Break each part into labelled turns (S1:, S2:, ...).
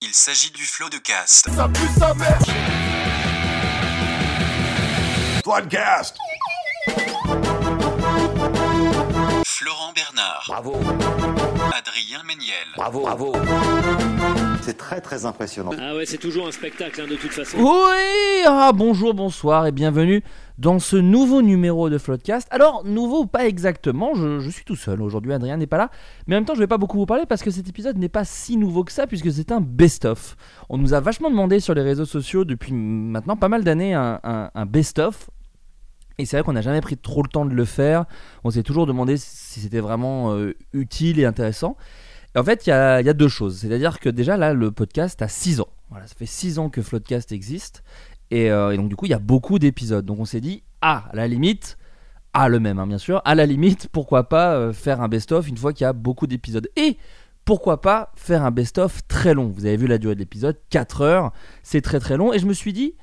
S1: Il s'agit du flot de cast.
S2: Floodcast.
S1: Florent Bernard,
S3: Bravo,
S1: Adrien Méniel,
S3: bravo, bravo.
S4: C'est très très impressionnant.
S5: Ah ouais, c'est toujours un spectacle hein, de toute façon.
S6: Oui, ah, bonjour, bonsoir et bienvenue dans ce nouveau numéro de Floodcast. Alors, nouveau, pas exactement, je, je suis tout seul aujourd'hui, Adrien n'est pas là, mais en même temps, je vais pas beaucoup vous parler parce que cet épisode n'est pas si nouveau que ça, puisque c'est un best-of. On nous a vachement demandé sur les réseaux sociaux depuis maintenant pas mal d'années un, un- un best-of. Et c'est vrai qu'on n'a jamais pris trop le temps de le faire. On s'est toujours demandé si c'était vraiment euh, utile et intéressant. En fait, il y, a il y a deux choses. C'est-à-dire que déjà, là, le podcast a 6 ans. Voilà, ça fait 6 ans que Floodcast existe. Et, euh, et donc, du coup, il y a beaucoup d'épisodes. Donc, on s'est dit, ah, à la limite, ah, le même, hein, bien sûr, à la limite, pourquoi pas euh, faire un best-of une fois qu'il y a beaucoup d'épisodes. Et pourquoi pas faire un best-of très long Vous avez vu la durée de l'épisode, 4 heures, c'est très très long. Et je me suis dit,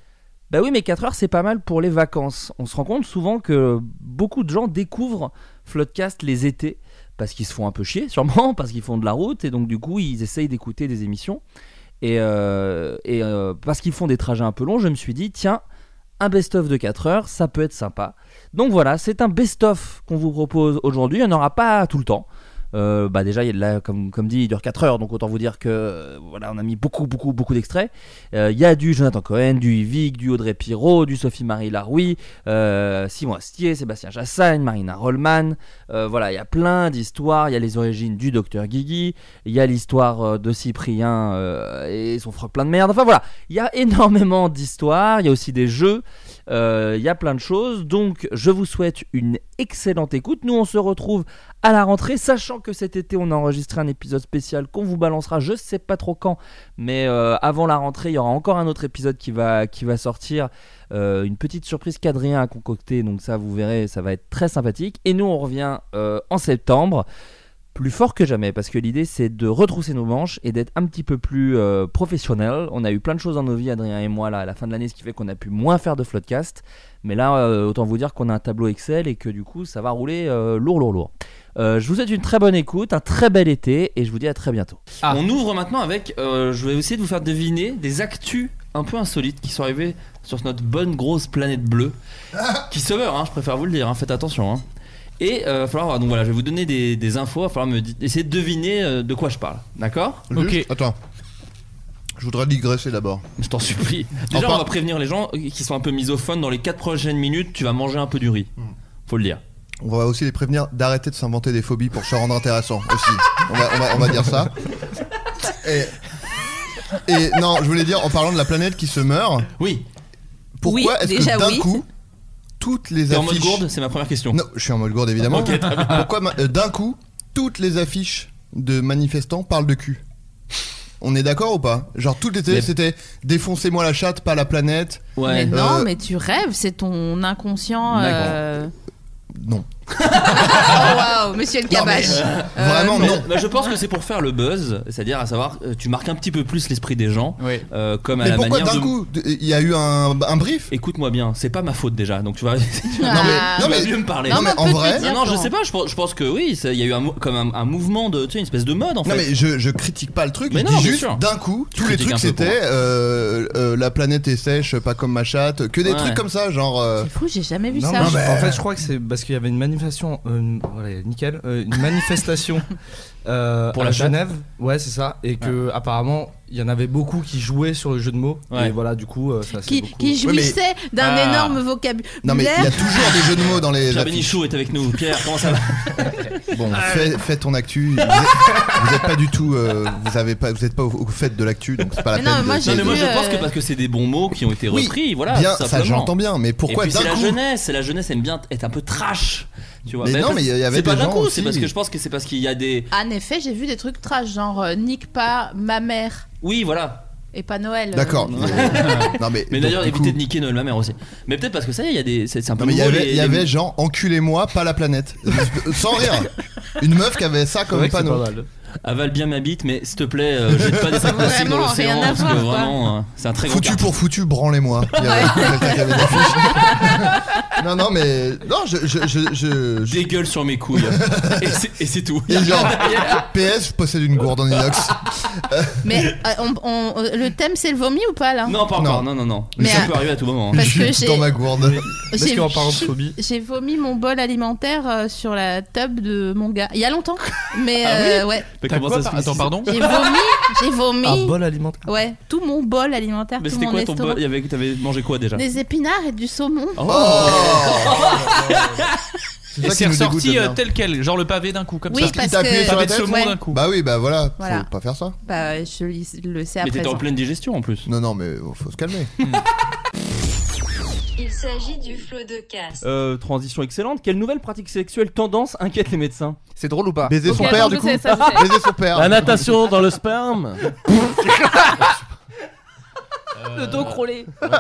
S6: bah oui, mais 4 heures, c'est pas mal pour les vacances. On se rend compte souvent que beaucoup de gens découvrent Floodcast les étés parce qu'ils se font un peu chier, sûrement, parce qu'ils font de la route, et donc du coup, ils essayent d'écouter des émissions. Et, euh, et, euh, parce qu'ils font des trajets un peu longs, je me suis dit, tiens, un best-of de 4 heures, ça peut être sympa. Donc voilà, c'est un best-of qu'on vous propose aujourd'hui, il n'y en aura pas tout le temps. Euh, bah déjà, il y a de la- comme, comme dit, il dure 4 heures, donc autant vous dire que euh, voilà, on a mis beaucoup, beaucoup, beaucoup d'extraits. Euh, Il y a du Jonathan Cohen, du Yvick, du Audrey Pirot, du Sophie-Marie Laroui, euh, Simon Astier, Sébastien Chassagne, Marina Rollman, euh, voilà, il y a plein d'histoires. Il y a les origines du docteur Guigui. Il y a l'histoire euh, de Cyprien euh, et son froc plein de merde. Enfin voilà, il y a énormément d'histoires. Il y a aussi des jeux. euh, il y a plein de choses. Donc je vous souhaite une excellente écoute. Nous on se retrouve à la rentrée, sachant que cet été on a enregistré un épisode spécial qu'on vous balancera. Je sais pas trop quand, mais euh, avant la rentrée, il y aura encore un autre épisode qui va qui va sortir. Euh, une petite surprise qu'Adrien a concoctée, donc ça vous verrez, ça va être très sympathique. Et nous on revient euh, en septembre, plus fort que jamais, parce que l'idée c'est de retrousser nos manches et d'être un petit peu plus euh, professionnel. On a eu plein de choses dans nos vies, Adrien et moi, là, à la fin de l'année, ce qui fait qu'on a pu moins faire de floodcast. Mais là, euh, autant vous dire qu'on a un tableau Excel et que du coup ça va rouler euh, lourd, lourd, lourd. Euh, je vous souhaite une très bonne écoute, un très bel été et je vous dis à très bientôt.
S5: Ah.
S6: On ouvre maintenant avec, euh, je vais essayer de vous faire deviner des actus un peu insolites qui sont arrivées sur notre bonne grosse planète bleue qui se meurt, hein, je préfère vous le dire, hein, faites attention. hein. Et euh, va falloir, donc voilà, je vais vous donner des, des infos, va falloir me di- essayer de deviner euh, de quoi je parle, d'accord
S7: Juste, Attends. Je voudrais digresser d'abord.
S5: Je t'en supplie. Déjà,
S7: Enfin-
S5: on va prévenir les gens qui sont un peu misophones, dans les 4 prochaines minutes, tu vas manger un peu du
S7: Mmh.
S5: riz. Faut le dire.
S7: On va aussi les prévenir d'arrêter de s'inventer des phobies pour se rendre intéressant aussi. On va, on va- on va dire ça. Et, et non, je voulais dire, en parlant de la planète qui se meurt,
S5: Oui,
S7: pourquoi
S8: Oui,
S7: est-ce
S8: déjà
S7: que d'un
S8: oui.
S7: coup, toutes les
S5: t'es en
S7: affiches.
S5: mode gourde, c'est ma première question.
S7: Non, je suis en mode gourde évidemment.
S5: Ok, très bien.
S7: Pourquoi ma- euh, d'un coup, toutes les affiches de manifestants parlent de cul On est d'accord ou pas Genre, toutes les télés,
S5: Mais-
S7: c'était défoncez-moi la chatte, pas la planète.
S8: Mais
S5: Ouais.
S8: non,
S7: Euh,
S8: mais tu rêves, c'est ton inconscient.
S5: D'accord.
S8: euh,
S7: Non.
S8: Oh waouh, monsieur le
S7: Non, mais,
S8: cabache.
S7: euh,
S8: Euh,
S7: vraiment,
S5: Mais-
S7: non.
S5: bah, je pense que c'est pour faire le buzz, c'est-à-dire à savoir, euh, tu marques un petit peu plus l'esprit des gens, euh, comme à
S7: Mais
S5: la
S7: pourquoi
S5: manière
S7: d'un
S5: de.
S7: coup de- Il y a eu un, un brief
S5: Écoute-moi bien, c'est pas ma faute déjà, donc tu vas, tu
S7: Non mais,
S8: Ah.
S7: non,
S5: vas
S7: mais-
S5: mieux me parler.
S7: non, mais
S8: on
S7: en
S8: peut
S7: vrai-
S8: te dire
S5: Non, non, je
S8: quand-
S5: sais pas, je pense, je pense que oui, ça- il y a eu un, mou- comme un, un mouvement de, tu sais, une espèce de mode en fait.
S7: non, mais je, je critique pas le truc,
S5: Mais
S7: je
S5: non,
S7: dis
S5: bien
S7: juste
S5: sûr.
S7: d'un coup,
S5: Tu
S7: tous les
S5: critiques
S7: trucs
S5: un peu pour
S7: c'était euh, euh, la planète est sèche, pas comme ma chatte, que des
S5: Ouais.
S7: trucs comme ça, genre. euh,
S8: C'est fou, j'ai jamais vu
S7: Non,
S8: ça.
S7: mais-
S9: Non, mais En fait, je crois que c'est parce qu'il y avait une manifestation. euh, une- voilà, nickel. euh, une manifestation euh,
S5: Pour
S9: à
S5: la chatte.
S9: Genève. Ouais, c'est ça. Et que apparemment, il y en avait beaucoup qui jouaient sur le jeu de mots.
S5: Ouais.
S9: Et voilà, du coup, euh, ça c'est
S8: Qui,
S9: beaucoup.
S8: qui
S7: Oui, mais-
S8: jouissait d'un
S5: Ah.
S8: énorme vocabulaire.
S7: Non, mais il y a toujours des jeux de mots dans les.
S5: Pierre
S7: affiches.
S5: Bénichou est avec nous. Pierre, comment ça va
S7: Bon, fais, fais ton actu. Vous êtes, vous êtes pas du tout. euh, vous avez pas, vous êtes pas au, au fait de l'actu, donc c'est pas la
S8: Mais
S7: peine.
S8: non, mais moi,
S7: de-
S8: j'ai
S5: Non, mais moi
S8: vu,
S5: je pense
S8: euh,
S5: que parce que c'est des bons mots qui ont été
S7: Oui,
S5: repris, voilà.
S7: bien,
S5: tout
S7: ça
S5: simplement.
S7: j'entends bien, mais
S5: Et
S7: pourquoi
S5: puis
S7: d'un
S5: c'est la
S7: coup
S5: jeunesse, c'est la jeunesse aime bien être un peu trash.
S1: Tu vois.
S7: Mais non,
S1: parce-
S7: mais il y avait
S1: c'est pas
S7: des
S1: d'un
S7: gens
S1: coup,
S7: aussi.
S1: c'est parce que je pense que c'est parce qu'il y a des.
S8: En effet, j'ai vu des trucs trash, genre euh, nique pas ma mère
S1: Oui, voilà.
S8: et pas Noël. Euh,
S7: D'accord. non mais.
S1: Mais
S7: donc,
S1: d'ailleurs,
S7: du
S1: évitez
S7: coup-
S1: de niquer Noël ma mère aussi. Mais peut-être parce que ça y est, il y a des. C'est c'est un peu
S7: Non mais il y
S1: nouveau,
S7: avait,
S1: les-
S7: il y
S1: les-
S7: avait genre enculez-moi pas la planète Euh, sans rire une meuf qui avait ça comme panneau
S1: Avale bien ma bite, mais s'il te plaît, euh, jette pas des sacs
S8: Vraiment,
S1: plastiques dans l'océan
S8: rien à
S1: parce que
S8: voir, quoi.
S1: vraiment, euh, c'est un très gros.
S7: foutu
S1: carton.
S7: pour foutu branlez-moi Il y avait quelqu'un qui avait une affiche. non non mais non je je je, je- je-
S1: Dégueule sur mes couilles. et c'est- et c'est tout.
S7: Et genre PS je possède une gourde en inox
S8: Mais euh, on- on- euh, le thème c'est le vomi ou pas là
S1: Non, pas encore. Non, non, non. Mais
S8: Mais,
S1: ça
S8: euh,
S1: peut arriver à tout moment. hein.
S8: Parce que
S7: Juste
S8: j'ai-
S7: dans ma gourde
S9: Parce
S8: J'ai-
S9: qu'en parlant de phobie.
S8: J'ai vomi mon bol alimentaire euh, sur la table de mon gars. Il y a longtemps, mais
S1: Ah oui
S8: euh, ouais.
S1: Mais
S5: T'as
S1: comment
S5: quoi,
S1: ça se
S5: par-
S1: fait
S5: Attends, pardon
S8: J'ai vomi, j'ai vomi.
S6: Ah
S7: Ah,
S9: Un bol alimentaire.
S8: Ouais, tout mon bol alimentaire,
S1: Mais
S8: tout
S1: c'était
S8: mon
S1: quoi ton
S8: estomac.
S1: bol Il y avait- T'avais mangé quoi déjà
S8: Des épinards et du saumon.
S7: Oh ça
S5: Et
S7: qui
S5: c'est
S7: nous dégoûte,
S5: ressorti euh,
S7: Damien.
S5: tel quel, genre le pavé d'un coup, comme
S8: Oui,
S5: ça.
S8: parce
S7: t'as appuyé
S8: que
S7: sur la
S5: Pavé de
S7: tête
S5: saumon
S8: ouais.
S5: d'un coup.
S7: bah oui bah voilà
S8: Voilà.
S7: faut pas faire ça
S8: Bah, je lis- le sais
S1: Mais
S8: après.
S7: hein.
S1: t'étais en pleine digestion en plus.
S7: non non mais euh, faut se calmer
S10: Il s'agit du flot de casse.
S6: Euh, transition excellente. Quelle nouvelle pratique sexuelle tendance inquiète les médecins
S11: C'est drôle ou pas
S7: baiser son
S5: Ok,
S7: père
S5: non,
S7: du
S5: je
S7: coup
S5: sais, ça, je sais.
S7: baiser son père
S11: La natation dans le sperme
S5: Le dos
S11: crôlé.
S5: attends,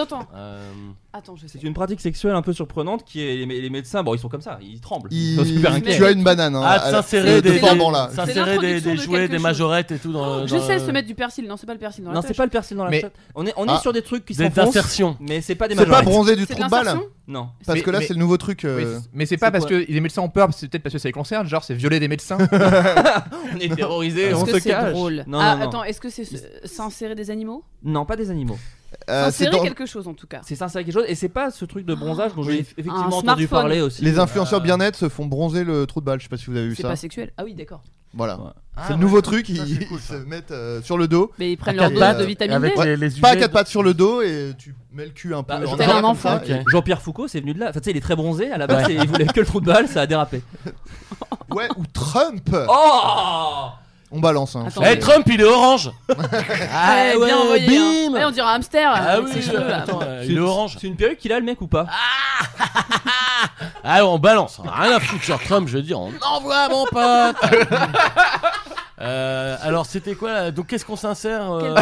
S5: attends.
S11: Euh,
S12: Euh,
S6: Attends, C'est une pratique sexuelle un peu surprenante qui est les, mé- les médecins. Bon, ils sont comme ça, ils tremblent.
S7: Il-
S6: sont super inquiets.
S7: tu as une banane hein,
S11: Ah, de
S7: à-
S11: s'insérer
S7: de- de
S11: des,
S7: forban, là
S11: s'insérer des, des jouets, des majorettes et tout dans.
S5: Oh, Je
S11: dans-
S5: sais se mettre du persil. Non, c'est pas le persil. Dans la
S6: Non, c'est
S5: tâche.
S6: pas le persil dans la
S11: Mais-
S6: tête. On est, on est
S7: Ah.
S6: sur des trucs qui
S11: Des
S6: s'enfoncent,
S11: insertions.
S6: mais c'est pas des
S7: c'est pas
S6: majorettes.
S7: bronzer du
S5: C'est de
S7: trou de balle
S5: l'insertion
S6: Non.
S7: parce que là
S11: Mais-
S7: c'est le nouveau truc euh,
S5: Mais c'est pas parce
S6: quoi
S5: que les médecins ont peur, c'est peut-être parce que ça les concerne. Genre, c'est violer des médecins.
S6: On est terrorisés,
S5: Est-ce
S6: on
S5: que
S6: se
S5: c'est
S6: cache.
S5: drôle
S6: Non,
S5: Ah,
S6: non, non.
S5: Attends, est-ce que c'est euh, s'insérer des animaux
S6: Non, pas des animaux.
S7: euh, c'est
S5: S'insérer
S7: dans-
S5: quelque chose en tout cas.
S6: C'est sincère quelque chose. Et c'est pas ce truc de bronzage dont j'ai eff-
S5: Un
S6: effectivement entendu
S5: smartphone.
S6: parler aussi.
S11: Euh,
S7: les influenceurs bien-être se font bronzer le trou de balle je sais pas si vous avez vu
S5: C'est
S7: ça
S5: pas sexuel. Ah oui, d'accord.
S7: Voilà.
S6: Ouais.
S7: c'est le nouveau truc, ils, ils se mettent euh, sur le dos.
S5: Mais ils prennent leur
S7: À quatre
S5: dose
S7: pattes,
S5: de vitamine D.
S11: avec
S7: Ouais.
S11: les, les
S7: Pas à
S11: UV.
S7: quatre pattes sur le dos et tu mets le cul un peu.
S6: Bah,
S7: en
S6: je
S7: arrière
S5: t'ai
S7: comme
S5: un
S7: ça,
S5: enfant,
S7: et-
S6: Jean-Pierre Foucault, c'est venu de là. Enfin, tu sais, il est très bronzé à la base. et il voulait que le trou de balle, ça a dérapé.
S7: Ouais, ou Trump
S6: Oh
S7: On balance. Hein.
S5: Attends.
S11: Eh, Trump, il est orange
S5: Ah,
S11: Ah,
S5: bien envoyé, hein.
S11: bim
S5: Ouais, on dirait un hamster.
S11: Ah
S5: avec
S11: oui,
S5: ses cheveux, là.
S11: attends, euh,
S6: C'est-
S11: il est orange.
S6: C'est une perruque qu'il a, le mec, ou pas
S11: Ah, on balance. hein. Rien à foutre sur Trump, je veux dire, on envoie mon pote. Euh, alors, c'était quoi là Donc, qu'est-ce qu'on s'insère euh,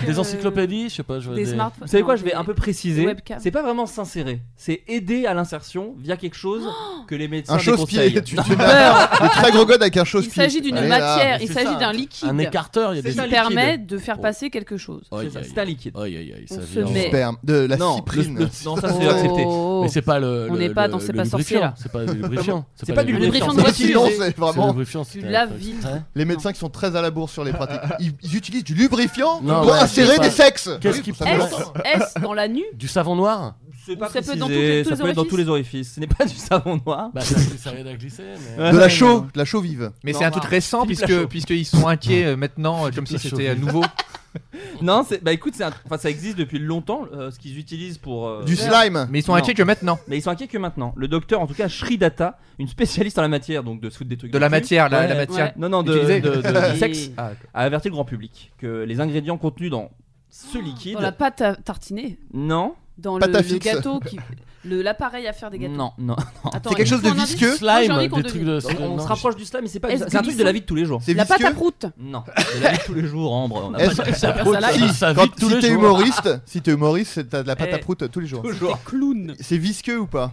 S5: Quel-
S11: Des encyclopédies Je sais pas. Je vois
S5: Des smartphones.
S6: Vous savez quoi,
S5: Non,
S6: je vais
S5: des-
S6: un peu
S5: des
S6: préciser.
S5: webcams.
S6: C'est pas vraiment s'insérer, c'est aider à l'insertion via quelque chose que les médecins
S7: Un chausse-pied.
S6: déconseillent.
S7: Tu, tu mets un très gros god avec un chausse-pied.
S5: Il s'agit d'une
S7: Allez, là.
S5: matière, il
S11: c'est
S5: s'agit
S11: ça,
S5: d'un liquide
S11: Un écarteur, il y a
S6: C'est
S11: des.
S6: ça,
S5: qui
S6: liquide.
S5: permet de faire
S11: Oh.
S5: passer quelque chose.
S11: Aïe,
S6: C'est ça,
S11: aïe,
S6: C'est un liquide.
S11: aïe, aïe, aïe,
S5: On
S11: ça
S5: se
S11: vient.
S5: met-
S7: Sperme, de la
S6: Non, le-
S7: cyprine.
S6: le- non, ça c'est
S5: Oh.
S6: accepté.
S11: Mais c'est pas le.
S5: On
S11: le-
S5: n'est pas
S11: le-
S5: dans- c'est
S11: le
S5: pas sorcier,
S11: lubrifiant,
S5: là.
S11: C'est pas du lubrifiant.
S6: C'est pas du lubrifiant de
S8: voiture.
S7: Sinon, c'est
S11: C'est le
S7: vraiment
S11: lubrifiant. c'est-
S5: Tu laves vite.
S7: les médecins qui sont très à la bourre sur les pratiques. Ils, ils utilisent du lubrifiant
S11: Non,
S7: pour
S11: ouais,
S7: insérer
S11: c'est pas-
S7: des sexes.
S11: Qu'est-ce
S7: Oui,
S11: qu'ils
S7: ça fait
S11: pensent
S7: longtemps.
S5: Est-ce est-ce dans la nuit
S11: Du savon noir
S6: C'est pas
S5: Ça peut être dans
S6: précisé,
S5: tous les-
S6: ça peut être dans
S5: tous
S6: tous
S5: les
S6: les orifices. Ce n'est pas du savon noir.
S11: Bah, ça ça aide à glisser. mais-
S7: De la chaux, de la chaux vive.
S5: Mais
S6: c'est un truc
S5: récent
S6: Philippe puisque- Lachaud.
S5: puisqu'ils sont inquiets euh, maintenant comme euh,
S11: si Lachaud. c'était
S5: nouveau.
S6: Non, c'est bah écoute, c'est un- enfin, ça existe depuis longtemps euh, ce qu'ils utilisent pour euh,
S7: Du slime.
S5: Mais ils
S6: sont inquiets
S5: que maintenant.
S6: mais ils sont inquiets que maintenant. Le docteur en tout cas Shridata, une spécialiste en la matière donc de se foutre des trucs dans le cul, la- la
S5: matière
S6: Non non de,
S5: utilisée.
S6: de- de- du sexe
S5: Oui.
S6: a averti le grand public que les ingrédients contenus dans ce liquide
S5: Dans la pâte à tartiner,
S6: non
S5: dans le,
S7: Pâte à
S5: le
S7: fixe.
S5: gâteau qui le- l'appareille à faire des gâteaux.
S6: non non
S5: Attends,
S7: C'est quelque
S5: il
S7: chose
S5: faut un
S7: de
S5: indice.
S7: visqueux.
S5: Moi, j'ai envie
S11: Slime,
S5: qu'on
S11: des
S5: devine.
S11: trucs de.
S6: on, on
S11: non,
S6: se
S11: je-
S6: rapproche du slime mais c'est pas du-
S5: Est-ce
S6: c'est un
S5: que
S6: truc
S5: ils
S6: de la
S5: sont-
S6: vie de tous les jours
S7: C'est
S5: La pâte à
S7: visqueux.
S5: croûte.
S6: non de la vie de tous les jours Ambre on a pas
S7: Est-ce
S6: de-
S11: Ça
S5: faire
S11: proute,
S5: ça là,
S11: si,
S5: il-
S11: ça
S7: Quand-
S11: vit tous
S7: si
S11: les
S7: t'es
S11: jours.
S6: Ah,
S7: humoriste, si t'es humoriste, c'est- t'as de la pâte à
S6: Eh.
S7: proutes tous les jours.
S6: toujours clown
S7: C'est visqueux ou pas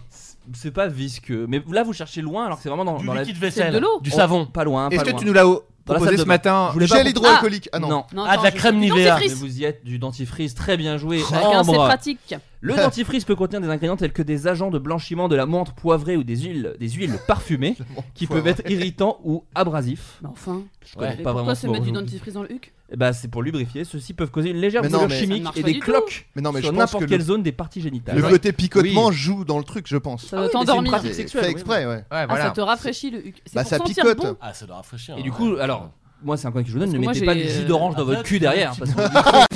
S6: c'est pas visqueux mais là vous cherchez loin alors que c'est vraiment dans,
S11: Du
S6: dans la
S11: liquide vaisselle.
S5: de l'eau.
S11: Du
S6: Oh,
S11: savon.
S6: pas loin pas loin.
S11: l'as
S6: Dans la salle de bain.
S11: matin
S6: Je voulais pas
S7: Gel
S6: vous-
S7: hydroalcoolique. Ah non.
S6: non
S5: Non,
S11: Ah, de
S5: attends,
S11: la
S5: je-
S11: crème
S5: du
S11: Nivea.
S6: Mais
S5: dentifrice.
S6: vous y êtes du dentifrice, très bien joué.
S5: Chacun ses
S6: Ambre.
S5: pratiques.
S6: Le dentifrice peut contenir des ingrédients tels que des agents de blanchiment, de la menthe poivrée ou des huiles, des huiles parfumées qui peuvent être irritants ou abrasifs.
S5: Mais enfin,
S6: Je connais
S5: mais
S6: pas vraiment
S5: pourquoi
S6: ce
S5: se
S6: mot
S5: mettre du
S6: aujourd'hui.
S5: dentifrice dans le huc
S6: Eh Bah c'est pour lubrifier. Ceux-ci peuvent causer une légère
S7: Mais non,
S6: douleur
S7: mais-
S6: chimique
S5: Ça marche
S6: et
S5: pas
S6: des
S5: du tout.
S6: cloques
S7: Mais non, mais
S6: sur
S7: je pense que
S6: n'importe quelle
S7: le,
S6: zone des parties génitales. Ah
S7: le côté picotement joue dans le truc, je pense.
S5: Ça doit
S6: mais c'est une
S5: t'endormir.
S6: pratique
S7: C'est
S6: sexuelle,
S7: fait
S6: oui,
S7: exprès, ouais.
S5: Ah, ça te rafraîchit le huc. C'est
S7: Bah
S5: pour
S7: ça
S5: sentir
S7: picote.
S5: bon.
S11: Ah, ça doit rafraîchir.
S6: Et du coup, alors, moi c'est un conseil que je vous donne,
S5: Parce
S6: ne
S5: que moi,
S6: mettez pas de
S5: j'ai- euh,
S6: jus d'orange dans
S11: Ah,
S6: votre
S11: ça,
S6: cul derrière.
S11: tu-
S6: parce que-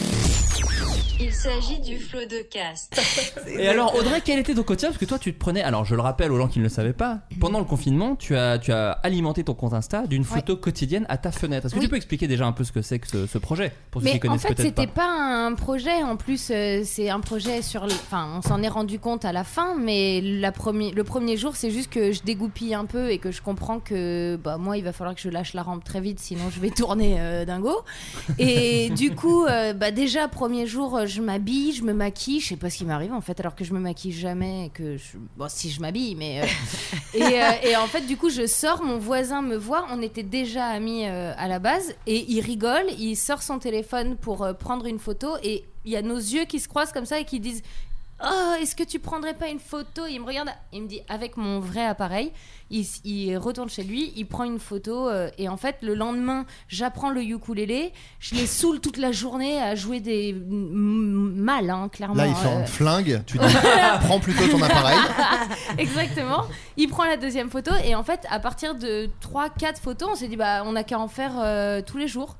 S10: Il s'agit du flot de caste.
S6: Et alors, Audrey, quel était ton quotidien Parce que toi, tu te prenais. Alors, je le rappelle aux gens qui ne le savaient pas,
S13: Mhm.
S6: pendant le confinement, tu as, tu as alimenté ton compte Insta d'une photo quotidienne à ta fenêtre. Est-ce que tu peux expliquer déjà un peu ce que c'est que ce, ce projet Pour ceux qui
S13: Mais en
S6: connaissent
S13: fait,
S6: peut-être
S13: c'était
S6: pas.
S13: pas. un projet. En plus, euh, c'est un projet sur. le- Enfin, on s'en est rendu compte à la fin, mais la premi- le premier jour, c'est juste que je dégoupille un peu et que je comprends que bah, moi, il va falloir que je lâche la rampe très vite, sinon je vais tourner euh, dingo. Et du coup, euh, bah, déjà, premier jour, euh, je m'habille, je me maquille. Je sais pas ce qui m'arrive en fait, alors que je me maquille jamais. et Que je... Bon, si je m'habille, mais. euh, et, euh, et en fait, du coup, je sors, mon voisin me voit, on était déjà amis euh, à la base, et il rigole, il sort son téléphone pour euh, prendre une photo, et il y a nos yeux qui se croisent comme ça et qui disent Oh, est-ce que tu prendrais pas une photo Il me regarde, il me dit Avec mon vrai appareil. Il, s- il retourne chez lui, il prend une photo, euh, et en fait, le lendemain, j'apprends le ukulélé, je les saoule toute la journée à jouer des. m- m- mal, hein, clairement.
S7: Là, il sort
S13: euh,
S7: un flingue. Tu dis, prends plutôt ton appareil.
S13: Exactement. Il prend la deuxième photo et en fait, à partir de 3-4 photos, on s'est dit, bah, on n'a qu'à en faire euh, tous les jours.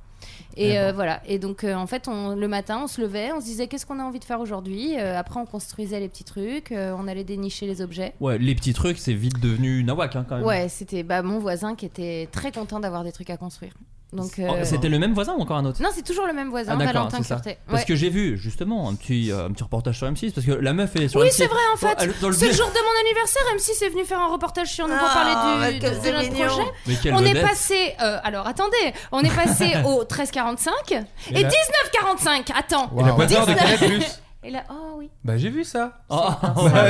S6: Eh
S13: Et
S6: ben.
S13: euh, voilà. Et donc, euh, en fait, on, le matin, on se levait, on se disait, qu'est-ce qu'on a envie de faire aujourd'hui Euh, Après, on construisait les petits trucs, euh, on allait dénicher les objets.
S6: Ouais, les petits trucs, c'est vite devenu nawak hein, quand même.
S13: Ouais, c'était bah, mon voisin qui était très content d'avoir des trucs à construire. Donc,
S6: Oh,
S13: euh,
S6: C'était le même voisin ou encore un autre
S13: Non, c'est toujours le même voisin,
S6: Ah, d'accord,
S13: Valentin
S6: c'est ça.
S13: Curtet.
S6: Parce
S13: Ouais.
S6: que j'ai vu justement un petit, euh, un petit reportage sur M6 parce que la meuf est sur
S13: Oui,
S6: M6.
S13: c'est vrai en fait.
S6: Dans- elle- dans
S13: C'est le
S6: bus-
S13: jour de mon anniversaire, M6 est venu faire un reportage sur nous pour
S12: Ah,
S13: parler du,
S12: comme
S13: de, de
S12: c'est
S13: notre
S12: mignon.
S13: projet.
S6: Mais quelle
S13: on est
S6: vedette.
S13: passé, euh, alors attendez, on est passé au 13,45
S12: Et
S13: et
S12: là-
S13: 19,45. Attends.
S12: Et la boîte d'heure de
S13: 19.
S12: Canal Plus.
S13: Et là, oh oui.
S6: Bah j'ai vu ça.
S12: Bah,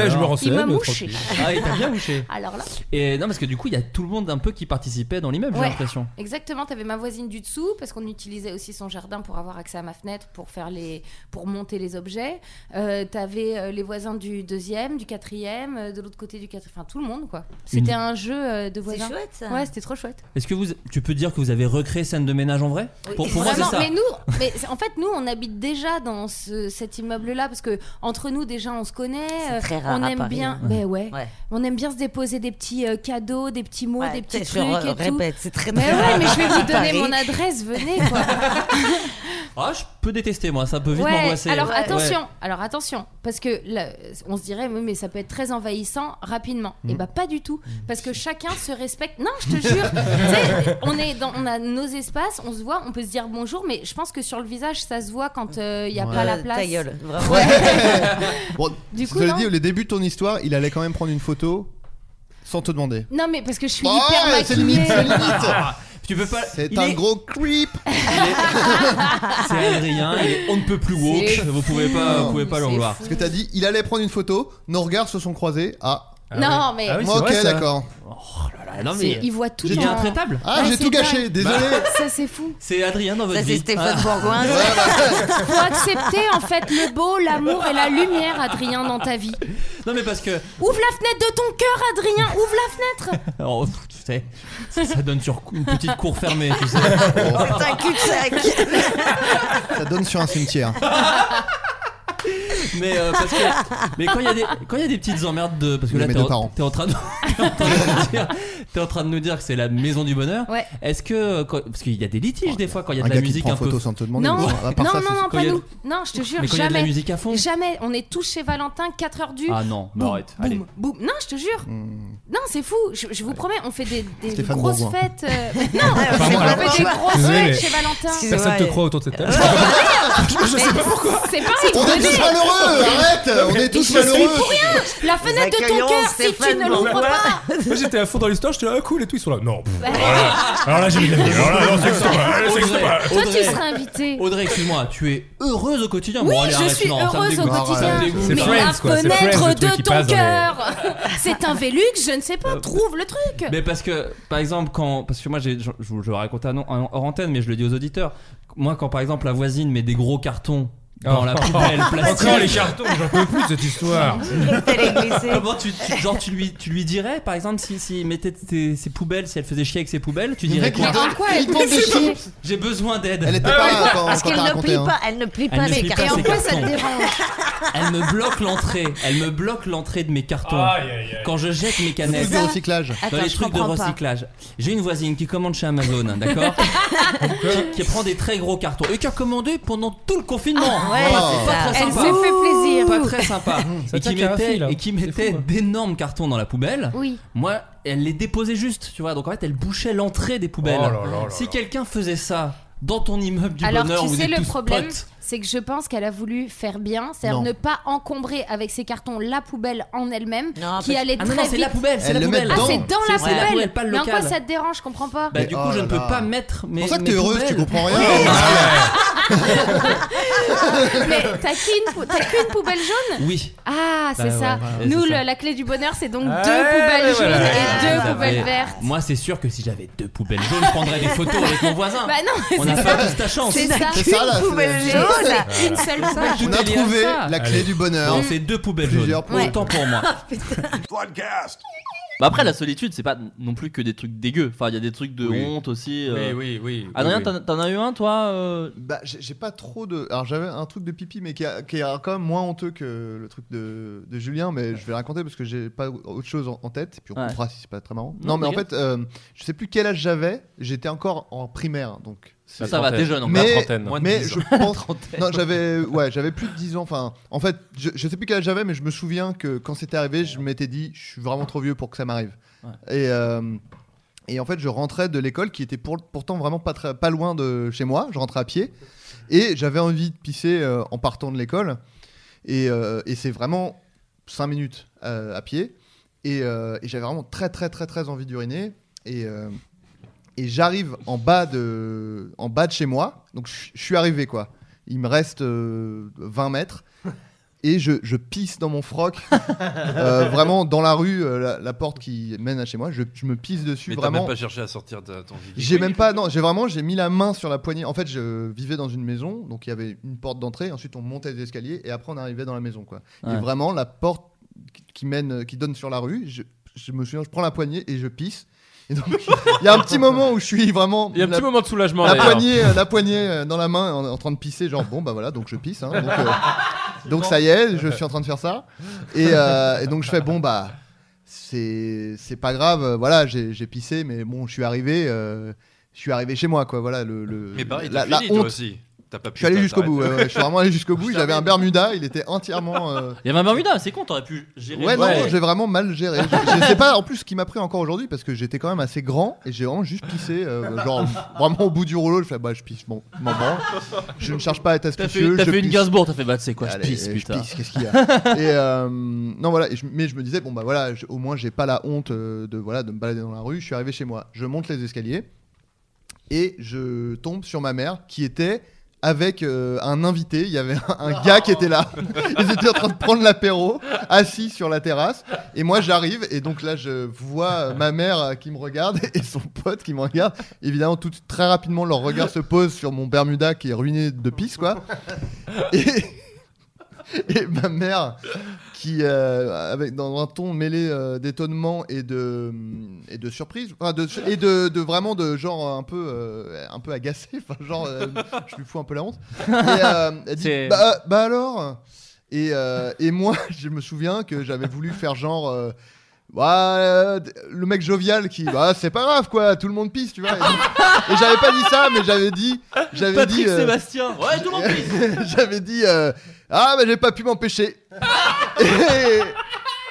S12: je me renseigne,
S13: Ah, Il m'a
S12: tranquille.
S13: mouché.
S6: Ah, il t'a bien mouché.
S13: Alors là.
S6: Et non parce que du coup il y a tout le monde un peu qui participait dans l'immeuble
S13: Ouais.
S6: j'ai l'impression.
S13: Exactement, t'avais ma voisine du dessous parce qu'on utilisait aussi son jardin pour avoir accès à ma fenêtre pour faire les, pour monter les objets. Euh, t'avais euh, les voisins du deuxième, du quatrième, euh, de l'autre côté du quatrième, enfin tout le monde quoi. C'était
S6: Une-
S13: un jeu euh, de voisins.
S12: chouette, ça.
S13: Ouais, c'était trop chouette.
S6: Est-ce que vous, tu peux dire que vous avez recréé scène de ménage en vrai Pour, pour moi c'est
S13: Vraiment,
S6: ça.
S13: Mais nous, mais c'est- en fait, nous, on habite déjà dans ce- cet immeuble-là parce que entre nous, déjà, on se connaît. euh,
S12: très rare
S13: on
S12: à
S13: aime
S12: Paris,
S13: bien.
S12: hein.
S13: Mais ouais, On aime bien se déposer des petits euh, cadeaux, des petits mots,
S12: Ouais,
S13: des petits
S12: je
S13: trucs
S12: re-
S13: et tout.
S12: répète, c'est très,
S13: Mais
S12: très
S13: ouais,
S12: rare
S13: mais je vais
S12: à
S13: vous donner
S12: Paris.
S13: mon adresse. Venez quoi.
S6: Ah je peux détester moi ça peut vite
S13: Ouais,
S6: m'angoisser.
S13: Alors
S6: Ouais.
S13: attention, alors attention, parce que là, on se dirait oui, mais ça peut être très envahissant rapidement. Et
S12: Mm.
S13: bah pas du tout, parce que chacun se respecte. Non, je te jure, tu sais, on est dans, on a nos espaces, on se voit, on peut se dire bonjour, mais je pense que sur le visage ça se voit quand euh, il y a
S7: Ouais.
S13: pas la
S12: Euh,
S13: place.
S12: ta gueule, vraiment.
S7: Bon,
S13: Du
S7: je
S13: coup,
S7: te l'ai
S13: non.
S7: dit, au début de ton histoire, il allait quand même prendre une photo sans te demander.
S13: Non mais parce que je suis
S7: Oh,
S13: hyper maquillée.
S7: c'est limite, c'est limite.
S6: Tu peux pas.
S7: Ah, C'est
S6: il
S7: un
S6: est-
S7: gros creep.
S6: C'est Adrien, il est on ne peut plus woke.
S7: C'est
S6: Vous pouvez pas, vous pouvez pas l'en vouloir.
S7: Parce que t'as dit, il allait prendre une photo, nos regards se sont croisés. Ah.
S13: Non, mais- Ah oui,
S7: Moi,
S13: c'est
S7: ok,
S13: vrai, ça.
S7: d'accord.
S6: Ah, non,
S13: C'est-
S6: mais-
S13: Il voit tout.
S6: Il est
S13: en-
S6: intraitable.
S7: Ah,
S13: Ouais,
S7: j'ai
S13: c'est
S7: tout gâché,
S13: dingue.
S7: désolé.
S13: Ça c'est fou.
S6: C'est Adrien dans votre
S12: Ça,
S6: vie.
S12: c'est Stéphane
S6: Ah.
S12: Bourgoin.
S13: Faut accepter en fait le beau, l'amour et la lumière, Adrien, dans ta vie.
S6: Non mais parce que
S13: Ouvre la fenêtre de ton cœur, Adrien. Ouvre la fenêtre.
S6: Oh, pff, tu sais, ça, ça donne sur cou- une petite cour fermée, tu sais.
S12: C'est un cul-de-sac.
S7: Ça donne sur un cimetière.
S6: Mais, euh, parce que- mais quand il y a des quand il y a des petites emmerdes de parce que
S7: De
S6: là
S7: mes
S6: t'es
S7: deux
S6: en,
S7: parents.
S6: t'es en train de t'es en train de nous dire- t'es en train de nous dire que c'est la maison du bonheur.
S13: Ouais.
S6: Est-ce que euh, quand- parce qu'il y a des litiges des fois quand il y a
S7: Un
S6: de la
S7: gars qui
S6: musique
S7: prend
S6: un peu
S7: photo sans te demander,
S13: Non,
S7: mais bon, à part
S13: non,
S7: ça,
S13: non,
S7: c'est-
S13: non,
S6: quand
S13: pas
S6: il y a-
S13: nous. Non, je te jure,
S6: Mais quand il y a
S13: jamais.
S6: de la musique à fond.
S13: Jamais. On est tous chez Valentin, 4h du.
S6: Ah non, bah
S13: Boum,
S6: arrête,
S13: boum,
S6: allez.
S13: boum. Non, je te jure. Non, c'est fou. Je, je vous promets, on fait des, des
S7: Stéphane
S13: grosses
S7: Bourgoin.
S13: fêtes. euh, mais Non, on
S5: Pardon, alors,
S13: fait des
S5: je-
S13: grosses
S5: désolé,
S13: fêtes
S5: mais
S13: chez Valentin.
S5: Personne te croit autour de cette table.
S13: Je sais pas pourquoi. C'est pas
S7: On est tous malheureux, arrête On est tous malheureux.
S13: Pour rien. La fenêtre de ton
S12: accueillons
S13: cœur, si tu
S12: Stéphane
S13: ne l'ouvres
S12: Bourgoin.
S13: pas.
S5: Moi j'étais à fond dans l'histoire, j'étais là, ah, cool et tout, ils sont là. Non. pff,
S13: Bah,
S5: Alors là, j'ai mis de la vie. Alors là, non, ça existe pas. ça existe
S6: Audrey,
S5: pas.
S13: Toi, tu
S6: Audrey,
S13: serais invité.
S6: Audrey, excuse-moi, tu es heureuse au quotidien.
S13: Oui,
S6: Bon, allez,
S13: je
S6: arrête,
S13: suis
S6: non, ça me
S13: heureuse au
S6: dégoûte. Ça
S13: quotidien.
S6: me dégoûte.
S13: Mais
S5: quoi,
S13: la
S5: c'est
S13: fenêtre
S5: Friends, le truc
S13: de
S5: qui
S13: ton
S5: passe dans les-
S13: cœur, c'est un Vélux, je ne sais pas, trouve le truc.
S6: Mais parce que, par exemple, quand. Parce que moi, j'ai- je, je vous le racontais à non- en- hors antenne, mais je le dis aux auditeurs. Moi, quand par exemple la voisine met des gros cartons dans
S5: Oh.
S6: la poubelle plastique.
S5: Encore les cartons, j'en peux plus de cette histoire.
S6: Comment tu, tu- genre, tu, lui, tu lui dirais, par exemple, si, si mettait tes- ses poubelles, si elle faisait chier avec ses poubelles, tu dirais
S7: mec, il
S6: quoi
S7: donne-
S13: quoi elle
S7: il tombe
S13: peut
S7: des
S13: se chier
S7: chips.
S6: J'ai besoin d'aide.
S7: Elle était pas là quand-
S12: Ah Parce
S7: quand
S12: qu'elle
S7: t'as
S12: ne
S7: raconté.
S12: plie
S7: hein.
S12: pas, elle ne plie
S6: Elle ne
S12: pas les
S6: plie pas ses
S12: cartons.
S13: Pourquoi ça te
S6: cartons.
S13: dérange
S6: Elle me bloque l'entrée. Elle me bloque l'entrée de mes cartons.
S5: Aïe, aïe, aïe.
S6: Quand je jette mes
S7: Le truc
S6: canettes.
S7: de recyclage.
S6: dans
S13: Attends,
S6: les
S13: je
S6: trucs de
S13: comprends pas.
S6: recyclage. J'ai une voisine qui commande chez hein, Amazon, d'accord qui, qui prend des très gros cartons et qui a commandé pendant tout le confinement.
S13: Ah Ouais,
S6: Voilà,
S13: c'est
S6: pas
S13: ça.
S6: très
S13: Elle
S6: sympa.
S13: s'est fait plaisir.
S6: Pas très sympa.
S5: Ça
S6: et qui
S5: tient qu'à un
S6: mettait,
S5: fil, hein.
S6: et qui mettait d'énormes cartons dans la poubelle.
S13: Oui.
S6: Moi, elle les déposait juste, tu vois. Donc en fait, elle bouchait l'entrée des poubelles.
S5: Oh là là là
S6: si quelqu'un faisait ça dans ton immeuble du
S13: Alors
S6: bonheur,
S13: tu
S6: où vous
S13: sais
S6: êtes
S13: le
S6: tous
S13: problème,
S6: potes,
S13: c'est que je pense qu'elle a voulu faire bien, c'est-à-dire
S6: Non.
S13: ne pas encombrer avec ses cartons la poubelle en elle-même, qui
S6: parce-
S13: allait
S6: Ah non,
S13: très
S6: non,
S13: vite.
S6: c'est la poubelle, c'est Elle la le met poubelle.
S13: Ah,
S6: dedans.
S13: c'est dans la
S6: C'est- c'est la
S13: poubelle.
S6: poubelle, pas le
S13: Mais en quoi
S6: local.
S13: ça te dérange Je comprends pas.
S6: bah du coup, je
S5: oh
S6: ne peux pas mettre mes.
S7: C'est pour ça que
S6: mes
S7: t'es heureuse, tu
S6: poubelles.
S7: comprends rien.
S13: Mais t'as qu'une pou- t'as qu'une poubelle jaune
S6: Oui.
S13: Ah, c'est
S6: Bah
S13: ça.
S6: ouais, ouais,
S13: Nous,
S6: c'est
S13: le-
S6: ça.
S13: la clé du bonheur, c'est donc
S6: Ah,
S13: deux
S6: ouais,
S13: poubelles jaunes
S6: voilà.
S13: et deux
S6: Ah,
S13: poubelles
S6: mais
S13: vertes.
S6: Moi, c'est sûr que si j'avais deux poubelles jaunes, je prendrais des photos avec mon voisin.
S13: Bah non, mais
S6: On n'a
S13: c'est
S6: pas
S13: ça.
S6: tous ta chance.
S13: C'est ça,
S7: C'est ça, là,
S13: une poubelle
S7: c'est-
S13: jaune,
S7: Voilà.
S13: une seule
S7: On a
S13: poubelle jaune.
S7: trouvé la clé du bonheur.
S6: Non, c'est deux poubelles
S7: Plusieurs
S6: jaunes.
S7: poubelles.
S6: Autant pour moi.
S11: Bah après la solitude c'est pas non plus que des trucs dégueux. Enfin il y a des trucs de
S7: Oui.
S11: honte aussi. euh.
S7: Oui, oui, oui, oui,
S11: Adrien
S7: oui.
S11: t'en- t'en as eu un toi euh,
S7: Bah, j'ai j'ai pas trop de. Alors, j'avais un truc de pipi, mais qui, a- qui est quand même moins honteux que le truc de, de Julien, mais je vais le raconter parce que j'ai pas autre chose en, en tête, et puis on
S11: Ouais.
S7: comprendra si c'est pas très marrant.
S11: Non,
S7: Non, mais en
S11: t'inquiète.
S7: fait, euh, je sais plus quel âge j'avais, j'étais encore en primaire, donc.
S11: Ça va, t'es jeune encore. La
S7: mais,
S11: trentaine. Moins de
S7: mais
S11: 10
S7: je
S11: ans.
S7: pense.
S11: Trentaine.
S7: non, j'avais ouais, j'avais plus de 10 ans. Enfin, en fait, je, je sais plus quel âge j'avais, mais je me souviens que quand c'était arrivé, je m'étais dit, je suis vraiment trop vieux pour que ça m'arrive.
S11: Ouais.
S7: Et, euh, et en fait, je rentrais de l'école qui était pour- pourtant vraiment pas, très- pas loin de chez moi. Je rentrais à pied et j'avais envie de pisser euh, en partant de l'école. Et, euh, et c'est vraiment 5 minutes euh, à pied. Et, euh, et j'avais vraiment très, très, très, très envie d'uriner. Et. euh, et j'arrive en bas de en bas de chez moi donc je je suis arrivé quoi il me reste euh, 20 mètres et je, je pisse dans mon froc euh, vraiment dans la rue euh, la, la porte qui mène à chez moi je, je me pisse dessus
S14: Mais t'as
S7: vraiment
S14: même pas cherché à sortir de ton vide.
S7: j'ai même pas non j'ai vraiment j'ai mis la main sur la poignée en fait je vivais dans une maison donc il y avait une porte d'entrée ensuite on montait les escaliers et après on arrivait dans la maison quoi
S11: Ouais.
S7: et vraiment la porte qui- qui mène qui donne sur la rue je, je me souviens je prends la poignée et je pisse et donc il y a un petit moment où je suis vraiment
S14: Il y a un
S7: la-
S14: petit moment de soulagement,
S7: la
S14: d'ailleurs.
S7: poignée euh, la poignée euh, dans la main en, en train de pisser genre bon bah voilà donc je pisse hein. donc, euh, donc ça y est je suis en train de faire ça et, euh, et donc je fais bon bah c'est c'est pas grave euh, voilà j'ai j'ai pissé mais bon je suis arrivé euh, je suis arrivé chez moi quoi voilà le, le-
S15: Ah,
S14: Mais pareil,
S7: la,
S14: t'as
S7: la
S14: fini, toi
S7: honte.
S14: aussi. Ah, T'as pas
S7: je
S14: pu
S7: suis allé
S14: t'arrêter.
S7: jusqu'au bout ouais, ouais, je suis vraiment allé jusqu'au bout
S11: Je
S7: j'avais un Bermuda il était entièrement euh,
S11: Il y avait un Bermuda c'est con t'aurais pu gérer.
S7: Ouais, non, non, j'ai vraiment mal géré. Je, je sais pas en plus ce qui m'a pris encore aujourd'hui parce que j'étais quand même assez grand et j'ai vraiment juste pissé. euh, genre vraiment au bout du rouleau, je fais bah je pisse, bon, je m'en branle. Je ne cherche pas à être
S11: T'as fait-
S7: astucieux.
S11: t'as
S7: je
S11: fait une
S7: pisse.
S11: Gainsbourg, t'as fait, bah, tu sais quoi, je
S7: Allez,
S11: pisse, putain.
S7: Je pisse, qu'est-ce qu'il y a Et euh, non, voilà, et je- mais je me disais, bon bah voilà, je- au moins j'ai pas la honte euh, de, voilà, de me balader dans la rue. Je suis arrivé chez moi, je monte les escaliers et je tombe sur ma mère qui était avec euh, un invité. Il y avait un, un gars qui était là. Ils étaient en train de prendre l'apéro, assis sur la terrasse. Et moi, j'arrive et donc là, je vois euh, ma mère euh, qui me regarde et son pote qui me regarde. Évidemment, tout très rapidement, leur regard se pose sur mon Bermuda qui est ruiné de pisse, quoi. Et, et ma mère qui euh, avec dans un ton mêlé euh, d'étonnement et de et de surprise enfin, de- et de, de vraiment de genre un peu euh, un peu agacé enfin genre euh, je lui fous un peu la honte et, euh, elle dit,
S11: C'est-
S7: bah, bah alors et, euh, et moi je me souviens que j'avais voulu faire genre euh, bah, euh, le mec jovial qui bah c'est pas grave quoi tout le monde pisse tu vois et, donc- et j'avais pas dit ça mais j'avais dit j'avais
S11: Patrick
S7: dit euh,
S11: Sébastien ouais tout le monde pisse.
S7: j'avais dit euh, ah mais j'ai pas pu m'empêcher et,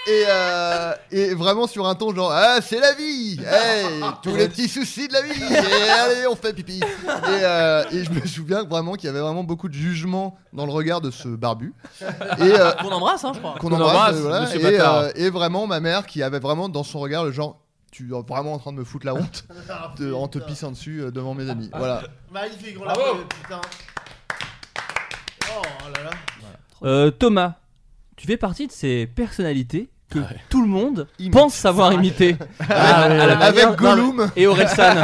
S7: et, euh, et vraiment sur un ton genre ah c'est la vie Hey, tous les petits soucis de la vie et allez on fait pipi et, euh, et je me souviens vraiment qu'il y avait vraiment beaucoup de jugement dans le regard de ce barbu et euh,
S11: Qu'on embrasse, hein, je crois.
S7: qu'on
S11: Qu'on
S7: embrasse,
S11: embrasse,
S7: euh, voilà.
S11: monsieur
S7: et,
S11: bâtard.
S7: euh, et vraiment ma mère qui avait vraiment dans son regard le genre tu es vraiment en train de me foutre la honte de- en te pissant dessus euh, devant mes amis voilà
S16: Magnifique, on
S14: Bravo.
S16: l'a fait, putain. Oh là là.
S15: Euh, Thomas, tu fais partie de ces personnalités que tout le monde pense savoir imiter.
S11: Ah ouais, ouais. Avec Gollum.
S15: non, mais- et Orelsan.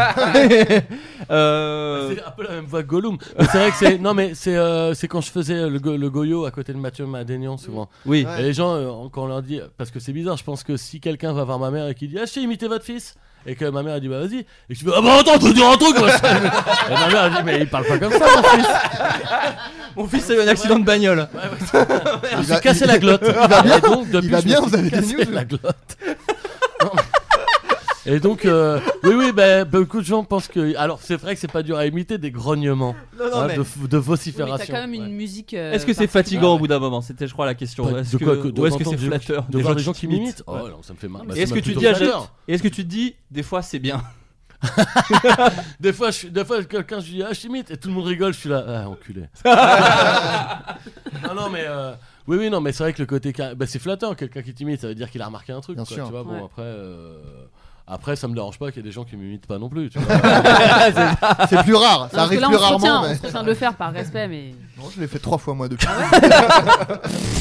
S7: Ah,
S11: Euh, C'est un peu la même voix que Gollum. Mais C'est vrai que c'est. Non, mais c'est euh, c'est quand je faisais le, go- le Goyo à côté de Mathieu Madénian, souvent.
S15: Oui.
S11: Et les gens, euh, quand on leur dit. Parce que c'est bizarre, je pense que si quelqu'un va voir ma mère et qu'il dit Ah, je sais imiter votre fils et que ma mère elle dit bah vas-y et que je dis ah bah attends je veux dire un truc moi. et ma mère elle dit mais il parle pas comme ça mon fils
S15: Mon fils a eu un accident de bagnole.
S11: il s'est cassé la glotte
S15: Il va
S11: Et
S15: bien,
S11: donc, depuis,
S15: il va
S11: je me
S15: bien,
S11: suis
S15: vous avez des
S11: cassé
S15: news
S11: la glotte Et donc, euh, oui, oui, ben beaucoup de gens pensent que. Alors, c'est vrai que c'est pas dur à imiter des grognements
S6: Non, non,
S11: hein,
S6: mais-
S11: de, f- de
S17: Oui, mais t'as
S11: vocifération.
S17: quand même une musique. euh,
S6: Est-ce que c'est
S17: particulière.
S6: fatigant au bout d'un moment C'était, je crois, la question.
S11: Pas-
S6: Est-ce
S11: de
S6: que,
S11: quoi que- de
S6: ou est-ce que c'est
S11: entendre des gens qui-
S6: flatteur
S11: de voir des gens qui m'imitent Oh, non, ça me fait mal. Bah,
S6: Et est-ce
S11: ça
S6: que
S11: m'a
S6: tu
S11: plutôt
S6: dis, à-
S11: flatteur.
S6: et est-ce que tu te dis, des fois c'est bien
S11: Des fois, je, suis- des fois quelqu'un, je dis, ah, je t'imite, et tout le monde rigole, je suis là, ah, enculé. non, non, mais. euh, oui, oui, non, mais c'est vrai que le côté. car- bah, c'est flatteur, quelqu'un qui t'imite, ça veut dire qu'il a remarqué un truc.
S7: Bien
S11: quoi,
S7: sûr.
S11: Tu vois, bon,
S7: Ouais.
S11: après. euh, Après, ça me dérange pas qu'il y ait des gens qui m'imitent pas non plus. tu vois.
S7: C'est- c'est plus rare,
S17: Non, parce
S7: ça
S17: que
S7: arrive
S17: là, on
S7: plus
S17: se retient,
S7: rarement,
S17: On
S7: mais-
S17: se retient de le faire par respect, mais. Ah
S7: Non, je l'ai fait trois fois moi depuis.
S11: Ah
S10: Ah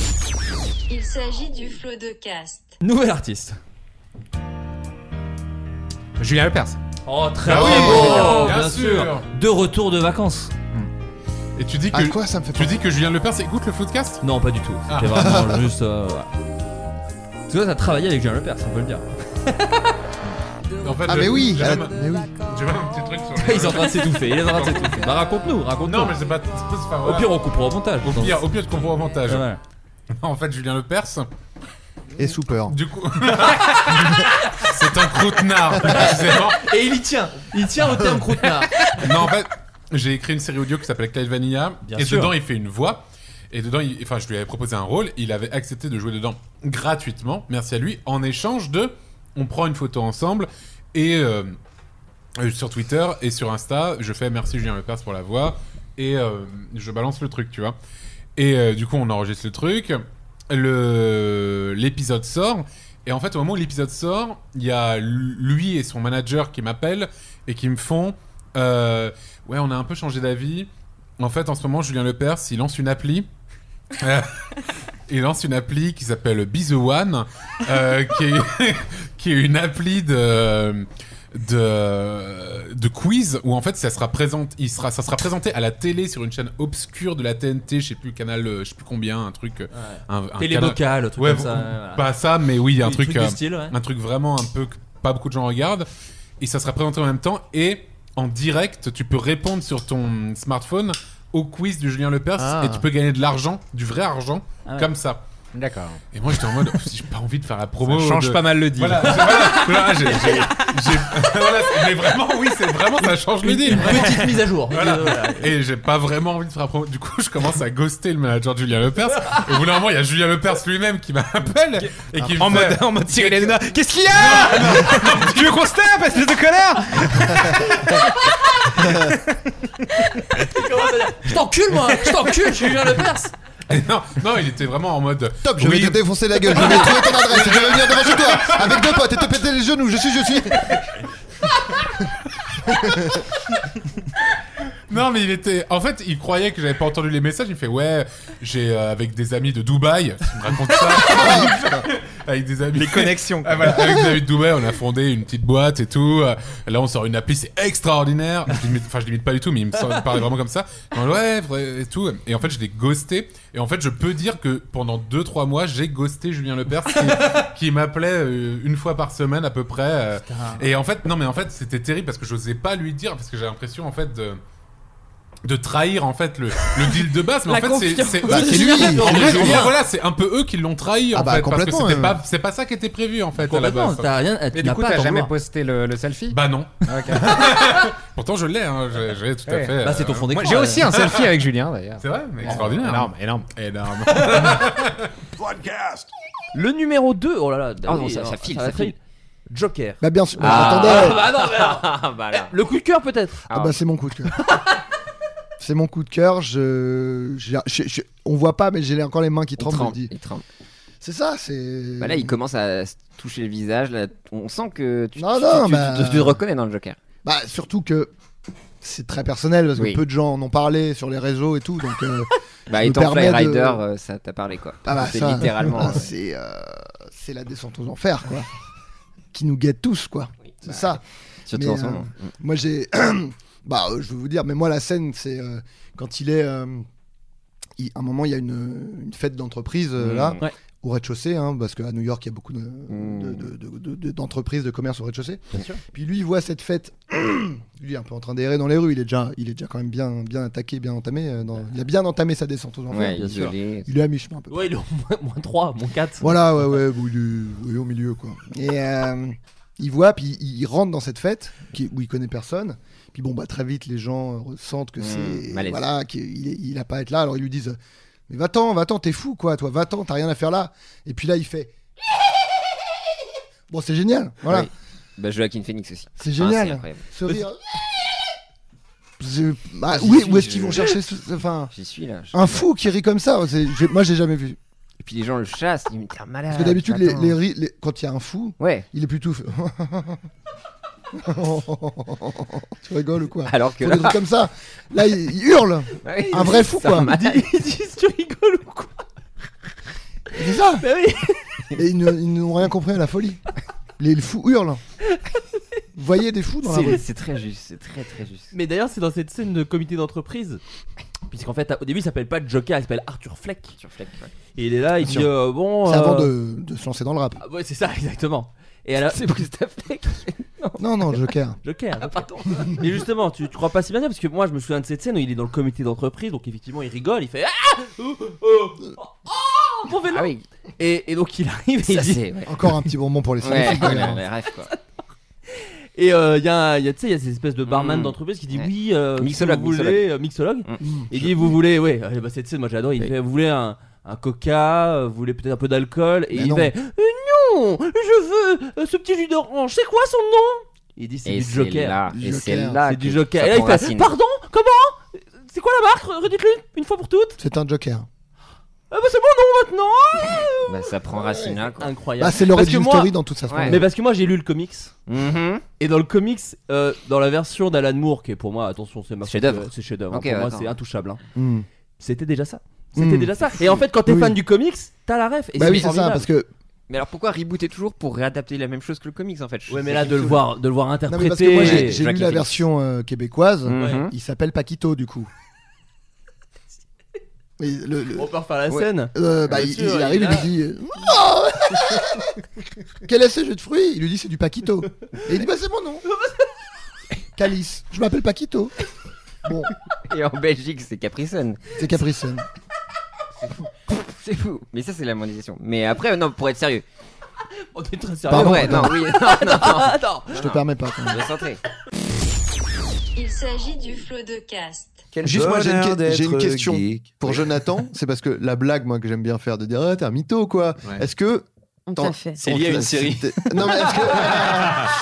S10: Il s'agit du flot de cast.
S6: Nouvel artiste.
S18: Julien Lepers.
S6: Oh, très
S18: Ah
S6: bon,
S18: oui, bon,
S6: bien,
S18: bien
S6: sûr.
S18: sûr.
S6: De retour de vacances.
S1: Et tu dis que.
S6: Ah,
S1: quoi, ça me fait tu dis que Julien Lepers écoute le podcast
S6: Non, pas du tout.
S1: Ah.
S6: C'était vraiment juste. euh, voilà. Parce que toi, t'as travaillé avec Julien Lepers, on peut le dire.
S1: je- j'ai
S6: elle a-
S1: même- J'ai même un petit truc sur
S6: Ils sont en train de s'étouffer, il est en train de s'étouffer. Bah, raconte-nous, raconte-nous.
S1: Non, mais c'est pas. c'est pas- c'est pas-
S6: Au
S1: voilà.
S6: pire, on coupera au montage.
S1: Au pire, au pire, je comprends au montage.
S6: Ouais.
S1: En fait, Julien Lepers.
S7: Et Super.
S1: Du coup. c'est un croûtenard, précisément.
S6: Et il y tient. Il tient au terme croûtenard.
S1: non, en fait, j'ai écrit une série audio qui s'appelle Clive Vanilla.
S6: Bien
S1: et
S6: sûr.
S1: dedans, il fait une voix. Et dedans, il- enfin, je lui avais proposé un rôle. Il avait accepté de jouer dedans gratuitement. Merci à lui. En échange de, on prend une photo ensemble et euh, euh, sur Twitter et sur Insta, je fais merci Julien Lepers pour la voix et euh, je balance le truc, tu vois. Et euh, du coup, on enregistre le truc. Le l'épisode sort. Et en fait, au moment où l'épisode sort, il y a lui et son manager qui m'appellent et qui me font euh, Ouais, on a un peu changé d'avis. En fait, en ce moment, Julien Lepers, il lance une appli. Euh, il lance une appli qui s'appelle Be The One, euh, qui, est, qui est une appli de, de, de quiz où en fait ça sera, présente, il sera, ça sera présenté à la télé sur une chaîne obscure de la TNT, je sais plus, canal, euh, je sais plus combien, un truc. Un, un
S6: Télébocal,
S1: canal-
S6: un truc
S1: Ouais,
S6: comme ça,
S1: vous-
S6: ouais, voilà.
S1: Pas ça, mais oui, un
S6: Oui,
S1: truc,
S6: truc du
S1: euh,
S6: style, ouais.
S1: un truc vraiment un peu que pas beaucoup de gens regardent. Et ça sera présenté en même temps et en direct, tu peux répondre sur ton smartphone au quiz du Julien Lepers
S5: Ah.
S1: et tu peux gagner de l'argent, du vrai argent,
S5: Ah ouais.
S1: comme ça.
S5: D'accord.
S1: Et moi j'étais en mode, j'ai pas envie de faire la promo.
S5: Ça change
S1: de-
S5: pas mal le deal.
S1: Voilà, c'est- voilà, voilà, j'ai- j'ai- j'ai- voilà, c'est- mais vraiment, Oh oui, c'est vraiment, ça change le deal. vraiment.
S6: petite mise à jour.
S1: Voilà. Et j'ai pas vraiment envie de faire la promo. Du coup, je commence à ghoster le manager de Julien Lepers. Au bout d'un moment, il y a Julien Lepers lui-même qui m'appelle. Et qui
S5: En mode- en mode Cyril Hanouna, Qu'est-ce qu'il y a Tu veux qu'on se tape, espèce de connard
S6: Je t'encule, moi Je t'encule, je suis Julien Lepers
S1: Et Non, non, il était vraiment en mode.
S7: Top, je vais te défoncer la gueule, je vais trouver ton adresse, je vais venir devant chez toi avec deux potes et te péter les genoux, je suis, je suis.
S1: Non, mais il était. En fait, il croyait que j'avais pas entendu les messages. Il fait Ouais, j'ai euh, avec des amis de Dubaï. Il me raconte
S7: Ah,
S1: ça. avec des amis.
S5: Les connexions, quoi.
S1: Ah, voilà, Avec des amis de Dubaï, on a fondé une petite boîte et tout. Euh, Là, on sort une appli, c'est extraordinaire. Je l'imite- Enfin, je l'imite pas du tout, mais il me sort- il me parlait vraiment comme ça. Il me dit, ouais, vrai- et tout. Et en fait, je l'ai ghosté. Et en fait, je peux dire que pendant 2-3 mois, j'ai ghosté Julien Lepers qui, qui m'appelait euh, une fois par semaine à peu près. euh, et en fait, non, mais en fait, c'était terrible parce que j'osais pas lui dire parce que j'ai l'impression en fait de de trahir en fait le, le deal de base mais
S7: La
S1: en fait c'est-
S7: confiance.
S1: c'est
S7: Bah,
S1: eux
S7: c'est
S1: qui-
S7: lui.
S1: en
S7: C'est
S1: vrai,
S7: Julien.
S1: en vrai, voilà c'est un peu eux qui l'ont trahi
S7: Ah
S1: en
S7: bah,
S1: fait parce que
S7: complètement,
S1: c'était
S7: hein.
S1: pas c'est pas ça qui était prévu en fait à la
S7: Complètement,
S1: base
S7: t'as rien- Mais tu du n'as coup, pas à t'as t'en jamais vouloir.
S5: posté le, selfie
S1: bah non pourtant je l'ai hein, je, je l'ai tout à
S5: Ouais.
S1: fait euh,
S5: Bah, c'est ton fond d'écran, Moi, j'ai là. aussi un selfie avec Julien, d'ailleurs.
S1: c'est vrai mais
S5: Ouais.
S1: extraordinaire
S5: Énorme, énorme.
S1: énorme
S2: Le numéro 2, oh là là,
S5: Ah
S2: oui,
S5: non, ça-
S2: alors,
S5: ça file,
S2: va
S5: ça
S2: très
S5: file.
S2: vite. Joker.
S7: Bah, bien sûr, bah,
S2: Ah,
S7: attendez.
S2: bah non, mais alors.
S19: Ah,
S2: Eh, Le coup de cœur peut-être
S7: Ah bah c'est mon coup de cœur. c'est mon coup de cœur. Je, j'ai- je- je- on voit pas, mais j'ai encore les mains qui tremblent. je le dis. Euh,
S19: il tremble.
S7: C'est ça, c'est.
S19: Bah là, il commence à se toucher le visage. Là, on sent que tu,
S7: Non,
S19: tu-
S7: non,
S19: tu-
S7: bah-
S19: tu- tu te reconnais dans le Joker.
S7: Bah surtout que c'est très personnel parce que
S19: Oui.
S7: peu de gens en ont parlé sur les réseaux et tout, donc. euh,
S19: Bah,
S7: je me
S19: étant
S7: permets de-
S19: Flyrider, euh, ça t'a parlé quoi.
S7: Ah bah,
S19: c'est
S7: ça,
S19: littéralement.
S7: ah,
S19: euh,
S7: c'est euh, c'est la descente aux enfers quoi, qui nous guette tous quoi. C'est ça.
S19: Bah,
S7: euh,
S19: surtout en ce moment. Mm.
S7: Moi j'ai, bah euh, je veux vous dire, mais moi la scène c'est euh, quand il est, euh, il- à un moment il y a une, une fête d'entreprise euh,
S19: Mm.
S7: là.
S19: Ouais.
S7: Au rez-de-chaussée, hein, parce qu'à New York, il y a beaucoup de- de- de- de- de- de- d'entreprises, de, commerces au rez-de-chaussée.
S19: Mm. Bien sûr.
S7: Puis lui, il voit cette fête, lui est un peu en train d'errer dans les rues. Il est déjà, il est déjà quand même bien, bien attaqué, bien entamé. euh, dans- il a bien entamé sa descente aux enfers.
S19: Ouais, isolé.
S7: Il est à mi-chemin un peu.
S6: Ouais, il est au moins, 3, moins 4.
S7: Voilà, ouais, ouais, bon, il est- oui, au milieu, quoi. Et, euh, il voit, puis il, il rentre dans cette fête qui- où il connaît personne. Puis bon, bah, très vite, les gens ressentent que
S19: Mmh,
S7: c'est.
S19: malaise.
S7: Voilà, qu'il est- il a pas à être là. Alors ils lui disent Mais va-t'en, va-t'en, t'es fou, quoi, toi, va-t'en, t'as rien à faire là. Et puis là, il fait Bon, c'est génial, voilà.
S19: Oui. Bah, Joaquin Phoenix aussi.
S7: C'est
S19: Ah,
S7: génial.
S19: incroyable.
S7: Ce rire. Je- bah, oui,
S19: suis,
S7: où est-ce qu'ils
S19: je-
S7: vont chercher ce... ce- enfin,
S19: J'y suis, là.
S7: Un fou qui rit comme ça, c'est- j'ai- moi j'ai jamais vu.
S19: Et puis les gens le chassent, ils me disent t'es un malade.
S7: Parce que d'habitude, les,
S19: Euh, attends.
S7: les ris- les- quand il y a un fou, il est plutôt. fait- tu rigoles ou quoi
S19: Alors que
S7: Faut des
S19: là-
S7: trucs comme ça, là il, il hurle.
S19: Ouais,
S7: un vrai fou
S19: ça
S7: quoi.
S19: m'a-
S7: Ils disent tu rigoles ou quoi C'est ça.
S19: Bah
S7: Et ils ne- ils n'ont rien compris à la folie. Les fous hurlent. Vous voyez des fous dans la
S6: C'est-
S7: rue
S6: c'est
S19: Très juste, c'est très très juste.
S6: Mais d'ailleurs, c'est dans cette scène de comité d'entreprise. Puisqu'en fait, au début, il s'appelle pas Joker, il s'appelle Arthur Fleck.
S19: Arthur Fleck, ouais.
S6: Et il est là, il dit
S7: Attention.
S6: euh, Bon.
S7: C'est avant
S6: euh,
S7: de, de se lancer dans le rap.
S6: ah ouais, c'est ça, exactement. Et alors. C'est Christophe Fleck
S7: Non, non, Joker.
S19: Ah,
S6: Joker. pardon. Mais justement, tu, tu crois pas si bien dire parce que moi, je me souviens de cette scène où il est dans le comité d'entreprise, donc effectivement, il rigole, il fait Ah Oh, oh, oh, mon vélo et, et donc, il arrive et il
S19: Ah Ça,
S6: dit
S19: c'est- ouais.
S7: Encore un petit bonbon pour les cinéphiles, d'ailleurs.
S19: quoi.
S6: Et euh, il y a, un- il y a, tu sais, il y a cette espèce de barman
S19: Mm.
S6: d'entreprise qui dit
S19: Ouais.
S6: oui, euh,
S19: Mixologue,
S6: vous voulez,
S19: mixologue.
S6: euh, mixologue.
S19: Mm.
S6: Il dit vous voulez, ouais, euh, bah, cette scène, moi j'adore. Il fait vous voulez un, un coca, euh, vous voulez peut-être un peu d'alcool, et
S19: Mais
S6: il
S19: non.
S6: fait Euh, non, je veux euh, ce petit jus d'orange. C'est quoi son nom Il dit c'est
S19: Et
S6: du
S19: c'est
S6: Joker.
S19: là-
S6: Du
S19: et c'est
S6: Joker.
S19: là
S6: C'est du
S19: que
S6: Joker.
S19: ça
S6: Et là
S19: prend
S6: il fait
S19: racine.
S6: pardon, comment C'est quoi la marque Redites-le une- une fois pour toutes.
S7: C'est un Joker.
S6: Ah bah, c'est bon non maintenant.
S19: Bah, ça prend racine là, quoi.
S6: Incroyable.
S7: Bah, c'est
S6: Parce
S7: l'origin
S6: que
S7: story dans toute sa splendeur.
S6: Mais parce que moi j'ai lu le comics. Et dans le comics, euh, dans la version d'Alan Moore, qui est pour moi, attention, c'est ma
S19: Chef
S6: faute,
S19: d'œuvre.
S6: euh, C'est chef d'œuvre. hein.
S19: Ok,
S6: pour moi,
S19: attends.
S6: c'est intouchable. hein.
S7: Hmm.
S6: C'était déjà ça. C'était
S19: Mm.
S6: déjà ça. Et en fait, quand t'es
S19: Oui.
S6: fan du comics, t'as la ref. Et
S19: Bah oui, c'est ça,
S6: formidable.
S19: parce
S7: que-
S19: Mais alors pourquoi rebooter toujours pour réadapter la même chose que le comics en fait
S6: Ouais, mais là, de le voir, de le voir
S7: Non,
S6: interpréter.
S7: mais parce que moi j'ai j'ai lu
S19: Joaquin
S7: la
S19: Phoenix.
S7: version euh, québécoise,
S19: Mhm.
S7: il s'appelle Paquito du coup. Mais le- le-
S6: On peut refaire la
S7: Ouais.
S6: scène.
S7: Euh, bah,
S6: Bien
S7: il,
S6: sûr,
S7: il arrive,
S6: est
S7: il lui
S6: là.
S7: dit euh, Oh Quel est ce jeu de fruits Il lui dit c'est du Paquito. Et il dit bah c'est mon nom. Calice, je m'appelle Paquito. Bon,
S19: Et en Belgique, c'est Capricone.
S7: c'est Capricène.
S19: C'est fou. Mais ça, c'est la mondialisation. Mais après, euh, non, pour être sérieux.
S6: On est très
S19: sérieux. ouais, non,
S7: attends.
S19: oui. non, non, non.
S6: Attends.
S7: Je te
S19: Non, non.
S7: permets pas. quand même.
S19: Je vais centrer.
S10: Il s'agit du flot de caste.
S7: Juste moi j'ai une, que- j'ai une
S20: d'être
S7: question
S20: geek.
S7: pour Jonathan, c'est parce que la blague moi que j'aime bien faire de dire ah, t'es un mytho quoi. Est-ce que
S20: On te
S7: t'en-
S20: l'a fait. C'est
S7: on
S20: lié à
S7: te
S20: une
S7: l'a-
S20: série.
S7: c'était- Non mais est-ce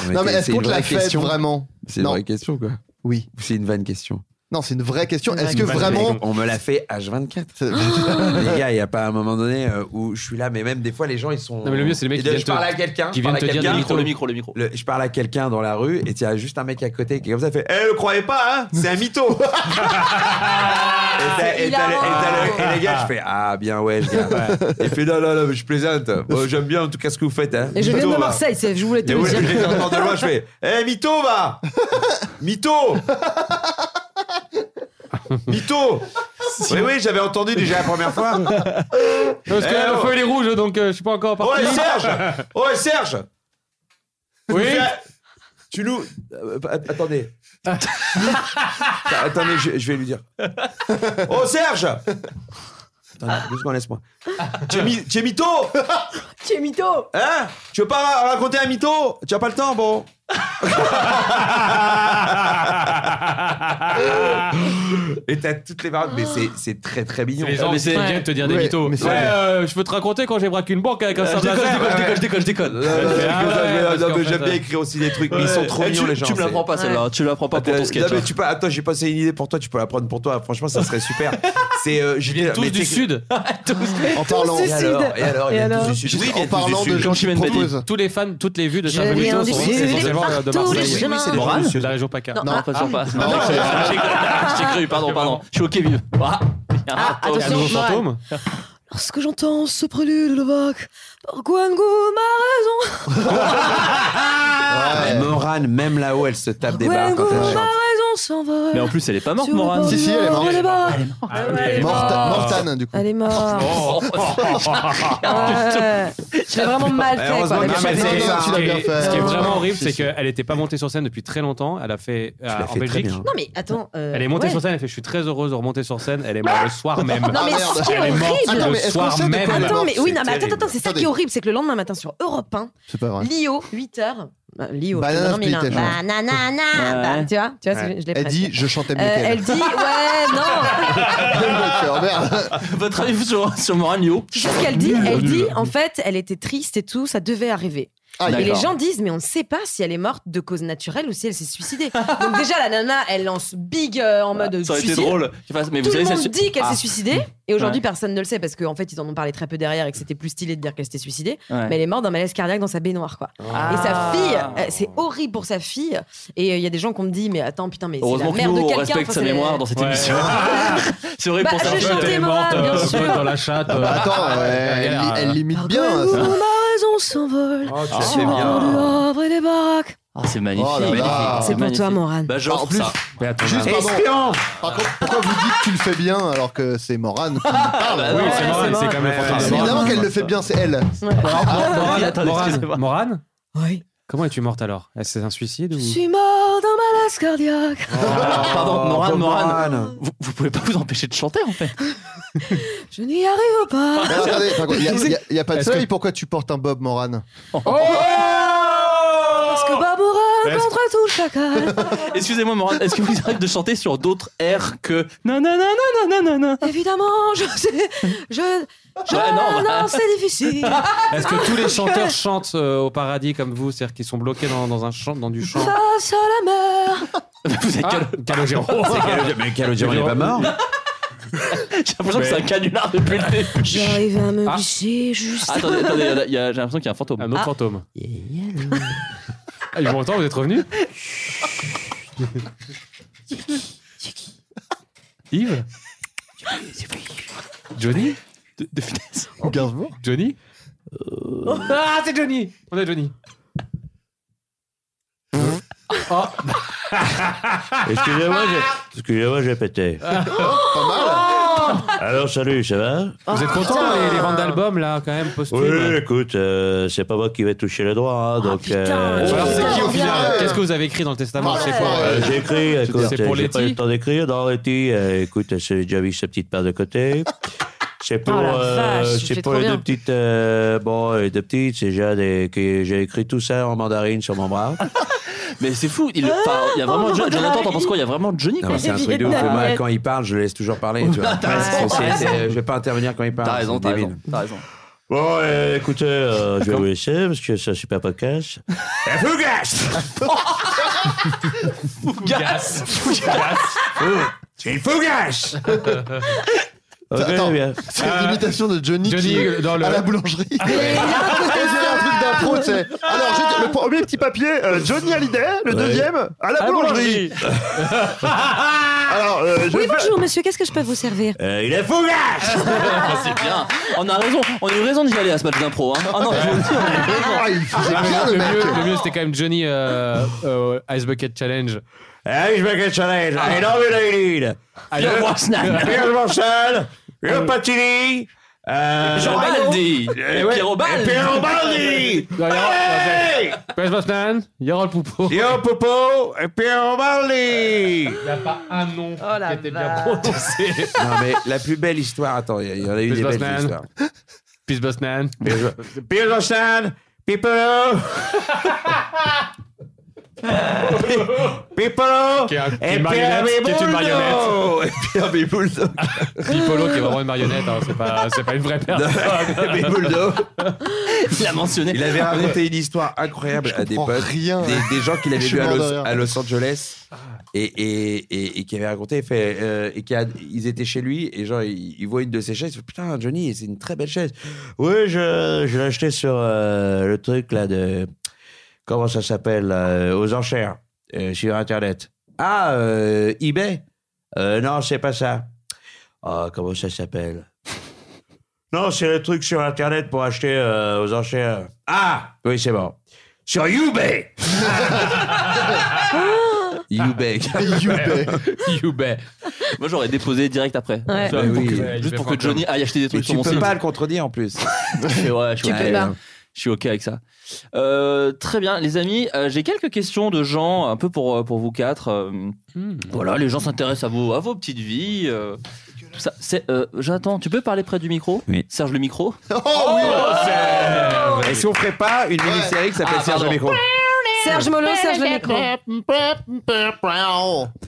S7: que Non mais est-ce qu'on te l'a fait vraiment
S20: C'est une
S7: Non.
S20: vraie question, quoi.
S7: Oui.
S20: C'est une vanne question.
S7: Non, c'est une vraie question.
S20: Une
S7: Est-ce
S20: vraie
S7: que
S20: question.
S7: vraiment
S20: On me l'a fait H24. les gars, il n'y a pas un moment donné euh, où je suis là, mais même des fois, les gens, ils sont.
S4: Non, mais le mieux, c'est les mecs
S20: Et
S4: qui
S20: de- Je
S4: viennent
S20: parle
S4: te-
S20: à quelqu'un.
S4: qui
S20: je parle
S4: viennent
S20: à
S4: te dire
S20: quelqu'un,
S4: des mythos. Le micro, le
S20: le- je parle à quelqu'un dans la rue et il y a juste un mec à côté qui est comme ça fait Eh, le croyez pas, hein C'est un mytho Et t'as- Et t'as le- et t'as le- et les gars, je fais Ah, bien, ouais, je viens. Et il fait Non, non, non, mais je plaisante. Moi, J'aime bien en tout cas ce que vous faites. hein.
S4: Et je viens
S20: Mytho,
S4: de
S20: va.
S4: Marseille, c'est- je voulais te
S20: Et
S4: le
S20: oui,
S4: dire.
S20: je les entends de loin, je fais Eh, mytho, va Mytho Mytho Oui, oui, j'avais entendu déjà la première fois.
S4: Parce que
S20: Eh,
S4: le
S20: oh.
S4: feu il est rouge, donc euh, je suis pas encore
S20: Oh,
S4: parti.
S20: et Serge Oh, et Serge
S4: Oui
S20: Tu nous. euh, att- attendez. Att- attendez, je, je vais lui dire. Oh, Serge Attendez, deux secondes, laisse-moi. Tu es mi- tu es mytho
S4: Tu es mytho
S20: Hein Tu veux pas raconter un mytho Tu as pas le temps, bon Et t'as toutes les variantes, mais c'est- c'est très très mignon. Ah,
S4: Les gens
S20: Mais
S4: essaient
S20: c'est-
S4: bien de te dire des
S20: Ouais,
S4: mythos.
S20: mais
S4: Ouais,
S20: c'est-
S4: euh, je peux te raconter quand j'ai braqué une banque avec un
S20: Euh,
S4: sabre
S20: je décolle,
S4: laser.
S20: je décolle,
S4: Ouais.
S20: je décolle, je décolle, je décolle.
S4: Ouais,
S20: Euh,
S4: je fais,
S20: je décolle, je
S4: ah
S20: décolle.
S4: ouais,
S20: Non,
S4: parce
S20: mais
S4: qu'en
S20: j'aime
S4: fait,
S20: bien
S4: euh,
S20: écrire aussi des trucs, mais ils
S4: ouais.
S20: sont trop
S4: Eh, tu-
S20: mignons les
S4: tu
S20: gens.
S4: me la
S20: c'est-
S4: prends pas, celle-là,
S20: Ouais.
S4: tu me la prends pas pour ton
S20: Attends,
S4: sketch,
S20: non, mais
S4: hein.
S20: tu peux- Attends, j'ai passé une idée pour toi, tu peux la prendre pour toi. Franchement, ça serait super. C'est euh, j'étais là, mais
S4: Tous du
S20: t'es-
S4: sud.
S20: En parlant-
S4: Tous du
S20: Et
S4: sud.
S20: alors, et alors, il y a tous du sud. Oui, il y a tous du sud.
S4: Jean Chimène
S20: Propose.
S4: Badi, tous les fans, toutes les vues de
S20: Je
S4: Charles
S20: viens
S4: Bouchot
S20: du
S4: sont
S20: sud,
S4: essentiellement
S20: partout
S4: de Marseille.
S20: les chemins.
S4: Morane De la région PACA.
S20: Non,
S2: ah,
S20: pas sur pas.
S4: Non, j'ai- j'ai- j'ai cru, pardon, pardon. Je suis ok, vieux. Ah, il y a un fantôme.
S2: attention,
S4: Un nouveau
S2: Morane.
S4: fantôme.
S2: Lorsque j'entends ce prélude levaque, par Gwengoum a raison.
S20: Ouais, Ah, Morane, même là-haut, elle se tape des barres quand
S2: Gwengoum
S20: elle
S2: a
S20: chante.
S2: raison s'en va.
S20: Mais en plus, elle est pas morte, Ah
S2: Sur le
S20: Morane.
S2: bord
S20: Si,
S2: du
S20: si, elle est
S2: Nord,
S20: morte.
S2: Elle est morte.
S20: Elle est morte.
S4: Ah.
S7: Mortane, du coup.
S2: Elle est
S20: Oh.
S2: morte. Ouais. Je l'ai vraiment mal fait.
S4: Heureusement
S2: quoi.
S4: que
S2: la
S4: Michel
S2: personne.
S4: Zé-
S7: non,
S4: ce
S7: tu l'as
S4: qui
S7: bien
S4: est-
S7: fait.
S4: Ce qui est vraiment
S7: Ouais.
S4: horrible,
S7: Si,
S4: c'est
S7: si.
S4: qu'elle n'était pas montée sur scène depuis très longtemps. Elle a fait euh,
S20: l'as
S4: en
S20: fait très
S4: Belgique.
S20: bien.
S2: Non, mais attends. euh,
S4: Elle est montée
S2: ouais.
S4: sur scène, elle fait Je suis très heureuse de remonter sur scène. Elle est morte le soir même.
S2: Non, mais
S4: Ah,
S2: ce qui est
S4: elle est morte
S2: horrible.
S4: le soir même.
S2: Attends, mais oui, non, mais attends, attends, c'est ça qui est horrible, c'est que le lendemain matin sur Europe 1,
S7: C'est pas vrai.
S2: Lio, 8h, Lio.
S7: Banana
S2: non, mais il a un-
S7: Split, elle chante.
S2: Banana,
S7: Ouais.
S2: bah, tu vois, tu vois,
S7: Ouais.
S2: je- je l'ai
S7: Elle dit,
S2: presque.
S7: je chantais mieux
S2: Euh,
S7: qu'elle.
S2: Elle dit, ouais, non.
S7: Ah,
S6: Votre avis sur, sur Morin Lio
S2: Tu sais ce qu'elle dit Elle dit, en fait, elle était triste et tout, ça devait arriver.
S6: Ah,
S2: et les
S6: d'accord.
S2: gens disent, mais on ne sait pas si elle est morte de cause naturelle ou si elle s'est suicidée. Donc déjà, la nana, elle lance big euh, en mode
S6: Bah, Ça aurait été
S2: suicide.
S6: drôle. qu'il fasse, Mais
S2: Tout
S6: vous savez,
S2: le
S6: ça
S2: monde
S6: su-
S2: dit qu'elle
S6: Ah.
S2: s'est suicidée et aujourd'hui
S6: Ouais.
S2: personne ne le sait parce qu'en fait ils en ont parlé très peu derrière et que c'était plus stylé de dire qu'elle s'était suicidée.
S6: Ouais.
S2: Mais elle est morte d'un malaise cardiaque dans sa baignoire quoi.
S6: Ah.
S2: Et sa fille, euh, c'est horrible pour sa fille. Et euh, il y a des gens qui me dit mais attends putain mais c'est la
S6: Heureusement que
S2: mère
S6: nous,
S2: de
S6: on
S2: quelqu'un.
S6: respecte
S2: enfin,
S6: sa
S2: c'est-
S6: mémoire dans cette
S2: Ouais.
S6: émission. C'est vrai
S2: Bah,
S6: pour ça.
S2: j'ai chanté Elle est Morin, morte, bien euh, sûr. dans la
S4: chatte.
S7: Bah, attends, euh, elle, li- elle limite bien. ça.
S2: Ma raison s'envole
S7: Oh, tu
S2: sur
S7: sais
S2: le
S7: bien.
S2: vent du Havre et des baraques.
S6: Ah, c'est magnifique.
S7: Oh là là.
S6: magnifique,
S7: C'est pour
S6: magnifique.
S7: toi, Morane.
S6: Bah, genre,
S7: En plus,
S6: ça.
S7: Juste, pardon. Par contre, pourquoi vous dites que tu le fais bien alors que c'est Morane qui parle
S4: bah oui, c'est Morane, c'est quand même
S7: Ouais,
S4: la
S7: ouais,
S4: force de
S7: C'est évidemment
S4: Morane.
S7: qu'elle le fait bien, c'est elle. Ah,
S6: Ah,
S4: Morane, Morane, Morane
S2: Oui.
S4: Comment es-tu morte alors Est-ce que c'est un suicide ou Ah,
S2: Je
S4: Vous
S2: suis mort d'un malaise cardiaque.
S6: Pardon, Morane,
S4: Bob
S6: Morane. Vous, vous pouvez pas vous empêcher de chanter en fait.
S2: Je n'y arrive pas.
S7: Alors, attendez, par contre, il y a- il y a- il y a pas de
S4: Est-ce que-
S7: soleil, pourquoi tu portes un Bob Morane
S2: Oh Parce que Barbara contre tout chacal.
S6: Excusez-moi, Morane, est-ce que vous arrivez de chanter sur d'autres airs que. Non, non, non, non, non, non, non.
S2: Évidemment, je sais. Je. je
S6: Ouais, non,
S2: non,
S6: bah.
S2: c'est difficile.
S4: Est-ce que tous les chanteurs chantent euh, au paradis comme vous C'est-à-dire qu'ils sont bloqués dans, dans un chant, dans du Ah, chant
S2: Face à la mer.
S6: Vous êtes
S4: Cal- Calogero.
S20: C'est Calogero. Mais Calogero, il est pas mort.
S6: J'ai l'impression que c'est un canular depuis le début. Ah.
S2: J'arrive à me glisser juste.
S6: Attendez, attendez, il y a- il y a- j'ai l'impression qu'il y a un fantôme. Un
S4: autre Ah. fantôme. Ah, ils vous entendent, vous êtes revenus Yves Johnny De, de finesse. Johnny Ah, c'est Johnny On a Johnny. Oh.
S21: Excusez-moi, j'ai... Excusez-moi, j'ai pété.
S4: Ah.
S21: Alors, salut, ça va
S4: Vous êtes contents, les, les ventes d'albums, là, quand même, post
S21: Oui, écoute, euh, c'est pas moi qui vais toucher les droits, hein,
S4: Ah,
S21: donc... euh,
S4: Alors, c'est qui au final Qu'est-ce que vous avez écrit dans le testament C'est quoi
S21: Euh, j'ai écrit,
S4: Je veux dire,
S21: écoute,
S4: C'est
S21: j'ai
S4: pour
S21: pas eu
S4: Letty
S21: le temps d'écrire. Non, Letty, euh, écoute, j'ai déjà mis sa petite paire de côté. C'est pour,
S4: Oh la
S21: euh,
S4: vache, tu
S21: c'est
S4: fais
S21: pour
S4: trop
S21: les
S4: bien.
S21: deux petites. euh, bon, les deux petites, c'est déjà des. que J'ai écrit tout ça en mandarine sur mon bras.
S6: Mais c'est fou, il, enfin, il y a vraiment. Jo- Jonathan, t'en penses quoi Il y a vraiment Johnny
S20: Non,
S6: quoi.
S20: mais Ah, c'est un truc de ouf. Et Moi, quand il parle, je le laisse toujours parler. Tu vois.
S6: T'as raison,
S20: C'est- c'est-
S6: t'as
S20: c'est-
S6: raison.
S20: je vais pas intervenir quand il parle.
S6: T'as raison,
S20: c'est
S6: t'as
S20: débile.
S6: raison. T'as raison.
S21: Bon, euh, écoutez, euh, je vais vous laisser parce que c'est un super podcast. Et Fougas
S6: Fougas
S21: C'est une Fougas Ok,
S7: Attends,
S21: bien.
S7: C'est l'imitation de Johnny,
S4: Euh,
S7: qui, à la boulangerie. Il y a un côté, c'est un truc d'impro, tu sais.
S5: Ah,
S7: Alors, j'ai- le premier petit papier, euh, Johnny Hallyday, le deuxième, à la boulangerie.
S6: Ah,
S7: Alors, euh, je
S2: Oui,
S7: vais faire-
S2: bonjour monsieur, qu'est-ce que je peux vous servir
S21: il est fougasse
S6: C'est bien. On a raison, on a eu raison d'y aller à ce match d'impro. Hein. Ah non, je vous le dis, on a eu raison.
S7: Ah, il faisait
S4: Ah, mais
S7: bien, le
S4: le,
S7: mec.
S4: mieux, le mieux, c'était quand même Johnny euh, euh, Ice Bucket Challenge.
S21: Ice Bucket Challenge, I love you, ladies.
S6: euh,
S4: Pierre Brosnan.
S21: Pierre Brosnan, le Patini. Euh,
S4: Jean Baldi.
S21: Euh, ouais,
S4: Pierrot Baldi.
S21: et Pierrot Baldi. Hey
S4: Pierre Brosnan, Yarol Poupo.
S21: Yo, Popo, et Pierrot Baldi.
S4: Il n'y a pas un nom
S22: Oh
S4: qui était bien prononcé.
S20: Non, mais la plus belle histoire, attends, il y, il y en a eu
S4: Pierre
S20: des belles
S4: Brosnan.
S20: histoires.
S4: Pierre Brosnan.
S21: Pierre Brosnan, Pipolo. Pipolo.
S4: Qui est un- qui est
S21: et Pierre
S4: une marionnette, qui est
S21: Bibouldon.
S4: une
S20: Oh,
S4: marionnette.
S21: Et Pierre Bibouldon.
S4: Pipolo qui est vraiment une marionnette, hein, c'est pas, c'est pas une vraie personne.
S20: Mais Bouldo.
S6: Il a mentionné.
S20: Il avait raconté une histoire incroyable à des
S7: Ah comprends
S20: potes,
S7: rien.
S20: Des, des gens qu'il avait
S7: Je suis
S20: vus à
S7: mort de
S20: Los,
S7: rire.
S20: à Los Angeles et, et, et, et qui avait raconté, il fait, euh, et qui a- ils étaient chez lui et genre ils, ils voient une de ses chaises, ils font, putain Johnny, c'est une très belle chaise.
S21: Oui, je, je l'ai acheté sur euh, le truc là de. Comment ça s'appelle là, euh, Aux enchères, euh, sur Internet. Ah, euh, eBay Euh, Non, c'est pas ça. Ah, comment ça s'appelle Non, c'est le truc sur Internet pour acheter euh, aux enchères. Ah Oui, c'est bon. Sur eBay
S20: YouBay.
S4: Ah,
S7: YouBay.
S6: YouBay. Moi j'aurais déposé direct après.
S20: Ouais.
S7: Ah
S6: Tu vois,
S20: Mais
S6: pour
S20: oui.
S6: que-
S4: euh,
S20: Ouais,
S6: juste
S20: il
S6: pour
S20: fait
S6: que
S20: pas
S6: Johnny
S20: peur.
S6: aille acheter des
S20: Mais
S6: trucs sur
S20: tu
S6: mon
S20: peux
S6: site.
S20: pas le contredire en plus.
S6: Et ouais, je, suis
S20: Tu peux
S6: ouais,
S20: pas.
S6: je suis ok avec ça. Euh, très bien, les amis, euh, j'ai quelques questions de gens, un peu pour, euh, pour vous quatre. euh,
S22: Hmm.
S6: Voilà, les gens s'intéressent à vos, à vos petites vies. euh, tout ça. C'est, euh, Jonathan, tu peux parler près du micro Serge le micro
S7: Oh oui
S20: Et si on ferait pas une mini-série qui s'appelle
S6: Ah,
S20: Serge
S6: pardon.
S20: Micro
S2: Serge Molo, Serge le micro.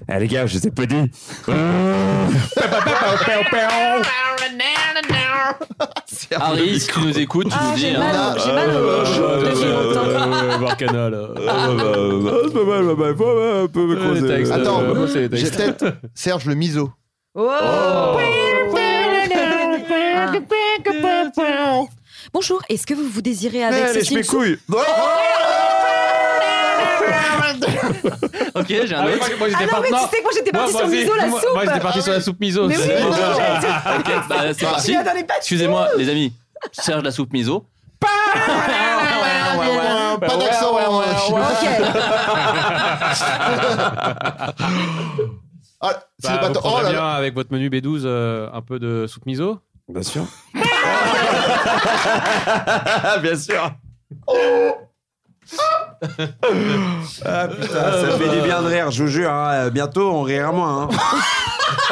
S20: Eh les gars, je sais pas dit.
S6: Oh, Harry, si tu nous écoutes, tu nous dis.
S20: Ah, j'ai mal-
S6: hein.
S20: j'ai mal au-
S6: Euh,
S20: au-
S6: euh,
S20: depuis
S6: euh,
S20: longtemps.
S15: Bah,
S7: Ah, bah, c'est pas mal, pas mal. bah, un peu
S20: me creuser. textes,
S7: Attends,
S20: euh, bosser les
S7: j'ai
S20: textes.
S7: peut-être Serge le miso.
S2: Bonjour, est-ce que vous vous désirez avec
S20: Eh, lèche
S2: Cécile
S20: mes
S2: Sou-
S20: couilles.
S6: Ok, j'ai un
S22: Ah oui, moi, moi, j'étais
S6: autre.
S22: Ah non, parti- mais tu non. sais que moi, j'étais parti sur miso, la
S6: moi-
S22: soupe.
S6: Moi, j'étais parti sur la soupe miso.
S22: Mais
S6: c'est-
S22: oui,
S6: c'est-
S22: moi, j'allais
S6: Ok, bah, c'est
S22: Je
S6: parti.
S22: viens d'aller pas dessus.
S6: Excusez-moi, les amis. Serge la soupe miso.
S7: Pas d'accent. Ah, c'est les
S4: Bah, vous
S7: bâtards.
S4: prendrez
S7: Oh là
S4: bien
S7: là.
S4: avec votre menu B12 euh, un peu de soupe miso
S20: Bien sûr. Bien sûr. Ah putain, ça fait du bien de rire, je vous jure. hein. Bientôt, on rira moins. hein.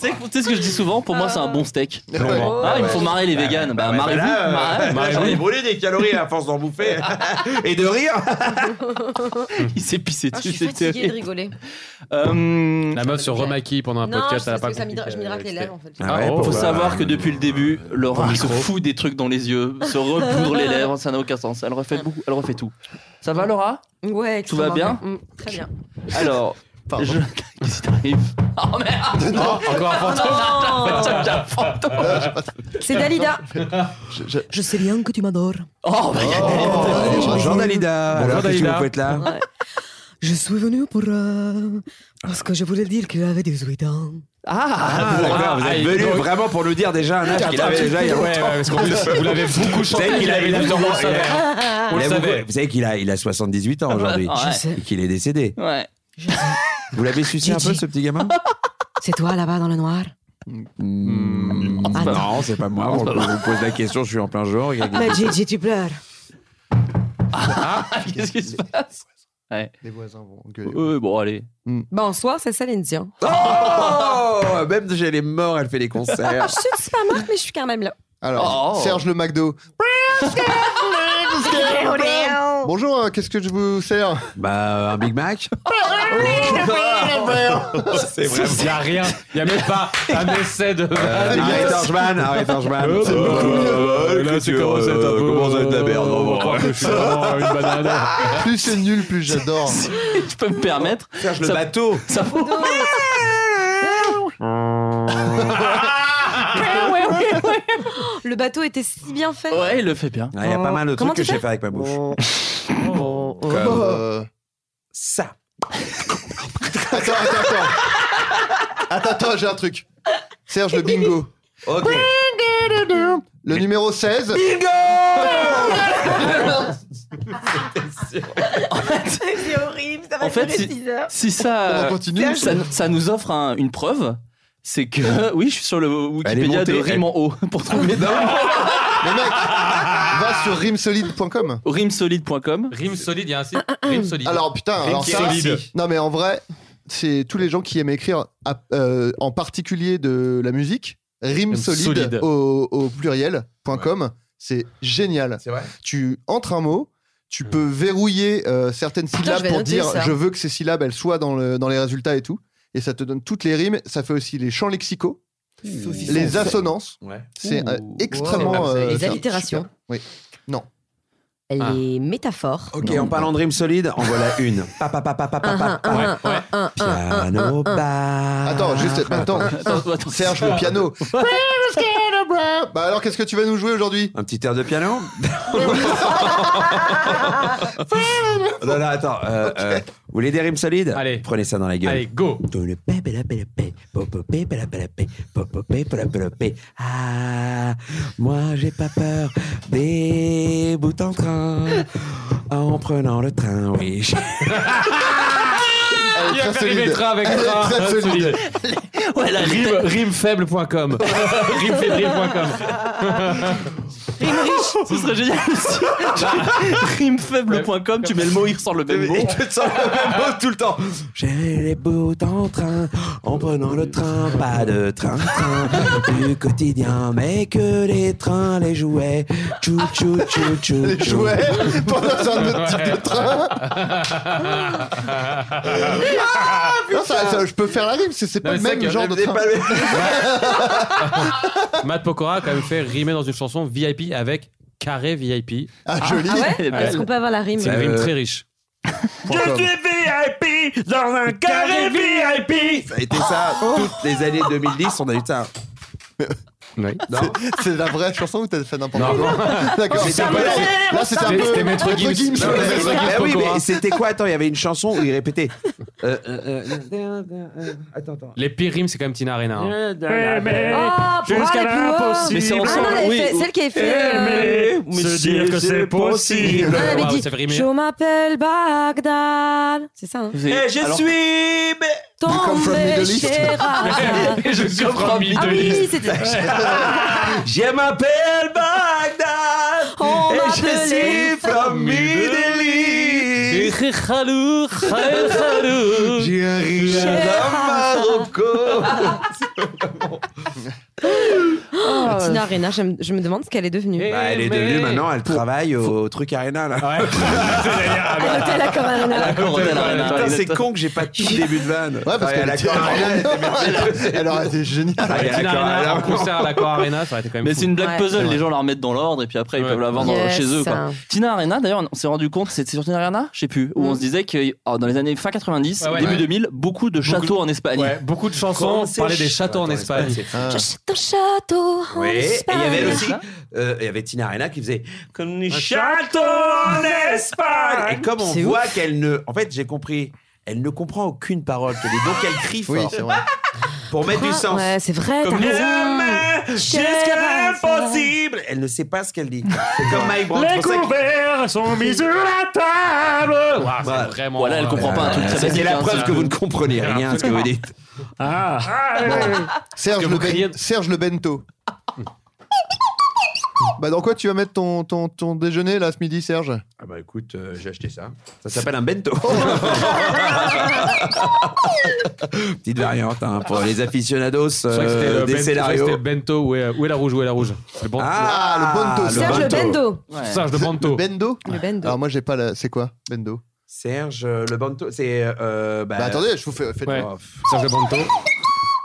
S6: Tu sais- tu sais ce que je dis souvent Pour moi, c'est un bon steak.
S20: Ouais.
S6: Ah, il
S20: Ouais.
S6: faut marrer les
S20: Ouais.
S6: véganes. Bah,
S20: ouais,
S6: marrez-vous.
S20: là, euh,
S6: marrez-
S20: là,
S6: marrez-vous.
S20: J'en ai brûlé des calories à force d'en bouffer et de rire.
S6: Il s'est pissé
S2: Ah, Je
S6: dessus,
S2: suis
S6: c'est
S2: fatiguée de
S6: terrible.
S2: rigoler.
S6: La
S4: meuf se remaquille pendant un
S2: Non,
S6: podcast,
S2: je-
S6: elle a pas
S2: parce
S6: euh,
S2: que ça m'hydrate-
S6: compris
S2: je m'hydrate les
S6: qu'elle
S2: lèvres en fait.
S6: Il
S20: Ah ouais,
S6: faut
S20: pourquoi
S6: savoir que depuis le début, Laura elle se
S20: micro.
S6: fout des trucs dans les yeux, se repoudre les lèvres, ça n'a aucun sens. Elle refait beaucoup, elle refait tout. Ça va, Laura
S2: Ouais,
S6: Tout va bien
S2: extrêmement. Mm, Très bien.
S6: Alors, je... qu'est-ce qui t'arrive Oh merde
S2: encore un fantôme. Non.
S6: Tiens, tiens, fantôme.
S2: C'est Dalida.
S7: Je, je-
S2: Je sais bien que tu m'adores.
S6: Oh, bah, y a
S20: Oh, Bonjour Dalida.
S6: Bonjour,
S20: Alors, qu'est-ce que
S6: Dalida.
S20: vous faites là
S10: Je suis venu pour. euh, parce que je voulais dire qu'il avait 18 ans.
S20: Ah, d'accord, vous êtes venu vraiment pour nous dire déjà un âge qu'il avait déjà il y a longtemps.
S10: Ouais, ouais, parce qu'en
S5: plus, vous l'avez beaucoup
S20: Vous savez
S5: chanté,
S20: qu'il
S5: il
S20: a-
S5: avait
S20: il a-
S5: plus d'enfants,
S20: il a-
S5: ça va. On le
S20: il a beaucoup-
S5: savait.
S20: Vous savez qu'il a, il a 78 ans aujourd'hui
S6: Ouais. Je sais.
S20: et qu'il est décédé.
S6: Ouais.
S20: Vous l'avez sucé un peu
S10: Gigi.
S20: ce petit gamin
S10: C'est toi là-bas dans le noir
S20: Mmh,
S10: c'est pas
S20: Non, c'est pas moi.
S10: Ah, Non,
S20: On
S10: c'est pas Bah,
S20: vous pose la question, je suis en plein jour.
S10: Mais Gigi, tu pleures.
S6: Ah, Qu'est-ce qui se passe Ouais.
S7: Les voisins vont
S6: Euh, bon, allez.
S2: Bonsoir, c'est Céline Dion.
S20: Oh Même chez les morts, elle fait des
S2: Ah,
S20: concerts.
S2: je suis super morte, mais je suis quand même là.
S7: Alors,
S20: Oh.
S7: Serge le McDo. Bonjour, euh, qu'est-ce que je vous sers
S20: Bah, un Big Mac.
S23: Oh,
S20: Oh,
S2: Ah.
S7: C'est
S20: vraiment-
S4: Il y a rien, il y a même pas un essai de. Oh,
S20: Euh, Arrête Orgeman, arrête Orgeman.
S4: C'est beaucoup mieux. Là, tu commences à être un peu.
S20: euh, Comment ça va être la merde
S4: On croit que je suis vraiment une banane.
S7: Plus c'est nul, plus j'adore.
S6: Je peux me permettre.
S20: Serge le bateau.
S6: Ça
S2: Le bateau était si bien
S4: oh,
S2: fait.
S6: Ouais, il le fait bien.
S20: Il y a pas mal de
S2: Comment
S20: trucs que je
S2: tu Oh.
S20: sais
S2: fais
S20: faire avec ma bouche.
S6: Oh.
S20: Comme,
S7: Euh,
S20: Ça.
S7: Attends, attends, attends. Attends, attends, j'ai un truc. Serge le bingo.
S20: Ok.
S7: Le numéro 16.
S20: Bingo
S10: C'est horrible, ça
S6: En fait, si, si ça,
S10: continue,
S6: ça, ça nous offre un- une preuve, c'est que oui, je suis sur le Wikipédia
S20: montée,
S6: de
S20: elle-
S6: Rime en haut pour trouver.
S7: Mais mec, va sur rimesolide.com.
S6: Rimesolide.com.
S4: Rime solide, il y a un site.
S2: Hmm.
S4: Rime solide.
S7: Alors putain,
S4: Rime
S7: alors ça,
S4: solide.
S7: c'est- non mais en vrai, c'est tous les gens qui aiment écrire, à- euh, en particulier de la musique, rime
S4: Rime
S7: solide,
S4: solide.
S7: au, au pluriel.com, c'est génial. Tu entres un mot, tu peux verrouiller euh, certaines
S2: je
S7: syllabes
S2: vais
S7: pour
S2: noter
S7: dire
S2: ça.
S7: je veux que ces syllabes elles soient dans, le- dans les résultats et tout, et ça te donne toutes les rimes. Ça fait aussi les champs lexicaux,
S4: Mmh.
S7: les assonances. C'est euh, extrêmement
S2: Wow.
S7: euh,
S2: Les
S7: c'est un-
S2: allitérations.
S7: Oui. Non.
S2: Les métaphores.
S20: Ah. Ok, en parlant de rime solide, en voilà une. Pa, pa, pa, pa, pa, pa, pa, pa. Piano bar.
S7: Attends, juste,
S2: Ah.
S7: attends, Serge le piano. bah alors, qu'est-ce que tu vas nous jouer aujourd'hui
S20: Un petit air de piano Non, non, attends. euh, euh, vous voulez des rimes solides Allez. Prenez ça dans la gueule.
S4: Allez, go
S20: Ah, moi j'ai pas peur des bouts en train en prenant le train, oui.
S4: Il va
S20: très
S4: faire arriver
S20: solide.
S4: train avec
S20: Elle est
S4: train.
S20: très
S4: Très
S20: solide.
S4: solide. Ouais,
S12: là,
S4: Rime, rimefaible.com. rimefaible.com.
S5: Ce serait génial aussi. Rimefaible.com, tu mets le mot, il ressort le même mot.
S20: Il te sort le même mot tout le temps. J'ai les beaux en train, en prenant le train, pas de train, train du quotidien, mais que les trains, les jouets, tchou tchou tchou tchou. Les
S7: jouets pendant un
S20: petit train.
S4: Ah,
S7: Non, ça- ça- je peux faire la rime, c'est c'est pas
S4: Non,
S7: le
S4: mais c'est
S7: même
S4: vrai
S7: genre de
S4: que-
S7: train.
S4: Matt Pokora a quand même fait rimer dans une chanson VIP avec carré VIP.
S7: Ah,
S2: joli. Ah
S20: Eh
S2: ouais
S20: ben,
S2: Est-ce qu'on peut avoir la rime
S4: C'est une rime Euh, très riche.
S10: Je suis VIP dans un carré VIP.
S20: Ça a été ça, toutes les années 2010, on a eu ça. Non.
S7: C'est- C'est la vraie chanson ou t'as fait n'importe
S20: Non,
S7: quoi
S20: non.
S7: D'accord,
S20: Mais
S7: c'était un
S20: t'as
S7: peu-
S20: pas-
S7: Là, c'était un peu. Maître Gims.
S20: Non, mais-
S7: Maître Gims,
S20: Ah oui,
S7: Pokora.
S20: mais c'était quoi Attends, il y avait une chanson où il répétait. euh, euh, euh, euh, Attends, attends.
S4: Les pires rimes, c'est quand même Tina Arena. hein.
S2: pour aller plus haut. Ah non, elle fait- celle qui a
S20: Eh,
S2: fait. euh,
S4: Se dire que c'est possible.
S2: Non, elle avait
S4: Waouh,
S2: dit,
S4: ça fait rimer.
S2: je m'appelle Bagdad. C'est ça. Hein.
S4: Et je Alors-
S2: suis tombé chez Raza.
S10: Je suis
S2: Ah
S10: from Middle
S2: oui,
S10: East.
S2: c'était.
S10: Je m'appelle Bagdad.
S2: On
S10: et
S2: m'appelait
S10: je suis from Middle East. J'ai un rire à
S2: Ah, Tina Arena, j'aime- je me demande ce qu'elle est devenue.
S20: Bah, elle est devenue maintenant, elle travaille au truc Arena là.
S2: À l'hôtel Accor Arena.
S20: À l'hôtel
S7: Putain,
S20: Arena.
S7: c'est
S20: Putain, C'est con que j'ai pas tout le début de vanne.
S7: Ouais, parce qu'elle était Elle aurait été géniale.
S4: Ah, Tina Arena en concert à l'Aqua Arena, ça aurait été quand même
S6: Mais
S4: fou.
S6: c'est une blague
S4: Ouais.
S6: puzzle,
S4: C'est vrai.
S6: les gens la remettent dans l'ordre et puis après ils peuvent la vendre
S4: Yes.
S6: chez eux. Quoi. Tina Arena, d'ailleurs, on s'est rendu compte, c'est c'est sur Tina Arena Je sais plus, où on se disait que oh, dans les années fin 90,
S4: Ouais, ouais.
S6: début
S4: Ouais.
S6: 2000, beaucoup de châteaux en Espagne.
S4: beaucoup de chansons parlaient des châteaux en Espagne.
S7: Ah.
S2: J'achète un château en
S20: Oui, et il y avait
S2: Espagne.
S20: elle aussi, euh, il y avait Tina Arena qui faisait comme les
S10: châteaux
S20: châteaux
S10: en
S20: en
S10: Espagne.
S20: Espagne. Et comme on
S10: C'est
S20: voit
S10: ouf.
S20: qu'elle ne, en fait, j'ai compris, elle ne comprend aucune parole, qu'elle est donc elle crie fort.
S10: Oui, c'est vrai.
S20: Pour mettre du
S10: Ah,
S20: sens.
S10: ouais, c'est vrai,
S20: Comme
S10: t'as
S20: les-
S10: raison.
S20: Jamais
S10: Chez
S20: Jusqu'à l'impossible. Elle ne sait pas ce qu'elle dit. C'est comme Mike Brandt.
S10: Les
S20: c'est pour ça que-
S10: couverts sont mis sur la table.
S4: Ah, c'est
S20: Bah,
S4: vraiment.
S20: voilà, elle comprend pas un truc très
S4: c'est-
S20: basique,
S4: C'est la
S20: hein,
S4: preuve
S20: ça.
S4: que vous ne comprenez rien à ce que vous dites.
S7: Ah. Serge, le ben... Serge le bento. Bah dans quoi tu vas mettre ton, ton, ton déjeuner là ce midi Serge
S20: Ah bah écoute, euh, j'ai acheté ça. Ça s'appelle un bento.
S7: Oh.
S20: Petite variante hein, pour les aficionados
S4: C'est vrai que c'était
S20: euh,
S4: le
S20: des
S4: bento-
S20: scénarios.
S4: c'était le bento. Où est, où est la rouge Où est la rouge Le bento.
S20: Ah,
S7: le bento.
S2: Serge le bento.
S4: Serge le bento.
S7: Le bendo Ah.
S2: Le bendo.
S7: Alors moi j'ai pas la... C'est quoi bendo
S20: Serge euh, le bento, c'est euh, bah,
S7: Bah attendez, je vous fais... faites-
S20: Ouais.
S4: Serge le bento.
S20: Alors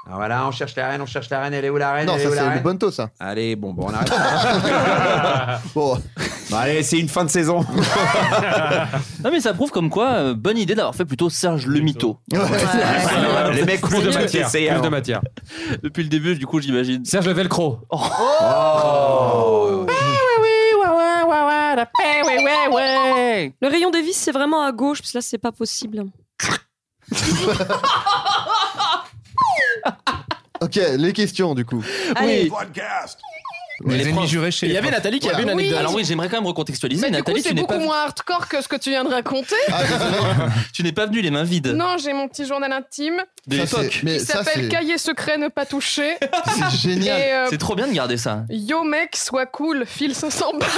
S20: Ah, voilà, on cherche la reine, on cherche la reine, elle est où la reine
S7: Non,
S20: elle est
S7: ça
S20: où, la
S7: c'est le
S20: reine
S7: bento ça.
S20: Allez, bon, bon, on arrête. Bah,
S7: bon.
S20: allez, c'est une fin de saison.
S6: non mais ça prouve comme quoi, euh, bonne idée d'avoir fait plutôt Serge le mytho.
S20: Les mecs
S4: plus de
S20: ont
S4: matière.
S20: essayé
S4: Plus de
S20: avant.
S4: matière.
S6: Depuis le début, du coup, j'imagine. Oh,
S4: Serge le velcro.
S20: Oh,
S2: Le rayon des vis, c'est vraiment à gauche, parce que là, c'est pas possible.
S7: Ok, les questions du coup.
S6: Oui.
S7: Les
S6: Les
S7: ennemis
S6: profs.
S7: jurés chez
S6: Et Il
S7: les
S6: y avait
S7: profs.
S6: Nathalie qui
S7: Voilà.
S6: avait une
S7: Oui.
S6: anecdote. Alors oui, j'aimerais quand même recontextualiser.
S24: Du coup,
S6: Nathalie,
S24: c'est
S6: tu n'es
S24: beaucoup
S6: pas,
S24: moins hardcore que ce que tu viens de raconter.
S7: Ah,
S6: tu n'es pas venue les mains vides.
S24: non, j'ai mon petit journal intime.
S6: De l'époque.
S24: Il s'appelle Cahier secret, ne pas toucher.
S6: C'est
S24: génial. Et, euh,
S6: C'est trop bien de garder ça.
S24: Yo mec, sois cool, file 500 balles.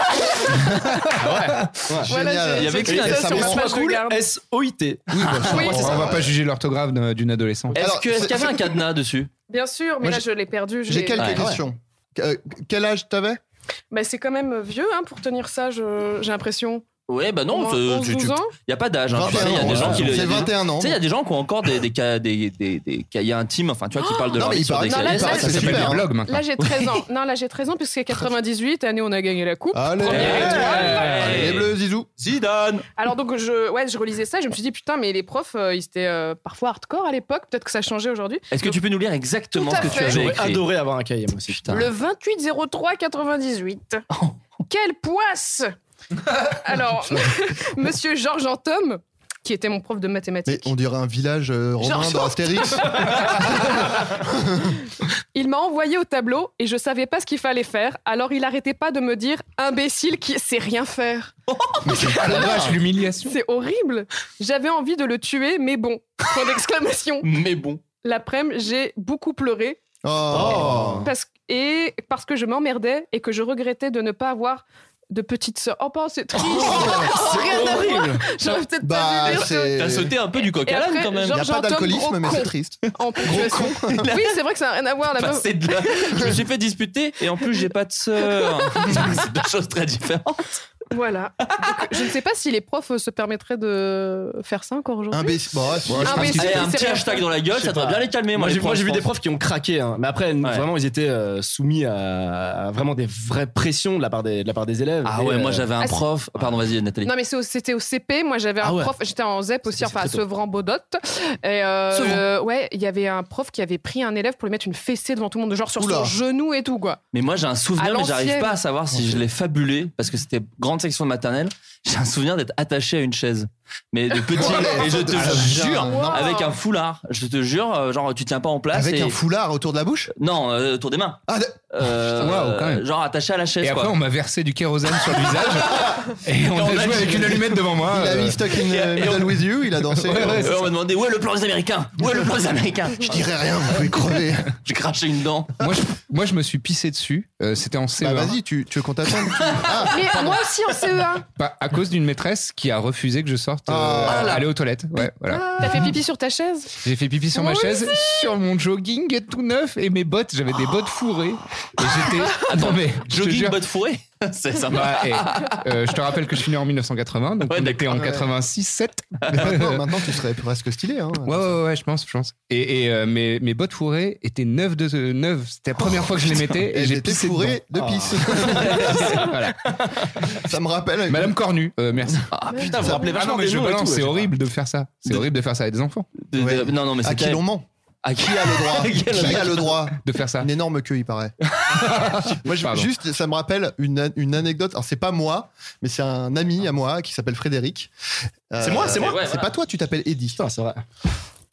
S24: Voilà, Génial. j'ai-
S6: Il y avait
S24: j'ai
S6: écrit
S24: écrit
S6: un
S24: ça sur ma page de
S6: cool
S24: garde.
S6: S-O-I-T.
S9: on va pas juger l'orthographe d'un- d'une adolescente.
S6: Est-ce que- est-ce qu'il y avait un cadenas dessus
S24: Bien sûr, mais
S9: Moi,
S24: là,
S9: j'ai-
S24: je l'ai perdu.
S7: J'ai quelques
S24: Ouais.
S7: questions.
S24: Ah.
S7: Euh, quel âge t'avais
S24: Bah, c'est quand même vieux hein, pour tenir ça, je- j'ai l'impression.
S6: Ouais, bah non,
S24: Au moins
S6: il
S24: 11, 12 ans.
S6: n'y a pas d'âge. hein. Tu sais, Il y a
S7: 21
S6: des gens
S7: ans,
S6: qui le.
S7: c'est
S6: il y a des gens-
S7: 21 ans.
S6: Tu sais, il y a des gens qui ont encore des, des, cas- des, des, des cahiers intimes, enfin, tu vois, qui parlent de
S7: Non,
S6: leur
S7: mais
S6: vie
S7: il
S6: sur
S7: paraît-
S6: des
S7: non,
S6: cahiers.
S7: là, ça, Ça c'est s'appelle super, des hein. blogs, maintenant.
S24: Là, j'ai 13 ans. Non, là, j'ai 13 ans, puisque c'est 98, année où on a gagné la coupe.
S7: Allez,
S24: Première étoile.
S7: Allez, les bleus, Zizou.
S6: Zidane.
S24: Alors donc je, ouais, je relisais ça, je me suis dit putain mais les profs euh, ils étaient euh, parfois hardcore à l'époque, peut-être que ça a changé aujourd'hui.
S6: Est-ce que tu peux nous lire exactement
S24: Tout à
S6: ce que tu
S24: fait.
S6: avais
S24: J'aurais
S6: écrit
S4: adoré avoir un cahier, moi aussi. Putain.
S24: Le 28 03 98. Quelle poisse Alors Monsieur Georges Antome, qui était mon prof de mathématiques,
S7: Mais on dirait un village euh, romain
S24: Genre-
S7: dans Astérix.
S24: il m'a envoyé au tableau et je savais pas ce qu'il fallait faire. Alors il arrêtait pas de me dire imbécile qui sait rien faire.
S9: La
S7: ah,
S9: vache, l'humiliation.
S24: C'est horrible. J'avais envie de le tuer, mais bon. Point d'exclamation.
S6: Mais bon.
S24: l'après-midi, j'ai beaucoup pleuré.
S7: Oh.
S24: Parce, et parce que je m'emmerdais et que je regrettais de ne pas avoir de petite sœur. Oh, pardon, c'est triste. Rien à voir. J'aurais peut-être
S7: Bah,
S24: pas
S6: Bah,
S24: dû dire ce-
S6: T'as sauté un peu du coq
S24: Et
S6: à l'âne
S24: après,
S6: quand même.
S24: genre, Y a pas j'entends d'alcoolisme, gros mais con. c'est
S7: triste.
S24: En ponctuation. Oui, c'est vrai que ça n'a rien à voir. La meuf-
S6: Passer Bah, de là. Je me suis fait disputer et en plus j'ai pas de sœur. c'est deux choses très différentes.
S24: Voilà. Donc, je ne sais pas si les profs euh, se permettraient de faire ça encore aujourd'hui.
S7: Imbécile. Bon, ouais, c'est-
S5: Ah
S24: je pense que-
S6: Allez, un
S24: c'est
S6: petit
S24: rien.
S6: hashtag dans la gueule,
S24: Je sais
S6: ça devrait
S24: pas.
S6: bien les calmer. Moi,
S5: Moi,
S6: les
S5: j'ai moi,
S6: profs,
S5: j'ai vu
S6: je
S5: des
S6: pense.
S5: profs qui ont craqué, hein. mais après nous, vraiment ils étaient euh, soumis à, à vraiment des vraies pressions de la part des, de la part des élèves.
S6: Ah
S5: Et,
S6: ouais, moi
S5: euh,
S6: j'avais un
S24: Ah, c'est-
S6: prof. Pardon, vas-y Nathalie.
S24: Non, mais c'est au- c'était au CP. Moi, j'avais un
S6: Ah ouais.
S24: prof. J'étais en ZEP aussi, enfin, à
S6: très tôt.
S24: Sevran-Beaudotte. Et euh,
S6: Sevran.
S24: euh, ouais, il y avait un prof qui avait pris un élève pour lui mettre une fessée devant tout le monde, genre sur
S6: Oula.
S24: son genou et tout, quoi.
S6: Mais moi j'ai un
S24: À
S6: souvenir, mais j'arrive
S24: l'ancienne.
S6: pas à savoir si je l'ai fabulé parce que c'était grande section de maternelle. J'ai un souvenir d'être attaché à une chaise, mais de petit.
S7: Ouais,
S6: et je te
S7: ah,
S6: jure,
S7: putain, non.
S6: avec un foulard. Je te jure, euh, genre tu tiens pas en place.
S7: Avec
S6: et-
S7: un foulard autour de la bouche Ah,
S6: Non, euh, autour des mains. Euh,
S7: Putain, waouh, quand même.
S6: Genre attaché à la chaise.
S7: Et après,
S6: quoi.
S7: on
S5: m'a versé du kérosène sur le visage.
S7: Et
S5: on a joué
S7: dit-
S5: avec une allumette devant moi,
S7: Il a
S5: euh.
S7: mis stuck in
S6: Et-
S7: euh,
S6: et
S7: Metal
S6: on-
S7: with you, il a dansé.
S6: Ouais, ouais, on m'a demandé où est le plan des Américains Où est le plan des Américains Je
S7: dirais rien, vous pouvez crever.
S6: J'ai craché une dent.
S5: Moi je, moi, je me suis pissé dessus. Euh, C'était en CE1.
S7: Bah, vas-y, tu, tu veux qu'on t'attende tu- Ah,
S24: Mais moi aussi en E CE1.
S5: Pas- Bah, à cause d'une maîtresse qui a refusé que je sorte euh,
S7: Ah là.
S5: aller aux toilettes. Ouais, voilà.
S24: T'as fait pipi sur ta chaise
S5: J'ai fait pipi sur ma
S24: Moi
S5: chaise,
S24: aussi.
S5: sur mon jogging tout neuf et mes bottes. J'avais des bottes fourrées. Et j'étais. Attends, mais.
S6: Jogging, bottes fourrées C'est sympa.
S5: euh, je te rappelle que je suis né en 1980, donc on était en
S7: Ouais.
S5: 86-7.
S7: Mais maintenant, maintenant, tu serais presque stylé. Hein.
S5: Ouais, ouais, ouais, je pense, je pense. Et, et, euh, mes, mes bottes fourrées étaient neuves de euh, neuves. C'était la première fois que je les mettais et,
S7: Elles
S5: j'ai
S7: étaient
S5: pissé
S7: fourrées
S5: dedans. Ah.
S7: de pisse.
S5: voilà.
S7: Ça me rappelle.
S5: Madame Cornu, euh, merci.
S6: Ah putain, vous vous rappelez
S5: Ah non,
S6: vachement
S5: mais
S6: des
S5: je
S6: noms et tout,
S5: balance,
S6: ouais,
S5: c'est
S6: je-
S5: horrible de faire ça. C'est
S6: De-
S5: horrible de faire ça à des enfants.
S6: de- de- Non, non, mais
S7: À
S6: c'est
S7: qui l'on ment
S6: À qui
S7: Qui a le droit Qui a le droit
S5: de faire ça
S7: Une énorme queue, il paraît. moi, je-
S5: Pardon.
S7: juste, ça me rappelle une, an- une anecdote. Alors, c'est pas moi, mais c'est un ami à moi qui s'appelle Frédéric. Euh,
S5: C'est moi, c'est moi. Ouais,
S7: C'est
S5: voilà.
S7: pas toi, tu t'appelles Eddie.
S5: c'est vrai.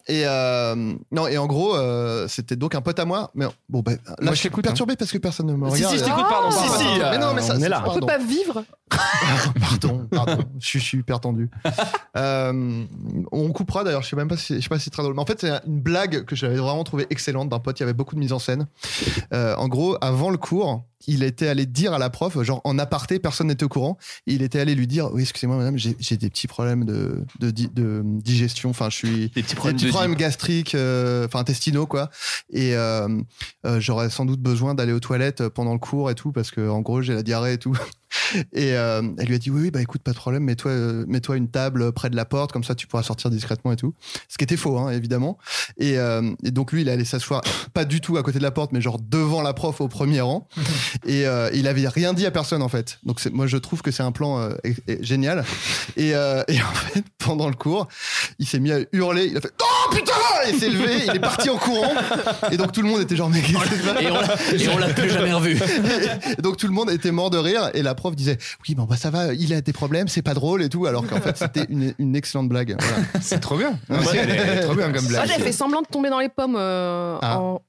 S7: Et euh, non et en gros euh, c'était donc un pote à moi mais bon ben là
S5: Moi, je
S7: je suis
S5: t'écoute, hein.
S7: perturbé parce que personne ne me
S5: Si,
S7: regarde
S5: si,
S7: Ah,
S5: je t'écoute, pardon, si, si,
S7: mais non mais ça
S5: on est
S7: c'est-
S5: là.
S24: On peut
S7: pardon.
S24: pas vivre.
S7: Pardon, pardon, je suis- je suis hyper tendu. Euh, on coupera d'ailleurs, je sais même pas si, je sais pas si c'est très drôle, mais en fait, c'est une blague que j'avais vraiment trouvé excellente d'un pote. Il y avait beaucoup de mise en scène. Euh, en gros, avant le cours, il était allé dire à la prof, genre en aparté, personne n'était au courant. Il était allé lui dire Oui, excusez-moi, madame, j'ai j'ai des petits problèmes de, de, di- de digestion. Enfin, je suis.
S6: Des petits problèmes de
S7: problèmes
S6: digestion.
S7: gastriques, euh, enfin intestinaux, quoi. Et euh, euh, j'aurais sans doute besoin d'aller aux toilettes euh, pendant le cours et tout, parce que en gros, j'ai la diarrhée et tout. Et euh, elle lui a dit oui, oui, bah écoute, pas de problème, mets-toi, euh, mets-toi une table près de la porte, comme ça tu pourras sortir discrètement et tout. Ce qui était faux, hein, évidemment. Et, euh, et donc lui, il allait s'asseoir pas du tout à côté de la porte, mais genre devant la prof au premier rang. Et euh, il avait rien dit à personne en fait. Donc c'est- moi, je trouve que c'est un plan euh, é- é- génial. Et, euh, et en fait, pendant le cours, il s'est mis à hurler. Il a fait oh putain Il s'est levé, il est parti en courant. Et donc tout le monde était genre mais qu'est-ce que c'est que ça
S6: Et on l'a- et on l'a plus jamais revu.
S7: et donc tout le monde était mort de rire et la prof disait oui bon bah ça va il a des problèmes c'est pas drôle et tout alors qu'en fait c'était une, une excellente blague voilà.
S5: c'est trop bien Non, si, elle est- elle est trop bien comme
S24: Moi,
S7: blague
S24: j'avais fait semblant de tomber dans les pommes euh,
S7: Ah.
S24: en,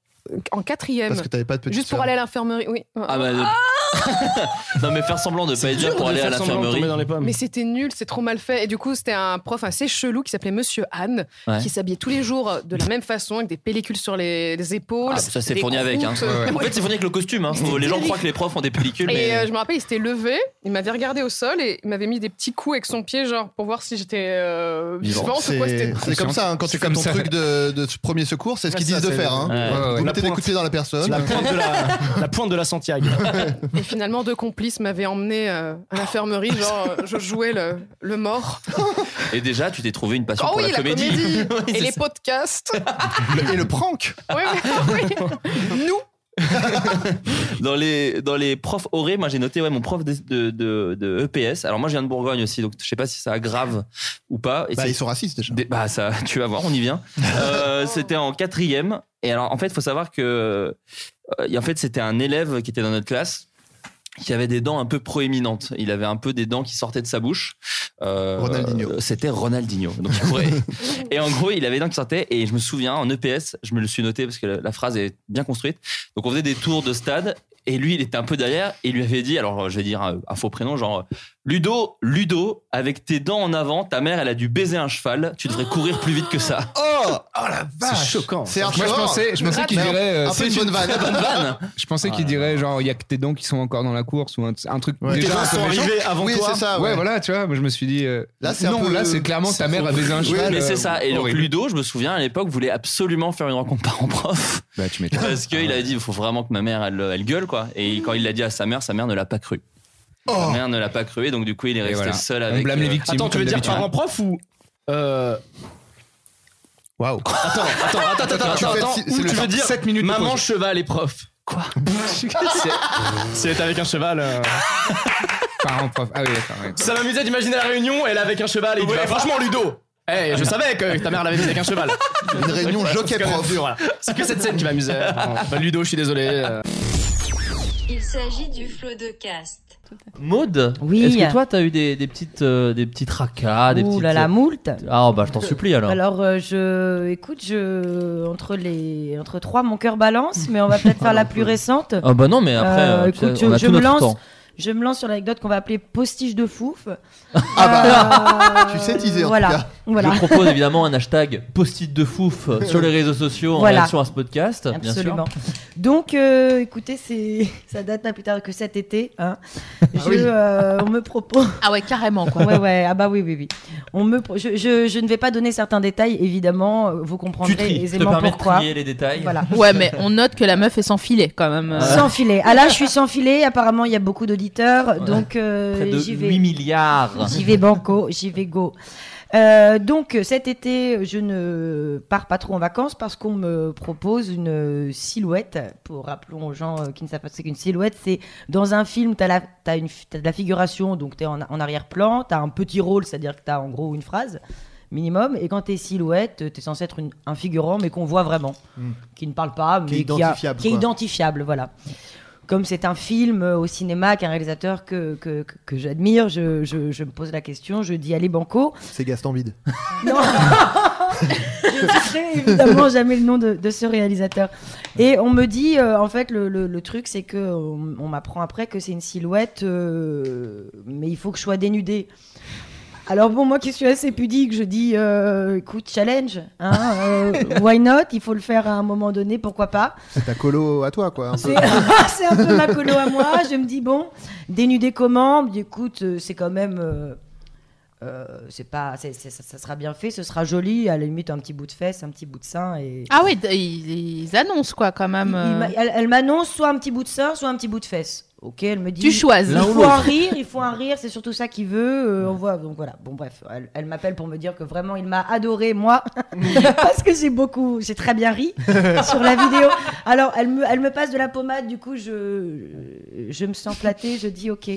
S24: en quatrième.
S7: Parce que t'avais pas de petite
S24: Juste pour
S7: sœur.
S24: aller à l'infirmerie, oui.
S6: Ah bah, de- non mais faire semblant de pas être là
S5: dur
S6: pour
S5: de
S6: aller à
S5: faire semblant de
S6: l'infirmerie.
S5: tomber dans les pommes.
S24: Ah Mais c'était nul, c'est trop mal fait. Et du coup, c'était un prof assez chelou qui s'appelait Monsieur Anne,
S6: Ouais.
S24: qui s'habillait tous les jours de la même façon, avec des pellicules sur les, les épaules.
S6: Ah, ça c'est
S24: des
S6: fourni avec. Hein.
S24: croûtes. Ouais.
S6: En fait c'est fourni avec le costume. Hein. Faut- Les gens croient que les profs ont des pellicules.
S24: Et
S6: mais...
S24: euh, je me rappelle, il s'était levé, il m'avait regardé au sol et il m'avait mis des petits coups avec son pied, genre pour voir si j'étais euh, vivante ou quoi.
S7: c'est
S24: C'était
S7: c'est comme ça hein, quand tu
S5: C'est
S7: fais
S5: comme
S7: ton
S5: ça.
S7: truc de, de premier secours c'est ce qu'ils
S5: Ça,
S7: disent de
S5: c'est-
S7: faire hein.
S5: Ouais, ouais, ouais.
S7: vous
S5: La
S7: mettez des
S5: pointe.
S7: coups de pied dans la personne
S5: La pointe de la, la pointe de la Santiago.
S24: Et finalement, deux complices m'avaient emmené euh, à l'infirmerie, genre euh, je jouais le, le mort.
S6: Et déjà tu t'es trouvé une passion
S24: euh, oh
S6: pour
S24: oui,
S6: la comédie. Ouais,
S24: et
S6: c'est
S24: les
S6: ça.
S24: podcasts.
S7: et le prank
S24: Oui, oui, oui. Nous,
S6: dans les dans les profs orés, moi j'ai noté ouais mon prof de, de, de- de EPS. Alors moi je viens de Bourgogne aussi, donc je sais pas si ça aggrave ou pas. Et
S7: bah
S6: c'est-
S7: ils sont racistes déjà
S6: Des- bah ça, tu vas voir, on y vient. Euh, c'était en quatrième. Et alors en fait, faut savoir que euh, et en fait c'était un élève qui était dans notre classe qui avait des dents un peu proéminentes. Il avait un peu des dents qui sortaient de sa bouche. Euh,
S7: Ronaldinho.
S6: euh, C'était Ronaldinho. Donc, il courait. et en gros, il avait des dents qui sortaient. Et je me souviens, en EPS, je me le suis noté parce que la, la phrase est bien construite. Donc, on faisait des tours de stade. Et lui, il était un peu derrière. Et il lui avait dit, alors, je vais dire un, un faux prénom, genre, Ludo, Ludo, avec tes dents en avant, ta mère, elle a dû baiser un cheval. Tu devrais courir plus vite que ça.
S7: oh
S5: Archivore Oh la vache
S12: C'est choquant.
S5: C'est Archivore Moi, je pensais, je pensais qu'il Gratte. dirait. euh, Un peu c'est une bonne vanne. très bonne vanne. Je pensais
S12: Ah
S5: qu'il
S12: là
S5: dirait genre, il y a que tes dents qui sont encore dans la course ou un, un truc. Ouais. Tes
S12: dents
S5: dents
S12: sont arrivées avant
S5: oui,
S12: toi.
S5: c'est ça. Ouais.
S12: Ouais.
S5: voilà, tu vois. Moi, je me suis dit. euh, Là, c'est un
S12: non,
S5: peu- là, c'est clairement ta mère a baisé un
S12: Oui,
S5: cheval.
S12: mais
S6: Mais
S5: euh,
S6: c'est ça. Et donc
S5: horrible.
S6: Ludo, je me souviens à l'époque, voulait absolument faire une rencontre parent-prof.
S12: Bah, tu m'étonnes.
S6: Parce
S5: Ah.
S6: qu'il a dit, il faut vraiment que ma mère, elle, elle gueule, quoi. Et quand il l'a dit à sa mère, sa mère ne l'a pas cru.
S5: Oh.
S6: Sa mère ne l'a pas cru, et donc du coup, il est resté
S12: voilà.
S6: seul
S12: On
S6: avec.
S5: euh,
S6: euh,
S12: blâme les victimes,
S6: Attends, tu veux dire
S12: parent prof ou. Euh...
S5: Waouh.
S12: Attends, attends, attends, attends, Tu attends, fais- attends. c'est Ou le tu temps. veux dire Sept minutes de maman pause. cheval et prof.
S6: Quoi
S12: C'est- C'est avec un cheval. euh,
S5: Parents, prof. Ah oui, d'accord. ouais.
S12: Ça m'amusait d'imaginer la réunion, elle avec un cheval et il dit, Ouais. bah, franchement Ludo eh, je savais que ta mère l'avait mise avec un cheval.
S5: Une réunion
S12: Voilà,
S5: jockey
S12: c'est quand même
S5: prof.
S12: dur, voilà. C'est que cette scène qui m'amusait. Bah, Ludo, je suis désolé. euh.
S10: Il s'agit du flot de cast.
S1: Maud,
S25: Oui.
S1: est-ce que toi, t'as eu des, des petites, euh, des petites tracas, des
S25: Ouh
S1: petites.
S25: là
S6: euh,
S25: là, moult.
S1: Ah bah je t'en supplie alors.
S25: Alors, euh, je, écoute, je entre les entre trois, mon cœur balance, mais on va peut-être faire la plus récente.
S1: Ah bah non, mais après, euh, tu
S25: écoute,
S1: sais, on a
S25: je
S1: tout
S25: me
S1: notre
S25: lance,
S1: temps.
S25: je me lance sur l'anecdote qu'on va appeler postiche de fouf.
S1: Ah bah,
S25: Euh,
S1: tu sais teaser, en
S25: voilà,
S1: tout cas.
S25: voilà.
S1: Je propose évidemment un hashtag post-it de fouf
S6: euh,
S1: sur les réseaux sociaux
S25: Voilà.
S1: en réaction à ce podcast,
S25: Absolument.
S1: bien sûr.
S25: Donc, euh, écoutez, c'est ça date pas plus tard que cet été. hein.
S1: Ah
S25: Je,
S9: oui.
S25: euh, on me propose.
S9: Ah ouais, carrément quoi.
S25: Ouais, ouais, ah bah oui, oui, oui. On me, pro- je, je- je ne vais pas donner certains détails, évidemment, euh, vous comprendrez
S1: Je te
S25: aisément
S1: permets de
S25: pourquoi.
S1: trier les détails.
S25: Voilà.
S9: Ouais, mais on note que la meuf est sans filet quand même. euh.
S25: Sans filet. Ah là, je suis sans filet. Apparemment, il y a beaucoup d'auditeurs, donc euh,
S1: Près de
S25: j'y vais.
S1: 8 milliards.
S25: J'y vais banco, j'y vais go. Euh, donc cet été, je ne pars pas trop en vacances parce qu'on me propose une euh, silhouette. Pour rappelons aux gens euh, qui ne savent pas ce qu'une silhouette, c'est dans un film, tu as, de la figuration, donc tu es en, en arrière-plan, tu as un petit rôle, c'est-à-dire que tu as en gros une phrase minimum. Et quand tu es silhouette, tu es censé être une- un figurant, mais qu'on voit vraiment,
S1: Hmm.
S26: Mm.
S25: qui ne parle pas, mais
S26: Qui est
S25: a-
S26: identifiable,
S25: qui est
S26: quoi.
S25: identifiable, voilà comme c'est un film euh, au cinéma qu'un réalisateur que, que, que- que j'admire, je, je- je me pose la question, je dis allez banco.
S7: C'est Gaston Bide.
S25: Évidemment, jamais le nom de, de ce réalisateur. Et on me dit, euh, en fait, le, le- le truc, c'est que on, on m'apprend après que c'est une silhouette, euh, mais il faut que je sois dénudée. Alors bon, moi qui suis assez pudique, je dis, euh, écoute, challenge, hein, euh, why not Il faut le faire à un moment donné, pourquoi pas
S7: C'est ta colo à toi, quoi. un peu.
S25: C'est c'est un peu ma colo à moi. Je me dis, bon, dénudé comment Je dis, Écoute, euh, c'est quand même. euh, euh, c'est pas, c'est- c'est- ça, ça sera bien fait, ce sera joli. À la limite, un petit bout de fesse, un petit bout de sein. Et...
S9: Ah oui, d- ils, ils annoncent quoi quand même.
S25: Il- il
S9: euh.
S25: m'a- elle elle m'annonce soit un petit bout de sein, soit un petit bout de fesse. Ok, elle me dit.
S9: Tu choisis.
S25: Il
S9: L'un ou
S25: faut
S9: l'autre.
S25: un rire, il faut un rire, c'est surtout ça qu'il veut. euh, on voit, donc voilà. Bon, bref, elle, elle m'appelle pour me dire que vraiment il m'a adoré, moi, parce que j'ai beaucoup, j'ai très bien ri sur la vidéo. Alors, elle me, elle me passe de la pommade, du coup, je, je me sens flattée, je dis ok.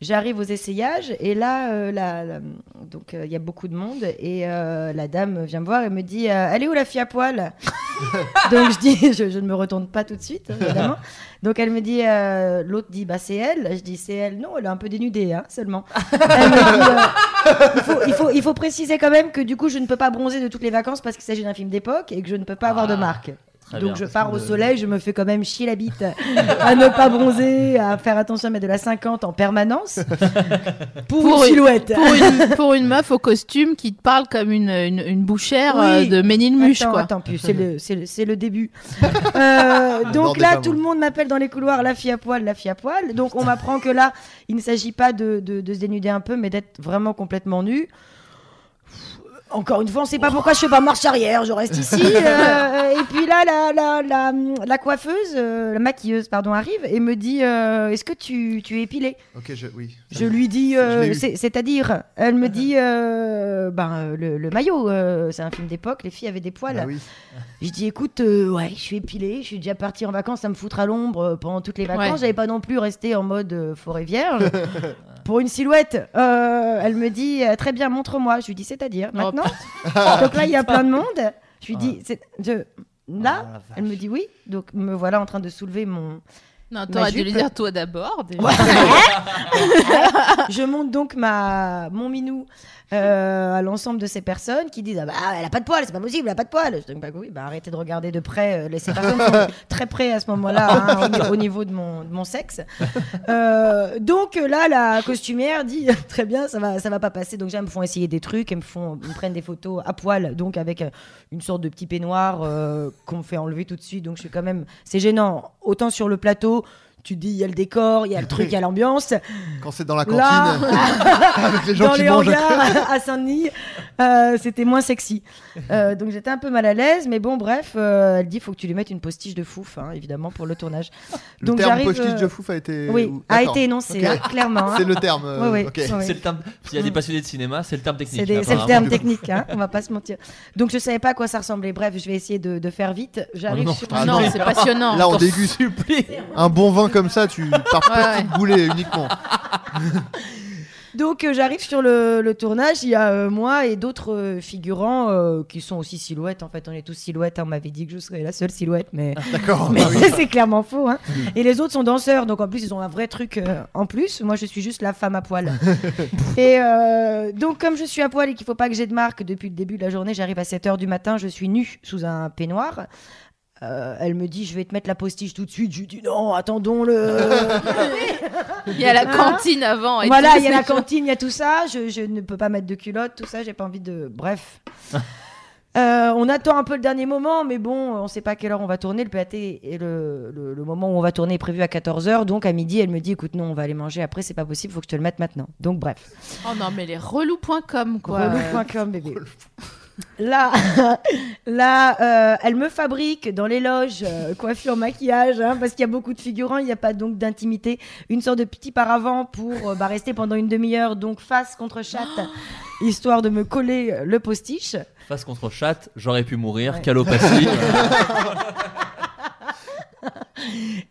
S25: J'arrive aux essayages, et là, euh, la- la- donc euh, il y a beaucoup de monde, et euh, la dame vient me voir et me dit euh, Elle est où la fille à poil donc je dis, je, je ne me retourne pas tout de suite, hein, évidemment. Donc elle me dit, euh, l'autre dit, bah c'est elle. Je dis, c'est elle. Non, elle est un peu dénudée, hein, seulement. Elle me dit, euh, il, faut, il, faut, il faut préciser quand même que du coup, je ne peux pas bronzer de toutes les vacances parce qu'il s'agit d'un film d'époque et que je ne peux pas avoir de marque.
S26: Ah, très
S25: Donc
S26: bien.
S25: je pars au
S26: Euh,
S25: soleil, je me fais quand même chier la bite à ne pas bronzer, à faire attention à mettre de la 50 en permanence pour, une silhouette.
S9: Pour une, pour une meuf au costume qui te parle comme une, une, une bouchère
S25: Oui.
S9: euh, de Ménilmuche,
S25: Attends,
S9: quoi.
S25: attends, puis c'est le, c'est le- c'est le début. Euh,
S9: Bordel
S25: donc là,
S9: pas,
S25: tout
S9: moi.
S25: le monde m'appelle dans les couloirs la fille à poil, la fille à poil. Donc on m'apprend que là, il ne s'agit pas de, de- de se dénuder un peu, mais d'être vraiment complètement nu. Encore une fois, on sait pas pourquoi je fais pas marche arrière, je reste ici. euh, et puis là, la, la, la, la coiffeuse, euh, la maquilleuse, pardon, arrive et me dit euh, Est-ce que tu, tu es épilée
S7: Ok, je, oui.
S25: je lui dis, euh,
S7: l'ai eu. Ah,
S25: c'est- c'est-à-dire, elle me dit, euh, ben euh, le, le maillot, euh, c'est un film d'époque, les filles avaient des poils.
S7: Bah oui.
S25: Je dis, écoute, euh, ouais, je suis épilée, je suis déjà partie en vacances, à me foutre à l'ombre euh, pendant toutes les vacances,
S26: Ouais.
S25: j'avais pas non plus resté en mode euh, forêt vierge. Pour une silhouette, Euh, elle me dit, euh, très bien, montre-moi. Je lui dis, c'est-à-dire,
S9: Oh,
S25: maintenant. Donc là, il y a plein de monde.
S7: Ah.
S25: Je lui dis, c'est- je- là, elle me dit oui. Donc me voilà en train de soulever mon
S9: Non,
S25: Ma
S9: t'aurais dû
S25: jupe.
S9: le dire toi d'abord. déjà.
S25: je monte donc ma, mon minou euh, à l'ensemble de ces personnes qui disent ah bah, elle a pas de poils, c'est pas possible, elle a pas de poils. Je dis bah oui, bah arrêtez de regarder de près. euh, les- ces personnes sont très près à ce moment-là hein, au, au niveau de mon, de mon sexe. Euh, donc euh, là, la costumière dit très bien, ça va, ça va pas passer. Donc déjà, elles me font essayer des trucs, elles me font, elles me prennent des photos à poil, donc avec euh, une sorte de petit peignoir euh, qu'on me fait enlever tout de suite. Donc je suis quand même, c'est gênant. Autant sur le plateau. Tu te dis, il y a le décor, il y a le truc, il y a l'ambiance.
S7: Quand c'est dans la cantine,
S25: Là,
S7: avec les gens
S25: dans
S7: qui
S25: les
S7: mangent.
S25: hangars à Saint-Denis, euh, c'était moins sexy. Euh, donc j'étais un peu mal à l'aise, mais bon, bref, euh, elle dit faut que tu lui mettes une postiche de fouf, hein, évidemment, pour le tournage.
S7: Le terme
S25: j'arrive,
S7: postiche
S25: euh,
S7: de fouf a été-
S25: oui,
S7: ou-
S25: a
S7: d'accord,
S25: été énoncé
S7: ok.
S25: hein, clairement. hein.
S7: C'est le terme, euh,
S25: Oui, oui,
S7: ok.
S25: oui. Mm.
S1: C'est le terme. S'il y a des passionnés de cinéma, c'est le terme technique.
S25: C'est des- c'est le
S1: apparemment.
S25: terme technique, hein, on va pas se mentir. Donc je savais pas à quoi ça ressemblait. Bref, je vais essayer de, de faire vite.
S1: Oh,
S25: J'arrive sur.
S7: Ah Là, on déguste. Un bon vin comme ça, tu pars pas
S25: Ouais,
S7: de boulet uniquement.
S25: Donc euh, j'arrive sur le, le tournage, il y a euh, moi et d'autres euh, figurants euh, qui sont aussi silhouettes. En fait, on est tous silhouettes. hein. On m'avait dit que je serais la seule silhouette, mais,
S7: d'accord.
S25: mais
S7: Ah oui.
S25: c'est clairement faux. hein. Et les autres sont danseurs, donc en plus ils ont un vrai truc euh, en plus. Moi, je suis juste la femme à poil. et euh, donc comme je suis à poil et qu'il faut pas que j'ai de marque depuis le début de la journée, j'arrive à 7h du matin, je suis nue sous un peignoir. Euh, elle me dit je vais te mettre la postiche tout de suite. Je lui dis non, attendons le.
S9: Il y a la cantine avant. et
S25: Voilà,
S9: tout,
S25: il y a
S9: c'est
S25: la
S9: sûr.
S25: cantine, il y a tout ça. Je, je ne peux pas mettre de culotte, tout ça. J'ai pas envie de. Bref. Euh, on attend un peu le dernier moment, mais bon, on sait pas à quelle heure on va tourner. Le PAT et le, le- le moment où on va tourner est prévu à 14h. Donc à midi, elle me dit écoute, non, on va aller manger après, c'est pas possible, faut que je te le mette maintenant. Donc bref.
S9: Oh non, mais les relous.com quoi.
S25: Relou.com, bébé. Là, là euh, elle me fabrique dans les loges, euh, coiffure, maquillage, hein, parce qu'il y a beaucoup de figurants, il n'y a pas donc d'intimité. Une sorte de petit paravent pour euh, bah, rester pendant une demi-heure, donc face contre chatte, histoire de me coller euh, le postiche.
S1: Face contre chat, j'aurais pu mourir. euh,
S25: Ouais.
S1: Calopatie.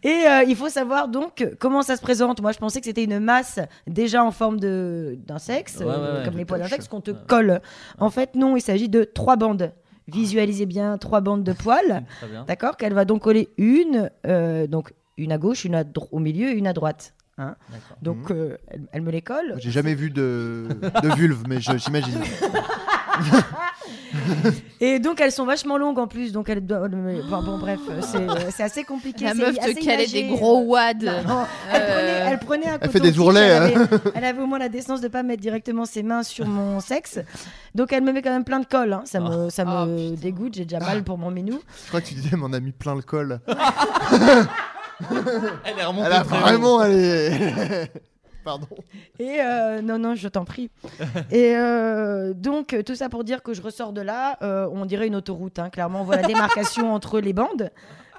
S25: Et euh, il faut savoir donc comment ça se présente. Moi, je pensais que c'était une masse déjà en forme de- d'un sexe,
S26: Ouais, ouais,
S25: euh,
S26: ouais,
S25: comme
S26: de
S25: les poils d'un
S26: poche.
S25: sexe, qu'on te colle. En fait, non, il s'agit de trois bandes. Visualisez bien trois bandes de poils.
S26: Très bien.
S25: D'accord Qu'elle va donc coller une, euh, donc une à gauche, une à dro- au milieu et une à droite. hein. donc,
S26: Mmh.
S25: euh, elle, elle me les colle.
S7: J'ai jamais vu de, de vulve, mais je- j'imagine.
S25: Et donc elles sont vachement longues en plus, donc elles doivent. Bon, bon, bref, c'est- euh, c'est assez compliqué.
S9: La
S25: c'est
S9: meuf te
S25: assez
S9: calait
S25: imagé. euh,
S9: des gros wads. Euh,
S25: Non, elle, prenait, elle prenait un
S7: Elle
S25: coton
S7: fait des
S25: tige,
S7: ourlets,
S25: Elle,
S7: hein.
S25: avait, elle avait au moins la décence de pas mettre directement ses mains sur mon sexe, donc elle me met quand même plein de colle. hein. Ça
S9: Oh.
S25: me, ça me dégoûte. J'ai déjà mal pour mon minou.
S7: Je crois que tu disais, m'en a mis plein le col.
S1: Elle est
S7: Elle a vraiment, elle est. Pardon.
S25: Et euh, non, non, je t'en prie. Et euh, donc, euh, tout ça pour dire que je ressors de là, euh, on dirait une autoroute, hein, clairement. On voit la démarcation entre les bandes.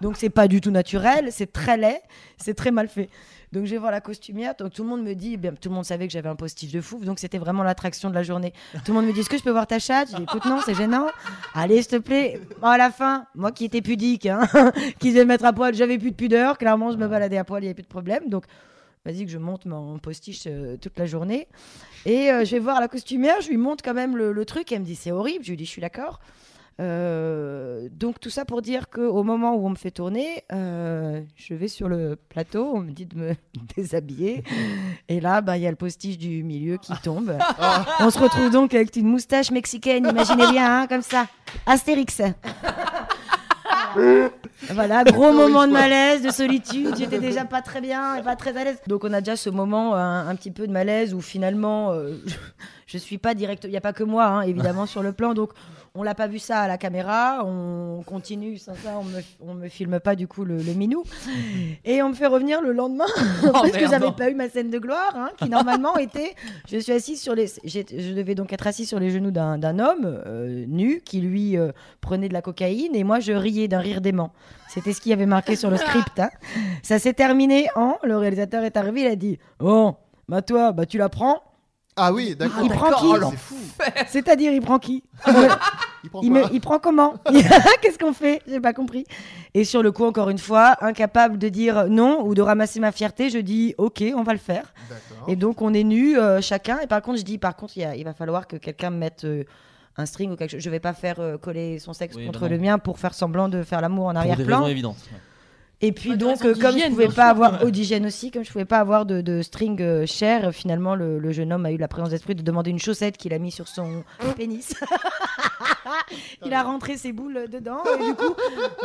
S25: Donc, c'est pas du tout naturel, c'est très laid, c'est très mal fait. Donc, je vais voir la costumière. Donc, tout le monde me dit, eh bien, tout le monde savait que j'avais un postiche de fouf, donc c'était vraiment l'attraction de la journée. Tout le monde me dit, est-ce que je peux voir ta chatte Je dis, écoute, non, c'est gênant. Allez, s'il te plaît. Bon, à la fin, moi qui étais pudique, hein, qui devais me mettre à poil, j'avais plus de pudeur. Clairement, je me baladais à poil, il n'y avait plus de problème. Donc, vas-y que je monte mon postiche euh, toute la journée. Et euh, je vais voir la costumière, je lui montre quand même le, le truc. Elle me dit c'est horrible. Je lui dis je suis d'accord. Euh, donc tout ça pour dire qu'au moment où on me fait tourner, euh, je vais sur le plateau, on me dit de me déshabiller, et là bah, il y a le postiche du milieu qui tombe. on se retrouve donc avec une moustache mexicaine, imaginez bien, hein, comme ça, Astérix. Voilà, gros moment de malaise, de solitude. J'étais déjà pas très bien et pas très à l'aise. Donc on a déjà ce moment euh, un, un petit peu de malaise où finalement euh, je, je suis pas direct. Il y a pas que moi hein, évidemment sur le plan. Donc on l'a pas vu ça à la caméra. On continue sans ça. On me, on me filme pas du coup le, le minou. Et on me fait revenir le lendemain
S7: Oh,
S25: parce que
S26: merde.
S25: j'avais pas eu ma scène de gloire hein, qui normalement était. Je suis assise sur les. j'ai- Je devais donc être assise sur les genoux d'un d'un homme euh, nu qui lui euh, prenait de la cocaïne et moi je riais d'un rire dément. C'était ce qu'il y avait marqué sur le script. hein. Ça s'est terminé en. Le réalisateur est arrivé, il a dit Bon, bah toi, bah tu la prends.
S7: Ah oui, d'accord.
S25: Il
S7: Ah,
S25: prend
S7: d'accord,
S25: qui
S7: oh, l'enfer.
S25: C'est-à-dire, il prend qui
S7: Il prend
S25: me-
S7: quoi
S25: il prend comment Qu'est-ce qu'on fait J'ai pas compris. Et sur le coup, encore une fois, incapable de dire non ou de ramasser ma fierté, je dis ok, on va le faire. Et donc on est nus euh, chacun. Et par contre, je dis par contre, il, y a- il va falloir que quelqu'un me mette euh, un string ou quelque chose. Je vais pas faire euh, coller son sexe
S1: Oui,
S25: contre
S1: bah non.
S25: le mien pour faire semblant de faire l'amour
S1: Pour
S25: en
S1: des
S25: arrière-plan.
S1: raisons évidentes.
S25: Et puis donc, euh, comme je pouvais pas avoir Odigène aussi, comme je pouvais pas avoir de, de string euh, cher, euh, finalement le, le jeune homme a eu la présence d'esprit de demander une chaussette qu'il a mis sur son pénis. Il a rentré ses boules dedans et du coup,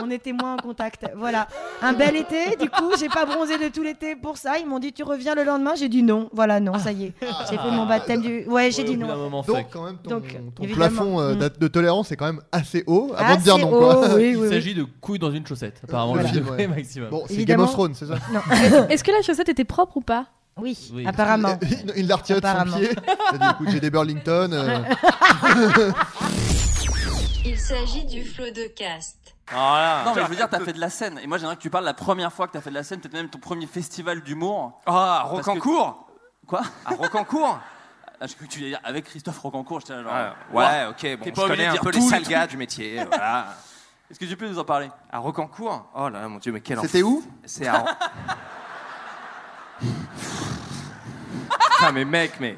S25: on était moins en contact. Voilà, un bel été. Du coup, j'ai pas bronzé de tout l'été pour ça. Ils m'ont dit tu reviens le lendemain. J'ai dit non. Voilà, non, ça y est. J'ai fait mon baptême du. Ouais, j'ai
S7: Ah. Ouais,
S25: dit
S7: au bout d'un
S25: non.
S7: moment, Donc, fuck. quand même, ton- Ton
S25: évidemment.
S7: plafond euh,
S25: Mm.
S7: d'a- de tolérance est quand même assez haut avant de dire
S25: Assez
S7: non. Quoi.
S25: haut, oui,
S27: Il s'agit de couilles dans une chaussette, apparemment
S7: Voilà.
S27: le degré
S7: Ouais.
S27: maximum.
S7: Bon, c'est Évidemment. Game of Thrones, c'est ça
S25: Non.
S28: Est-ce que la chaussette était propre ou pas
S25: Oui,
S27: Oui.
S25: apparemment.
S7: Il- Il l'a retiré de son
S25: Apparemment.
S7: pied. Il a dit écoute, j'ai des Burlington. euh,
S10: Il s'agit du flot de cast.
S6: Voilà.
S10: Non, mais
S6: je veux dire, t'as fait de la scène. Et moi, j'aimerais que tu parles la première fois que t'as fait de la scène, peut-être même ton premier festival d'humour.
S5: Ah,
S6: Parce que-
S5: Rocancourt
S6: Quoi
S5: À Rocancourt Ah,
S6: Ah, Je crois que tu voulais dire avec Christophe Rocancourt, j'étais là genre.
S5: Ouais,
S6: Ouah,
S5: ok, bon,
S6: t'es
S5: je
S6: pas obligé
S5: connais
S6: de
S5: un
S6: dire
S5: peu les
S6: tous
S5: sales
S6: trucs.
S5: gars du métier, voilà.
S6: Est-ce que tu peux nous en parler
S5: À Rocancourt Oh là là, mon Dieu, mais quel
S6: C'était
S5: enfer-
S6: où
S5: C'est à... Putain, mais mec, mais...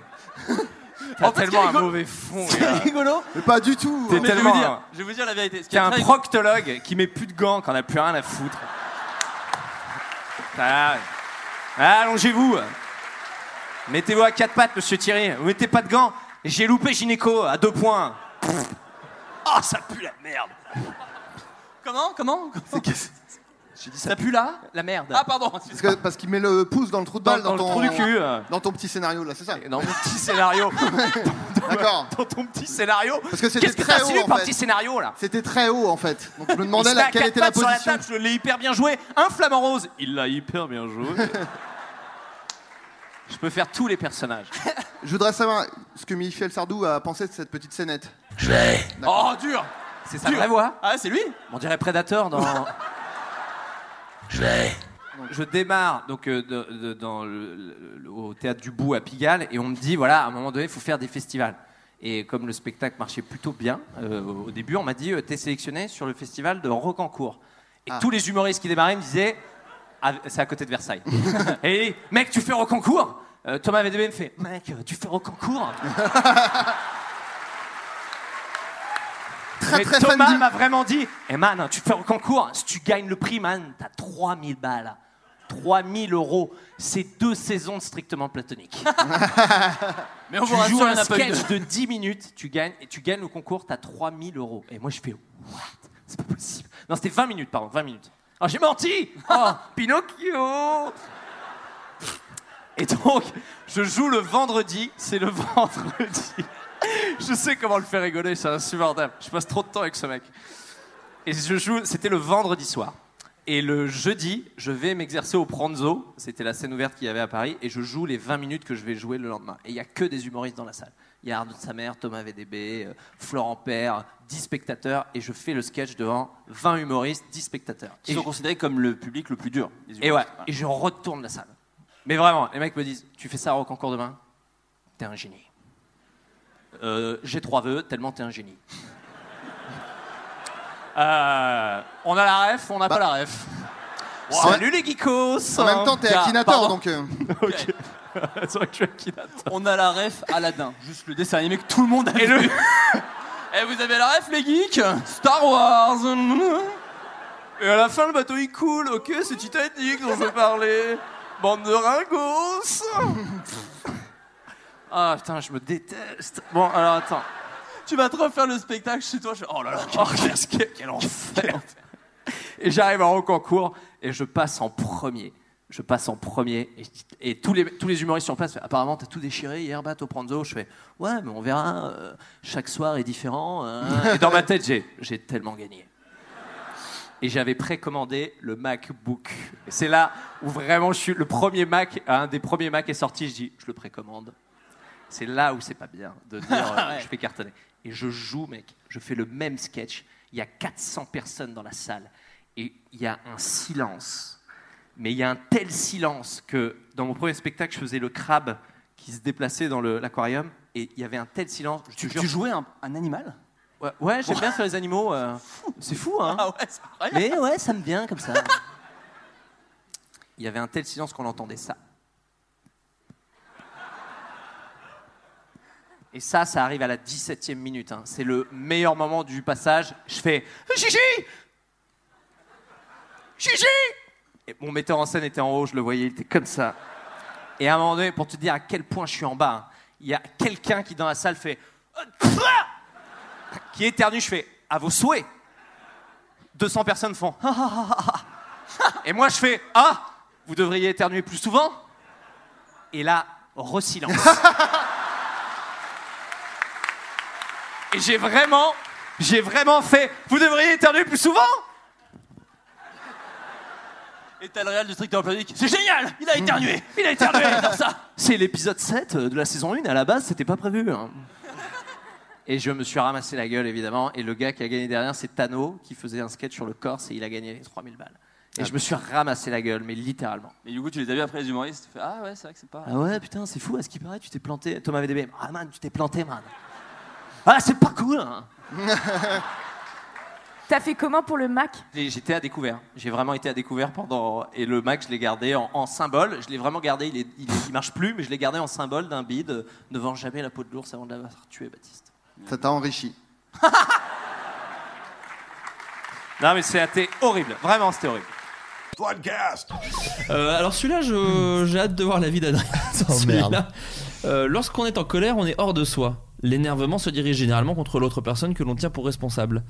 S5: T'as
S6: En fait, ce qui est
S5: tellement un
S6: rigolo-
S5: mauvais fond,
S6: ce qui
S5: gars.
S6: est rigolo-
S7: Mais pas du tout
S5: T'es
S6: Mais
S5: tellement...
S6: je, vais vous dire,
S5: un-
S6: je vais vous dire la vérité. Ce qui
S5: T'es
S6: est
S5: un
S6: très-
S5: proctologue qui met plus de gants quand on a plus rien à foutre. Ah, Allongez-vous. Mettez-vous à quatre pattes, monsieur Thierry. Vous mettez pas de gants. J'ai loupé gynéco à deux points. Pff.
S6: Ah,
S5: Oh, ça pue la merde.
S6: Comment Comment
S5: J'ai dit
S6: ça pue là La merde. Ah, pardon.
S7: Parce que- parce qu'il met le pouce dans le trou de balle
S5: Dans-
S7: dans,
S5: dans le
S7: ton
S5: trou du cul, euh.
S7: Dans ton petit scénario là, c'est ça
S5: Dans mon petit scénario.
S7: D'accord.
S5: Dans ton petit scénario.
S7: Parce que c'était
S5: Qu'est-ce que
S7: très
S5: t'insinues
S7: haut, en
S5: par
S7: fait.
S5: petit scénario là
S7: C'était très haut en fait. Donc je me
S5: On se
S7: demandais
S5: met à
S7: là, quelle
S5: quatre
S7: était la
S5: pattes sur
S7: position.
S5: table, je l'ai hyper bien joué. Un flamant rose. Il l'a hyper bien joué. je peux faire tous les personnages.
S7: Je voudrais savoir ce que Michel Sardou a pensé de cette petite scénette.
S5: Je vais.
S6: Oh, dur
S5: C'est sa
S6: Dur.
S5: vraie voix
S6: Ah, c'est lui
S5: On dirait Predator dans. je vais. Je démarre donc euh, de- de- dans le- le- le- au théâtre du Bout à Pigalle et on me dit voilà à un moment donné il faut faire des festivals et comme le spectacle marchait plutôt bien euh, au début on m'a dit euh, t'es sélectionné sur le festival de Rocancourt
S6: Ah.
S5: et tous les humoristes qui démarraient me disaient Ah, c'est à côté de Versailles et mec tu fais Rocancourt Euh, Thomas VDB me fait mec euh, tu fais Rocancourt Mais
S7: très
S5: Thomas
S7: fan
S5: m'a vraiment dit Eh man, tu fais un concours, si tu gagnes le prix, man, t'as 3000 balles. 3000 euros. C'est deux saisons de strictement platonique.
S6: Mais on
S5: tu
S6: vous rassure,
S5: joues
S6: il
S5: un
S6: n'y en a pas eu
S5: sketch
S6: deux.
S5: de 10 minutes, tu gagnes, et tu gagnes le concours, t'as 3000 euros. Et moi, je fais What C'est pas possible. Non, c'était 20 minutes, pardon, 20 minutes. Ah, j'ai menti Oh, Pinocchio et donc, je joue le vendredi, c'est le vendredi. Je sais comment le faire rigoler, c'est insupportable. Je passe trop de temps avec ce mec. Et je joue, c'était le vendredi soir. Et le jeudi, je vais m'exercer au Pranzo, c'était la scène ouverte qu'il y avait à Paris, et je joue les 20 minutes que je vais jouer le lendemain. Et il n'y a que des humoristes dans la salle. Il y a Arnaud de sa mère, Thomas VDB, euh, Florent Père, 10 spectateurs, et je fais le sketch devant 20 humoristes, 10 spectateurs.
S6: Ils
S5: Et
S6: sont
S5: je-
S6: considérés comme le public le plus dur. les
S5: et ouais,
S6: humoristes.
S5: et je retourne la salle. Mais vraiment, les mecs me disent Tu fais ça au concours demain T'es un génie. Euh, J'ai trois vœux, tellement t'es un génie. Euh, on a la ref, on n'a pas la ref. Salut les geekos
S7: Bah. En même temps, t'es
S6: Ah,
S7: Akinator
S6: pardon.
S7: donc. euh,
S6: C'est vrai que je suis Akinator. On a la ref Aladdin, juste le dessin animé que tout le monde a vu. Et vous avez la ref les geeks Star Wars
S5: Et à la fin, le bateau il coule, ok, c'est Titanic dont je veux parler. Bande de ringos Ah putain, je me déteste. Bon, alors attends.
S6: Tu vas te refaire le spectacle chez toi. Je... Oh là là, quel, quel enfer.
S5: Et j'arrive en concours et je passe en premier. Je passe en premier et, et tous, les, tous les humoristes sur place font, apparemment t'as tout déchiré hier, bat au pranzo. Je fais ouais, mais on verra, euh, chaque soir est différent. euh. Et dans ma tête, j'ai, j'ai tellement gagné. Et j'avais précommandé le MacBook. Et c'est là où vraiment je suis le premier Mac, un des premiers Mac est sorti, je dis je le précommande. C'est là où c'est pas bien de dire euh,
S6: Ouais.
S5: je fais cartonner. Et je joue, mec. Je fais le même sketch. Il y a 400 personnes dans la salle. Et il y a un silence. Mais il y a un tel silence que dans mon premier spectacle, je faisais le crabe qui se déplaçait dans le- l'aquarium. Et il y avait un tel silence. Je te jure-
S6: Tu jouais un, un animal
S5: Ouais, ouais, j'aime bien faire les animaux. euh, C'est fou, hein Mais ouais, ça me vient comme ça. Il y avait un tel silence qu'on entendait ça. Et ça, ça arrive à la 17e minute. hein. C'est le meilleur moment du passage. Je fais Gigi Gigi Et mon metteur en scène était en haut, je le voyais, il était comme ça. Et à un moment donné, pour te dire à quel point je suis en bas, hein, il y a quelqu'un qui dans la salle fait qui éternue, je fais à vos souhaits. 200 personnes font et moi je fais ah vous devriez éternuer plus souvent. Et là resilence. et j'ai vraiment j'ai vraiment fait vous devriez éternuer plus souvent. Et t'as le réel du strict en panique. C'est génial Il a éternué Il a éternué dans ça C'est l'épisode 7
S6: euh,
S5: de la saison 1, à la base, c'était pas prévu. hein. Et je me suis ramassé la gueule, évidemment. Et le gars qui a gagné derrière, c'est Tano, qui faisait un sketch sur le Corse et il a gagné les 3000 balles. Et
S29: Ah.
S5: je me suis ramassé la gueule, mais littéralement.
S29: Mais du coup, tu les as vus après les humoristes. tu fais, ah ouais, c'est vrai que c'est pas.
S5: Ah ouais, putain, c'est fou, à ce qui paraît, tu t'es planté. Thomas VDB, ah man, tu t'es planté, man. Ah, c'est pas cool hein.
S30: T'as fait comment pour le Mac
S5: Et J'étais à découvert. J'ai vraiment été à découvert pendant. Et le Mac, je l'ai gardé en, en symbole. Je l'ai vraiment gardé. Il, est, il, il marche plus, mais je l'ai gardé en symbole d'un bide. euh, Ne vends jamais la peau de l'ours avant de l'avoir tué, Baptiste.
S7: Ça t'a enrichi.
S5: Non, mais c'était horrible. Vraiment, c'était horrible.
S2: Podcast.
S6: Euh, alors celui-là, je- j'ai hâte de voir la vie d'Adrien. sur
S21: Oh,
S6: celui-là.
S21: merde.
S6: Euh, Lorsqu'on est en colère, on est hors de soi. L'énervement se dirige généralement contre l'autre personne que l'on tient pour responsable.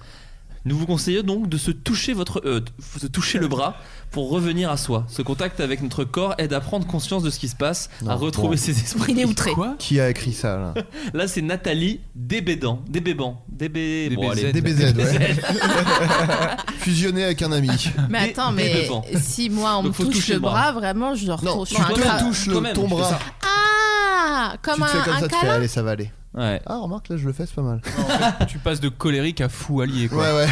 S6: Nous vous conseillons donc de se toucher votre euh, de se toucher le bras pour revenir à soi. Ce contact avec notre corps aide à prendre conscience de ce qui se passe, à retrouver ses esprits.
S8: Il est outré.
S7: Qui a écrit ça là
S6: Là, c'est Nathalie Débédan, Débéban, Débé, bon, allez.
S7: DBZ, ouais. Fusionné avec un ami.
S8: Mais attends, mais si moi on
S7: Donc,
S8: me
S7: faut
S8: touche
S7: toucher
S8: le
S7: le bras.
S8: bras, vraiment, je retrouve
S7: tu
S8: sur un
S7: te
S8: tra-
S7: touches le- ton
S6: tu fais
S7: bras.
S6: ça.
S8: Ah, comme
S7: tu
S8: un,
S7: te fais comme
S8: un
S7: ça, tu fais
S8: câlin.
S7: aller, ça va aller.
S6: Ouais.
S7: Ah, remarque, là, je le fais, c'est pas mal.
S12: tu passes de colérique à fou allié, quoi.
S7: Ouais, ouais.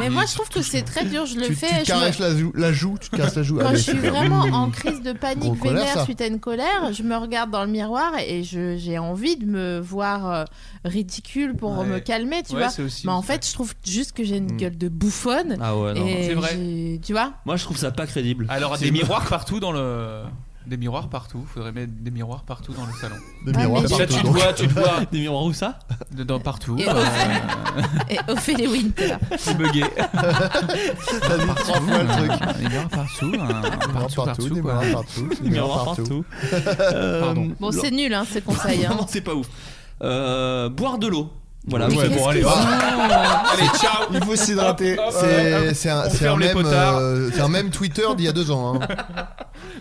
S8: Mais moi, je trouve que c'est très dur. Je le
S7: tu,
S8: fais.
S7: tu
S8: je me-
S7: caresses la, jou- la joue, tu te casses la joue.
S8: Quand
S7: Ah,
S8: je
S7: mais
S8: suis
S7: c'est-
S8: vraiment
S7: Mmh.
S8: en crise de panique
S7: Gros colère,
S8: vénère
S7: ça.
S8: suite à une colère, je me regarde dans le miroir et je- j'ai envie de me voir euh, ridicule pour
S12: Ouais.
S8: me calmer, tu
S12: Ouais,
S8: vois.
S12: c'est aussi-
S8: Mais en fait, je trouve juste que j'ai une gueule de bouffonne.
S6: Ah ouais, non,
S8: et
S6: c'est vrai.
S8: j'ai- Tu vois
S6: Moi, je trouve ça pas crédible.
S12: Alors
S6: C'est-
S12: des miroirs partout dans le. Des miroirs partout, faudrait mettre des miroirs partout dans le salon.
S6: Des Ah, miroirs mais-
S12: Ça,
S6: partout,
S12: tu te
S6: donc.
S12: vois, tu te vois.
S6: Des miroirs où ça
S12: Dedans partout.
S8: Et-
S12: euh,
S8: Et Ophélie Winter.
S12: Je suis bugué. partout, euh, Des miroirs partout, hein, partout, partout,
S7: des
S12: quoi.
S7: miroirs partout, des
S12: Des miroirs
S7: miroirs
S12: partout.
S6: Euh,
S12: Pardon.
S8: Bon, c'est nul, hein, ces conseils. hein.
S6: Vraiment, c'est pas ouf. Euh, boire de l'eau. Voilà,
S12: Mais
S6: vous faites-
S12: qu'est-ce que c'est Allez, ciao.
S7: Il faut s'hydrater.
S12: Ah,
S7: C'est c'est
S6: On
S7: un, c'est un,
S6: ferme les
S7: même,
S6: potards.
S7: euh, c'est un même Twitter d'il y a deux ans. hein.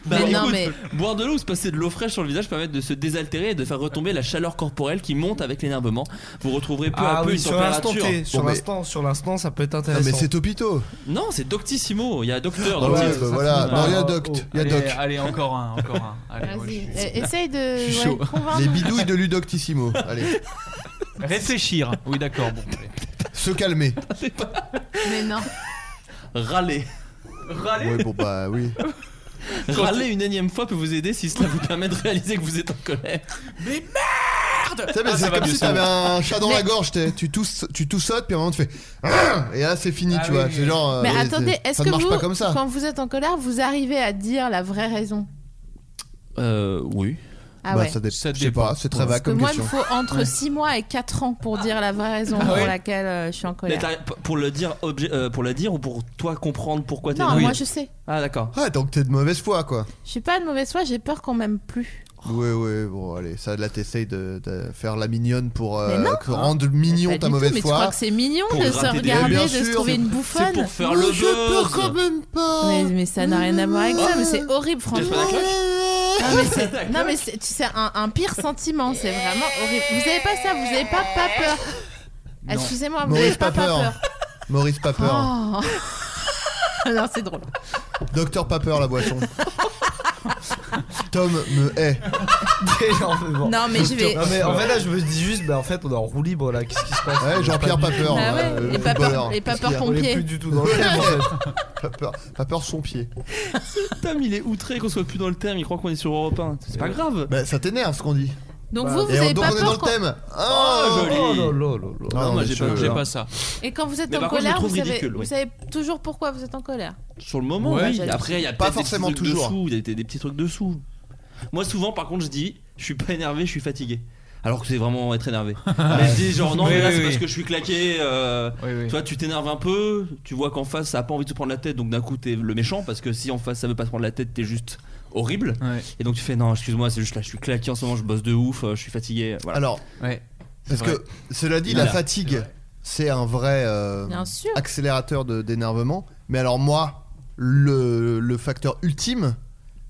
S6: Bah,
S8: Mais non,
S6: écoute,
S8: mais-
S6: Boire de l'eau ou se passer de l'eau fraîche sur le visage permet de se désaltérer et de faire retomber la chaleur corporelle qui monte avec l'énervement. Vous retrouverez peu
S9: Ah
S6: à peu
S9: oui,
S6: une
S9: sur l'instant
S6: température.
S9: T, sur
S6: Bon, mais-
S9: l'instant, sur l'instant, ça peut être
S7: Non,
S9: intéressant.
S7: mais c'est Topito.
S6: Non, c'est Doctissimo. Il y a docteur.
S7: Ah
S6: dans le
S7: ouais,
S6: titre.
S7: bah voilà. Non, il y a
S6: Ah,
S7: Doc.
S6: oh,
S7: Il y a
S12: allez,
S7: Doc.
S12: allez, encore un, encore un. Allez, moi, je-
S8: Eh, Essaye de
S7: Je suis
S8: ouais,
S7: chaud.
S8: convaincre.
S7: Les bidouilles de Ludoctissimo. Allez.
S12: Réfléchir. Oui, d'accord. Bon. allez.
S7: Se calmer.
S8: Mais non.
S6: Râler. Râler
S7: Ouais, bon, bah oui.
S6: Râler une énième fois peut vous aider si cela vous permet de réaliser que vous êtes en colère.
S12: Mais
S7: Tu
S12: merde
S7: sais, mais
S12: Ah, ça
S7: c'est
S12: va
S7: comme
S12: mieux,
S7: si
S12: ça
S7: t'avais
S12: va.
S7: un chat dans
S8: Mais-
S7: la gorge, t'es- tu tousses, tu toussotes, puis à un moment tu fais. Ah Et là, c'est fini,
S12: Ah
S7: tu
S12: oui,
S7: vois.
S12: oui.
S7: C'est genre. euh,
S8: Mais
S7: ouais,
S8: attendez,
S7: c'est-
S8: est-ce
S7: ça
S8: que
S7: ne marche
S8: vous,
S7: pas comme ça.
S8: quand vous êtes en colère, vous arrivez à dire la vraie raison
S6: Euh, oui.
S8: Ah Bah, ouais. ça
S7: dé- je sais pas, c'est très vague
S8: Parce que
S7: comme
S8: moi, il
S7: question.
S8: me faut entre
S6: Ouais.
S8: 6 mois et 4 ans pour dire la vraie raison
S6: Ah
S8: pour
S6: ouais.
S8: laquelle euh, je suis en
S6: Mais
S8: colère.
S6: t'as- p- pour le dire objet, euh, pour le dire ou pour toi comprendre pourquoi t'es
S8: Non,
S6: dans-
S8: moi, je sais.
S6: Ah d'accord.
S7: Ah, donc t'es de mauvaise foi, quoi.
S8: Je suis pas de mauvaise foi, j'ai peur qu'on m'aime plus.
S7: Ouais, ouais, bon, allez, ça, là, t'essayes de, de faire la mignonne pour euh,
S8: Mais non.
S7: que- rendre mignon
S8: Pas
S7: ta
S8: du tout,
S7: mauvaise
S8: mais tu
S7: foi.
S8: crois que c'est mignon
S7: pour
S8: de se
S7: gratter des-
S8: regarder,
S7: Bien
S8: de se
S7: sûr,
S8: trouver
S7: c'est-
S8: une bouffonne
S7: c'est pour faire
S8: Mais
S7: le
S8: j'ai peur
S7: buzz.
S8: quand
S7: même pas
S8: mais, mais ça n'a rien à voir avec ça, mais c'est horrible,
S6: T'as
S8: franchement.
S6: pas la cloche
S8: Non mais c'est, non, mais c'est- tu sais, un, un pire sentiment, c'est vraiment horrible. Vous avez pas ça, vous avez pas pas peur. Excusez-moi, vous
S7: Maurice
S8: avez pas pas
S7: Papeur.
S8: peur.
S7: Maurice Papeur.
S8: Oh. non, c'est drôle.
S7: Docteur Papeur, la boisson. Tom me hait.
S9: Énormément.
S8: Non, mais je vais-
S9: Non, mais en fait, là, je me dis juste, bah, en fait, on est en roue libre là. Qu'est-ce qui se passe
S7: Ouais, Jean-Pierre Papeur.
S8: Ah ouais,
S7: euh,
S8: les
S7: le
S8: Papeurs-
S7: footballeur.
S8: les
S7: Qu'est-ce
S8: Papeurs
S7: qu'il y a On est
S8: pompiers.
S7: plus du tout dans le film, en fait. Papeur, Papeur son pied.
S6: Tom, il est outré qu'on soit plus dans le thème, il croit qu'on est sur Europe 1. C'est pas grave.
S7: Bah, ça t'énerve ce qu'on dit.
S8: Donc
S7: Bah,
S8: vous, vous
S7: et on-
S8: avez
S7: donc
S8: pas
S7: on est
S8: peur
S7: dans le
S8: quand-
S7: thème.
S6: Oh, joli.
S7: Ah,
S6: Non,
S7: on
S6: moi
S7: est
S6: j'ai
S7: chaud,
S6: pas, j'ai
S7: là.
S6: pas ça.
S8: Et quand vous êtes
S6: Mais
S8: en
S6: par contre, je
S8: colère,
S6: le
S8: vous
S6: trouve
S8: savez,
S6: ridicule, oui.
S8: vous savez toujours pourquoi vous êtes en colère.
S6: Sur le moment,
S8: Ouais,
S6: oui.
S8: j'allais-
S6: Après, il y a
S7: Pas
S6: peut-être des
S7: forcément
S6: petits trucs
S7: toujours.
S6: dessous, il y a des, des petits trucs dessous. Moi, souvent, par contre, je dis, je suis pas énervé, je suis fatigué. alors que c'est vraiment être énervé.
S31: Ah
S6: mais je
S31: ouais.
S6: dis genre non,
S31: Oui,
S6: mais là
S31: oui,
S6: c'est
S31: oui.
S6: parce que je suis claqué. euh, Toi, tu t'énerves un peu, tu vois qu'en face ça a pas envie de se prendre la tête, donc d'un coup t'es le méchant parce que si en face ça veut pas se prendre la tête, t'es juste horrible. Et donc tu fais non, excuse-moi, c'est juste là, je suis claqué en ce moment, je bosse de ouf, euh, je suis fatigué. Voilà.
S7: Alors, parce
S6: C'est
S7: que
S6: vrai.
S7: cela dit,
S6: Voilà.
S7: la fatigue, c'est un vrai euh,
S8: Bien sûr.
S7: accélérateur de- d'énervement. Mais alors moi, le, le facteur ultime,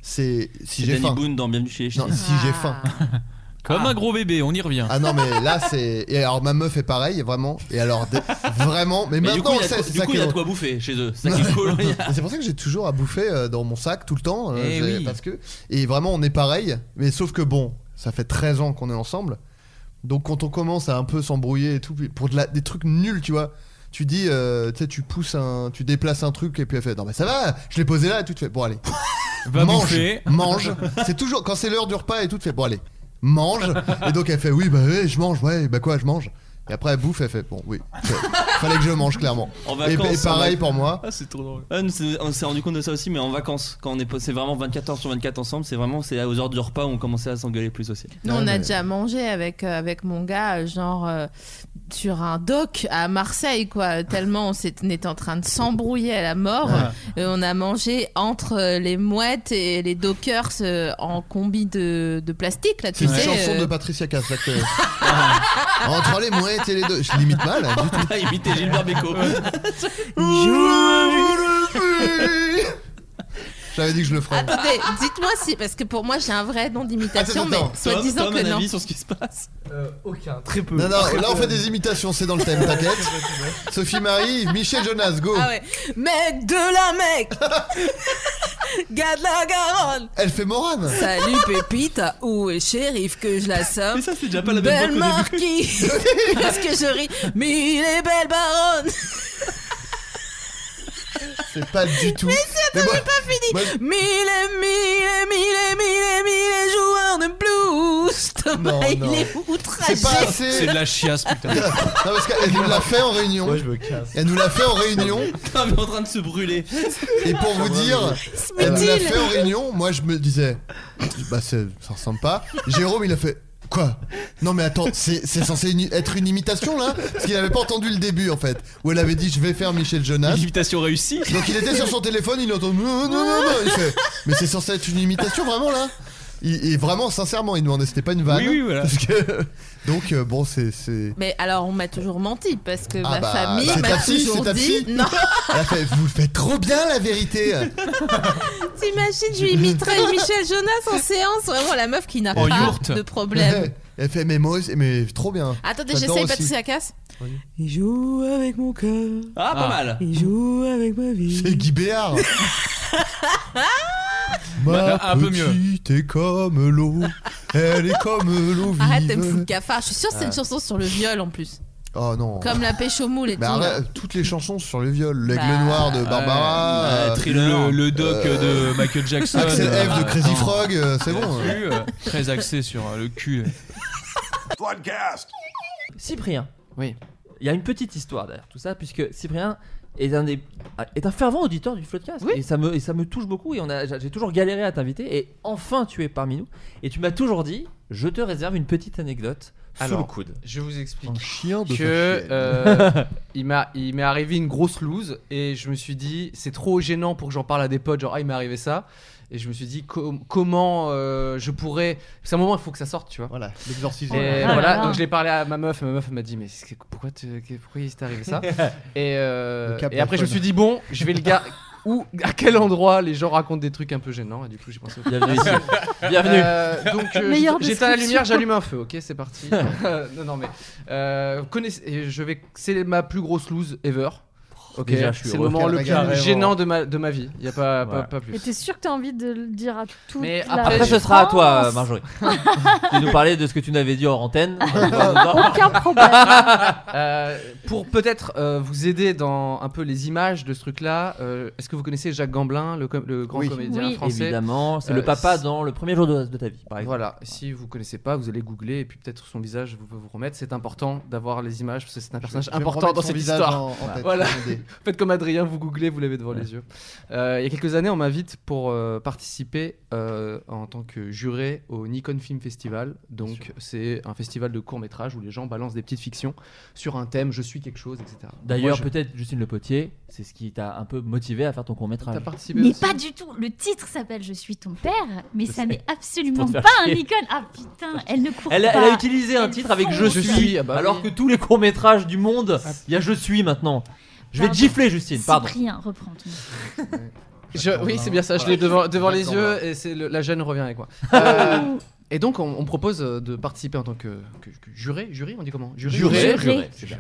S7: c'est si
S6: C'est
S7: j'ai
S6: Danny
S7: faim.
S6: Boone dans Bienvenue chez les
S7: Non,
S6: Ch'tis.
S7: si j'ai faim.
S31: Ah.
S5: Comme un gros bébé, on y revient.
S7: Ah non mais là c'est et alors ma meuf est pareille vraiment et alors des- vraiment mais,
S6: Mais du coup, il
S7: maintenant
S6: y a
S7: on sait,
S6: quoi-
S7: c'est
S6: du
S7: ça
S6: coup,
S7: qui
S6: il y
S7: est
S6: a de
S7: drôle.
S6: quoi bouffer chez eux. C'est ça qui est cool. Il y a-
S7: Et c'est pour ça que j'ai toujours à bouffer euh, dans mon sac tout le temps. euh,
S6: Eh
S7: j'ai-
S6: oui.
S7: Parce que et vraiment on est pareil, mais sauf que bon, ça fait 13 ans qu'on est ensemble. Donc quand on commence à un peu s'embrouiller et tout puis pour de la- des trucs nuls, tu vois. Tu dis, euh, tu sais, tu pousses un, tu déplaces un truc et puis elle fait, non mais ça va, je l'ai posé là et tout te fait, bon allez,
S5: Va
S7: mange,
S5: bouffer.
S7: mange. C'est toujours quand c'est l'heure du repas et tout te fait, bon allez, mange. Et donc elle fait, oui bah ouais, je mange, ouais bah quoi, je mange. Et après elle bouffe, elle fait, bon oui, fallait que je mange clairement.
S6: En
S7: Et-
S6: vacances,
S7: et pareil
S6: en vac-
S7: pour moi.
S5: Ah, c'est trop drôle.
S6: Ah, nous, c'est- on s'est rendu compte de ça aussi, mais en vacances, quand on est, pas- c'est vraiment 24 heures sur 24 ensemble, c'est vraiment c'est aux heures du repas où on commençait à s'engueuler plus aussi.
S8: Nous, on a déjà mangé avec, euh, avec mon gars, euh, genre euh, sur un dock à Marseille, quoi. Tellement on s'est- on était en train de s'embrouiller à la mort. Et on a mangé entre euh, les mouettes et les dockers euh, en combi de, de plastique, là,
S7: C'est
S8: tu
S7: une
S8: sais.
S7: chanson
S8: euh.
S7: de Patricia Cass. là, que- Entre les mouettes et les deux. Je l'imite mal. hein, du tout.
S6: On a imité Gilbert Bécaud.
S8: euh.
S7: J'avais dit que je le ferais.
S8: Attendez, dites-moi si, parce que pour moi j'ai un vrai nom d'imitation, mais soit disant que non.
S6: ce qui se passe
S9: Euh, Aucun, très peu.
S7: Non, non,
S9: Très
S7: là on
S9: peu.
S7: fait des imitations, c'est dans le thème, t'inquiète. Sophie Marie, Michel Jonas, go.
S8: Ah ouais. Mec de la mec Gars de la Garonne
S7: Elle fait Morane.
S8: Salut Pépite, où est shérif que je la somme Mais
S6: ça c'est déjà pas la même
S8: Belle
S6: voix qu'au
S8: marquis Parce que je ris, mais il est belle baronne
S7: C'est pas du tout.
S8: Mais c'est
S7: Mais
S8: attends,
S7: moi-
S8: j'ai pas fini
S7: moi-
S8: Mille et mille et mille et mille et mille et joueurs de blues Thomas,
S5: Non,
S8: il
S5: non.
S8: est outragé
S7: C'est pas assez.
S5: C'est de la chiasse, putain.
S7: Non,
S1: Ah,
S7: parce qu'elle nous l'a fait en réunion.
S5: Ouais, je me casse.
S7: Elle nous l'a fait en réunion.
S6: Putain, mais en train de se brûler.
S7: Et pour vous dire, elle nous l'a fait en réunion. Moi, je me disais, bah, c'est- ça ressemble pas. Jérôme, il a fait. Quoi Non mais attends, c'est c'est censé une- être une imitation là Parce qu'il avait pas entendu le début en fait, où elle avait dit je vais faire Michel Jonas.
S5: L'imitation réussie.
S7: Donc il était sur son téléphone, il entend non non non non. Il fait, mais c'est censé être une imitation vraiment là Il- Et vraiment sincèrement, il nous en c'était pas une vanne.
S5: Oui, oui, voilà.
S7: Parce que- donc euh, bon c'est c'est.
S8: Mais alors on m'a toujours menti parce que
S7: Ah
S8: ma
S7: bah,
S8: famille
S7: c'est
S8: m'a
S7: ta psy,
S8: toujours
S7: c'est ta
S8: dit
S7: psy.
S8: non.
S7: Elle a fait vous faites trop bien la vérité.
S8: T'imagines, je lui imiterais Michel Jonas en séance, vraiment la meuf qui n'a
S7: En
S8: pas
S7: yourte.
S8: de problème.
S7: Ouais. Elle fait mais moi aussi- mais trop bien.
S8: Attendez,
S7: J'adore
S8: j'essaye,
S7: aussi.
S8: Patricia Cass.
S32: Il joue avec mon cœur.
S6: Ah, pas mal.
S32: Il joue avec ma vie.
S7: C'est Guy Béard. Ma
S5: Bah, un peu mieux.
S7: petite est comme l'eau, elle est comme l'eau vive.
S8: Arrête de me foutre le cafard. Je suis sûre que c'est une
S7: Ah.
S8: chanson sur le viol en plus.
S7: Oh non.
S8: Comme la pêche au moule et
S7: Mais
S8: tout. là.
S7: arrête, toutes les chansons sont sur le viol, l'aigle
S8: Bah.
S7: noir de Barbara,
S5: Ouais, le,
S7: euh,
S5: le doc
S7: euh,
S5: de Michael Jackson.
S7: Axel F de Crazy
S5: Attends.
S7: Frog, euh, c'est
S5: Bien
S7: bon. euh.
S5: sûr, euh, Très axé sur euh, le cul.
S6: Cyprien.
S31: Oui.
S6: Il y a une petite
S24: histoire derrière tout ça, puisque Cyprien est un, des- est un fervent auditeur du Floodcast. Et, ça me, et ça me touche beaucoup. Et on a, j'ai toujours galéré à t'inviter. Et enfin, tu es parmi nous. Et tu m'as toujours dit je te réserve une petite anecdote sous
S33: Alors,
S24: le coude.
S33: Je vous explique.
S7: chien
S24: de
S33: que
S24: sa chienne.
S33: euh, il m'a il m'est arrivé une grosse loose et je me suis dit c'est trop gênant pour que j'en parle à des potes genre ah il m'est arrivé ça et je me suis dit com- comment euh, je pourrais c'est un moment il faut que ça sorte tu vois
S7: voilà l'exorciser
S33: et
S5: Oh là
S33: voilà
S5: là.
S33: donc je l'ai parlé à ma meuf et ma meuf elle m'a dit mais c'est- pourquoi tu- que- pourquoi il t'est arrivé ça et euh,
S5: Le cap
S33: et après je me
S5: iPhone.
S33: suis dit bon je vais le gars où à quel endroit les gens racontent des trucs un peu gênants et du coup j'ai pensé au
S5: Bienvenue ici.
S33: Bienvenue. donc euh,
S5: Meilleure
S33: j'éteins la
S5: description.
S33: lumière j'allume un feu ok c'est parti non non mais euh, connaissez- et je vais c'est ma plus grosse lose ever Ok,
S5: Déjà, je suis
S33: c'est le
S5: heureux.
S33: moment
S5: Quel
S33: le
S5: régal.
S33: plus gênant de ma, de ma vie. Il y a pas, pas,
S5: Voilà.
S33: pas plus.
S34: Mais t'es sûr que t'as envie de le dire à tout
S33: Mais
S34: la
S33: après,
S24: Après, ce sera à toi, euh,
S34: France
S24: Marjorie. tu nous parlais de ce que tu nous avais dit hors antenne.
S34: Aucun problème.
S33: Euh, pour peut-être euh, vous aider dans un peu les images de ce truc-là, euh, est-ce que vous connaissez Jacques Gamblin, le, com- le grand comédien français
S24: Évidemment, c'est
S33: Euh,
S24: le papa
S33: si-
S24: dans le premier jour de, de ta vie, par exemple.
S33: Voilà, si vous connaissez pas, vous allez googler et puis peut-être son visage vous peut vous remettre. C'est important d'avoir les images parce que c'est un personnage
S7: je vais me
S33: important
S7: remettre
S33: dans
S7: son
S33: cette
S7: visage
S33: histoire.
S7: en- en tête,
S33: voilà.
S7: bonne idée.
S33: Faites comme Adrien, vous googlez, vous l'avez devant les yeux. Euh, il y a quelques années, on m'invite pour euh, participer euh, en tant que juré au Nikon Film Festival. Donc, c'est un festival de courts métrages où les gens balancent des petites fictions sur un thème, je suis quelque chose, etc.
S1: D'ailleurs,
S33: Moi, je-
S1: peut-être Justine Le Potier, c'est ce qui t'a un peu motivé à faire ton court métrage.
S33: T'as participé
S35: Mais pas du tout. Le titre s'appelle Je suis ton père, mais ça n'est absolument
S1: Pour te
S35: pas
S1: faire
S35: un
S1: chier.
S35: Nikon. Ah putain, elle ne court
S1: Elle a,
S35: pas.
S1: elle
S2: Bah,
S1: a utilisé un titre avec Je suis,
S2: Ah
S33: Ah bah
S1: alors que tous les courts-métrages du monde, il y a Je suis maintenant. Je vais te
S35: Pardon.
S1: gifler, Justine, pardon.
S35: Cyprien, reprends ton.
S33: Je- Euh, oui, c'est bien ça, je l'ai devant, devant les
S1: bah.
S33: yeux et c'est le- la gêne revient avec moi. Euh, et donc, on, on propose euh, de participer en tant que, que- que juré, jury, on dit comment
S1: Juré. Juré.
S33: super.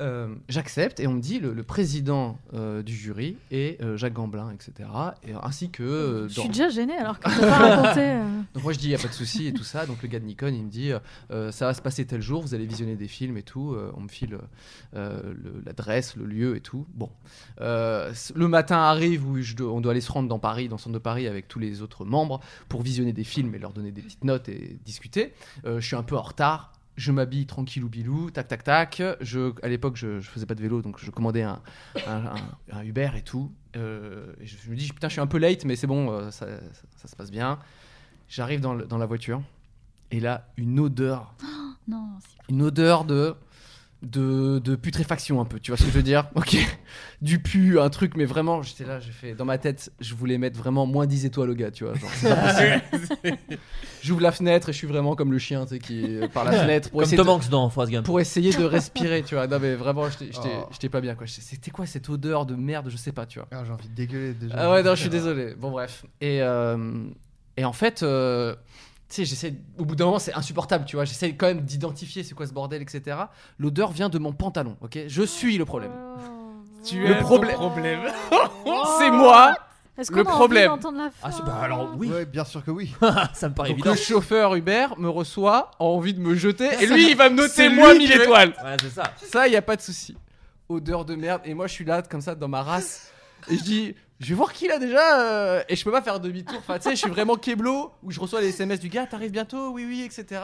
S33: Euh, J'accepte et on me dit le, le président euh, du jury est euh, Jacques Gamblin, etc. Et, ainsi que. euh,
S2: Je suis
S33: dans-
S2: déjà gênée alors que t'as pas raconté. euh.
S33: donc moi je dis il y a pas de souci et tout ça. Donc le gars de Nikon il me dit euh, euh, ça va se passer tel jour, vous allez visionner des films et tout. Euh, on me file euh, le- l'adresse, le lieu et tout. Bon, Euh, c- le matin arrive où je dois- on doit aller se rendre dans Paris, dans le centre de Paris avec tous les autres membres pour visionner des films et leur donner des petites notes et discuter. Euh, je suis un peu en retard. Je m'habille tranquillou bilou, tac tac tac. Je, à l'époque, je, je faisais pas de vélo, donc je commandais un, un- un- un Uber et tout. Euh, et je, je me dis putain, je suis un peu late, mais c'est bon, euh, ça, ça- ça se passe bien. J'arrive dans, le- dans la voiture et là, une odeur,
S35: Oh, Non, c'est
S33: une odeur de, de de putréfaction un peu. Tu vois ce que je veux dire Ok, du pu, un truc, mais vraiment, j'étais là, j'ai fait dans ma tête, je voulais mettre vraiment moins 10 étoiles au gars, tu vois. genre, c'est pas possible. J'ouvre la fenêtre et je suis vraiment comme le chien, tu sais, qui est par la fenêtre pour
S1: Comme
S33: essayer
S1: Tom
S33: de-
S1: Hanks dans Forrest Gump.
S33: pour essayer de respirer, tu vois. Non mais vraiment, j'étais- j'étais
S1: Oh.
S33: j'étais pas bien quoi. J'étais- C'était quoi cette odeur de merde, je sais pas, tu vois.
S7: Ah, j'ai envie de dégueuler déjà.
S33: Ah ouais, non, je suis désolé. Bon, bref. Et, euh, et en fait, euh, tu sais, j'essaie. Au bout d'un moment, c'est insupportable, tu vois. J'essaie quand même d'identifier c'est quoi ce bordel, etc. L'odeur vient de mon pantalon, ok Je suis le problème.
S15: Tu
S33: le
S15: es
S33: problème.
S15: ton problème.
S33: c'est moi.
S2: Oh Est-ce qu'on
S33: Le
S2: a envie
S33: problème.
S2: d'entendre la
S33: Ah,
S2: fin
S33: c'est- bah, alors, oui.
S7: bien sûr que oui.
S1: ça me paraît
S33: Donc,
S1: évident.
S33: Le chauffeur Uber me reçoit, a envie de me jeter, et
S1: Ça,
S33: lui,
S1: ça-
S33: il va me
S1: c'est
S33: noter moins
S1: lui
S33: 1000
S1: qui-
S33: étoiles.
S1: Voilà, c'est ça.
S33: Ça, il a pas de souci. Odeur de merde. Et moi, je suis là, comme ça, dans ma race. Et je dis, je vais voir qui là déjà. euh, Et je peux pas faire demi-tour. Enfin, tu sais, je suis vraiment Keblo, où je reçois les SMS du gars, t'arrives bientôt, oui, oui, etc.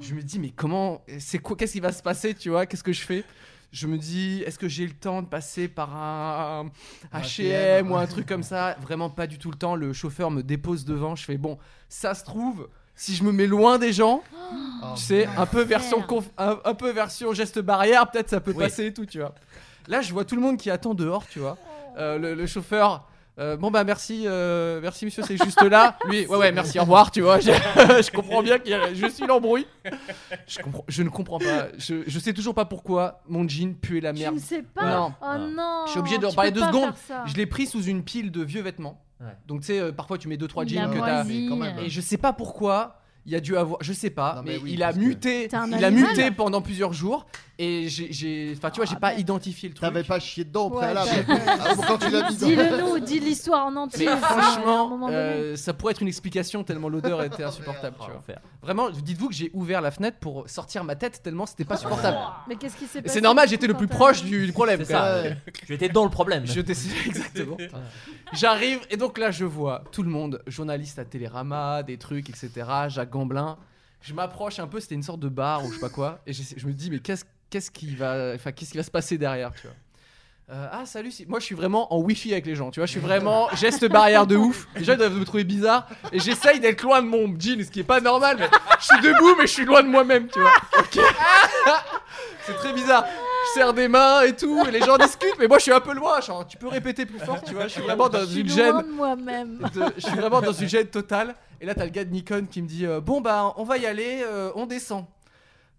S33: Je me dis, mais comment, c'est quoi, qu'est-ce qui va se passer, tu vois, qu'est-ce que je fais Je me dis, est-ce que j'ai le temps de passer par un
S1: Un
S33: HM ou un truc comme ça Vraiment pas du tout le temps. Le chauffeur me dépose devant. Je fais, bon, ça se trouve, si je me mets loin des gens,
S9: Ah, Oh,
S33: tu sais, un peu version conf- un, un peu version geste barrière, peut-être ça peut
S1: Oui.
S33: passer et tout, tu vois. Là, je vois tout le monde qui attend dehors, tu vois. Euh, le, le chauffeur. euh, bon bah merci, euh, merci monsieur, c'est juste là. Lui, ouais ouais, merci, au revoir, tu vois. Je, je comprends bien qu'il y a, je suis l'embrouille. Je, comprends- je ne comprends pas. Je, je sais toujours pas pourquoi mon jean puait la merde.
S2: ne sais pas
S33: Non.
S2: Oh non
S33: Je suis obligé de
S2: tu
S33: leur parler
S2: peux
S33: deux
S2: pas
S33: secondes.
S2: faire ça.
S33: Je l'ai pris sous une pile de vieux vêtements. Donc tu sais, euh, parfois tu mets deux trois
S2: Il
S33: jeans
S2: a
S33: que t'as.
S2: moisi. Mais quand même.
S33: Et je sais pas pourquoi. Il a dû avoir, je sais pas, mais, il a muté,
S2: T'es un
S33: il a
S2: animal. Ah,
S33: muté pendant plusieurs jours et j'ai- j'ai, enfin tu vois, j'ai pas identifié le truc. T'avais pas chié dedans au
S7: préalable. Ah, bon, quand tu l'as mis dans-
S2: Dis-le nous, dis l'histoire en entier.
S33: Mais
S35: Ah,
S2: ça, à un
S33: franchement,
S2: moment donné.
S33: euh, ça pourrait être une explication tellement l'odeur était insupportable. tu vois. Vraiment, dites-vous que j'ai ouvert la fenêtre pour sortir ma tête tellement c'était pas supportable.
S2: Mais qu'est-ce qui s'est
S33: Et
S2: passé
S33: C'est normal, j'étais le plus
S2: quand t'as-
S33: proche du, du problème.
S1: C'est
S33: quoi.
S1: ça.
S33: Ouais.
S1: Tu étais dans le problème.
S33: Je décide exactement. J'arrive et donc là je vois tout le monde, journaliste à Télérama, des trucs, etc. Jacques Gamblin. Je m'approche un peu, c'était une sorte de bar ou je sais pas quoi. Et j'essa- je me dis mais qu'est-ce qu'est-ce qui va, enfin qu'est-ce qui va se passer derrière, tu vois. Euh, ah salut, si- moi je suis vraiment en wifi avec les gens, tu vois, je suis vraiment geste barrière de ouf. Les gens ils doivent me trouver bizarre et j'essaye d'être loin de mon jean, ce qui est pas normal, mais je suis debout mais je suis loin de moi-même, tu vois. Ok. C'est très bizarre. Je serre des mains et tout, et les gens discutent, mais moi je suis un peu loin, genre tu peux répéter plus fort, tu vois, je suis vraiment dans
S2: Je suis
S33: une
S2: loin
S33: gêne.
S2: de moi-même.
S33: de- je suis vraiment dans une gêne totale. Et là, t'as le gars de Nikon qui me dit euh, Bon, bah, on va y aller, euh, on descend.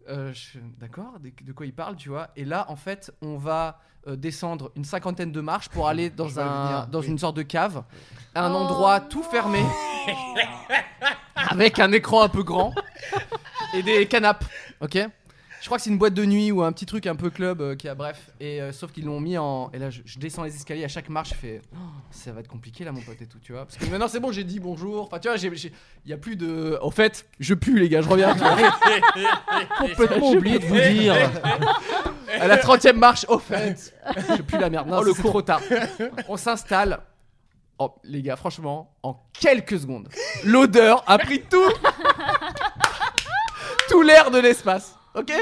S33: Euh, je fais, D'accord, de, de quoi il parle, tu vois. Et là, en fait, on va euh, descendre une cinquantaine de marches pour aller dans,
S7: vois le
S33: un,
S7: venir,
S33: dans
S7: oui.
S33: une sorte de cave, à un
S7: Oh
S33: endroit tout fermé, avec un écran un peu grand et des canapes, ok je crois que c'est une boîte de nuit ou un petit truc un peu club euh, qui a bref. Et euh, sauf qu'ils l'ont mis en. Et là, je, je descends les escaliers à chaque marche. Je fais. Oh, ça va être compliqué là, mon pote et tout, tu vois. Parce que maintenant, c'est bon, j'ai dit bonjour. Enfin, tu vois, j'ai- j'ai- il y a plus de. Au fait, je pue, les gars, je reviens. tu vois.
S1: Complètement oublié de vous dire.
S33: à la 30 e marche, au fait, Oh, je pue la merde. Non, c'est trop tard. On s'installe. Oh, les gars, franchement, en quelques secondes, l'odeur a pris tout tout l'air de l'espace. Ok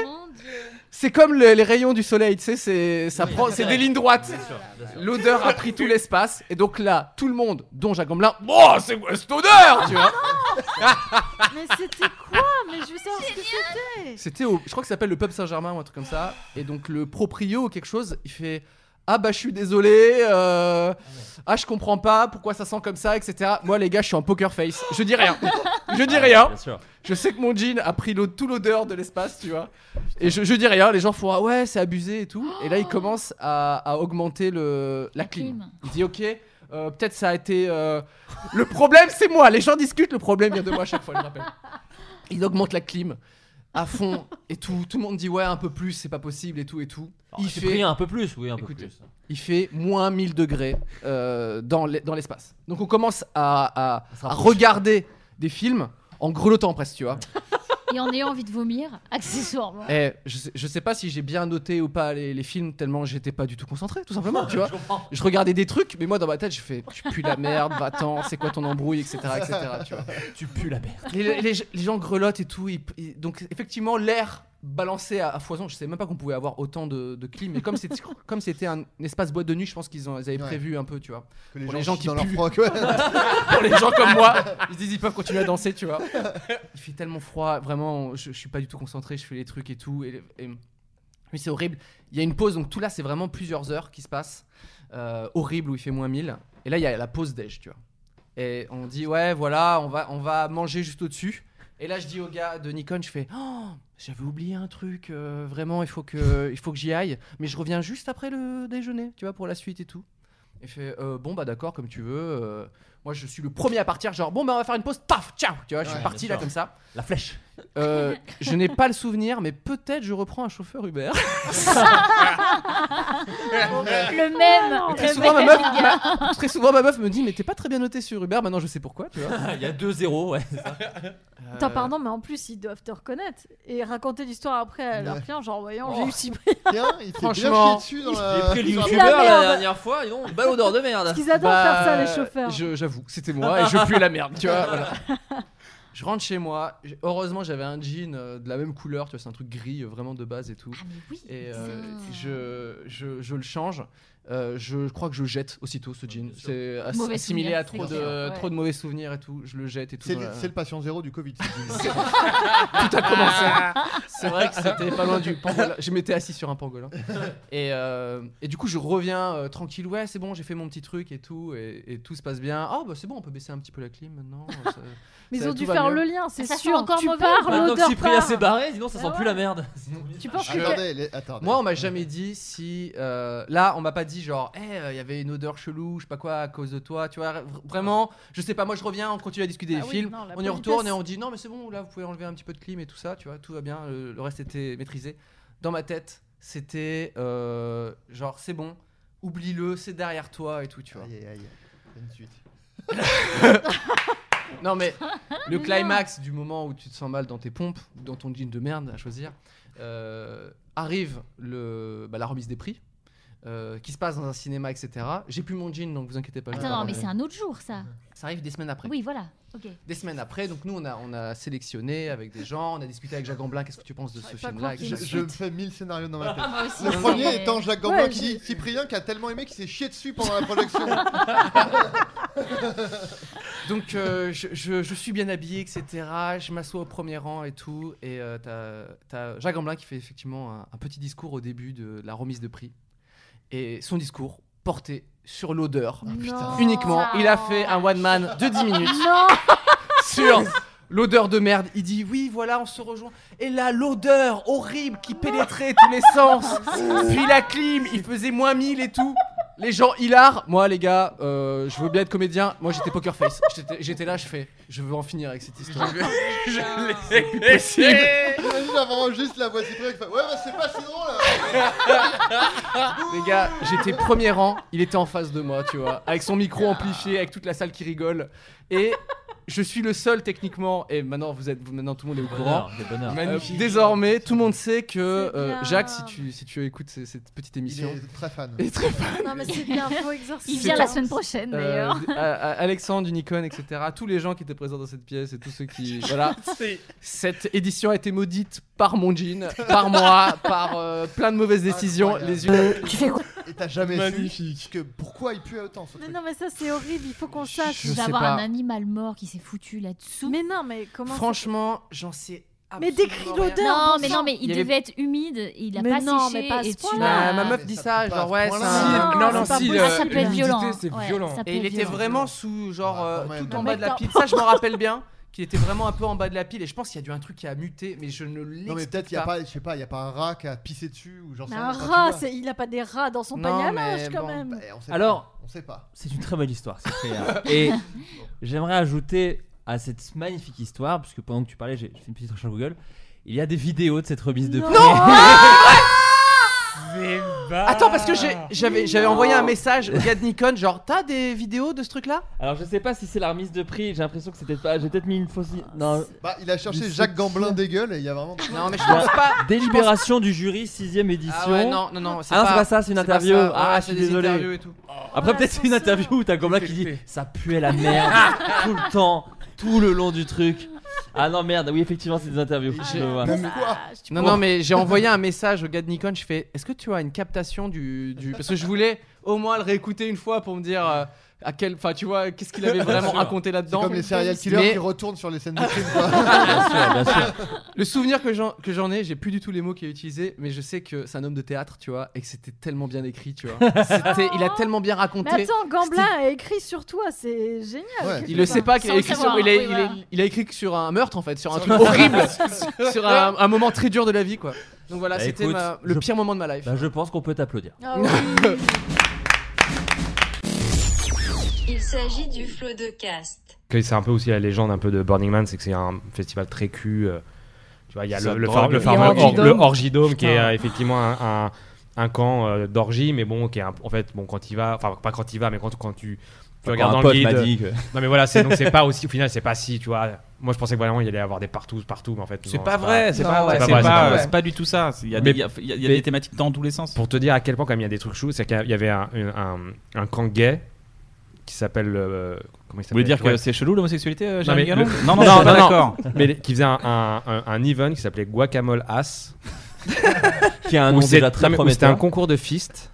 S33: C'est comme le- les rayons du soleil, tu sais, c'est ça prend, c'est
S13: vrai.
S33: des lignes droites. L'odeur a pris tout l'espace et donc là, tout le monde, dont Jacques Gamblin, oh, c'est quoi cette odeur, tu vois
S2: Mais c'était quoi Mais je veux savoir ce que c'était.
S33: C'était au, je crois que ça s'appelle le pub Saint-Germain ou un truc comme ça. Et donc le proprio ou quelque chose, il fait ah bah je suis désolé, euh, ah je comprends pas pourquoi ça sent comme ça, etc. Moi les gars, je suis en poker face, je dis rien, je dis rien.
S1: Bien sûr.
S33: Je sais que mon jean a pris l'eau- tout l'odeur de l'espace, tu vois. Et je, je dis rien, les gens font ah ouais c'est abusé et tout. Et là il commence à, à augmenter le la clim. Il dit ok. euh, Peut-être ça a été. euh, Le problème, c'est moi. Les gens discutent. Le problème vient de moi à chaque fois. Je le rappelle. Il augmente la clim à fond et tout. Tout le monde dit ouais, un peu plus, c'est pas possible et tout et tout.
S6: Oh,
S33: Il
S1: c'est
S33: fait
S1: pris un peu plus, oui, un peu plus.
S33: Il fait moins 1000 degrés euh, dans l'e- dans l'espace. Donc on commence à, à- à regarder des films en grelottant presque, tu vois.
S35: Et en ayant envie de vomir, accessoirement.
S33: Eh, je, sais, je sais pas si j'ai bien noté ou pas les, les films tellement j'étais pas du tout concentré, tout simplement, tu vois. Je regardais des trucs, mais moi dans ma tête, je fais tu pues la merde, va-t'en, c'est quoi ton embrouille, etc. etc. tu vois.
S1: Tu pues la merde.
S33: Les, les- les gens grelottent et tout. ils- ils- donc, effectivement, l'air balancé à, à foison. Je sais même pas qu'on pouvait avoir autant de, de clim. Mais comme c'était, comme c'était un espace boîte de nuit, je pense qu'ils ont- ils avaient
S7: Ouais.
S33: prévu un peu, tu vois.
S7: Que les
S33: Pour
S7: gens chient dans
S33: qui puent.
S7: leur froc, ouais.
S33: Pour les gens comme moi, ils se disent ils peuvent continuer à danser, tu vois. Il fait tellement froid, vraiment, je, je suis pas du tout concentré. Je fais les trucs et tout. Et, et- mais c'est horrible. Il y a une pause, donc tout là, c'est vraiment plusieurs heures qui se passent. euh, horrible où il fait moins 1000. Et là, il y a la pause déj, tu vois. Et on dit, ouais, voilà, on va, on va manger juste au-dessus. Et là, je dis au gars de Nikon, je fais, oh, j'avais oublié un truc, euh, vraiment, il faut que, il faut que j'y aille. Mais je reviens juste après le déjeuner, tu vois, pour la suite et tout. Et il fait, Euh, bon, bah d'accord, comme tu veux. euh, moi, je suis le premier à partir, genre, bon, bah on va faire une pause, paf, ciao, tu vois, je suis
S1: Ouais,
S33: parti
S1: bien sûr.
S33: là comme ça.
S1: La flèche.
S33: Euh, je n'ai pas le souvenir, mais peut-être je reprends un chauffeur Uber.
S35: le
S2: Euh.
S35: même.
S33: Et très,
S35: le
S33: souvent, ma
S35: même,
S33: meuf,
S35: les gars.
S33: ma- très souvent, ma meuf me dit Mais t'es pas très bien noté sur Uber, maintenant je sais pourquoi, tu vois. Euh,
S1: Il y a 2-0, ouais, c'est ça.
S2: Attends, pardon, mais en plus, ils doivent te reconnaître et raconter l'histoire après à leurs
S33: Ouais.
S2: clients, genre, voyons,
S33: Oh.
S2: j'ai eu si bien.
S33: Franchement,
S1: J'ai pris le
S2: dans la
S1: youtubeur la,
S2: merde.
S1: dernière fois, ils ont une belle odeur de merde.
S2: Parce qu'ils adorent faire ça, les chauffeurs.
S33: Bah, je- J'avoue, c'était moi et je puais la merde, tu vois. voilà. Je rentre chez moi. j'- Heureusement, j'avais un jean euh, de la même couleur, tu vois, c'est un truc gris euh, vraiment de base et tout.
S2: Ah,
S33: et euh, je, je, je le change. Euh, je crois que je jette aussitôt ce jean. C'est ass-
S7: Mauvais
S33: assimilé
S7: souvenir,
S33: à trop
S7: c'est
S33: de,
S7: sûr, ouais.
S33: trop de mauvais souvenirs et tout. Je le jette et tout.
S7: C'est
S33: dans
S7: le,
S33: la-
S7: c'est le patient zéro du Covid.
S33: tout a commencé. C'est vrai que c'était pas loin du pangolin. Je m'étais assis sur un pangolin. Et, euh, et du coup, je reviens euh, tranquille. Ouais, c'est bon, j'ai fait mon petit truc et tout. Et, et tout se passe bien. Ah, bah c'est bon, on peut baisser un petit peu la clim maintenant. ça-
S2: Mais
S33: ça-
S2: ils ont
S33: tout
S2: dû
S33: va
S2: faire
S33: mieux.
S2: le lien, c'est
S35: Ça sent
S2: sûr.
S35: encore
S2: tu
S35: mauvais.
S2: pars,
S1: Maintenant que
S2: l'odeur
S1: Cyprien
S2: part. Bah
S1: s'est barré, sinon ça sent plus la merde.
S2: Tu penses que...
S7: Attendez, les- attendez.
S33: Moi, on m'a jamais dit si. euh, là, on m'a pas dit genre, Eh, euh, il y avait une odeur chelou, je sais pas quoi, à cause de toi. Tu vois, v- vraiment, je sais pas, moi je reviens, on continue à discuter
S2: Ah
S1: Bah
S33: des
S1: oui,
S33: films.
S1: non, la
S33: on y
S1: politesse.
S33: retourne et on dit non, mais c'est bon, là vous pouvez enlever un petit peu de clim et tout ça, tu vois, tout va bien, le, le reste était maîtrisé. Dans ma tête, c'était euh, genre, c'est bon, oublie-le, c'est derrière toi et tout, tu vois. Non mais le
S7: Mais
S33: climax du moment où tu te sens mal dans tes pompes, dans ton jean de merde à choisir, euh, arrive le, bah, la remise des prix. euh, qui se passe dans un cinéma, etc. J'ai plus mon jean, donc vous inquiétez pas. je vais
S35: Attends,
S33: pas
S35: non, mais
S33: revenir.
S35: c'est un autre jour, ça.
S33: Ça arrive des semaines après.
S35: Oui, voilà. Ok.
S33: Des semaines après, donc nous on a, on a sélectionné avec des gens, on a discuté avec Jacques Gamblin, qu'est-ce que tu penses de ce film-là
S7: Je,
S33: etc.
S7: je me fais mille scénarios dans ma
S35: Ah,
S7: tête.
S33: Moi aussi,
S7: le
S35: hein,
S33: c'est
S7: premier
S33: vrai.
S7: étant Jacques Gamblin
S33: Ouais,
S7: qui
S33: j'ai-
S7: dit Cyprien qui a tellement aimé qu'il s'est chié dessus pendant la projection.
S33: Donc euh, je, je- je suis bien habillé, etc. Je m'assois au premier rang et tout. Et euh, t'as- t'as Jacques Gamblin qui fait effectivement un, un petit discours au début de la remise de prix. Et son discours porté sur l'odeur. Uniquement, il a fait un one man de 10 minutes. sur l'odeur de merde. Il dit oui, voilà, on se rejoint. Et là, l'odeur horrible qui pénétrait tous les sens. Puis la clim, il faisait moins 1000 et tout. Les gens hilar, moi les gars, euh, je veux bien être comédien. Moi j'étais poker face. J'étais- J'étais là, je fais, je veux en finir avec cette histoire. C'est plus possible.
S7: J'imagine vraiment juste la voix de Cyprien qui fait Ouais, bah c'est pas si drôle hein. là
S33: Les gars, j'étais premier rang, il était en face de moi, tu vois, avec son micro amplifié, avec toute la salle qui rigole. Et je suis le seul techniquement, et maintenant vous êtes, vous- maintenant tout le monde est au courant.
S1: Bonheur, le bonheur.
S33: Euh,
S1: Magnifique.
S33: désormais, tout le monde sait que euh,
S2: bien.
S33: Jacques, si tu, si tu écoutes ces- cette petite émission,
S7: est très fan.
S33: Est très fan.
S2: Non, mais c'est bien, faut exorciser.
S35: Il vient la semaine prochaine,
S33: Euh,
S35: d'ailleurs.
S33: d- à- à- Alexandre, Unicorn, etc. Tous les gens qui étaient présents dans cette pièce et tous ceux qui. Voilà. cette édition a été maudite par mon jean, par moi, par euh, plein de mauvaises décisions. Les unes.
S7: Euh, Tu fais quoi Et t'as jamais
S33: Magnifique.
S7: su que pourquoi il pue autant ce
S2: Mais
S7: truc.
S2: non, mais ça c'est horrible, il faut qu'on sache.
S33: je sais
S35: D'avoir
S33: pas.
S35: un animal mort qui s'est foutu là-dessous.
S2: Mais non, mais comment.
S33: Franchement, j'en sais.
S2: Mais décris l'odeur.
S35: Non,
S2: bon
S35: mais
S2: sang.
S35: non, mais il,
S33: Il y avait-
S35: devait être humide, et il a
S2: Mais
S35: pas
S2: non,
S35: séché.
S2: mais pas à ce
S35: et tu
S2: point-là.
S35: l'as-
S33: Ma, ma meuf dit ça, genre ouais, c'est un-
S35: Non, c'est pas
S7: euh,
S35: possible. Ah, ça peut être violent.
S33: c'est
S35: Ouais,
S33: violent.
S35: ça peut
S33: Et il
S35: être
S33: était
S35: violent.
S33: vraiment sous,
S7: Ah,
S33: genre, euh, tout en
S35: Mais
S33: bas de la
S35: t'as-
S33: pile. Ça, je m'en rappelle bien, qu'il était vraiment un peu en bas de la pile. Et je pense qu'il y a dû un truc qui a muté, mais je ne l'explique
S7: Non mais peut-être il y a pas, je sais pas, il y a pas un rat qui a pissé dessus ou genre.
S2: Mais
S7: ça,
S2: un
S7: enfin, tu
S2: rat,
S7: vois.
S2: c'est- il a pas des rats dans son
S7: Non,
S2: panier à
S7: mais
S2: linge quand
S7: bon,
S2: même.
S7: bah, on sait pas.
S28: Alors,
S7: on sait pas.
S28: C'est une très belle histoire, c'est très, euh, Et j'aimerais ajouter à cette magnifique histoire, puisque pendant que tu parlais, j'ai j'ai fait une petite recherche Google. Il y a des vidéos de cette remise de
S33: Non.
S28: prix. Bah
S33: Attends, parce que j'ai- j'avais j'avais envoyé un message au gars de Nikon, genre, t'as des vidéos de ce truc-là
S28: Alors je sais pas si c'est la remise de prix, j'ai l'impression que c'était pas. J'ai peut-être mis une fausse. Non.
S7: Bah, il a cherché Jacques Gamblin des gueules et il y a vraiment.
S33: Non mais je
S28: Il y a
S33: pense pas.
S28: Délibération du jury, 6ème édition.
S33: Ah ouais, non, non, non, c'est
S28: Ah
S33: pas-
S28: c'est pas ça, c'est une
S33: c'est pas
S28: interview.
S33: ça.
S28: Ah,
S33: Ouais,
S28: je suis
S33: c'est des
S28: désolé.
S33: interviews et tout.
S28: Après, peut-être c'est une interview où t'as Gomblin qui dit ça puait la merde tout le temps, tout le long du truc. Ah non, merde, oui, effectivement, c'est des interviews.
S6: Ah,
S28: Je vois. Bah,
S33: Non, non, mais j'ai envoyé un message au gars de Nikon. Je fais Est-ce que tu as une captation du, du- Parce que je voulais au moins le réécouter une fois pour me dire euh, à quel. Enfin, tu vois, qu'est-ce qu'il avait vraiment
S7: Sûr.
S33: raconté là-dedans.
S7: C'est comme les serial killers
S33: Mais-
S7: qui retournent sur les scènes de crime. quoi.
S33: Bien sûr, bien sûr. Le souvenir que j'en, que j'en ai, j'ai plus du tout les mots qu'il a utilisés, mais je sais que c'est un homme de théâtre, tu vois, et que c'était tellement bien écrit, tu vois. C'était- il a tellement bien raconté.
S2: Mais attends, Gamblin a écrit sur toi, Ah, c'est génial. quelque
S33: Il le
S2: part.
S33: sait pas qu'il a écrit sur, il, a, il a- il a écrit que sur un meurtre en fait, sur un truc horrible, sur un, un moment très dur de la vie quoi. Donc voilà,
S28: Bah,
S33: c'était
S28: écoute,
S33: ma- le
S28: je-
S33: pire moment de ma life.
S28: Bah, je pense qu'on peut t'applaudir.
S17: Ah
S10: Il s'agit du flot de cast.
S4: que c'est un peu aussi la légende un peu de Burning Man, c'est que c'est un festival très cul. euh, tu vois, il y a
S12: Ça
S4: le, le,
S12: drogue.
S4: fameux-
S12: Et
S4: le fameux or-
S12: Orgidome.
S4: le Orgidome qui est
S12: Putain.
S15: Ah,
S4: euh, effectivement un, un- un camp euh, d'orgie, mais bon, qui est un- en fait, bon, quand il va, enfin, pas quand il va, mais quand, quand tu, tu
S12: Enfin,
S4: regardes
S12: quand
S4: dans
S12: un
S4: le
S12: pote
S4: guide.
S12: m'a
S4: euh,
S12: dit que-
S4: Non, mais voilà, c'est donc c'est pas aussi, au final, c'est pas si, tu vois. Moi, je pensais que vraiment il y allait y avoir des partout, partout, mais en fait.
S12: C'est
S4: non,
S12: pas vrai, c'est pas vrai,
S4: C'est
S12: c'est
S4: pas,
S12: pas
S4: euh,
S12: vrai.
S4: c'est pas du tout ça. Il y a,
S12: Mais-
S4: des, il y a- il y a
S12: mais-
S4: des thématiques dans tous les sens. Pour te dire à quel point, quand même, il y a des trucs chou, c'est qu'il y avait un, un, camp gay qui s'appelle. euh, comment il
S12: Vous voulez dire que c'est chelou l'homosexualité, euh,
S4: non, mais
S12: Jérémy Gallon
S4: le-
S12: Non, non, je suis pas d'accord.
S4: Mais les- qui faisait un, un, un- un event qui s'appelait Guacamole As.
S28: Qui a un
S4: Où
S28: nom
S4: c'est-
S28: déjà très
S4: non, mais où C'était
S28: prometteur.
S4: un concours de fist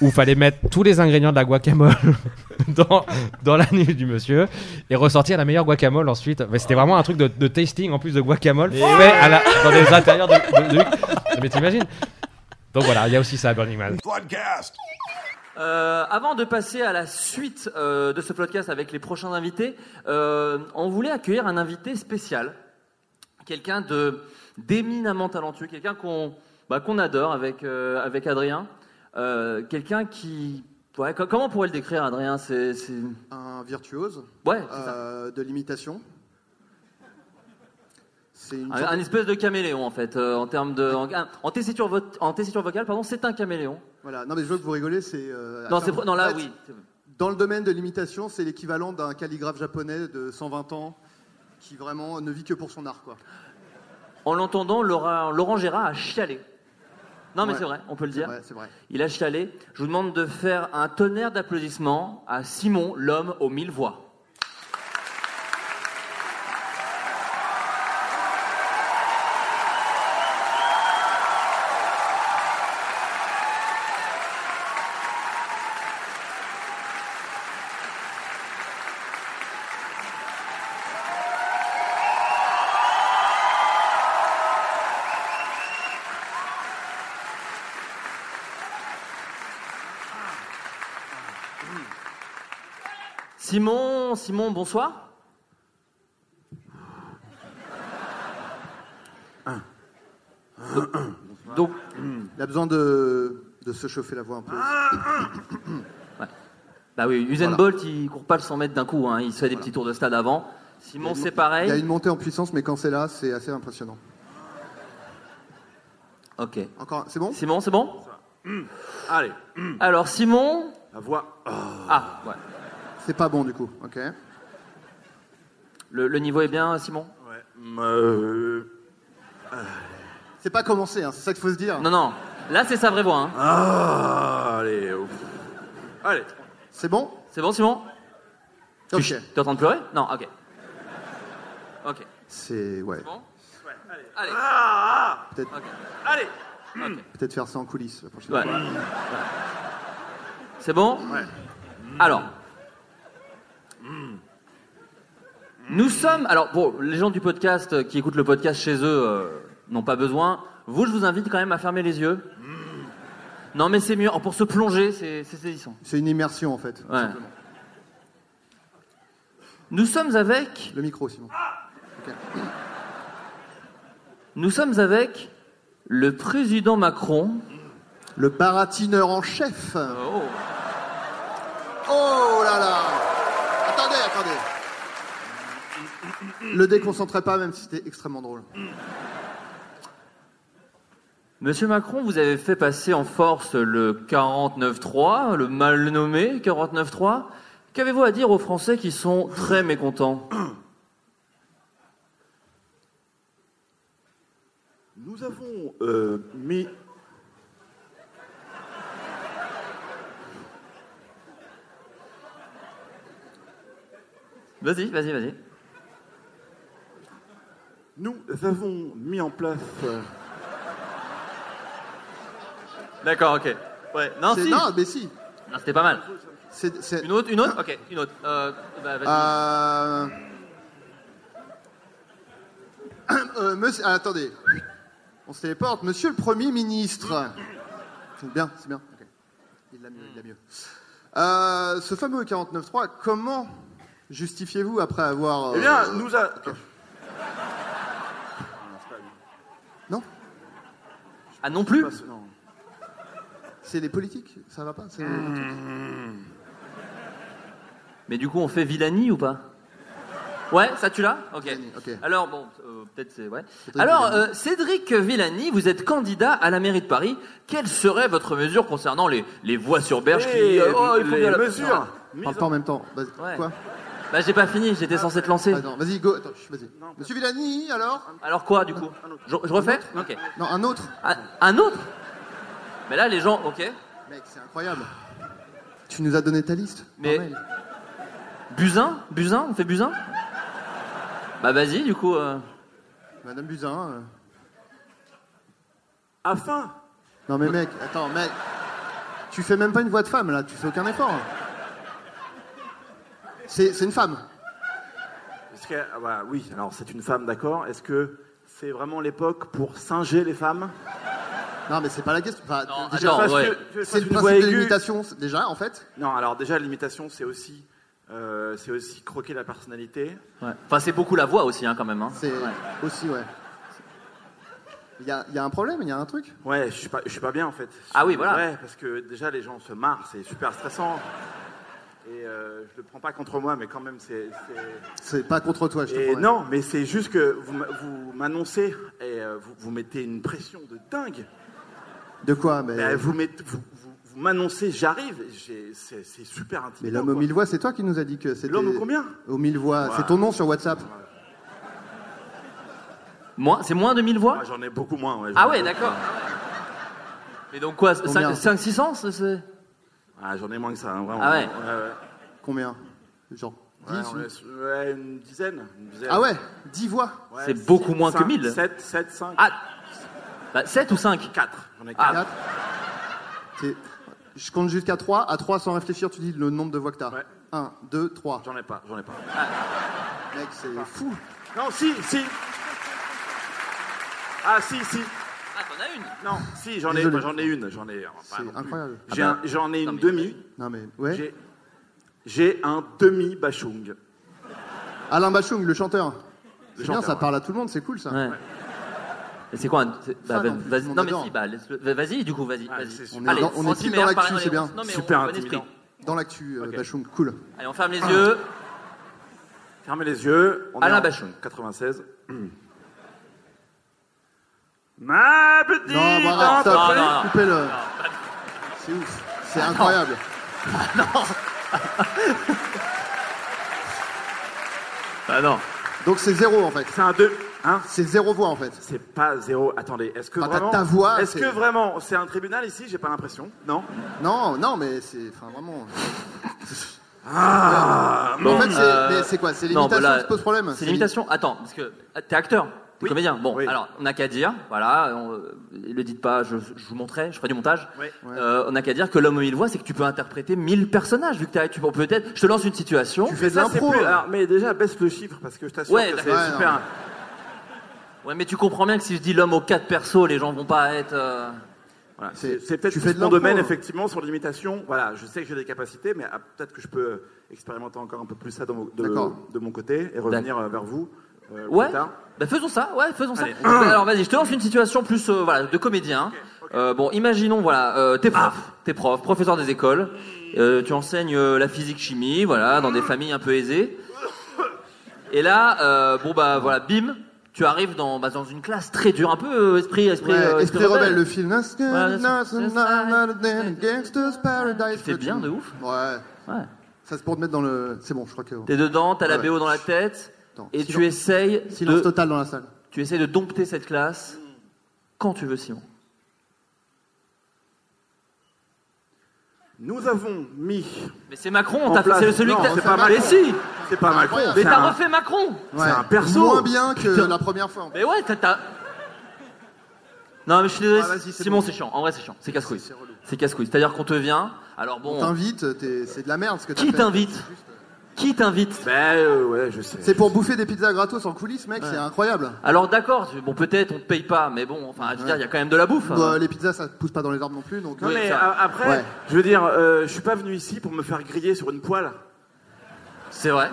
S4: où fallait mettre tous les ingrédients de la guacamole dans, dans la nuit du monsieur et ressortir la meilleure guacamole ensuite. Mais c'était vraiment un truc de, de tasting en plus de guacamole fait à la- dans des intérieurs de. de- de- Non, mais t'imagines Donc voilà, il y a aussi ça à Burning Man.
S6: Euh, avant de passer à la suite euh, de ce podcast avec les prochains invités, euh, on voulait accueillir un invité spécial, quelqu'un de d'éminemment talentueux, quelqu'un qu'on bah, qu'on adore avec euh, avec Adrien, Euh, quelqu'un qui ouais, co- comment on pourrait le décrire Adrien C'est
S23: un virtuose
S6: Ouais,
S23: euh, de l'imitation. C'est une
S6: un,
S23: sorte-
S6: un espèce de caméléon en fait euh, en termes de en, en tessiture vo- en tessiture vocale pardon c'est un caméléon.
S23: Voilà, non mais je veux que vous rigolez, c'est. euh,
S6: Non
S23: à
S6: c'est
S23: faire-
S6: pro- non là
S23: en fait,
S6: oui.
S23: Dans le domaine de l'imitation, c'est l'équivalent d'un calligraphe japonais de 120 ans qui vraiment ne vit que pour son art, quoi.
S6: En l'entendant Laurent, Laurent Gérard a chialé. Non mais
S23: Ouais.
S6: c'est vrai on peut le
S23: C'est
S6: dire.
S23: vrai, c'est vrai.
S6: Il a chialé. Je vous demande de faire un tonnerre d'applaudissements à Simon, l'homme aux mille voix. Simon, Simon, bonsoir. Donc,
S23: il a besoin de, de se chauffer la voix un peu.
S6: Bah oui, Usain
S23: Voilà.
S6: Bolt, il court pas le 100 mètres d'un coup, hein. il se fait des petits tours de stade avant. Simon, c'est pareil.
S23: Il y a une montée en puissance, mais quand c'est là, c'est assez impressionnant.
S6: Ok.
S23: Encore, un- c'est bon
S6: Simon, c'est bon
S23: Allez.
S6: Alors, Simon.
S23: La voix.
S6: Ah, ouais.
S23: C'est pas bon du coup, ok
S6: Le, le niveau est bien, Simon
S7: mm, euh, C'est pas commencé, hein, c'est ça qu'il faut se dire.
S6: Non, non. Là, c'est sa vraie voix. hein.
S7: Ah, allez. oh. Allez. C'est bon
S6: C'est bon, Simon
S7: Ok.
S6: Tu es en train de pleurer Non, ok. Ok.
S7: C'est. Ouais.
S6: Allez. ah,
S7: Peut-être
S6: Allez.
S23: Hmm.
S7: peut-être faire ça en coulisses la prochaine
S6: Ouais.
S7: fois.
S6: C'est bon Alors.
S7: Mm.
S6: Nous sommes. Alors, bon, les gens du podcast euh, qui écoutent le podcast chez eux euh, n'ont pas besoin. Vous, je vous invite quand même à fermer les yeux.
S7: Mm.
S6: Non, mais c'est mieux. Oh, Pour se plonger, c'est c'est saisissant.
S7: C'est une immersion en fait. tout
S6: Ouais.
S7: simplement.
S6: Nous sommes avec.
S7: Le micro, Simon. Ok.
S6: Nous sommes avec le président Macron.
S7: Le baratineur en chef. Oh là là Attendez, attendez. Le déconcentrez pas, même si c'était extrêmement drôle.
S6: Monsieur Macron, vous avez fait passer en force le 49-3, le mal nommé 49-3. Qu'avez-vous à dire aux Français qui sont très mécontents
S23: Nous avons euh, mis.
S6: Vas-y, vas-y, vas-y.
S23: Nous avons mis en place. euh,
S6: D'accord, ok. Ouais, non,
S7: C'est-
S6: si.
S7: non, mais si.
S6: Non, c'était pas mal.
S7: Une
S6: autre, une autre Ok, une autre. Euh, bah, vas-y.
S7: Euh... euh, monsieur- ah, attendez. On se téléporte. Monsieur le Premier ministre. C'est bien, c'est bien. ok. Il l'a mieux, il l'a mieux. Euh, ce fameux 49.3, comment justifiez-vous après avoir...
S23: Eh bien,
S7: euh,
S23: nous a.
S6: Ah non plus
S7: C'est les politiques Ça va pas c'est-
S6: Hmm. Mais du coup, on fait Villani ou pas Ouais, ça tu l'as ok. Alors bon, euh, peut-être c'est ouais. Alors euh, Cédric Villani, vous êtes candidat à la mairie de Paris. Quelle serait votre mesure concernant les, les voies sur berge qui
S23: Eh,
S6: euh,
S23: oh, il faut
S6: les-
S23: bien la
S6: non,
S23: mesure.
S7: Parle pas en même temps. Vas-y. Quoi
S6: Bah j'ai pas fini, j'étais censé te lancer.
S7: Attends, Ah, vas-y, go. Attends, chut, vas-y. Monsieur Villani, alors
S6: Alors quoi du coup je, je refais Ok.
S7: Non, un autre.
S6: Un, un autre Mais là les gens, ok.
S7: Mec, c'est incroyable. Tu nous as donné ta liste
S6: Mais Buzin, Buzin, on fait Buzin Bah vas-y du coup. euh,
S7: Madame Buzyn. euh.
S23: Afin
S7: Non mais mec, attends, mec. Tu fais même pas une voix de femme là, tu fais aucun effort. C'est c'est une femme.
S23: Est-ce que- ah bah oui, alors c'est une femme, d'accord. Est-ce que c'est vraiment l'époque pour singer les femmes
S7: Non, mais c'est pas la question. Enfin,
S23: déjà,
S7: Parce
S23: parce
S7: que-
S23: que- que-
S7: c'est
S23: parce
S7: le
S23: qu'une voix
S7: principe de
S23: aiguë-
S7: l'imitation, c'est- déjà, en fait.
S23: Non, alors déjà, l'imitation, c'est aussi, euh, c'est aussi croquer la personnalité.
S6: ouais. Enfin c'est beaucoup la voix aussi hein, quand même. hein.
S7: C'est aussi, ouais. Il y a, il y a un problème, il y a un truc.
S23: Ouais, je suis pas, je suis pas bien en fait.
S7: Ah oui, voilà.
S23: Ouais, parce que déjà les gens se marrent, c'est super stressant. Et euh, je le prends pas contre moi, mais quand même c'est. c'est-
S7: C'est pas contre toi, je te
S23: Et
S7: promets.
S23: non, mais c'est juste que vous, m'a- vous m'annoncez et euh, vous, vous mettez une pression de dingue.
S7: De quoi Mais,
S23: Bah, vous mettez- vous, vous- vous m'annoncez, j'arrive. j'ai- C'est c'est super intime.
S7: mais l'homme aux mille voix, c'est toi qui nous a dit que c'était.
S23: L'homme au combien
S7: Aux mille voix.
S23: Ouais.
S7: C'est ton nom sur WhatsApp.
S6: Moins, c'est moins de 1000 voix
S23: J'en ai beaucoup moins. Ouais, j'en
S6: Ah
S23: ai
S6: ouais,
S23: beaucoup
S6: d'accord.
S23: moins.
S6: Mais donc quoi,
S23: Combien
S6: 5-600
S23: Ah, j'en ai moins que ça, hein, vraiment.
S6: Ah ouais.
S7: Combien Genre
S23: Ouais,
S7: 10
S23: on
S7: ou-
S23: laisse- ouais, une dizaine. une dizaine.
S7: Ah ouais 10 voix
S23: Ouais,
S6: C'est
S23: six,
S6: beaucoup moins que
S23: cinq,
S6: 1000.
S23: sept, sept, cinq.
S6: Ah 7 bah, ou 5
S23: 4. J'en ai
S6: Ah.
S7: quatre. C'est- Je compte jusqu'à 3. À 3, sans réfléchir, tu dis le nombre de voix que t'as. 1, 2, 3.
S23: J'en ai pas, j'en ai pas.
S7: Mec, c'est fou.
S23: Non, si, si. Ah, si, si.
S6: Ah, t'en as une
S23: Non, si, j'en ai,
S7: Désolé.
S23: j'en ai une. J'en ai.
S7: C'est incroyable.
S23: J'ai un- J'en ai,
S7: Non,
S23: une
S7: mais-
S23: demi.
S7: Non, mais ouais.
S23: J'ai- J'ai un demi Bachung.
S7: Alain Bachung, le chanteur.
S23: Le
S7: C'est bien,
S23: chanteur,
S7: ça
S23: ouais.
S7: parle à tout le monde, c'est cool ça.
S6: Ouais. Et c'est quoi un- c'est- bah,
S7: Fan,
S6: bah,
S7: en plus,
S6: vas-y.
S7: on
S6: Non mais
S7: adore.
S6: si, bah, laisse-le- va- vas-y du coup, vas-y. vas-y.
S7: On est, dans, on est
S6: Francis
S7: pile dans
S6: Meyer,
S7: l'actu,
S6: pareil,
S7: c'est bien.
S6: on- non, mais on- bon esprit.
S7: Dans l'actu, euh, Bachung, cool.
S6: Allez, on ferme les
S7: Ah.
S6: yeux.
S23: Fermez les yeux. On
S6: Alain
S23: est en
S6: Bachung.
S23: 96. Ma
S7: Non,
S23: petite
S7: bah,
S23: entreprise-
S7: arrête, t'as coupé le. C'est ouf, c'est
S23: Ah, non.
S7: incroyable.
S6: Ah non
S7: Donc c'est zéro en fait.
S23: C'est un deux. Hein
S7: c'est zéro voix en fait.
S23: C'est pas zéro. Attendez, est-ce que
S7: Quand t'as
S23: vraiment.
S7: ta voix,
S23: Est-ce
S7: c'est-
S23: que vraiment. C'est un tribunal ici J'ai pas l'impression. Non
S7: Non, non, mais c'est. Enfin, vraiment.
S23: Ah
S7: Mais en
S6: bon,
S7: fait, c'est-
S6: euh,
S7: mais c'est quoi C'est
S6: non,
S7: l'imitation
S6: bah là,
S7: qui pose problème
S6: C'est l'imitation. Attends, parce que euh, t'es acteur, t'es comédien. Bon, alors, on n'a qu'à dire, voilà, on, euh, le dites pas, je, je vous montrerai, je ferai du montage. Euh, on n'a qu'à dire que l'homme aux mille voix, c'est que tu peux interpréter mille personnages, vu que t'as- tu peux peut-être. Je te lance une situation. Tu
S23: Mais ça, c'est plus- alors, mais déjà, baisse le chiffre parce que je t'assure
S6: Ouais,
S23: que c'est
S6: d'accord. Ouais,
S23: super.
S6: non. Ouais, mais tu comprends bien que si je dis l'homme aux quatre persos, les gens vont pas être. euh,
S23: Voilà, c'est c'est peut-être
S6: tu fais
S23: plus
S6: de
S23: mon
S6: l'impro,
S23: domaine,
S6: hein.
S23: effectivement, sur l'imitation. Voilà, je sais que j'ai des capacités, mais ah, peut-être que je peux expérimenter encore un peu plus ça de mon, de-
S6: D'accord.
S23: de mon côté et revenir euh, vers vous. euh, plus
S6: Ouais.
S23: tard.
S6: Bah faisons ça, ouais, faisons ça.
S23: Allez.
S6: Bah, Alors vas-y, je te lance une situation plus euh, voilà, de comédien. Euh, bon, imaginons, voilà, euh, t'es
S7: Ah.
S6: prof, t'es prof, professeur des écoles, Euh, tu enseignes euh, la physique chimie, voilà, dans des familles un peu aisées. Et là, euh, bon bah voilà, bim, tu arrives dans, bah, dans une classe très dure, un peu euh, esprit, esprit,
S7: Ouais,
S6: euh,
S7: Esprit rebelle, le film.
S6: Ouais,
S7: Gangsters Paradise.
S6: fais bien de
S7: ouf. Ouais. Ça c'est pour te mettre dans le. C'est bon, je crois que.
S6: T'es dedans, t'as la
S7: Ouais.
S6: BO dans la tête, et tu
S7: Silence.
S6: essayes,
S7: Silence
S6: de,
S7: total dans la salle.
S6: tu essayes de dompter cette classe quand tu veux, Simon.
S23: Nous avons mis.
S6: Mais c'est Macron,
S23: en
S6: t'as fait-
S23: place-
S6: c'est celui
S23: Non,
S6: que t'as
S23: c'est
S6: fait.
S23: pas
S6: Mais
S23: Macron.
S6: si
S23: C'est pas Macron.
S6: Mais
S23: c'est
S6: t'as
S23: un-
S6: refait Macron
S23: C'est un perso.
S7: Moins bien que
S6: Putain.
S7: la première fois. en fait.
S6: Mais ouais, t'as- t'as. Non, mais je suis désolé,
S7: Ah, vas-y, c'est
S6: Simon,
S7: bon.
S6: c'est chiant. En vrai, c'est chiant. C'est casse-couille. C'est casse-couille. C'est-à-dire qu'on te vient. Alors
S7: On
S6: bon.
S7: t'invite, t'es- c'est de la merde ce que t'as
S6: Qui
S7: fait. euh,
S6: t'invite Qui t'invite
S23: Ben euh, ouais, je sais.
S7: C'est pour bouffer des pizzas gratos en coulisses, mec, c'est incroyable.
S6: Alors d'accord, tu- bon, peut-être on te paye pas, mais bon, enfin, je veux dire, il y a quand même de la bouffe.
S7: Bah,
S6: hein.
S7: les pizzas, ça pousse pas dans les arbres non plus, donc.
S23: Non,
S7: euh,
S23: mais
S7: ça-
S23: a- après,
S7: Ouais.
S23: je veux dire, euh, je suis pas venu ici pour me faire griller sur une poêle.
S6: C'est vrai.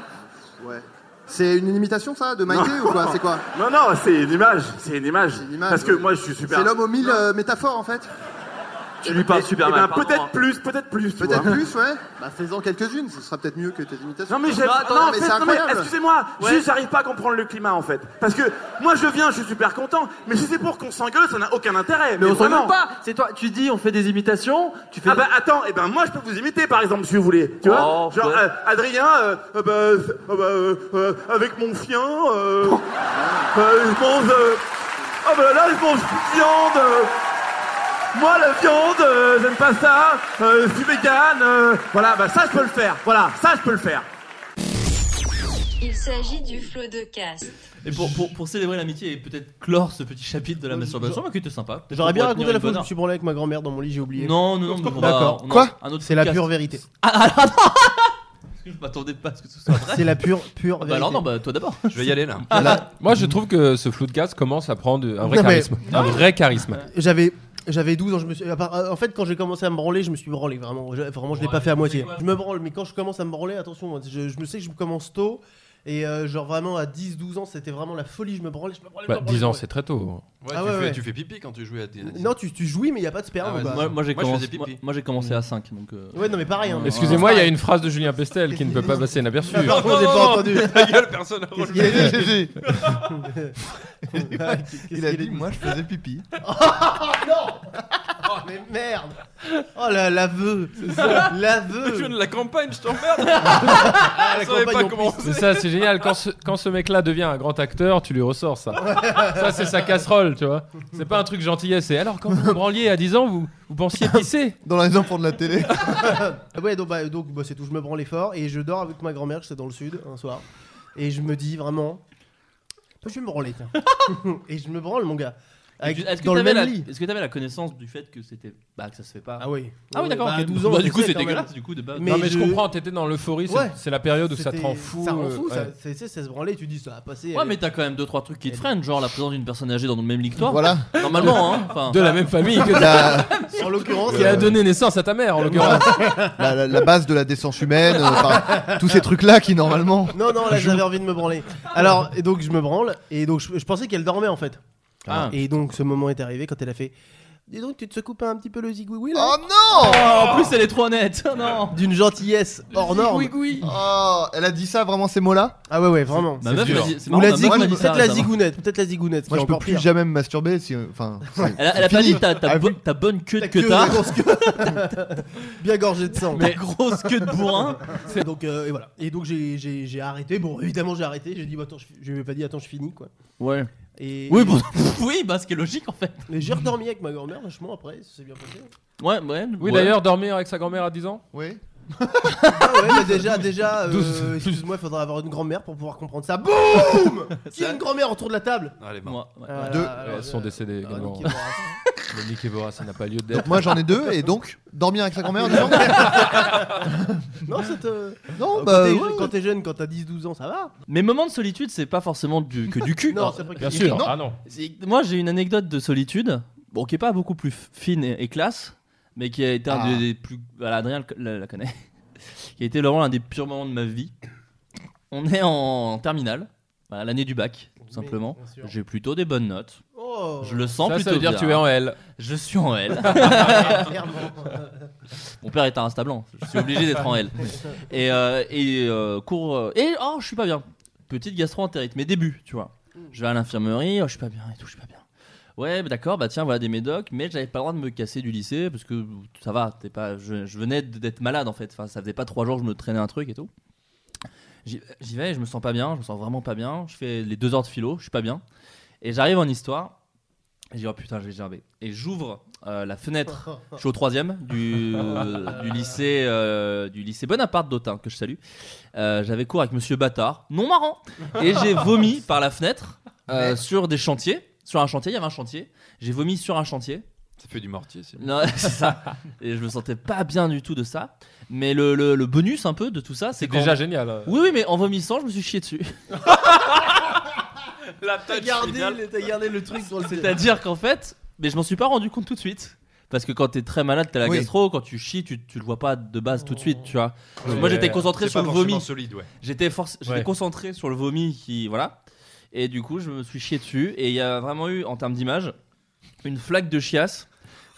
S7: Ouais. C'est une imitation, ça, de Maïté ou quoi C'est quoi
S23: Non, non, c'est une image. C'est une image.
S7: image,
S23: Parce que
S7: ouais.
S23: moi, je suis super.
S7: C'est l'homme aux mille euh, métaphores, en fait.
S6: Tu lui parles
S23: Eh-
S6: super
S23: eh
S6: mal.
S23: ben,
S6: pardon,
S23: peut-être
S6: hein.
S23: plus, peut-être plus. tu
S7: Peut-être
S23: vois.
S7: plus, ouais. Bah, fais-en quelques-unes, ce sera peut-être mieux que tes imitations.
S23: Non mais j'aime.
S7: attends,
S23: non,
S7: mais
S23: mais
S7: c'est
S23: non, mais
S7: incroyable.
S23: excusez-moi,
S7: Ouais.
S23: juste j'arrive pas à comprendre le climat en fait. Parce que moi je viens, je suis super content, mais si c'est pour qu'on s'engueule, ça n'a aucun intérêt.
S6: Mais on s'en
S23: vraiment.
S6: veut pas. C'est toi, tu dis, on fait des imitations. Tu fais.
S23: Ah bah attends, et ben moi je peux vous imiter par exemple si vous voulez. Tu
S6: Oh,
S23: vois Genre
S6: ouais.
S23: euh, Adrien, euh, euh, bah, euh, bah, euh, euh, avec mon fien, euh, euh, je mange. euh, ah bah là je mange plus de viande. euh. moi la viande, euh, j'aime pas ça. euh, je suis vegan. euh. voilà, bah ça je peux le faire. Voilà, ça je peux le faire.
S10: Il s'agit du flot de caste.
S12: Et pour, pour, pour célébrer l'amitié et peut-être clore ce petit chapitre de la masturbation, bah, qui était sympa.
S16: J'aurais bien
S12: Pour
S16: raconté
S12: tenir
S16: la
S12: une
S16: fois où je
S12: bonne
S16: me
S12: heure.
S16: suis branlé avec ma grand-mère dans mon lit, j'ai oublié.
S12: Non, non, non, mais on va-
S16: D'accord.
S12: on a un autre
S16: C'est la
S12: podcast.
S16: pure vérité.
S12: Ah, ah, non Je m'attendais pas à ce que ce soit vrai.
S16: C'est la pure, pure
S12: Bah
S16: vérité.
S12: alors non, bah toi d'abord.
S16: Je vais y aller, là.
S12: Voilà.
S15: Moi, je trouve que ce flou de gaz commence à prendre un vrai
S16: Non, mais-
S15: charisme. Un vrai charisme.
S16: J'avais. J'avais 12 ans, je me suis... à part- euh, en fait quand j'ai commencé à me branler, je me suis branlé vraiment, je, vraiment je l'ai pas fait à moitié. Je me branle, mais quand je commence à me branler, attention, moi, je, je me sais que je commence tôt, et euh, genre vraiment à 10-12 ans c'était vraiment la folie, je me branlais, je me branlais. je me
S15: Bah,
S16: branlais,
S15: 10 ans,
S16: je me
S15: c'est très tôt.
S16: branlais.
S12: Ouais,
S16: Ah
S12: tu
S16: ouais,
S12: fais-
S16: ouais.
S12: tu fais pipi quand tu jouis à 10 ans.
S16: Non, tu, tu jouis mais il n'y a pas de sperme.
S12: Ah ouais,
S16: quoi.
S12: moi, moi, j'ai
S16: Moi, je
S12: commencé,
S16: faisais pipi.
S12: moi, moi, j'ai commencé à 5 donc. euh,
S16: bah. Ouais, non, mais pareil, hein.
S15: Excusez-moi, il y a une phrase de Julien Pestel qui ne peut pas passer inaperçue.
S16: Ah, pardon, j'ai pas entendu.
S15: Ta gueule, personne n'a
S16: Qu'est-ce
S15: relevé.
S16: qu'il a dit
S15: Il a dit,
S16: Qu'est-ce qu'il
S15: moi, je faisais pipi.
S16: Oh non Oh mais merde Oh la l'aveu L'aveu
S12: Je viens de la campagne, je t'emmerde
S16: Ah, la
S12: Je savais
S16: campagne,
S12: pas
S16: en
S12: comment
S16: plus.
S12: on
S15: C'est
S12: faisait.
S15: ça, c'est génial. Quand ce, quand ce mec-là devient un grand acteur, tu lui ressors ça. Ça, c'est sa casserole, tu vois. C'est pas un truc gentillesse. C'est alors, quand vous vous branliez à 10 ans, vous, vous pensiez pisser
S16: Dans les enfants de la télé Ouais, donc, bah, donc bah, c'est tout, je me branle fort et je dors avec ma grand-mère, j'étais dans le sud un soir. Et je me dis vraiment. Je vais me branler, tiens. et je me branle, mon gars. Avec-
S12: Est-ce que
S16: dans le
S12: t'avais
S16: même
S12: la-
S16: lit.
S12: est-ce que t'avais la connaissance du fait que c'était bah que ça se fait pas
S16: Ah oui.
S12: Ah oui
S16: Ouais,
S12: d'accord.
S16: bah, à
S12: ok.
S16: 12 ans,
S12: Bah,
S16: je
S12: du coup
S16: sais
S12: c'est
S16: quand même.
S12: dégueulasse du coup de base.
S16: Mais
S15: non, mais
S16: je-
S15: je, comprends, t'étais dans l'euphorie. c'est-
S16: Ouais.
S15: C'est la période où ça te
S16: C'était-
S15: rend fou.
S16: Ça rend
S15: euh,
S16: fou, ça-
S15: ouais.
S16: c'est- c'est- ça se branlait, tu dis ça va passer.
S12: Ouais mais t'as quand même 2-3 trucs qui te freinent genre la présence d'une personne âgée dans le même lit que toi.
S16: Voilà.
S12: Normalement hein. enfin.
S15: De la même famille que
S12: La-
S16: Bah, En l'occurrence, euh,
S15: Qui a donné naissance à ta mère, en l'occurrence.
S5: la, la- la base de la décence humaine, euh, enfin, tous ces trucs-là qui normalement.
S16: Non, non, là j'avais envie de me branler. Alors, et donc je me branle, et donc je, je pensais qu'elle dormait en fait.
S5: Ah.
S16: Et donc ce moment est arrivé quand elle a fait
S24: Dis donc, tu te coupes un petit peu le zigouigoui là
S7: Oh non
S24: Oh, en plus,
S6: elle est trop honnête non
S24: D'une gentillesse hors norme
S7: Oh, elle a dit ça vraiment ces mots-là
S24: Ah ouais ouais vraiment.
S7: C'est
S24: C'est
S7: dur.
S24: dur. Ou la zigou- peut-être la zigounette, peut-être la zigounette.
S7: Moi
S24: qui
S7: je
S24: est
S7: peux
S24: encore
S7: plus
S24: pire.
S7: jamais me masturber si enfin. Ah
S6: Elle a, elle a pas dit ta, ta bo- ta bonne queue de
S24: Ta
S6: que
S24: queue,
S6: t'as.
S24: la grosse queue. Bien gorgée de sang.
S6: Mais grosse queue de bourrin.
S24: Et donc, euh, et voilà. Et donc j'ai- j'ai j'ai arrêté. Bon, évidemment, j'ai arrêté. J'ai dit, bah, attends, je, je lui ai pas dit, attends, je finis quoi.
S6: Ouais.
S24: Et,
S6: Oui, bon, oui, bah, ce qui est logique en fait.
S24: Et j'ai redormi avec ma grand-mère vachement après, ça s'est bien passé.
S6: Ouais, ouais.
S26: Oui, d'ailleurs, dormir avec sa grand-mère à 10 ans
S24: Oui. Ah ouais, mais déjà, déjà, euh, excuse-moi, il faudra avoir une grand-mère pour pouvoir comprendre ça. Boum Qui a une grand-mère autour de la table
S6: Moi.
S24: Ah,
S26: Deux.
S24: alors, ah,
S26: Elles sont décédées
S24: alors,
S26: également.
S24: Nicky Borras.
S26: Le Nick et Boras, ça n'a pas lieu d'être.
S7: Donc moi j'en ai deux et donc dormir avec sa grand-mère disons.
S24: Non, euh, ça te.
S7: Non,
S24: Quand
S7: bah,
S24: t'es-
S7: ouais,
S24: Quand t'es jeune, quand t'as 10-12 ans, ça va.
S6: Mais moments de solitude, c'est pas forcément du, que du cul.
S24: Non,
S6: Alors,
S24: c'est pas que Bien du sûr, cul. non. ah non.
S6: C'est- Moi, j'ai une anecdote de solitude, bon, qui est pas beaucoup plus fine et, et classe, mais qui a été un
S12: Ah.
S6: des, des plus. Voilà, Adrien le- la, la connaît. qui a été vraiment l'un des purs moments de ma vie. On est en, terminale, voilà, l'année du bac, tout simplement. J'ai plutôt des bonnes notes.
S24: Oh.
S6: Je le sens
S26: Ça, ça
S6: plutôt
S26: veut dire
S6: bien.
S26: que tu es en L.
S6: Je suis en L.
S26: Clairement.
S6: Mon père est un Insta blanc, je suis obligé d'être en L. Et, euh, et euh, cours. euh, et oh, je suis pas bien. Petite gastro-entérite, mes débuts, tu vois. Je vais à l'infirmerie, oh, je suis pas bien et tout, je suis pas bien. Ouais, bah d'accord, bah tiens, voilà des médocs, mais j'avais pas le droit de me casser du lycée parce que ça va, t'es pas, je, je venais d'être malade en fait. Enfin, ça faisait pas trois jours que je me traînais un truc et tout. J'y j'y vais, je me sens pas bien, je me sens vraiment pas bien. Je fais les deux heures de philo, je suis pas bien. Et j'arrive en histoire, et j'ai oh putain, j'ai gerbé. Et j'ouvre euh, la fenêtre, je suis au troisième du, du lycée, euh, du lycée Bonaparte d'Autun, que je salue. Euh, J'avais cours avec monsieur Bâtard, non marrant. Et j'ai vomi par la fenêtre euh, sur des chantiers. Sur un chantier, il y avait un chantier. J'ai vomi sur un chantier.
S26: Ça fait du mortier, c'est
S6: Non, c'est ça. Et je me sentais pas bien du tout de ça. Mais le, le- le bonus un peu de tout ça, c'est
S26: déjà
S6: qu'en-
S26: génial, euh.
S6: Oui, oui, mais en vomissant, je me suis chié dessus.
S13: La
S24: T'as gardé, le- t'as gardé le truc sur le
S6: C'est-à-dire qu'en fait, mais je m'en suis pas rendu compte tout de suite. Parce que quand t'es très malade, t'as la
S12: Oui.
S6: gastro, quand tu chies, tu, tu le vois pas de base tout de suite, tu vois.
S12: Ouais.
S6: Moi j'étais concentré
S12: C'est
S6: sur le
S12: pas forcément
S6: vomi.
S12: solide, ouais.
S6: J'étais forc- j'étais
S12: Ouais.
S6: concentré sur le vomi qui. Voilà. Et du coup, je me suis chié dessus. Et il y a vraiment eu, en termes d'image, une flaque de chiasse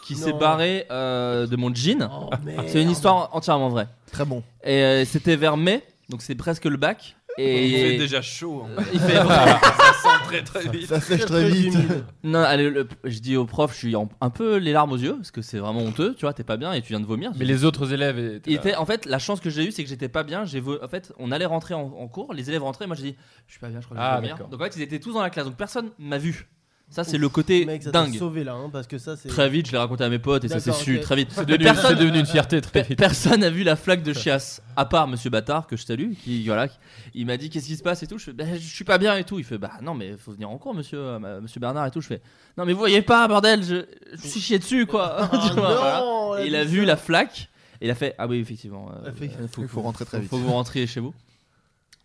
S6: qui
S12: Non. Oh,
S6: s'est barrée euh, de mon jean.
S12: merde.
S6: C'est une histoire entièrement vraie.
S7: Très bon.
S6: Et euh, c'était vers mai, donc c'est presque le bac. Et
S12: Il fait déjà chaud, hein.
S6: Il fait
S12: Ça sent très, très vite. Ça sèche très vite.
S6: non, allez, le- je dis au prof, je suis en- un peu les larmes aux yeux parce que c'est vraiment honteux, tu vois, t'es pas bien et tu viens de vomir.
S26: Mais les autres élèves étaient
S6: Il
S26: là.
S6: était- en fait, la chance que j'ai eue, c'est que j'étais pas bien. J'ai vo- En fait, on allait rentrer en, en cours, les élèves rentraient, et moi j'ai dit, je suis pas bien, je crois que je vais
S26: Ah,
S6: vomir.
S26: d'accord.
S6: Donc en fait, ils étaient tous dans la classe, donc personne m'a vu. Ça, c'est le côté
S24: Mec, ça t'a
S6: dingue.
S24: sauvé là, hein, parce que ça c'est.
S6: Très vite, je l'ai raconté à mes potes et ça s'est
S24: D'accord,
S6: su
S24: ok.
S6: très vite.
S24: C'est
S6: Mais
S24: devenu-
S6: personne-
S24: c'est devenu une fierté, très
S6: pe-
S24: vite.
S6: Personne n'a vu la flaque de chiasse, à part Monsieur Bâtard, que je salue, qui, voilà, qui- il m'a dit qu'est-ce qui se passe et tout. Je fais, Ben, je suis pas bien et tout. Il fait, bah non, mais faut venir en cours, monsieur, euh, ma- monsieur Bernard et tout. Je fais, non, mais vous voyez pas, bordel, je, je me suis chié dessus, quoi. Tu vois, voilà.
S24: Ah, non, elle a
S6: Et il a
S24: dit
S6: vu
S24: ça.
S6: la flaque et il a fait, ah oui, effectivement, euh,
S24: fait-
S6: euh,
S7: Il faut rentrer très
S6: faut-
S7: vite.
S6: Faut que vous rentriez chez vous.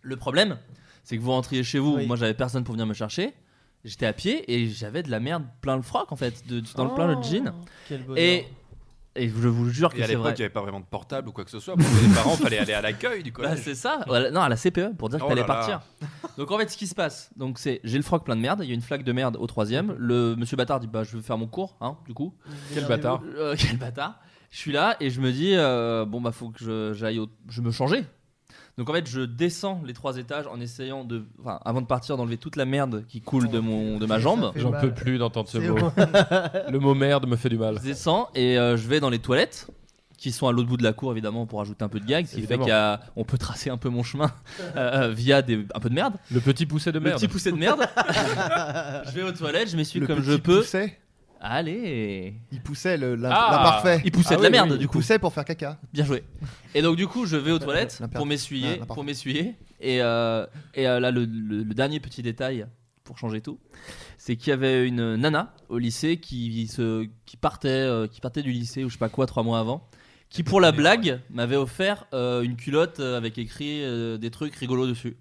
S6: Le problème, c'est que vous rentriez chez vous, moi j'avais personne pour venir me chercher. J'étais à pied et j'avais de la merde plein le froc en fait, de- dans le plein le jean.
S24: Oh, quel bonheur.
S6: Et, et je vous jure que
S12: Et à
S6: c'est
S12: l'époque,
S6: vrai.
S12: il n'y avait pas vraiment de portable ou quoi que ce soit. Pour les parents, fallait aller à l'accueil du collège.
S6: Bah, c'est ça, Voilà, non, à la CPE pour dire que
S12: Oh
S6: t'allais
S12: là là.
S6: partir. Donc en fait, ce qui se passe, donc c'est j'ai le froc plein de merde, il y a une flaque de merde au
S24: Mm-hmm.
S6: troisième. Le monsieur bâtard dit bah je vais faire mon cours, hein, du coup.
S26: Quel bâtard.
S6: Euh, Quel bâtard. Je suis là et je me dis euh, bon bah faut que je- j'aille, au- je me changer. Donc en fait, je descends les trois étages en essayant de, enfin, avant de partir, d'enlever toute la merde qui
S24: Oh,
S6: coule de mon, de ma jambe.
S26: J'en peux plus d'entendre ce
S6: C'est
S26: mot. le mot merde me fait du mal.
S6: Je descends et euh, je vais dans les toilettes qui sont à l'autre bout de la cour évidemment pour ajouter un peu de gag, ce qui fait
S26: Évidemment.
S6: qu'il y a- on peut tracer un peu mon chemin euh, euh, via des, un peu de merde.
S26: Le petit poussé de merde.
S6: Le petit poussé de merde. je vais aux toilettes, je m'essuie
S26: Le
S6: comme
S26: petit
S6: je peux.
S7: poussé.
S6: Allez.
S7: Il poussait le la,
S6: Ah.
S7: la parfait.
S6: Il poussait de la merde, du
S7: Il
S6: coup.
S7: poussait pour faire caca.
S6: Bien joué. Et donc du coup, je vais aux toilettes pour m'essuyer, pour m'essuyer. Et, euh, et euh, là, le, le- le dernier petit détail pour changer tout, c'est qu'il y avait une nana au lycée qui se, qui partait, euh, qui partait du lycée ou je sais pas quoi trois mois avant, qui pour la blague m'avait offert euh, une culotte euh, avec écrit euh, des trucs rigolos dessus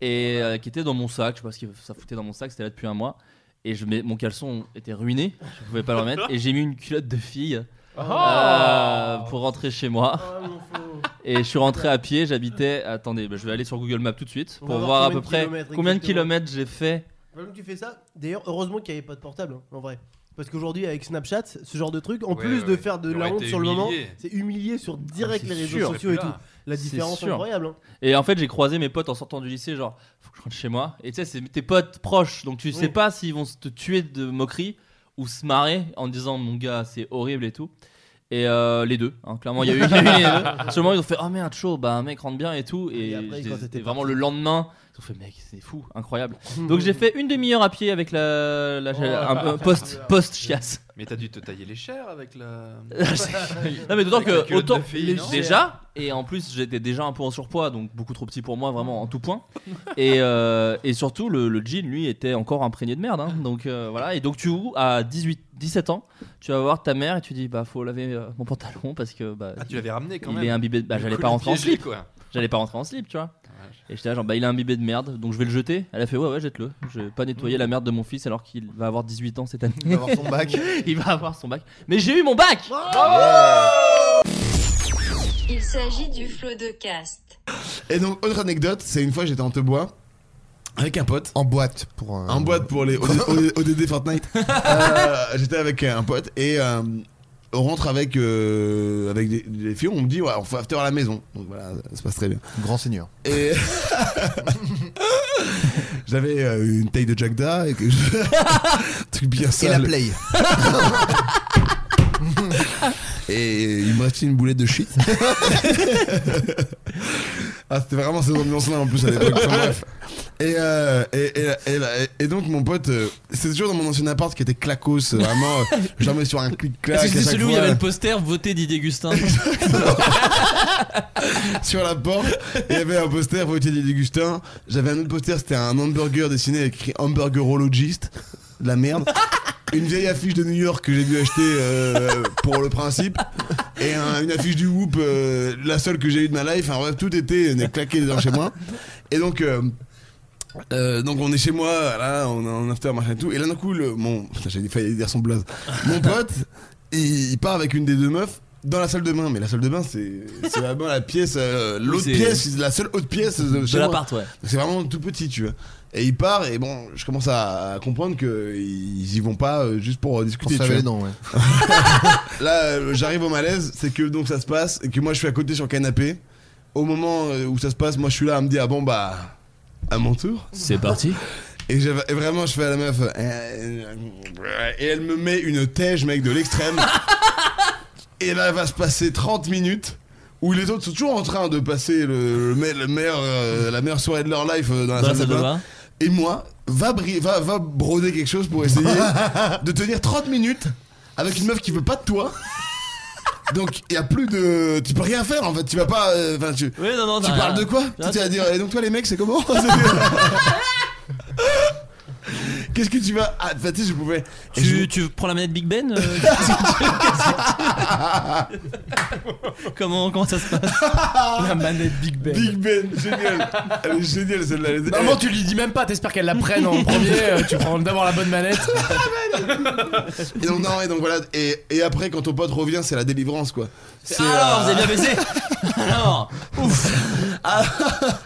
S6: et euh, qui était dans mon sac. Je sais pas ce que ça foutait dans mon sac, c'était là depuis un mois. Et je mets, mon caleçon était ruiné, je pouvais pas le remettre. et j'ai mis une culotte de fille
S24: Ah.
S6: euh, pour rentrer chez moi. Et je suis rentré à pied, j'habitais. Attendez, bah, je vais aller sur Google Maps tout de suite
S24: On
S6: pour
S24: va
S6: voir à peu
S24: combien de
S6: près
S24: kilomètres
S6: combien de
S24: exactement.
S6: kilomètres j'ai fait.
S24: Même tu fais ça. D'ailleurs, heureusement qu'il n'y avait pas de portable, hein, en vrai. Parce qu'aujourd'hui, avec Snapchat, ce genre de truc, en
S25: Ouais,
S24: plus
S25: ouais,
S24: de
S25: ouais.
S24: faire de
S25: T'aurais
S24: la honte
S25: été
S24: sur le moment,
S25: humilié.
S24: c'est humilié sur direct
S6: c'est
S24: les réseaux
S6: sûr.
S24: sociaux et
S6: C'est
S24: tout.
S6: là.
S24: La
S6: C'est
S24: différence
S6: sûr.
S24: incroyable. hein.
S6: Et en fait, j'ai croisé mes potes en sortant du lycée, genre, faut que je rentre chez moi. Et tu sais, c'est tes potes proches, donc tu sais pas s'ils vont se- te tuer de moquerie ou se marrer en disant, mon gars, c'est horrible et tout. Et euh, les deux, hein, clairement, il y a eu, il y a eu les deux. Sur le moment, ils ont fait, oh merde, chaud, bah mec, rentre bien et tout. Et,
S24: après,
S6: j'ai-
S24: quand
S6: c'était
S24: t'étais
S6: vraiment le lendemain, ils ont fait, mec, c'est fou, incroyable. donc j'ai fait une demi-heure à pied avec la,
S5: Oh,
S6: la- Ah,
S12: Oh.
S6: un-
S5: bah,
S6: un post- post-chiasse.
S25: Mais t'as dû te tailler les chairs avec la.
S6: non mais d'autant
S25: Avec la
S6: que
S25: culotte de
S6: autant
S25: fille, non
S6: déjà et en plus j'étais déjà un peu en surpoids donc beaucoup trop petit pour moi vraiment en tout point et, euh, et surtout le, le jean lui était encore imprégné de merde hein. donc euh, voilà et donc tu à 18 17 ans tu vas voir ta mère et tu dis bah faut laver euh, mon pantalon parce que bah
S25: Ah, tu l'avais ramené quand
S6: il
S25: même.
S6: est imbibé de- bah
S25: Du
S6: j'allais
S25: coup,
S6: pas
S25: le
S6: rentrer en
S25: piéger,
S6: slip
S25: quoi.
S6: j'allais pas rentrer en slip tu vois et j'étais là genre bah il est imbibé de merde donc je vais le jeter elle a fait ouais ouais jette-le je vais pas
S25: Mm.
S6: nettoyer la merde de mon fils alors qu'il va avoir 18 ans cette année
S7: Il va avoir son bac.
S6: il va avoir son bac mais j'ai eu mon bac
S10: Il s'agit du flot de cast.
S32: Et donc, autre anecdote, c'est une fois j'étais en te bois avec un pote. En boîte pour. En boîte pour les OD- OD- ODD Fortnite. Euh, j'étais avec un pote et euh, on rentre avec, euh, avec des, des filles. On me dit, ouais, on fait after à la maison. Donc voilà, ça se passe très bien.
S7: Grand seigneur.
S32: Et. J'avais euh, une taille de Jagda et que je... un truc bien sale.
S7: la play.
S32: et il me restait une boulette de shit. ah, c'était vraiment ces ambiances-là en plus à l'époque. Enfin, bref. Et, euh, et, et- et- et donc mon pote, euh, c'était toujours dans mon ancien appart qui était clacos, euh, vraiment euh, jamais sur un clic-clac.
S6: Est-ce que
S32: à
S6: c'est
S32: chaque
S6: celui où il y
S32: fois,
S6: avait
S32: euh,
S6: le poster voté Didier Gustin
S32: euh, sur la porte. Il y avait un poster Vautier Didier Gustin. J'avais un autre poster, c'était un hamburger dessiné avec écrit Hamburgerologist. De la merde. Une vieille affiche de New York que j'ai dû acheter euh, pour le principe. Et un- une affiche du Whoop, euh, la seule que j'ai eue de ma life. Enfin bref, tout était euh, claqué dedans chez moi. Et donc. euh, euh, donc on est chez moi, là, on est en after, machin et tout. Et là d'un coup, le, mon, putain, j'ai failli dire son blaze. Mon pote, il, il part avec une des deux meufs dans la salle de bain. Mais la salle de bain, c'est, c'est vraiment la pièce, euh, l'autre
S6: c'est-
S32: pièce, la seule autre pièce de chez moi.
S6: l'appart, ouais.
S32: Donc c'est vraiment tout petit, tu vois. Et il part et bon, je commence à, à comprendre que ils y vont pas euh, juste pour euh, discuter.
S7: se
S32: tu vois.
S7: laver les dents, ouais.
S32: Là, euh, j'arrive au malaise, c'est que donc ça se passe et que moi je suis à côté sur le canapé. Au moment euh, où ça se passe, moi je suis là à me dire ah bon bah à mon tour.
S6: C'est parti.
S32: Et, j'avais- et vraiment, je fais à la meuf. euh, euh, euh, Et elle me met une tège, mec, de l'extrême. et là, va se passer 30 minutes où les autres sont toujours en train de passer le, le me- le meilleur, euh, la meilleure soirée de leur life euh, dans la
S6: Dans
S32: salle de bain. Et moi, va, bri- va, va broder quelque chose pour essayer de tenir 30 minutes avec une meuf qui veut pas de toi. Donc, il y a plus de. Tu peux rien faire en fait, tu vas pas. euh, Enfin, tu.
S6: non, non,
S32: tu
S6: t'as-
S32: parles de quoi
S6: Non,
S32: Tu vas
S6: t'as-
S32: dire, et donc toi les mecs, c'est comment Qu'est-ce que tu vas. Ah, bah, tu sais, je pouvais.
S6: Tu, tu prends la manette Big Ben euh, qu'est-ce que tu- qu'est-ce que tu- comment, comment ça se passe La manette Big Ben.
S32: Big Ben, génial. Elle est géniale celle-là. elle est-
S12: Normalement, tu lui dis même pas, t'espères qu'elle la prenne en premier. euh, tu prends d'abord la bonne manette.
S32: Et donc, non, et donc voilà. Et, et après, quand ton pote revient, c'est la délivrance quoi. C'est,
S6: Ah, Alors,
S32: euh, Ah.
S6: vous avez bien baisé Alors,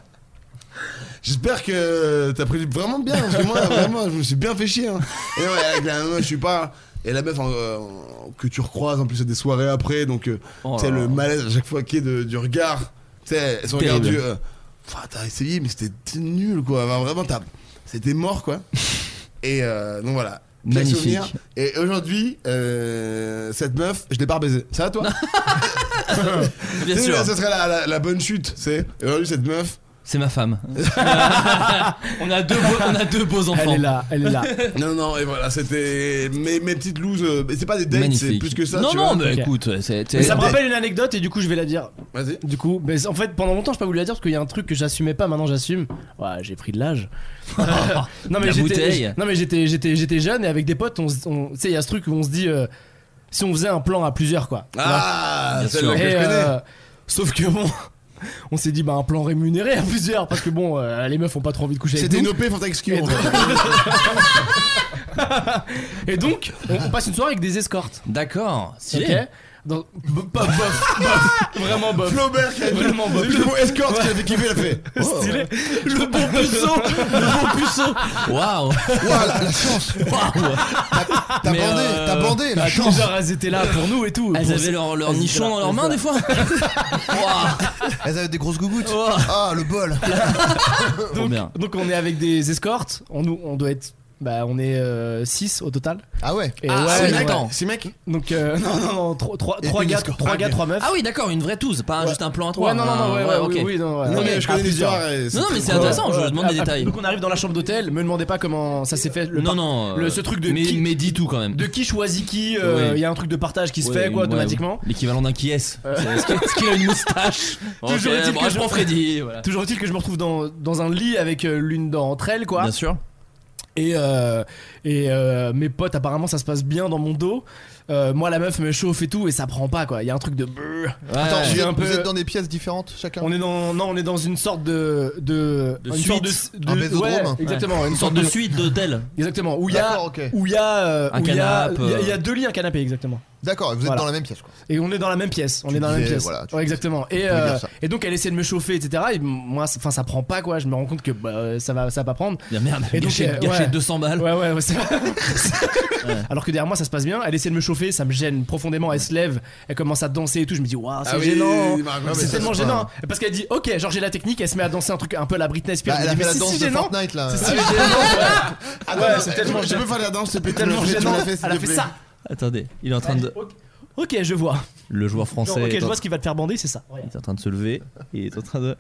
S32: J'espère que t'as pris vraiment bien parce que moi vraiment je me suis bien fait chier. hein. Et ouais, avec la meuf, je suis pas et la meuf en- en- que tu recroises en plus à des soirées après donc euh,
S6: Oh
S32: tu sais
S12: là
S32: le
S12: là.
S32: malaise à chaque fois qu'il y a de- du regard tu sais son regard
S12: Terrible.
S32: du euh, Enfin, t'as essayé mais c'était c'était nul quoi Enfin, vraiment t'as c'était mort quoi. Et euh, donc voilà. Quel
S12: Magnifique.
S32: souvenir. Et aujourd'hui, euh, cette meuf, je l'ai pas baisée. Ça va toi
S6: Bien
S32: Tu sais,
S6: sûr.
S32: Ça serait la, la- la bonne chute, c'est. Aujourd'hui, cette meuf.
S6: C'est ma femme. on, a deux beaux, on a deux beaux enfants.
S32: non, non, et voilà, c'était mes, mes petites looses. euh, mais C'est pas des dates, c'est
S6: Magnifique.
S32: plus que ça.
S6: Non,
S32: tu
S6: non,
S32: vois.
S6: mais écoute, c'est.
S12: Mais ça me
S32: Des-
S12: rappelle une anecdote et du coup je vais la dire.
S32: Vas-y.
S12: Du coup, mais en fait pendant longtemps je peux pas voulu la dire parce qu'il y a un truc que j'assumais pas, maintenant j'assume. Ouais, j'ai pris de l'âge. non
S6: La
S12: mais j'étais
S6: bouteille.
S12: j'- non mais j'étais j'étais j'étais jeune et avec des potes on, se- on- tu sais il y a ce truc où on se dit euh, si on faisait un plan à plusieurs quoi. Tu
S32: Ah,
S12: vois
S32: celle-là que
S12: Et, euh,
S32: je connais.
S12: sauf que bon on s'est dit bah un plan rémunéré à plusieurs parce que bon euh, les meufs ont pas trop envie de coucher avec
S32: C'était une
S12: nous.
S32: OP Fantex Cure.
S12: Et donc, on, on passe une soirée avec des escortes.
S6: D'accord.
S12: Ok.
S5: Dans... Pas bof, bof, vraiment bof.
S32: Flaubert qui a
S5: vraiment bof.
S32: Le mot escorte qui a fait kiffer, il a fait. oh,
S5: Stylé. Le bon puceau, le bon puceau.
S6: Waouh.
S32: Waouh, la, la chance.
S6: Waouh. euh, bah,
S32: T'as bandé, t'as bandé, la chance.
S5: Genre, elles étaient là pour nous et tout.
S6: Elles
S5: Pour-
S6: avaient leur, leur
S5: Elles étaient
S6: nichon
S5: là,
S6: dans leurs
S5: elles étaient
S6: mains des fois.
S32: Elles avaient des grosses gougouttes. Ah, le bol.
S5: donc, donc on est avec des escortes, on, nous- on doit être. Bah, on est 6 au total.
S32: Ah ouais
S5: Et
S6: Ah, six mecs.
S32: Six mecs
S5: Donc, euh, non, non, non, 3
S6: Et une
S5: gars,
S6: escorte.
S5: 3 gars, 3 meufs.
S6: Ah oui, d'accord, une vraie touze, pas juste un plan à trois. hein.
S5: Ouais, non, non, non, ouais, ouais, oui, oui, non, ouais.
S6: Non,
S5: Ouais,
S6: mais
S5: à plus tard.
S6: Ah, Non, non, mais c'est intéressant, je demande des
S5: Ah,
S6: détails.
S5: Donc on arrive dans la chambre d'hôtel, me demandez pas comment ça s'est fait. Le
S6: Non,
S5: par-
S6: non.
S5: le-
S6: euh,
S5: ce truc de
S6: Mais,
S5: qui,
S6: mais dis tout quand même.
S5: de qui choisit qui, euh, il
S6: Ouais.
S5: y a un truc de partage qui se
S6: Ouais,
S5: fait, quoi,
S6: ouais,
S5: automatiquement.
S6: L'équivalent d'un qui est. Est-ce que- est-ce qu'il a une moustache
S5: Toujours
S6: Ok,
S5: est-il
S6: bon, ah,
S5: que
S6: je prends Freddy. voilà.
S5: Toujours est-il que je me retrouve dans, dans un lit avec euh, l'une d'entre elles, quoi.
S6: Bien sûr.
S5: Et, euh, et euh, mes potes, apparemment, ça se passe bien dans mon dos. Euh, moi, la meuf me chauffe et tout, et ça prend pas, quoi. Il y a un truc de.
S7: Attends,
S5: Je
S7: vous,
S5: suis
S7: êtes,
S5: un peu-
S7: vous êtes dans des pièces différentes chacun
S5: On est dans non, on est dans une sorte de de,
S7: De
S5: une
S7: suite.
S5: sorte de, de-
S7: Un bésodrome.
S5: ouais, exactement,
S7: Ouais.
S5: une sorte
S7: Sorte de
S6: suite d'hôtel.
S5: Exactement, où il y a
S7: D'accord, ok.
S5: où il y a euh,
S7: Un
S5: où il y a-
S7: canapé,
S5: il y a-
S7: euh.
S5: il y, a deux lits, un canapé exactement.
S7: D'accord, vous êtes
S5: Voilà.
S7: dans la même pièce quoi.
S5: Et on est dans la même pièce, on
S7: Tu
S5: est dans la même
S7: disais,
S5: pièce.
S7: voilà, tu
S5: Ouais, exactement.
S7: tu
S5: Et,
S7: voulais
S5: euh,
S7: dire ça.
S5: et donc elle essaie de me chauffer, etc. Et moi, ça- enfin, ça prend pas quoi. Je me rends compte que bah, ça va, ça va pas prendre.
S6: Bien, merde,
S5: Et donc,
S6: gâcher,
S5: euh,
S6: gâcher
S5: ouais.
S6: 200 balles.
S5: Ouais, ouais, ouais, c'est- Alors que derrière moi, ça se passe bien. Elle essaie de me chauffer, ça me gêne profondément. Elle se lève, elle commence à danser et tout. Je me dis, waouh, c'est
S32: Ah oui,
S5: gênant. hein.
S7: bah,
S32: mais raconte, mais
S5: c'est
S32: ça,
S5: tellement
S32: c'est
S5: gênant. hein.
S32: pas-
S5: Parce qu'elle dit, ok, genre j'ai la technique. Elle se met à danser un truc un peu à la Britney Spears.
S7: Bah, elle
S5: Je
S7: a
S5: me dis,
S7: fait la
S5: mais c'est
S7: danse
S5: si
S7: de
S5: gênant.
S7: Fortnite là.
S5: C'est si gênant. Ah ouais.
S32: Attends,
S5: Ouais,
S32: mais
S5: c'est
S32: tu-
S5: tellement
S32: tu
S5: gênant.
S32: peux faire la danse, s'il te plaît,
S5: C'est
S32: tu me
S5: tellement
S32: la fais, tu me
S5: gênant.
S32: la fais, s'il
S5: Elle a
S32: te
S5: fait
S32: plaît.
S5: ça.
S6: Attendez, il est en train de.
S5: Ok, je vois.
S6: Le joueur français.
S5: Ok,
S6: est
S5: je
S6: en-
S5: vois ce qu'il va te faire bander, c'est ça. Ouais.
S6: Il est en train de se lever. Il est en train de.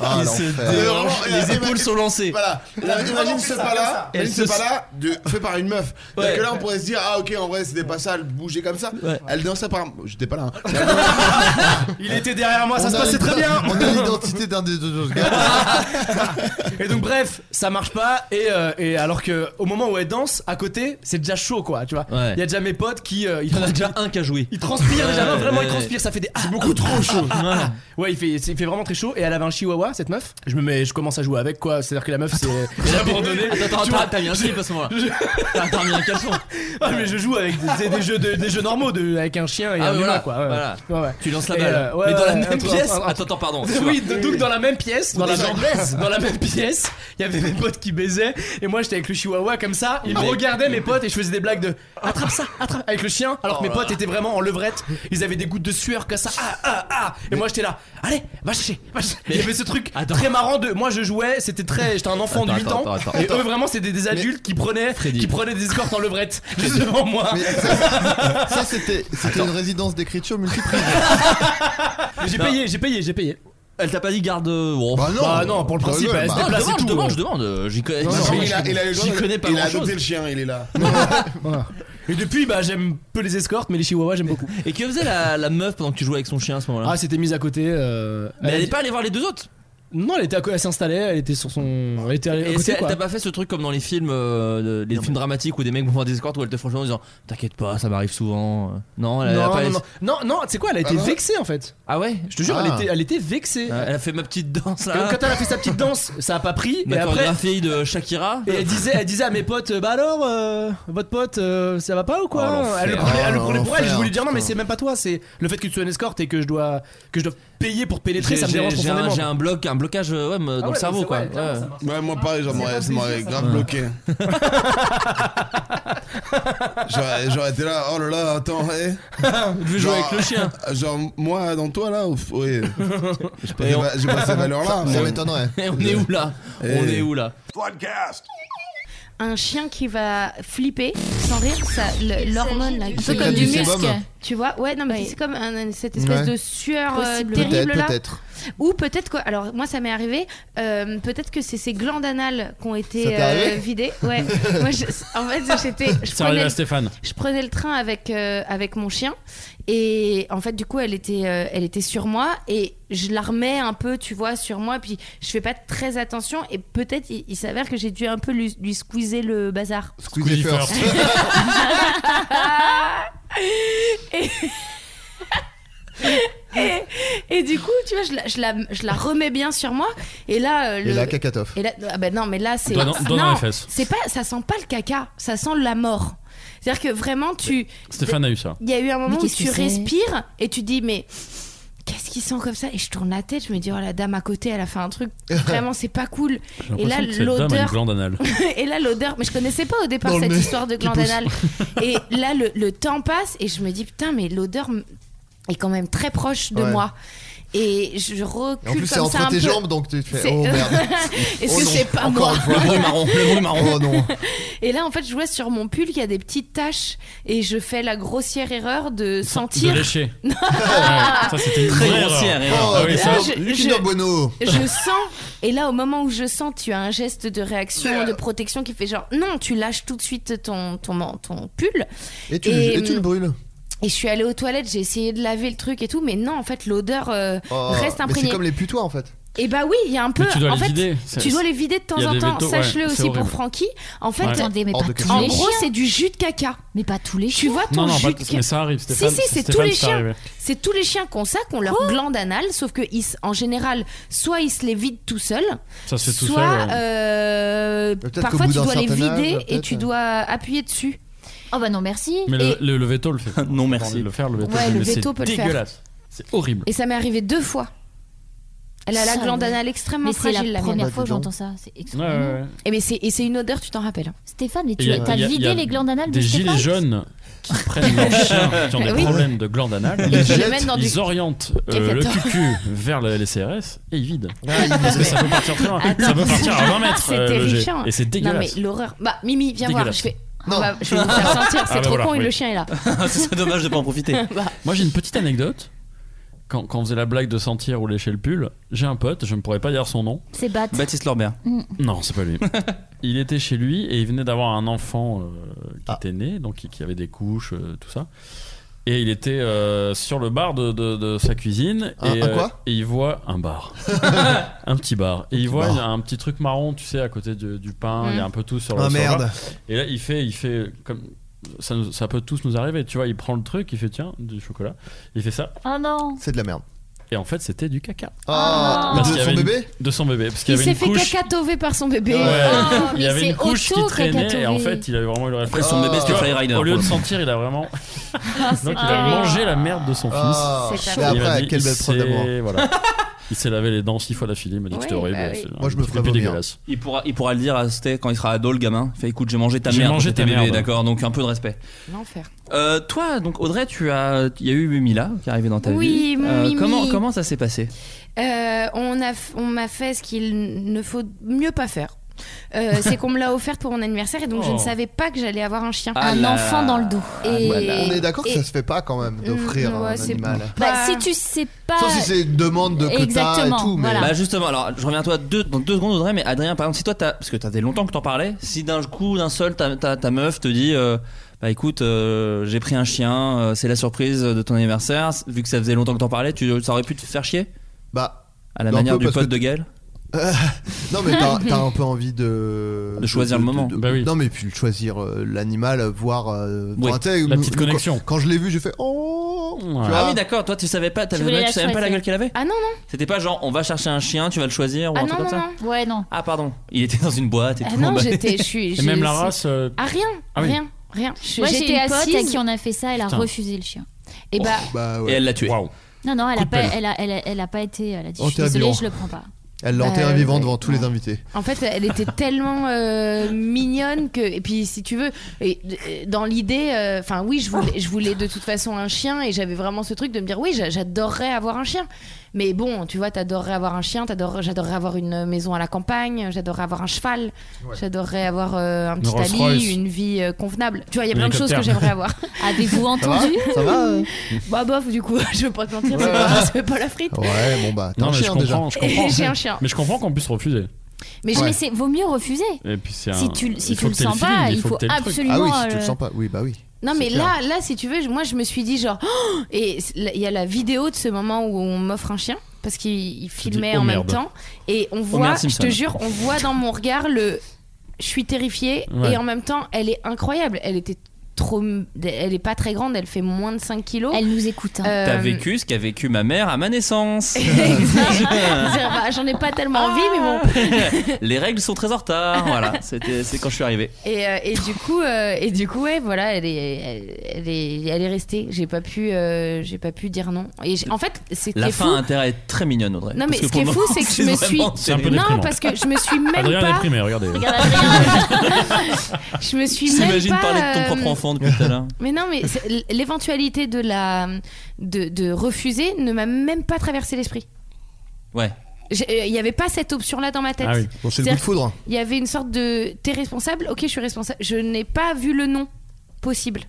S32: Ah,
S6: Il se
S32: l'enfer.
S6: déhanche.
S32: Et vraiment,
S6: Les
S32: et-
S6: épaules sont lancées.
S32: Voilà. Là, imagine ce pas là,
S6: Elle
S32: imagine ce
S6: se-
S32: pas là, de- fait par une meuf. Parce
S6: Ouais.
S32: que là, on pourrait se dire, ah ok, en vrai, c'était pas ça, elle bougeait comme ça. Elle dansait par. J'étais pas là. hein.
S7: hein.
S5: Il était derrière moi, ça
S32: On
S5: se
S32: a
S5: passait
S32: l'ident-
S5: très bien.
S32: On a l'identité d'un des deux autres gars.
S5: Et donc bref, ça marche pas et, euh, et alors que au moment où elle danse à côté, c'est déjà chaud quoi, tu vois. Il
S6: Ouais.
S5: y a déjà mes potes qui euh, ils
S6: Il y en a
S5: transpirent,
S6: déjà un qui a joué.
S5: ils transpirent déjà,
S6: Ouais,
S5: vraiment
S6: ouais,
S5: ils transpirent, ça fait des c'est
S32: beaucoup trop chaud.
S5: Ouais, il fait il fait vraiment très chaud et elle avait un chihuahua cette meuf. Je me mets je commence à jouer avec quoi, c'est-à-dire que la meuf c'est j'ai abandonné.
S6: Attends,
S5: Tu
S6: attends,
S5: vois,
S6: t'as- t'as mis un slip à ce moment-là.
S5: je-
S6: T'as t'as mis un caleçon.
S5: ah mais je joue avec des, des jeux de- des jeux normaux de, avec un chien et
S6: Ah,
S5: un
S6: ouais,
S5: humain
S6: voilà,
S5: quoi. ouais.
S6: voilà.
S5: Ouais, ouais.
S6: Tu lances la
S5: Et,
S6: balle.
S5: euh, ouais,
S6: mais dans la
S5: ouais,
S6: même
S5: attends,
S6: pièce.
S5: attends,
S6: Attends, attends, pardon.
S5: Oui,
S6: excuse-moi.
S5: donc dans la même pièce, dans la,
S6: Déjà.
S5: dans la même pièce, il y avait mes potes qui baisaient et moi j'étais avec le chihuahua comme ça, ils me
S6: Mais-
S5: regardaient mes potes et je faisais des blagues de attrape ça, attrape avec le chien alors que mes
S6: Oh là
S5: potes
S6: là.
S5: étaient vraiment en levrette, ils avaient des gouttes de sueur comme ça. Ah ah ah et moi j'étais là, allez, va chercher, va chercher. Il y avait ce truc très marrant de moi je jouais, c'était très j'étais un enfant de
S6: Attends,
S5: 8
S6: attends,
S5: ans
S6: attends,
S5: et
S6: attends.
S5: eux vraiment c'était des adultes qui prenaient qui prenaient des escortes en levrette juste devant moi.
S7: Mais ça, ça, c'était c'était une résidence d'écriture multiprise.
S5: Mais J'ai
S6: Non.
S5: payé, j'ai payé, j'ai payé.
S6: Elle t'a pas dit garde. Oh.
S7: Bah non.
S5: Bah non, pour le
S7: Bah
S5: principe,
S7: ouais,
S5: elle se
S7: bah-
S6: Ah,
S5: déplace et
S6: je demande,
S5: tout.
S6: je demande, je demande. J'y connais,
S32: Non, non,
S6: j'y-
S32: il a- il a-
S6: j'y connais pas
S32: Il a
S6: grand chose.
S32: adopté le chien, il est là.
S5: Et depuis, bah, j'aime peu les escortes, mais les chihuahuas, j'aime beaucoup.
S6: Et que faisait la, la meuf pendant que tu jouais avec son chien à ce moment-là
S5: Ah, c'était mise à côté. euh,
S6: Mais elle
S5: a
S6: n'est
S5: dit-
S6: pas allée voir les deux autres.
S5: Non, elle était à côté, elle s'installait, elle était sur son. Elle était à à
S6: Et
S5: côté,
S6: c'est-
S5: quoi.
S6: t'as pas fait ce truc comme dans les films, euh, de- les films dramatiques où des mecs vont faire des escortes où elle te font le chien en disant T'inquiète pas, ça m'arrive souvent. Euh, Non, elle, elle a
S5: Non,
S6: pas.
S5: non, non, non, non, tu sais quoi, elle a été
S6: non
S5: vexée en fait.
S6: Ah ouais
S5: Je te jure, elle, était, elle était vexée.
S6: Ah, Elle a fait ma petite danse
S5: Quand
S6: là.
S5: quand elle a fait sa petite danse, ça a pas pris. Et
S6: Ma
S5: après,
S6: chorégraphie de Shakira.
S5: et elle disait, elle disait à mes potes, bah alors, euh, votre pote, euh, ça va pas ou
S6: Oh,
S5: quoi
S6: l'enfer.
S5: Elle le prenait, elle le
S6: Oh,
S5: prenait pour elle. Je
S6: l'enfer,
S5: voulais dire non, mais
S6: putain.
S5: c'est même pas toi. C'est le fait que tu sois une escorte et que je dois que je dois payer pour pénétrer,
S6: J'ai-
S5: ça me
S6: j'ai-
S5: dérange
S6: j'ai un-
S5: profondément.
S6: J'ai un bloc, un blocage euh, ouais, me- dans
S5: Ah ouais,
S6: le
S5: mais
S6: cerveau
S5: c'est-
S6: quoi.
S5: ouais, clairement,
S6: Ouais.
S5: ça
S32: Ouais, moi pareil, ça m'aurait ça m'aurait grave
S6: Ouais.
S32: bloqué. J'aurais j'aurais été là, oh là là, attends, hé.
S6: Je vais jouer
S32: Genre-
S6: avec le chien.
S32: Genre, moi, dans toi là, ouf, oui. J'ai pas,
S6: Et on-
S32: j'ai pas ces valeurs-là.
S7: Ça
S32: mais-
S7: m'étonnerait.
S6: Et on est où là On
S32: Eh.
S6: est où là
S13: Un chien qui va flipper sans rire, ça, le-
S22: Il
S13: l'hormone
S22: s'agit
S13: là,
S22: du-
S13: qui-
S22: C'est comme du
S13: muscle.
S7: sébum.
S13: Tu vois, ouais, non, mais
S22: Ouais.
S13: c'est comme un- cette espèce
S7: Ouais.
S13: de sueur euh,
S7: Possible.
S13: terrible
S7: Peut-être,
S13: là.
S7: peut-être.
S13: Ou peut-être quoi. Alors moi, ça m'est arrivé. euh, peut-être que c'est ces glandes anales qui ont
S15: Ça
S13: été
S15: t'est arrivé
S13: euh, vidées. Ouais. moi, je- en fait, j'étais. je
S15: Ça arrive
S13: prenais
S15: à
S13: le-
S15: Stéphane.
S13: je prenais le train avec, euh, avec mon chien et en fait du coup elle était, euh, elle était sur moi et je la remets un peu tu vois sur moi puis je fais pas très attention et peut-être il, il s'avère que j'ai dû un peu lui, lui squeezer le bazar.
S7: Squeezie first.
S13: et... Et, et du coup, tu vois, je la, je, la, je la remets bien sur moi. Et là, euh,
S7: Et
S13: le-
S7: la cacatof.
S13: et là, ah ben non, mais là c'est
S7: Doigt dans- doigt dans les fesses.
S13: c'est pas, ça sent pas le caca, ça sent la mort. C'est-à-dire que vraiment, tu.
S15: Stéphane a eu ça.
S13: Il y a eu un moment où
S15: qu'est-ce
S13: tu
S15: que c'est
S13: respires et tu dis, mais qu'est-ce qu'ils sent comme ça Et je tourne la tête, je me dis, oh la dame à côté, elle a fait un truc. Vraiment, c'est pas cool.
S15: J'ai
S13: Et là,
S15: l'impression que cette dame a une
S13: l'odeur.
S15: glande anale.
S13: et là, l'odeur. Mais je connaissais pas au départ
S15: Dans le
S13: cette
S15: nez
S13: histoire de
S15: qui
S13: glande
S15: pousse.
S13: anale. et là, le, le temps passe et je me dis, putain, mais l'odeur m- est quand même très proche de
S7: Ouais.
S13: moi. Et je recule.
S7: Et en plus, c'est
S13: comme
S7: entre
S13: ça un
S7: tes
S13: peu.
S7: jambes, donc tu fais,
S13: C'est-
S7: oh, merde.
S13: Est-ce
S7: Oh
S13: que
S7: non,
S13: c'est pas
S7: encore
S13: moi
S7: une fois. Le bruit marron, le bruit marron. Oh non.
S13: Et là, en fait, je vois sur mon pull qu'il y a des petites taches et je fais la grossière erreur de sentir.
S15: De lécher.
S13: Non.
S15: Ça, c'était une
S7: Très
S15: vraie
S7: grossière
S15: erreur.
S7: erreur.
S15: Ah oui,
S7: Et
S15: ça-
S7: là, je- Lucina Bueno.
S13: Je sens, et là, au moment où je sens, tu as un geste de réaction, de protection qui fait genre non, tu lâches tout de suite ton, ton, man- ton pull.
S7: Et tu, le, et
S13: hum,
S7: tu le brûles.
S13: Et je suis allée aux toilettes, j'ai essayé de laver le truc et tout, mais non, en fait, l'odeur euh,
S7: Oh,
S13: reste
S7: mais c'est
S13: imprégnée.
S7: comme les putois en fait.
S13: Et bah oui, il y a un peu.
S7: Mais tu dois
S13: en
S7: les
S13: fait,
S7: vider.
S13: Tu
S7: C'est-
S13: dois les vider de temps
S7: Il y a
S13: en
S7: des
S13: temps.
S7: vétos, ouais,
S13: Sache-le
S7: c'est
S13: aussi
S7: horrible.
S13: pour Frankie. En fait,
S15: Ouais. Attendez, mais
S13: en
S15: Hors pas de tous question. les
S13: gros,
S15: chiens.
S13: c'est du jus de caca.
S35: Mais pas tous les chiens.
S13: Tu vois ton
S15: Non, non,
S13: jus
S15: pas
S13: de
S15: tous,
S13: caca.
S15: mais ça arrive, Stéphane,
S13: Si, si, c'est tous
S15: Stéphane,
S13: les
S15: c'est
S13: chiens.
S15: arrivé.
S13: C'est tous les chiens qui ont ça, qui ont
S35: Oh.
S13: leur glande anale, sauf que ils, en général, soit ils se les vident tout seuls,
S15: Ça se fait tout
S13: soit
S15: seul, ouais.
S13: euh,
S15: Peut-être qu'au
S13: parfois
S15: bout
S13: tu
S15: d'un
S13: dois les
S15: certain âge,
S13: vider et
S15: peut-être,
S13: tu
S15: euh.
S13: dois appuyer dessus.
S35: Oh bah non, merci.
S15: Mais
S13: et,
S15: le, le, le veto le fait. non, merci. Le faire, le veto,
S13: Ouais,
S15: je-
S13: le
S15: mais
S13: veto
S15: c'est
S13: peut le faire.
S15: dégueulasse. C'est horrible.
S13: et ça m'est arrivé deux fois. Elle a la
S35: Salaud.
S13: glande anale extrêmement
S35: Mais c'est la
S13: fragile. mienne.
S35: première Bah, fois que j'entends ça. C'est extraordinaire.
S15: Ouais, ouais, ouais.
S13: Et Eh, mais c'est et c'est une odeur, tu t'en rappelles. hein.
S35: Stéphane, mais
S15: Et y a- y a- y a Des gilets jaunes qui prennent leurs chiens qui ont des
S13: Oui.
S15: problèmes de glande anale.
S13: Ils
S15: Ils,
S13: les
S15: jettent,
S13: mettent dans
S15: ils
S13: du-
S15: orientent euh, le
S13: Cacaton.
S15: cucu vers le- les CRS et ils vident.
S13: Ah, ils
S15: Ah, Parce que
S13: vident. Ah,
S15: ça peut partir très loin. Ça peut partir à 20 mètres.
S13: C'est
S15: euh, le jet.
S13: terrifiant.
S15: Et c'est dégueulasse.
S13: Non mais l'horreur. Bah Mimi, viens voir.
S15: Dégueulasse.
S13: Je fais. on va- je vais vous faire sentir. C'est
S15: Ah, bah
S13: trop
S15: voilà,
S13: con et
S15: oui.
S13: le chien est là.
S15: Ce serait dommage de pas en profiter.
S13: Bah.
S15: Moi, j'ai une petite anecdote. Quand, quand on faisait la blague de sentir ou lécher le pull, j'ai un pote, je ne pourrais pas dire son nom.
S35: C'est Bat.
S15: Baptiste Lorbert.
S35: Mm.
S15: Non, c'est pas lui. il était chez lui et il venait d'avoir un enfant euh, qui était né, donc qui, qui avait des couches, euh, tout ça. Et il était euh, sur le bar de, de- de sa cuisine.
S7: Un-
S15: et,
S7: un
S15: euh,
S7: quoi
S15: et il voit un bar. un petit bar. Et il voit il y a un petit truc marron, tu sais, à côté du, du pain.
S7: Mm.
S15: Hein, Il y a un peu tout sur,
S7: Ah,
S15: sur le
S7: merde.
S15: bar. Et là, il fait, il fait comme. Ça, nous- ça peut tous nous arriver, tu vois. Il prend le truc, il fait tiens, du chocolat. Il fait ça.
S35: Oh non.
S15: C'est de la merde. Et en fait, c'était du caca.
S7: Ah,
S15: Parce
S7: de
S15: qu'il y
S7: son
S15: avait une-
S7: bébé
S15: De son bébé. Parce qu'il
S13: Il
S15: y avait
S13: s'est
S15: une
S13: fait
S15: couche.
S13: cacatover par son bébé.
S15: Ouais.
S13: Oh,
S15: il y
S13: mais
S15: avait
S13: c'est
S15: une couche qui traînait
S13: auto-cacatover.
S15: et en fait il avait vraiment eu le réflexe.
S6: son bébé, c'était
S15: Tu vois,
S6: Fly Rider,
S15: Au lieu de
S6: pour le coup.
S15: sentir, il a vraiment.
S6: Ah, c'est
S15: Donc il a
S6: terrible.
S15: mangé la merde de son
S7: Ah,
S15: fils.
S7: c'est
S15: Et il a
S7: terrible.
S15: dit,
S7: Quelle belle
S15: il
S7: preuve d'amour.
S15: s'est- voilà. Il s'est lavé Ah, les dents six fois d'affilée, il m'a dit que c'était
S6: Ouais,
S15: horrible.
S6: bah oui.
S15: c'est un
S6: Moi, je me
S15: petit
S6: ferais
S15: peu
S6: vomir.
S15: dégueulasse.
S6: Il pourra, il pourra le dire à Sté quand il sera ado, le gamin. Il fait écoute, j'ai mangé ta
S15: J'ai
S6: merde.
S15: mangé
S6: quand
S15: ta
S6: t'étais bébé,
S15: merde.
S6: D'accord, donc un peu de respect.
S13: L'enfer.
S6: Euh, toi, donc Audrey, tu as, il y a eu Mila qui est arrivée dans ta
S13: Oui,
S6: vie. Euh,
S13: mon Mimi.
S6: Comment, comment ça s'est passé
S13: Euh, on a, f- on m'a fait ce qu'il ne faut mieux pas faire. Euh, c'est qu'on me l'a offerte pour mon anniversaire et donc je
S7: Oh.
S13: ne savais pas que j'allais avoir un chien.
S7: Ah Un là. enfant dans le dos.
S13: Et-
S7: On est d'accord que
S13: et-
S7: ça se fait pas quand même d'offrir
S13: Mm, ouais,
S7: un
S13: c'est-
S7: animal.
S35: Bah, si tu sais pas.
S13: Ah,
S7: Sauf si c'est une demande de quota et
S35: Exactement,
S7: tout, mais
S35: voilà.
S6: Bah justement, alors je reviens à toi deux, dans deux secondes Audrey, mais Adrien, par exemple, si toi, t'as- parce que ça fait longtemps que t'en parlais, si d'un coup, d'un seul, ta, ta- ta meuf te dit, euh, bah écoute, euh, j'ai pris un chien, euh, c'est la surprise de ton anniversaire, vu que ça faisait longtemps que t'en parlais, tu, ça aurait pu te faire chier
S7: Bah.
S6: À la
S7: un
S6: manière
S7: peu,
S6: du
S7: parce
S6: pote
S7: que
S6: de Gaël
S7: Non mais t'as t'as un peu envie de
S6: De choisir le moment. Bah oui.
S7: Non mais puis de choisir euh, l'animal, voir euh,
S6: Oui,
S7: enfin, tu sais,
S6: la
S7: nous-
S6: petite
S7: nous, quand-
S6: connexion.
S7: Quand, je l'ai vu, j'ai fait oh. tu vois.
S6: Ah oui, d'accord, toi tu savais pas, t'avais-
S7: voulais
S6: tu
S7: la
S6: savais même pas la
S7: choisir.
S6: gueule qu'elle avait
S13: Ah non, non.
S6: C'était pas genre, on va chercher un chien, tu vas le choisir, ou
S13: Ah
S6: un
S13: non,
S6: truc
S13: non,
S6: comme ça
S13: non.
S35: Ouais, non.
S6: Ah pardon, il était dans une boîte et
S13: Ah
S6: tout.
S13: non,
S6: emballé.
S13: j'étais- je suis- Et j'ai- même la c'est- race, Ah rien,
S6: Ah oui.
S13: rien, rien. Je-
S35: Moi, j'ai
S13: j'étais
S35: une pote à
S13: assise.
S35: qui on a fait ça, elle a
S6: Putain. Oh.
S35: refusé le chien. Et bah.
S6: Et elle l'a tué.
S35: Non, non, elle
S6: Coup
S35: a,
S6: de
S35: pas,
S6: pelle.
S35: elle, a, elle, a- elle a pas été. Elle a dit
S7: Oh,
S35: Je suis
S7: t'es
S35: désolée,
S7: aberrant.
S35: je le prends pas.
S7: Elle l'enterre
S13: Bah,
S7: vivant
S13: ouais.
S7: devant tous les invités.
S13: En fait, elle était tellement euh, mignonne que. Et puis, si tu veux, et, euh, dans l'idée, euh, enfin, oui, je voulais, je voulais de toute façon un chien et j'avais vraiment ce truc de me dire, oui, j'a- j'adorerais avoir un chien. Mais bon, tu vois, t'adorerais avoir un chien, t'adorerais- j'adorerais avoir une maison à la campagne, j'adorerais avoir un cheval, j'adorerais avoir euh, un
S35: Une
S13: petit
S35: Rolls Royce.
S13: ami, une vie euh, convenable. Tu vois, il y a
S35: Un
S13: plein de choses que
S35: hélicoptère.
S13: j'aimerais avoir.
S35: Avez-vous entendu
S7: Ça va euh
S13: Bah, bof, du coup, je veux pas te mentir, c'est
S7: Ouais.
S13: pas- c'est pas la frite.
S7: Ouais, bon bah, t'as
S15: Non,
S7: un
S15: mais je
S7: chien déjà.
S15: comprends. je comprends.
S13: J'ai un chien.
S15: Mais je comprends qu'on puisse refuser.
S35: Mais, je-
S15: Ouais.
S35: mais c'est vaut mieux refuser.
S15: Et puis c'est
S35: Si
S15: un-
S35: tu, le- si
S15: il
S35: tu
S15: faut
S35: le
S15: que t'aies le
S35: sens
S15: feeling,
S35: pas,
S15: il
S35: il
S15: faut
S35: faut,
S15: que t'aies le truc.
S35: absolument.
S7: Ah oui, si tu le
S35: euh,
S7: sens pas, oui bah oui.
S13: Non
S7: C'est
S13: mais
S7: clair.
S13: là, là, si tu veux, je- moi je me suis dit genre, Oh et c'est- il y a la vidéo de ce moment où on m'offre un chien parce qu'il il filmait
S35: dis, Oh
S13: en
S35: merde.
S13: même temps et on voit,
S35: merde,
S13: je
S35: Simpson.
S13: te jure, on voit dans mon regard le, je suis terrifiée
S35: Ouais.
S13: et en même temps elle est incroyable, elle était trop. Elle est pas très grande, elle fait moins de 5 kilos. Euh,
S35: Elle nous écoute. hein.
S6: T'as vécu ce qu'a vécu ma mère à ma naissance.
S13: J'en ai pas tellement
S35: Ah
S13: envie, mais bon.
S6: Les règles sont très en retard. Voilà, c'était- c'est quand je suis arrivé.
S13: Et, euh, et du coup, euh, et du coup, ouais, voilà, elle est, elle, elle est, elle est restée. J'ai pas pu, euh, j'ai pas pu dire non. Et j'ai- en fait, c'était
S6: La
S13: fou.
S6: fin a intérêt à être très mignonne, Audrey.
S13: Non mais
S6: Parce
S13: ce qui
S6: pour
S13: est
S6: le
S13: fou,
S6: moment,
S13: c'est que je me suis,
S6: vraiment terrible.
S13: non parce que je me suis même
S6: Adrien est
S13: pas,
S6: déprimé, hein. regardez.
S13: Regarde, Adrien. je me suis même
S6: T'imagines
S13: pas.
S6: parler de ton
S13: euh,
S6: propre enfant depuis tout à l'heure.
S13: Mais non, mais c'est- l- l'éventualité de la de, de refuser ne m'a même pas traversé l'esprit.
S6: Ouais.
S13: J'ai- euh, Il n'y avait pas cette option-là dans ma tête.
S19: Ah oui. Bon, c'est le
S13: C'est-à-dire
S19: coup de foudre.
S13: qu'il y avait une sorte de t'es responsable, ok, je suis responsable. Je n'ai pas vu le nom possible.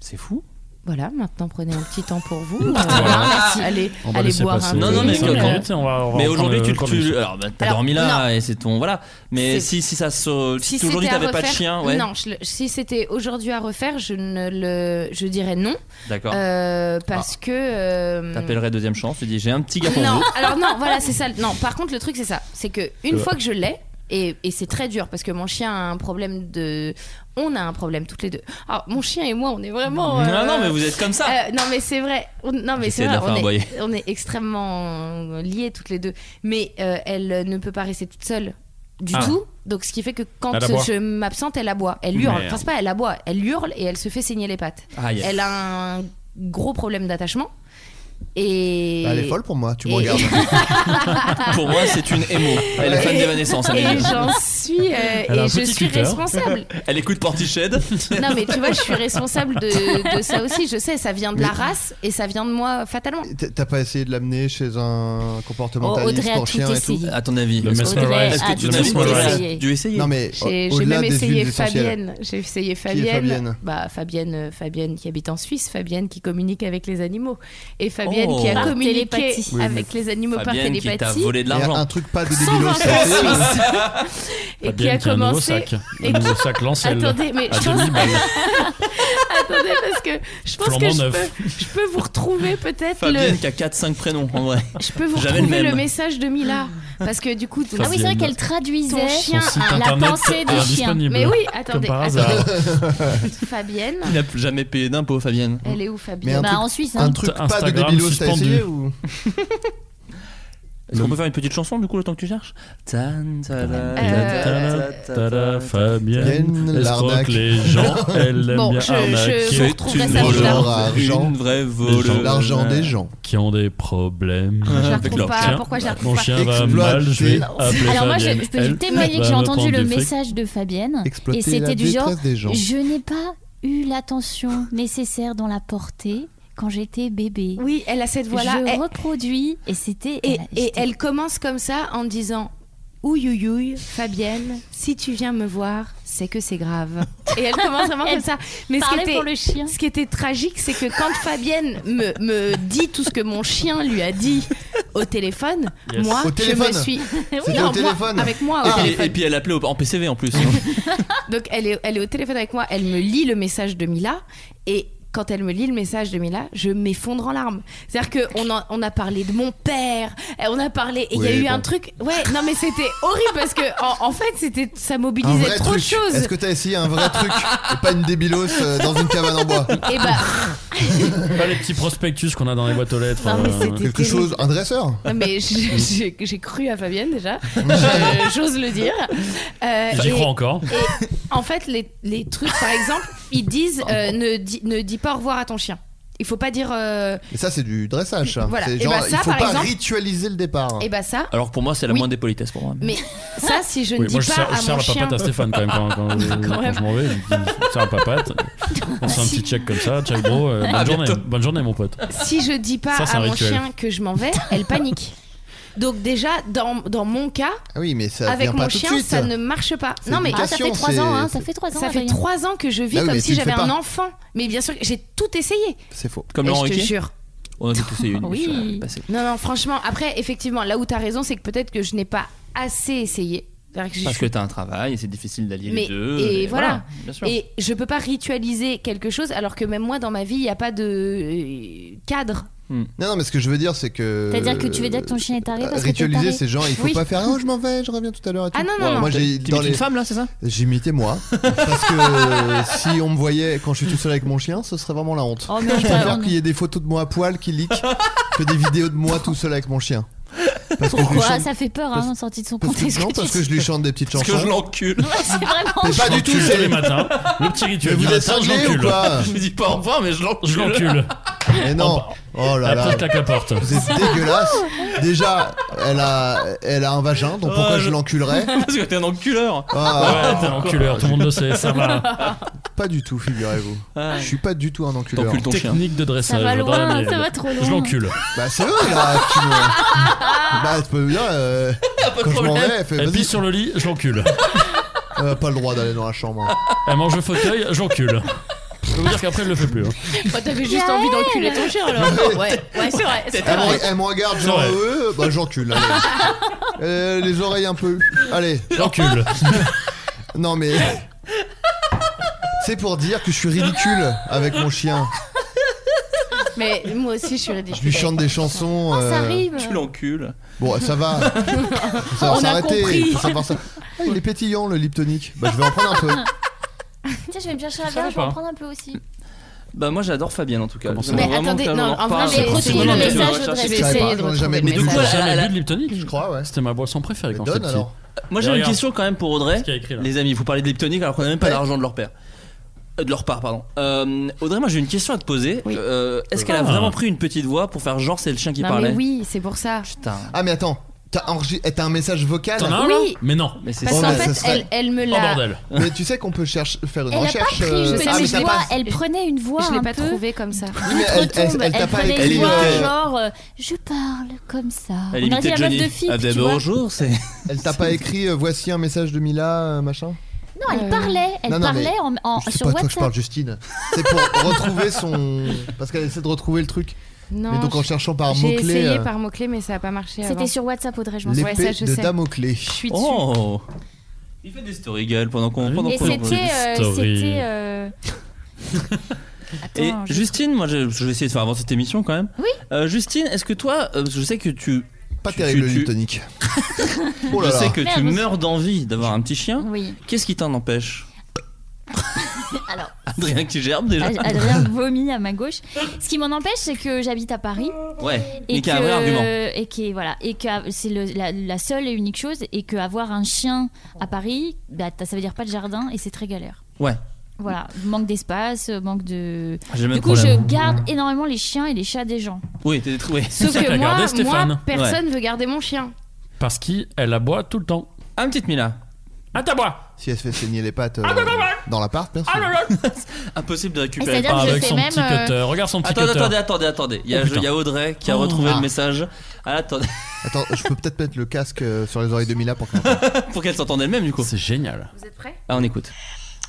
S6: C'est fou.
S13: Voilà, maintenant prenez un petit temps pour vous. Euh,
S6: Voilà.
S13: merci. Allez,
S6: On va
S13: allez
S6: laisser
S13: boire
S6: passer
S13: un
S6: Non,
S13: thé.
S6: non, mais
S13: Euh,
S6: comme-
S15: on va- on va
S6: Mais
S15: reprendre
S6: aujourd'hui,
S15: le
S6: tu,
S15: cours
S6: tu-
S15: de l'histoire.
S6: alors, bah, t'as
S13: Alors,
S6: dormi là
S13: non.
S6: et c'est ton voilà. Mais
S13: C'est-
S6: si si ça se si,
S13: c'était
S6: aujourd'hui
S13: à
S6: t'avais pas de
S13: refaire-
S6: chien, ouais.
S13: Non, je le- si c'était aujourd'hui à refaire, je ne le, je dirais non.
S6: D'accord. Ah.
S13: Euh, parce que. euh,
S6: T'appellerais deuxième chance, tu dis j'ai un petit gars pour
S13: Non,
S6: vous. Euh.
S13: alors non, voilà, c'est ça. Non, par contre, le truc, c'est ça. C'est que une
S6: Ouais.
S13: fois que je l'ai, et, et c'est très dur parce que mon chien a un problème de. On a un problème toutes les deux. Alors, mon chien et moi, on est vraiment.
S6: Non, non, mais vous êtes comme ça.
S13: Euh, non, mais c'est vrai. On- non, mais
S6: J'essaie
S13: c'est
S6: de
S13: vrai.
S6: la faire
S13: On
S6: aboyer.
S13: est, on est extrêmement liés toutes les deux. Mais euh, elle ne peut pas rester toute seule du
S6: Ah.
S13: tout. Donc, ce qui fait que quand
S6: Elle aboie.
S13: je m'absente, elle aboie. Elle hurle.
S6: Merde.
S13: Enfin, c'est pas elle aboie. Elle hurle et elle se fait saigner les pattes.
S6: Aïe.
S13: Elle a un gros problème d'attachement. Et...
S7: Bah, elle est folle pour moi, tu me
S13: et-
S7: regardes.
S6: Pour moi, c'est une émo. Elle est fan d'Evanescence. elle est
S13: Et
S6: bien.
S13: j'en suis, euh,
S6: Elle a un
S13: et je
S6: petit
S13: suis
S6: Twitter.
S13: responsable.
S6: Elle écoute Portiched.
S13: Non, mais tu vois, je suis responsable de, de ça aussi. Je sais, ça vient de la
S7: Mais-
S13: race et ça vient de moi fatalement.
S7: T'as- T'as pas essayé de l'amener chez un comportementaliste
S13: Audrey a
S7: pour
S13: tout
S7: chien et
S13: essayé.
S7: tout
S6: À ton avis,
S7: Le
S6: est-ce que-
S7: mesmerized.
S6: est-ce que
S7: Ah,
S6: tu
S7: le
S6: n'as
S7: mesmerized.
S6: pas dû essayer
S7: Non, mais
S13: J'ai
S7: au-
S13: j'ai
S7: au-delà
S13: même
S7: des
S13: essayé
S7: huiles essentielles.
S13: Fabienne. J'ai essayé Fabienne.
S7: Fabienne
S13: bah, Fabienne, euh, Fabienne qui habite en Suisse, Fabienne qui communique avec les animaux. Et Fabienne
S6: Oh.
S13: qui a
S6: Par
S13: communiqué
S6: télépathie. Oui,
S13: avec les animaux
S6: Fabienne
S13: par
S6: qui t'a
S13: télépathie.
S6: volé de l'argent.
S7: Un truc pas de
S13: débilos. et qui
S15: Fabienne
S13: a
S15: qui a un nouveau
S13: commencé.
S15: sac.
S13: et
S15: Un
S13: qui-
S15: nouveau sac Lancel.
S13: Attendez, mais
S15: À
S13: je pense.
S15: 2000 balles.
S13: Attendez, parce que je pense que
S6: Flambant
S13: je
S6: neuf.
S13: peux, je peux vous retrouver peut-être le.
S6: Fabienne qui a 4-5 prénoms en vrai.
S13: Je peux vous
S6: Jamais
S13: retrouver
S6: le
S13: le,
S6: même.
S13: message de Mila. Parce que du coup.
S6: Ah oui, c'est vrai qu'elle
S13: Ton
S35: traduisait
S13: chien
S6: Son site
S13: a
S6: internet
S13: la pensée
S6: est
S13: du chien.
S6: indisponible,
S13: Mais oui,
S6: comme
S13: attendez.
S6: par
S13: attendez.
S6: hasard.
S13: Fabienne.
S6: Il n'a plus jamais payé d'impôts, Fabienne.
S13: Elle est où, Fabienne Bah,
S6: Mais un truc-
S13: hein.
S6: un truc pas de Instagram débilos, t'as suspendu. essayé ou- Est-ce qu'on peut faire une petite chanson du coup le temps que tu cherches Tan, ta, Euh, la, ta, ta, ta, ta, ta,
S15: Tada,
S6: ta.
S15: Fabienne, escroque
S6: l'arnaque.
S15: les gens, elle aime
S6: Bon,
S15: bien
S6: je- je
S15: arnaquer.
S6: vous retrouverai C'est une ça, je voleuse, la retrouve. une vraie voleuse.
S15: Des gens-
S6: L'argent des gens.
S15: Qui ont des problèmes.
S6: Je la
S15: Ah, avec
S6: retrouve
S15: leur
S35: pas,
S15: chien.
S35: pourquoi je la retrouve
S15: Mon
S35: pas
S15: chien va mal, je vais appeler
S35: Alors moi, je,
S15: Fabienne.
S35: je peux vous
S15: Elle
S35: témoigner que
S15: va
S35: j'ai
S15: me
S35: entendu
S15: prendre des
S35: le
S15: frics.
S35: message de Fabienne.
S15: Exploiter
S35: et c'était
S15: la
S35: du genre,
S15: détresse des gens.
S35: je n'ai pas eu l'attention nécessaire dans la portée quand j'étais bébé.
S13: Oui, elle a cette voix-là.
S35: Je
S13: Elle-
S35: reproduis et c'était...
S13: eh. Et, et elle commence comme ça en disant Ouyouyouy, Fabienne, si tu viens me voir, c'est que c'est grave. Et elle commence vraiment
S35: Elle
S13: comme ça. Mais ce qui,
S35: parlait
S13: était,
S35: pour le
S13: ce qui était tragique, c'est que quand Fabienne me, me dit tout ce que mon chien lui a dit au téléphone,
S6: Yes.
S13: moi,
S6: Au téléphone
S13: je me suis.
S6: C'était au
S13: moi,
S6: téléphone.
S13: avec moi, euh, au
S6: et, puis,
S13: téléphone. Ah,
S6: et puis elle appelait au- en PCV en plus. hein,
S13: Donc elle est, elle est au téléphone avec moi, elle me lit le message de Mila et quand elle me lit le message de Mila, je m'effondre en larmes. C'est-à-dire qu'on a, on a parlé de mon père, et on a parlé et il y a
S7: Oui,
S13: eu
S7: bon.
S13: un truc. Ouais, non mais c'était horrible parce que en, en fait c'était ça
S7: Un
S13: mobilisait
S7: vrai
S13: trop
S7: truc.
S13: de choses.
S7: Est-ce que t'as essayé un vrai truc et pas une débilos euh, dans une cabane en bois
S13: Et bah
S15: Pas les petits prospectus qu'on a dans les boîtes aux lettres.
S13: Non, mais
S15: euh,
S13: c'était Quelque terrible. chose-
S7: un dresseur
S13: non, mais j'ai- j'ai j'ai cru à Fabienne déjà, Je- j'ose le dire. Euh,
S15: J'y
S13: et-
S15: crois encore.
S13: Et en fait, les, les trucs, par exemple, ils disent euh, ne, dis, ne dis pas au revoir à ton chien. Il faut pas dire. euh,
S7: Mais ça, c'est du dressage, ça.
S13: Voilà.
S7: C'est
S13: Et
S7: genre,
S13: bah ça,
S7: il faut
S13: par
S7: pas
S13: exemple-
S7: ritualiser le départ.
S13: Eh ben ça.
S6: Alors pour moi, c'est la
S13: Oui.
S6: moindre des politesses pour moi.
S13: Mais ça, si je ne
S15: Oui,
S13: dis
S15: moi, je
S13: pas
S15: sers, je
S13: à
S15: sers
S13: mon
S15: la
S13: chien.
S15: papate à Stéphane quand même quand, quand- quand
S13: même.
S15: je m'en vais. Je lui dis, je sers la papate. On se fait un petit check comme ça. Ciao bro. euh,
S13: À
S15: bonne, journée,
S6: bientôt.
S15: bonne journée mon pote.
S13: Si je dis pas
S15: Ça, c'est
S13: à
S15: un
S13: mon
S15: rituel.
S13: chien que je m'en vais, elle panique. Donc déjà, dans, dans mon cas,
S7: Ah oui, mais ça
S13: avec
S7: vient
S13: mon
S7: pas tout de
S13: chien,
S7: suite.
S13: ça ne marche pas.
S7: C'est
S13: Non mais
S7: Ah, ça fait trois c'est- ans, hein, ça
S35: fait trois ans,
S13: Ça fait
S35: Adrien.
S13: trois ans que je vis
S7: Bah oui,
S13: comme
S7: mais tu
S13: si
S7: le
S13: j'avais
S7: fais
S13: un
S7: pas.
S13: enfant. Mais bien sûr, j'ai tout essayé.
S7: C'est faux.
S6: Comme
S13: Et
S6: Laurent
S13: je te
S6: Ruquier Oh,
S13: jure.
S6: On a dit que c'est une.
S13: Oui. Non, non, franchement, après, effectivement, là où t'as raison, c'est que peut-être que je n'ai pas assez essayé. C'est-à-dire que j'ai-
S6: Parce que t'as un travail et c'est difficile d'allier
S13: mais,
S6: les deux.
S13: et, voilà.
S6: bien sûr.
S13: et je peux pas ritualiser quelque chose alors que même moi, dans ma vie, il n'y a pas de euh, cadre.
S6: Hmm.
S7: Non, non, mais ce que je veux dire, c'est que.
S35: C'est-à-dire que tu veux dire que ton chien est taré parce que t'es
S7: Ritualiser
S35: taré
S7: ces gens, il faut
S35: Oui.
S7: pas faire. Ah, je m'en vais, je reviens tout à l'heure. et
S35: Ah
S7: tout.
S35: non, non, Ouais, non.
S7: Moi, j'ai
S35: T'imites
S7: dans
S35: une
S7: les
S35: femme, là, c'est ça
S7: J'imitais moi, parce que euh, si on me voyait quand je suis tout seul avec mon chien, ce serait vraiment la honte.
S35: Oh, mais
S7: je
S35: attends.
S7: préfère qu'il y ait des photos de moi à poil qui leak que des vidéos de moi tout seul avec mon chien. Parce que je lui
S35: Pourquoi
S7: chante-
S35: Ça fait peur, hein, sorti de son
S7: parce que-
S35: contexte.
S7: non,
S35: tu
S7: parce
S35: dis.
S7: que je lui chante des petites
S35: Parce que
S7: chansons.
S35: je
S7: l'encule.
S35: Ouais, c'est vraiment.
S7: Mais pas du tout, c'est
S15: les matins. Le petit rituel.
S7: Mais vous
S15: du
S7: êtes
S15: matin, je
S7: cinglés ou
S15: l'encule.
S7: quoi
S15: Je lui dis pas au revoir, mais je l'en- je l'encule.
S7: Mais non. Oh là là.
S15: Après, je claque la porte.
S7: Vous êtes dégueulasse. Déjà, elle a, elle a un vagin, donc pourquoi
S15: Euh,
S7: je l'enculerais
S6: Euh, Parce que t'es un enculeur.
S7: Ah.
S15: ouais, t'es un enculeur, tout le monde le sait, ça va.
S7: Pas du tout, figurez-vous. Je suis pas du tout un enculeur.
S15: Ah. T'encules ton chien. Technique de dressage.
S35: Ça va
S15: dans la
S35: loin,
S15: mienne.
S35: ça va trop
S15: Je
S35: loin.
S15: l'encule.
S7: Bah c'est eux là qui me- Bah tu peux me dire. euh, quand je m'en vais, elle fait.
S15: Elle
S7: vas-y,
S15: pisse sur le lit, je l'encule.
S7: elle a pas le droit d'aller dans la chambre. hein.
S15: Elle mange le fauteuil, je l'encule. Je peux vous dire qu'après, elle le fait plus. hein.
S13: Bah, t'avais juste envie d'enculer ton chien alors.
S7: Ouais.
S13: Ouais, ouais, c'est vrai. c'est
S7: Elle me-
S13: vrai.
S7: Elle me regarde
S15: C'est
S7: genre
S15: vrai.
S7: euh, bah j'encule. allez. Euh, les oreilles un peu. Allez.
S15: J'encule.
S7: Non mais. C'est pour dire que je suis ridicule avec mon chien.
S13: Mais moi aussi, je suis ridicule.
S7: Je lui chante des chansons.
S13: Ah, ça
S7: euh,
S13: rime.
S6: Tu l'encules.
S7: Bon, ça va. Faut savoir
S13: On a
S7: s'arrêter.
S13: compris.
S7: faut savoir ça. Ah, il est pétillant le liptonique. Bah je vais en prendre un peu.
S35: Tiens, je vais me chercher un
S6: Ça va
S35: verre, je vais en
S6: pas.
S35: prendre un peu aussi.
S6: Bah moi j'adore Fabienne en tout cas.
S35: Mais attendez, non, en vrai, j'ai retrouvé le message, je voudrais essayer de retrouver le
S6: Mais de
S35: message.
S6: quoi
S35: J'en ai
S6: elle a
S35: jamais bu
S6: bu de Liptonic
S13: Hmm.
S7: Je crois ouais.
S15: C'était ma boisson préférée quand j'étais petit.
S6: Moi
S15: Mais
S6: j'ai une
S15: regarde.
S6: question quand même pour Audrey.
S15: qu'il y a écrit, là
S6: Les amis, vous parlez de Liptonic alors qu'on a même pas d'argent de leur père. Euh, De leur part, pardon. Euh, Audrey, moi j'ai une question à te poser. Euh, Est-ce qu'elle a
S13: Ah.
S6: vraiment pris une petite voix pour faire genre c'est le chien qui
S13: Non,
S6: parlait
S13: mais oui, c'est pour ça.
S7: Ah mais attends, t'as enregistré- eh, t'as un message vocal
S15: T'en as un là
S13: Oui.
S15: Mais non. Oh,
S6: Mais c'est
S13: Parce
S7: Oh,
S13: qu'en
S7: mais
S13: fait,
S7: ça serait-
S13: elle, elle
S35: Oh,
S13: me l'a.
S7: Mais tu sais qu'on peut chercher, faire une
S35: Elle a pas
S7: recherche.
S35: pris,
S7: euh,
S35: je sais,
S7: ah,
S35: mais
S7: mais
S35: je
S7: ça
S35: vois,
S7: passe.
S35: elle prenait une voix.
S13: Je l'ai
S35: un
S13: pas
S35: peu
S13: trouvé comme ça.
S7: mais elle- elle-
S35: Elle,
S7: elle t'a pas
S35: prenait
S7: écrit,
S35: une voix
S7: euh,
S35: genre euh, je parle comme ça.
S6: Elle
S35: On a
S6: imitait
S35: dit la meuf
S6: Johnny.
S35: de Philippe,
S6: Elle faisait
S35: tu vois.
S6: bonjour, c'est.
S7: Elle t'a pas écrit euh, voici un message de Mila euh, machin
S35: Non, elle parlait, elle
S7: Non, non, mais
S35: parlait en, en-
S7: Je sais
S35: Ah, sur
S7: pas de quoi que je
S35: WhatsApp.
S7: parle Justine. C'est pour retrouver son parce qu'elle essaie de retrouver le truc.
S13: Non,
S7: mais donc en
S13: je-
S7: cherchant par euh,
S13: J'ai
S7: mots clés
S13: essayé par mots-clés, mais ça a pas marché.
S35: C'était
S13: avant.
S35: sur WhatsApp, Audrey, je m'en souviens.
S7: l'épée
S13: Ouais, ça, je
S7: de
S13: sais.
S7: Damoclès.
S13: Je suis dessus.
S6: Oh Il fait des stories Gaël, pendant
S15: Ah
S6: qu'on pendant
S35: Et
S6: qu'on-
S35: c'était. euh,
S6: Story.
S35: c'était, euh, Attends,
S6: Et
S35: je-
S6: Justine, moi je, je vais essayer de faire avancer cette émission quand même.
S35: Oui.
S6: Euh, Justine, est-ce que toi, euh, je sais que tu.
S7: Pas
S6: terrible
S7: le
S6: tonique.
S7: Oh là
S6: je
S7: là.
S6: sais que tu
S35: Merde.
S6: meurs d'envie d'avoir un petit chien.
S35: Oui.
S6: Qu'est-ce qui t'en empêche
S35: Alors,
S7: Ah.
S6: Adrien qui gerbe déjà.
S35: Ad- Ah, Adrien vomit à ma gauche. Ce qui m'en empêche, c'est que j'habite à Paris.
S6: Ouais,
S35: Et
S6: mais qui a un
S35: que-
S6: vrai argument.
S35: Et qui voilà, et que c'est le- la, la seule et unique chose, et que avoir un chien à Paris, bah, t'as- ça veut dire pas de jardin, et c'est très galère.
S6: Ouais.
S35: Voilà, manque d'espace, euh, manque de.
S6: Ah, J'ai le même
S35: Du coup,
S6: problème.
S35: je garde énormément les chiens et les chats des gens.
S6: Oui, t'es oui.
S13: Sauf
S15: T'as
S13: que moi,
S15: gardé Stéphane.
S13: moi, personne
S35: veut garder mon chien.
S15: Parce qu'elle aboie tout le temps.
S6: Un Ah, petite Mila.
S15: Un tabois.
S7: Si elle se fait saigner les pattes euh,
S15: Ah, non, non, non.
S7: dans l'appart, bien sûr.
S6: Impossible de
S35: Et
S6: récupérer
S35: c'est-à-dire que je
S6: avec
S35: fais
S6: son
S35: même,
S6: petit
S35: euh,
S6: cutter. Regarde son petit attendez, cutter. Attendez, attendez, attendez. Il y a,
S7: Oh, putain.
S6: il y a Audrey qui a
S7: Oh.
S6: retrouvé
S7: Ah.
S6: le message. Ah, attendez.
S7: Attends, je peux peut-être mettre le casque euh, sur les oreilles de Mila pour qu'on
S6: Pour qu'elle s'entende elle-même du coup. C'est génial.
S36: Vous êtes prêts
S6: Ah, on écoute.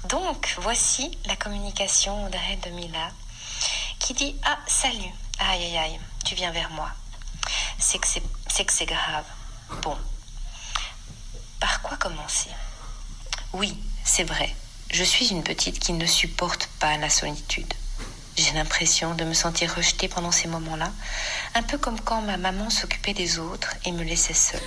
S36: Donc, voici la communication d'Arrêt de Mila qui dit Ah, salut, aïe aïe aïe, tu viens vers moi. C'est que c'est c'est que c'est grave. Bon, par quoi commencer Oui, c'est vrai, je suis une petite qui ne supporte pas la solitude. J'ai l'impression de me sentir rejetée pendant ces moments-là, un peu comme quand ma maman s'occupait des autres et me laissait seule.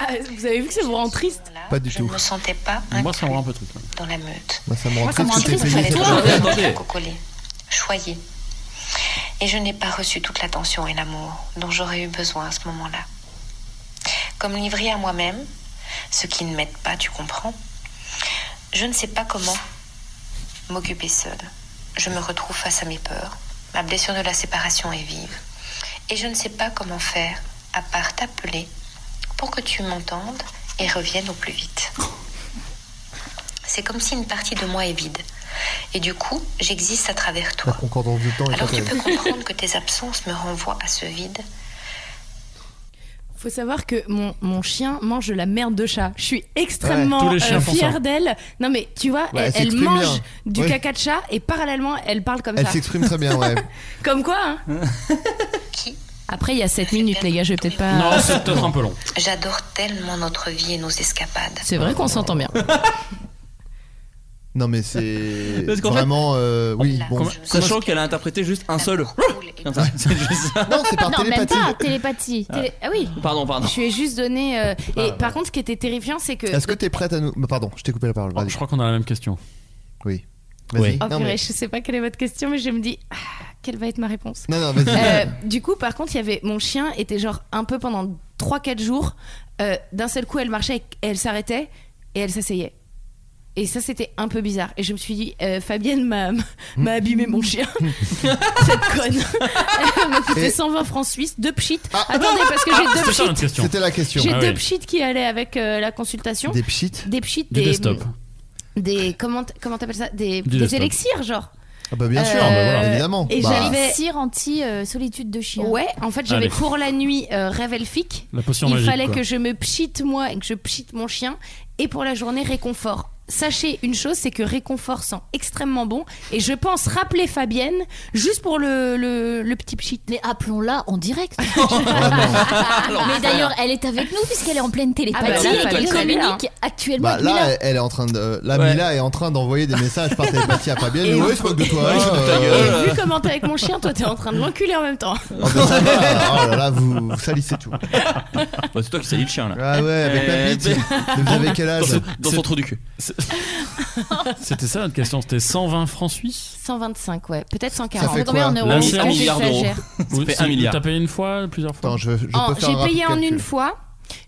S13: Ah, vous avez vu que ça vous rend triste
S7: Pas du
S36: je
S7: tout.
S36: ne me sentais pas
S15: Moi, ça me rend un peu truc.
S36: dans la meute.
S7: Moi, ça me rend
S36: Moi, ça
S7: triste
S36: me rend
S7: que t'aies
S36: triste,
S7: payé
S36: fallait
S7: pour
S36: toujours
S7: ça.
S36: me faire cocoler, choyer. Et je n'ai pas reçu toute l'attention et l'amour dont j'aurais eu besoin à ce moment-là. Comme livrée à moi-même, ce qui ne m'aide pas, tu comprends, je ne sais pas comment m'occuper seule. Je me retrouve face à mes peurs. Ma blessure de la séparation est vive. Et je ne sais pas comment faire, à part t'appeler, pour que tu m'entendes et reviennes au plus vite. C'est comme si une partie de moi est vide. Et du coup, j'existe à travers toi.
S7: La concordance du temps est
S36: Alors tu peux
S7: incroyable.
S36: comprendre que tes absences me renvoient à ce vide.
S13: Faut savoir que mon, mon chien mange de la merde de chat. Je suis extrêmement
S36: Ouais, tous les chiens
S13: euh,
S36: font ça.
S13: fière d'elle. Non mais tu vois,
S7: Ouais, elle
S13: elle, elle
S7: s'exprime
S13: mange
S7: bien.
S13: du
S7: Oui.
S13: caca de chat et parallèlement elle parle comme
S7: Elle
S13: ça.
S7: s'exprime très bien, ouais.
S13: Comme quoi hein Après il y a 7 minutes les gars, je vais peut-être pas...
S35: Euh,
S15: un peu long.
S36: J'adore tellement notre vie et nos escapades.
S13: C'est vrai qu'on s'entend bien.
S7: Non, mais c'est
S6: Parce qu'en fait-
S7: vraiment. euh, oui,
S6: Voilà.
S7: bon.
S6: Comment- Sachant qu'elle a interprété juste un seul. Comme ça, c'est juste ça.
S7: Non, c'est
S6: par
S35: non, même
S6: télépathie.
S35: pas, télépathie.
S6: Ah.
S13: Télé- Ah oui.
S6: Pardon, pardon.
S13: Je lui ai juste donné. euh,
S7: Ah,
S13: Et
S7: bah.
S13: par contre, ce qui était terrifiant, c'est que.
S7: Est-ce que t'es prête à nous. Bah, Pardon, je t'ai coupé la parole. je
S15: crois qu'on a la même question.
S7: Oui. Vas-y.
S13: Oh
S7: Non,
S13: purée,
S7: mais-
S13: je sais pas quelle est votre question, mais je me dis, ah, quelle va être ma réponse
S7: Non, non, vas-y.
S13: Euh, Du coup, par contre, il y avait mon chien était genre un peu pendant 3-4 jours. euh, D'un seul coup, elle marchait et elle s'arrêtait et elle s'asseyait. Et ça, c'était un peu bizarre. Et je me suis dit, euh, Fabienne m'a
S7: Mm.
S13: m'a abîmé mon chien. Cette conne. Elle m'a coûté
S7: Et-
S13: 120 francs suisses, deux pchits. Attendez, parce que j'ai
S7: Ah,
S13: deux
S7: c'était ça,
S13: pchits.
S7: notre question. C'était la question.
S13: J'ai
S7: Ah
S13: deux
S7: oui.
S13: pchits qui allaient avec euh, la consultation.
S7: Des pchits
S13: Des pchits,
S7: Du
S13: des-
S7: desktop.
S13: Des. Comment t- comment t'appelles ça Des,
S7: Du
S13: des
S7: desktop.
S13: élixirs, genre.
S7: Ah, bah, bien sûr,
S13: Euh,
S7: bah, voilà, évidemment.
S13: Et
S7: Bah,
S13: j'avais.
S35: Cire anti-solitude de chien.
S13: Ouais, en fait, j'avais
S7: Allez.
S13: cours la nuit euh, rêve elfique.
S15: La potion
S13: Il
S15: magique,
S13: fallait
S15: quoi.
S13: que je me pchite moi et que je pchite mon chien. Et pour la journée, réconfort. Sachez une chose, c'est que réconfort sent extrêmement bon. Et je pense rappeler Fabienne juste pour le, le, le petit pchit.
S35: Mais appelons-la en direct.
S6: Ah,
S13: l'enfer.
S35: Ah, Mais d'ailleurs, elle est avec nous puisqu'elle est en pleine télépathie
S13: Ah bah là,
S35: et qu'elle
S13: fallait aller là.
S35: communique actuellement
S7: Bah,
S35: avec Mila.
S7: là, elle- elle est en train de. euh, Là, Mila est en train d'envoyer des messages par télépathie à Fabienne.
S13: Et-
S7: Ouais, il se moque de toi.
S13: Ouais, il se
S7: hein,
S13: moque de ta
S7: euh,
S13: Et vu comment t'es avec mon chien, toi t'es en train de l'enculer en même temps.
S7: Oh, bah, ça va. Oh là là, vous, vous salissez tout.
S6: Bah, c'est toi qui salis le chien là.
S7: Ah ouais, avec ma
S6: Euh,
S7: bite. Mais vous avez quel âge
S6: Dans, son- dans son trou du cul.
S15: C'était ça notre question, c'était 120 francs suisses
S13: 125, ouais. Peut-être 140.
S15: fait quoi Un
S13: Est-ce que
S15: milliard- un milliard d'euros.
S13: j'exagère
S15: Vous-
S6: fait un
S15: vous
S6: milliard.
S15: T'as payé une fois, plusieurs fois
S13: Oh, J'ai payé en une fois.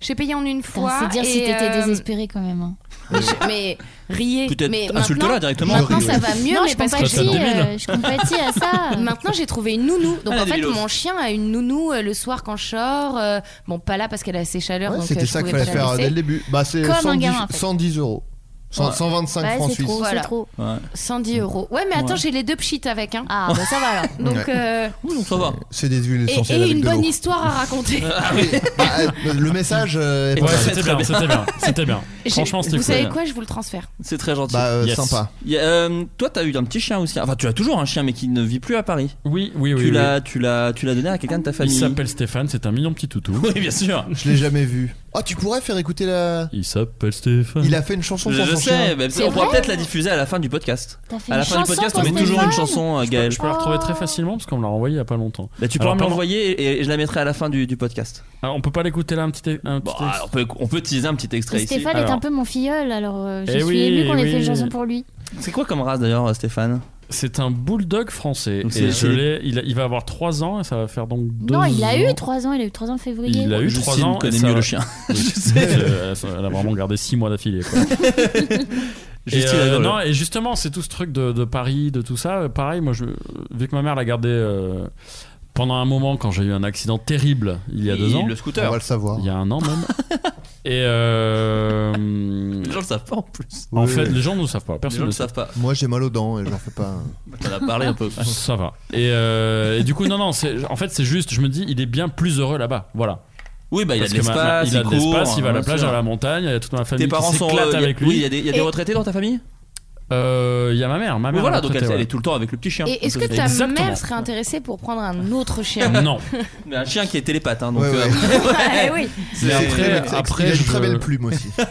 S13: J'ai payé en une
S35: Putain,
S13: fois.
S35: C'est dire si
S13: et,
S35: t'étais
S13: euh,
S35: désespéré quand même. hein.
S13: Je- mais riez.
S6: Peut-être
S13: mais
S6: insulte-la
S13: maintenant-
S6: directement.
S13: Maintenant,
S6: Je ris,
S13: ça
S6: ouais.
S13: va mieux,
S35: Non,
S13: mais
S35: je
S13: parce que
S35: compatis, euh, je compatis à ça.
S13: Maintenant, j'ai trouvé une nounou. Donc,
S35: Ah, la
S13: en fait,
S35: débilose.
S13: mon chien a une nounou euh, le soir quand je sors. euh, bon, pas là parce qu'elle a ses chaleurs.
S7: Ouais,
S13: donc, euh,
S7: C'était
S13: je
S7: ça qu'il
S13: pouvais
S7: fallait
S13: pas la
S7: faire
S13: laisser.
S7: dès le début. Bah, c'est
S13: Comme un
S7: 110,
S13: gamin, en fait.
S7: 110 euros. Cent-
S13: Ouais.
S7: 125
S13: Ouais,
S7: francs
S13: c'est
S7: suisses.
S13: trop, c'est Voilà. trop. 110 euros. Ouais, mais attends,
S7: Ouais.
S13: j'ai les deux pchites avec. Hein.
S35: Ah, bah, ça va alors.
S13: Donc,
S7: Ouais.
S13: euh,
S6: ça va.
S7: C'est des huiles
S13: et,
S7: essentielles
S13: et
S7: avec
S13: une
S7: de
S13: bonne
S7: l'eau.
S13: histoire à raconter.
S7: Ah oui, bah, euh, le message euh, est
S15: Ouais,
S7: pas-
S15: c'était bien, c'était bien, c'était bien.
S13: J'ai-
S6: Franchement, c'était
S13: Vous
S6: cool.
S13: savez quoi Je vous le transfère.
S6: C'est très gentil.
S7: Bah, euh, sympa.
S6: Il y a, euh, toi, t'as eu un petit chien aussi. Enfin, tu as toujours un chien, mais qui ne vit plus à Paris.
S15: Oui, oui,
S6: Tu
S15: oui,
S6: l'as, tu l'as, tu l'as donné à quelqu'un de ta
S15: Il
S6: famille.
S15: s'appelle Stéphane, c'est un mignon petit toutou.
S6: Oui, bien sûr.
S7: Je l'ai jamais vu. Oh, tu pourrais faire écouter la.
S15: Il s'appelle Stéphane.
S7: Il a fait une chanson
S6: Je,
S7: sur
S6: je
S7: son chien.
S6: sais, mais
S7: C'est
S6: on pourra
S7: vrai
S6: peut-être la diffuser à la fin du podcast.
S35: T'as fait
S6: à la
S35: une
S6: fin du
S35: chanson
S6: podcast, on
S35: pour
S6: met toujours
S35: Stéphane
S6: une chanson, euh, Gaël.
S15: Je peux la retrouver très facilement parce qu'on me l'a renvoyée il y a pas longtemps.
S6: Bah, tu pourras me l'envoyer et, et je la mettrai à la fin du, du podcast.
S15: on peut pas l'écouter là un petit, un
S6: petit on, peut, on peut teaser un petit extrait
S35: Et
S6: ici.
S35: Stéphane est un peu mon filleul, alors euh, je
S15: Eh
S35: suis
S15: oui,
S35: émue qu'on
S15: eh
S35: ait fait
S15: oui.
S35: une chanson pour lui.
S6: C'est quoi comme race d'ailleurs, euh, Stéphane
S15: C'est un bulldog français.
S6: Donc, c'est-
S15: Et je l'ai- il, a- il va avoir 3 ans et ça va faire donc 2
S35: Non, il a eu 3 ans, il a eu 3 ans en février. Eh
S15: Il a eu 3 ans.
S6: connaît
S15: et ça-
S6: mieux le chien.
S15: Oui.
S6: Je sais.
S15: Euh, Elle a vraiment gardé 6 mois d'affilée. quoi. Et,
S6: Justine
S15: euh,
S6: adore le-
S15: non, et justement, c'est tout ce truc de, de Paris, de tout ça. Euh, Pareil, moi, je, vu que ma mère l'a gardé euh, pendant un moment quand j'ai eu un accident terrible il y a
S6: Et
S15: deux ans.
S6: le scooter. On va le
S7: savoir.
S15: Il y a un an même. et euh, les
S6: gens le savent pas en plus.
S15: En
S7: Oui.
S15: fait, les gens ne le savent pas.
S6: gens
S15: Personne ne
S6: le
S15: le
S6: savent pas.
S7: Moi, j'ai mal aux dents et j'en fais pas.
S6: T'en as parlé un peu.
S15: Ça va. Et, euh, et du coup, non, non, c'est- en fait, c'est juste, je me dis, il est bien plus heureux là-bas. Voilà.
S6: Oui, bah, il a
S15: Parce
S6: de
S15: que
S6: l'espace,
S15: maintenant, il a
S6: il
S15: de l'espace,
S6: court,
S15: il va à la
S6: bien
S15: plage,
S6: sûr.
S15: à la montagne, il y a toute ma famille
S6: Tes parents
S15: qui
S6: sont. euh,
S15: s'éclate
S6: il y a-
S15: avec lui.
S6: Oui, il y a des, il y a des retraités dans ta famille
S15: Euh, Il y a ma mère, ma mère.
S6: Voilà,
S15: est
S6: donc elle,
S15: retraitée,
S6: elle
S15: ouais.
S6: est tout le temps avec le petit chien.
S13: Et est-ce que ta mère serait intéressée pour prendre un autre chien
S15: Non.
S6: Mais un chien qui est télépathe, hein, donc.
S7: Ouais, ouais.
S13: Ouais, oui.
S6: Mais
S7: C'est-
S6: après-
S7: il a une-
S6: après,
S7: il a une
S6: je-
S7: très belle plume aussi.
S6: euh,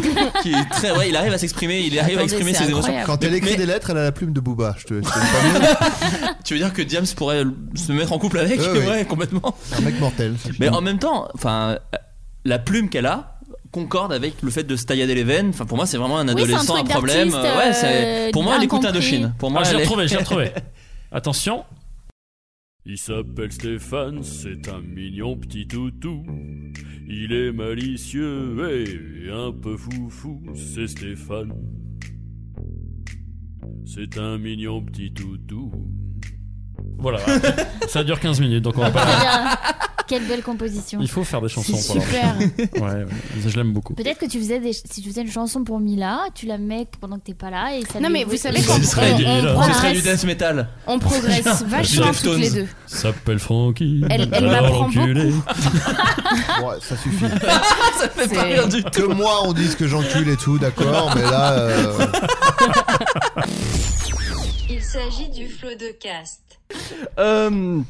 S6: qui est très, ouais, il arrive à s'exprimer, il arrive à
S7: Attendez,
S6: exprimer
S7: c'est
S6: ses émotions.
S7: incroyable. Quand elle
S6: Mais-
S7: écrit des lettres, elle a la plume de Booba. Je te. je te dis pas.
S6: Tu veux dire que Diams pourrait se mettre en couple avec
S7: Ouais, ouais.
S6: Ouais, complètement.
S7: C'est un mec mortel. ça.
S6: Mais en même temps, enfin, euh, la plume qu'elle a concorde avec le fait de se taillader les veines. Enfin, pour moi, c'est vraiment un
S15: Oui, c'est un
S6: adolescent,
S15: truc
S6: un problème.
S15: d'artiste,
S6: Ouais, c'est-
S15: euh,
S6: pour moi, elle écoute
S15: incompris.
S6: Indochine. Pour moi,
S15: Ah, je l'ai
S6: elle est-
S15: retrouvé, je l'ai retrouvé. Attention. Il s'appelle Stéphane, c'est un mignon petit toutou. Il est malicieux et un peu foufou, c'est Stéphane. C'est un mignon petit toutou. Voilà, ça dure 15 minutes, donc on va
S35: Très
S15: pas...
S35: bien. Quelle belle composition.
S15: Il faut faire des chansons
S35: C'est
S15: pour leur
S35: super.
S15: chien. Ouais, ouais, je l'aime beaucoup.
S35: Peut-être que tu faisais des- si tu faisais une chanson pour Mila, tu la mets pendant que t'es pas là et ça.
S13: Non,
S35: lui-
S13: mais vous savez
S6: Ce serait, du-
S13: on- on
S6: ce serait du
S13: progresse.
S6: death metal.
S13: On progresse vachement
S6: Jeff
S13: toutes les
S6: Stones.
S13: deux.
S15: S'appelle Francky.
S13: Elle- elle
S15: alors
S13: m'apprend
S15: l'enculé.
S7: Ouais, ça suffit.
S6: Ah, ça fait pas rire du
S7: Que moi on dise que j'encule et tout, d'accord, mais là. euh,
S10: Il s'agit du flot de cast.
S37: Euh,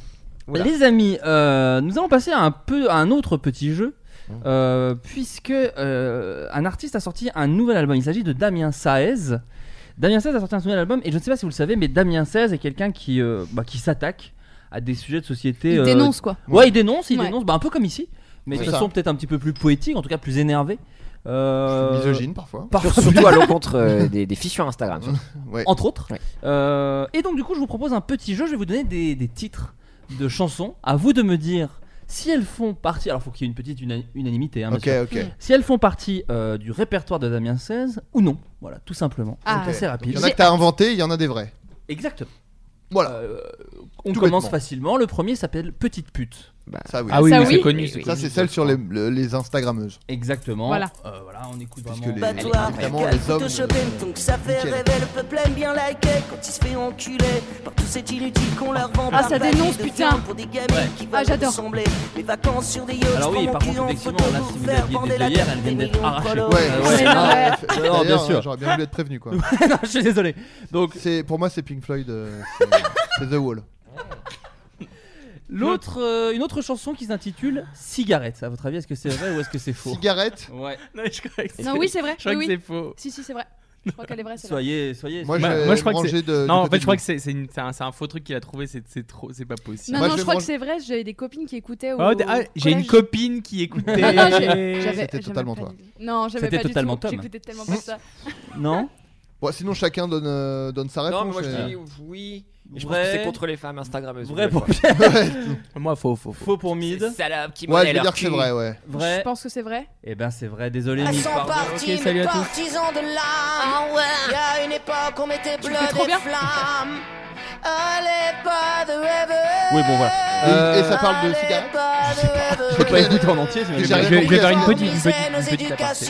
S37: Les amis, euh, nous allons passer à un, peu, à un autre petit jeu. euh, puisque euh, un artiste a sorti un nouvel album, il s'agit de Damien Saez.
S6: Damien 16 a sorti un nouvel album et je ne sais pas si vous le savez, mais Damien 16 est quelqu'un qui, euh, bah, qui s'attaque à des sujets de société. euh,
S19: Il dénonce, quoi.
S6: Ouais, il dénonce, il
S19: Ouais.
S6: dénonce, bah, un peu comme ici, mais
S19: C'est
S6: de
S19: ça.
S6: façon peut-être un petit peu plus poétique, en tout cas plus énervée. Euh,
S7: Misogyne, parfois.
S19: Sur- Surtout à l'encontre euh, des, des filles sur Instagram. surtout.
S6: entre autres. Euh, et donc du coup, je vous propose un petit jeu. Je vais vous donner des, des titres de chansons. À vous de me dire si elles font partie. Alors, faut qu'il y ait une petite una- unanimité. hein, bien
S7: Ok,
S6: sûr.
S7: ok. Mm.
S6: Si elles font partie euh, du répertoire de Damien 16 ou non. Voilà, tout simplement.
S7: Ah.
S6: C'est assez
S7: Ok.
S6: rapide.
S7: Donc, il y en a que t'as inventé, il y en a des vrais.
S6: Exactement. Euh,
S7: Voilà.
S6: on
S7: Tout
S6: commence
S7: bêtement.
S6: facilement. Le premier s'appelle Petite pute.
S7: Ça oui.
S6: Ah oui, Ça, mais oui. c'est connu, c'est
S7: Ça
S6: connu,
S7: c'est
S6: ça,
S7: celle
S6: je
S7: sur les, le- les Instagrammeuses.
S6: Exactement.
S7: Voilà.
S6: Euh, voilà, on écoute
S7: Puisque
S6: vraiment.
S7: les-
S25: Bah toi,
S7: évidemment,
S25: regarde,
S7: les hommes,
S25: Photoshopé,
S7: euh,
S25: donc ça fait
S7: nickel.
S25: rêver le peuple aime bien liker quand il se fait enculer par tous ces inutiles qu'on leur vend
S38: Ah,
S25: par
S38: ça
S25: panier
S38: dénonce,
S25: de
S38: putain.
S25: viande pour des gamins
S6: Ouais.
S25: qui
S38: Ah,
S25: veulent
S38: j'adore.
S25: ressembler. Les vacances sur des yachts,
S6: Alors oui,
S25: prends mon
S6: par
S25: cul
S6: contre,
S25: en
S6: effectivement,
S25: photo
S6: là,
S25: pour
S6: si vous
S25: faire
S6: aviez
S25: bander
S6: des
S25: la
S6: œillères,
S25: tête
S6: elles viennent
S25: des
S6: d'être
S25: millions de
S6: arrachées.
S25: prolos.
S6: Ouais, ouais.
S7: Ouais,
S6: Non,
S7: non,
S6: ouais.
S7: ouais.
S6: Non, bien
S7: D'ailleurs,
S6: sûr.
S7: J'aurais bien voulu être prévenu quoi.
S6: je suis désolé. Donc
S7: c'est pour moi c'est Pink Floyd, euh, c'est- c'est The Wall.
S6: L'autre, euh, une autre chanson qui s'intitule Cigarette. À votre avis, est-ce que c'est vrai ou est-ce que c'est faux
S7: Cigarette
S6: Ouais.
S12: Non, je crois que
S19: Non, oui, c'est vrai.
S12: Je crois
S19: oui,
S12: que
S19: oui.
S12: c'est faux.
S19: Si, si, c'est vrai. Je crois qu'elle est vraie. celle-là.
S6: Soyez, soyez.
S7: Moi,
S12: Bah,
S7: je vais
S12: moi, je crois
S7: me
S12: que c'est-
S7: ranger de- du
S12: non, en
S7: côté
S12: fait,
S7: de
S12: je crois
S7: Lou.
S12: que c'est c'est une- c'est un, c'est un faux truc qu'il a trouvé. C'est c'est trop, c'est pas possible.
S19: Non, non, je, crois que c'est vrai. J'avais des copines qui écoutaient. Au...
S12: Oh, d- ah,
S19: au
S12: J'ai une
S19: collège.
S12: copine qui écoutait.
S19: Non, non, j'ai- j'avais- j'avais pas du tout. Non, j'avais
S7: C'était
S19: pas du
S7: totalement
S19: tout.
S7: Tom.
S19: J'écoutais tellement pas ça.
S6: Non
S7: Bon, sinon chacun donne, euh, donne sa réponse.
S19: mais moi, je dis
S7: et-
S19: oui. Et je pense que c'est contre les femmes Instagrammeuses.
S7: Vrai pour-
S12: Moi, faux, faux,
S6: faux. pour Mid.
S19: Salope qui
S6: Ouais,
S19: monnaie
S6: je vais
S19: leur
S6: dire que c'est
S19: cul.
S6: vrai, ouais. Vrai.
S19: Je pense que c'est vrai. Ah,
S6: Eh ben, c'est vrai. Désolé,
S19: Elles
S6: Mid.
S19: sont
S6: pardon.
S19: parties,
S6: Ok, salut à tous.
S25: Partisans de
S8: Ah
S25: l'âme, il y a une époque on mettait bleu
S19: fais trop
S25: des
S19: bien.
S25: flammes. À l'époque de rêve.
S6: Oui, bon, voilà.
S7: Et- et ça parle de cigarettes
S6: Je vais Ah, pas écouter en entier.
S12: Je vais, je vais faire une petite, une petite, une petite aparté.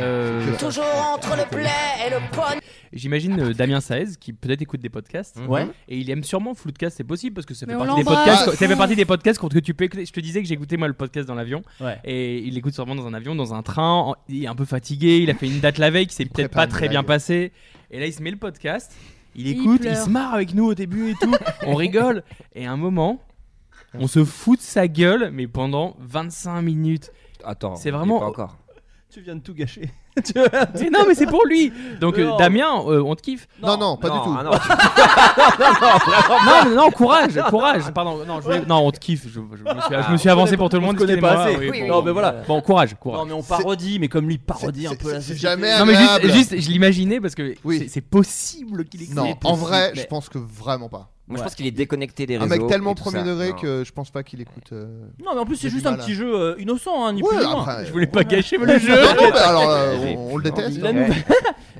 S12: Euh,
S25: Toujours entre le blé et le poignet.
S12: J'imagine euh, Damien Saez qui peut-être écoute des podcasts.
S6: Ouais.
S12: Et il aime sûrement Floodcast, c'est possible parce que ça
S19: Mais
S12: fait,
S19: on
S12: partie des,
S19: l'embrasse,
S12: podcasts, ça fait
S19: Flo.
S12: partie des podcasts contre que tu peux écouter. Je te disais que j'écoutais moi le podcast dans l'avion.
S6: Ouais.
S12: Et il l'écoute sûrement dans un avion, dans un train. en- Il est un peu fatigué, il a fait une date la veille qui s'est peut-être
S6: prépare
S12: pas
S6: une
S12: très bien
S6: blague.
S12: passée. Et là, il se met le podcast, il
S6: Il
S12: écoute, il,
S6: pleure.
S12: se marre avec nous au début et tout. on rigole. Et à un moment, on se fout de sa gueule, mais pendant 25 minutes.
S39: Attends, il
S12: c'est
S39: est
S12: vraiment.
S39: pas encore.
S6: Tu viens de tout gâcher.
S12: Mais non, mais c'est pour lui. Donc, euh,
S6: Non.
S12: Damien, euh, on te kiffe.
S7: Non, non, pas du tout.
S6: ah
S12: non, non, non, non, courage, courage. Pardon, non, je voulais- non, on te kiffe. Je, je me, suis, je me suis avancé pour tout le monde.
S6: Je connais Ah, pas
S12: excusez-moi.
S6: assez.
S12: Oui, bon,
S6: Non, mais voilà.
S12: Bon, courage, courage.
S6: Non, mais on parodie, mais comme lui parodie un peu la société.
S12: Non, mais juste, juste, je l'imaginais parce que c'est- c'est possible qu'il existe.
S7: Non, en vrai, je pense que vraiment pas.
S19: Moi, je pense qu'il est déconnecté des
S7: Un
S19: réseaux.
S7: mec tellement
S19: et tout
S7: premier
S19: ça.
S7: degré
S19: Non.
S7: que je pense pas qu'il écoute. euh,
S6: Non, mais en plus,
S7: il y
S6: c'est
S7: a
S6: juste
S7: du
S6: un
S7: mal à-
S6: petit jeu euh, innocent, hein, ni
S7: Ouais,
S6: plus ni moins.
S7: après,
S12: Je voulais pas gâcher
S7: le jeu. Non, non, mais alors, euh, on- on le déteste,
S6: La,
S7: hein.
S6: nou-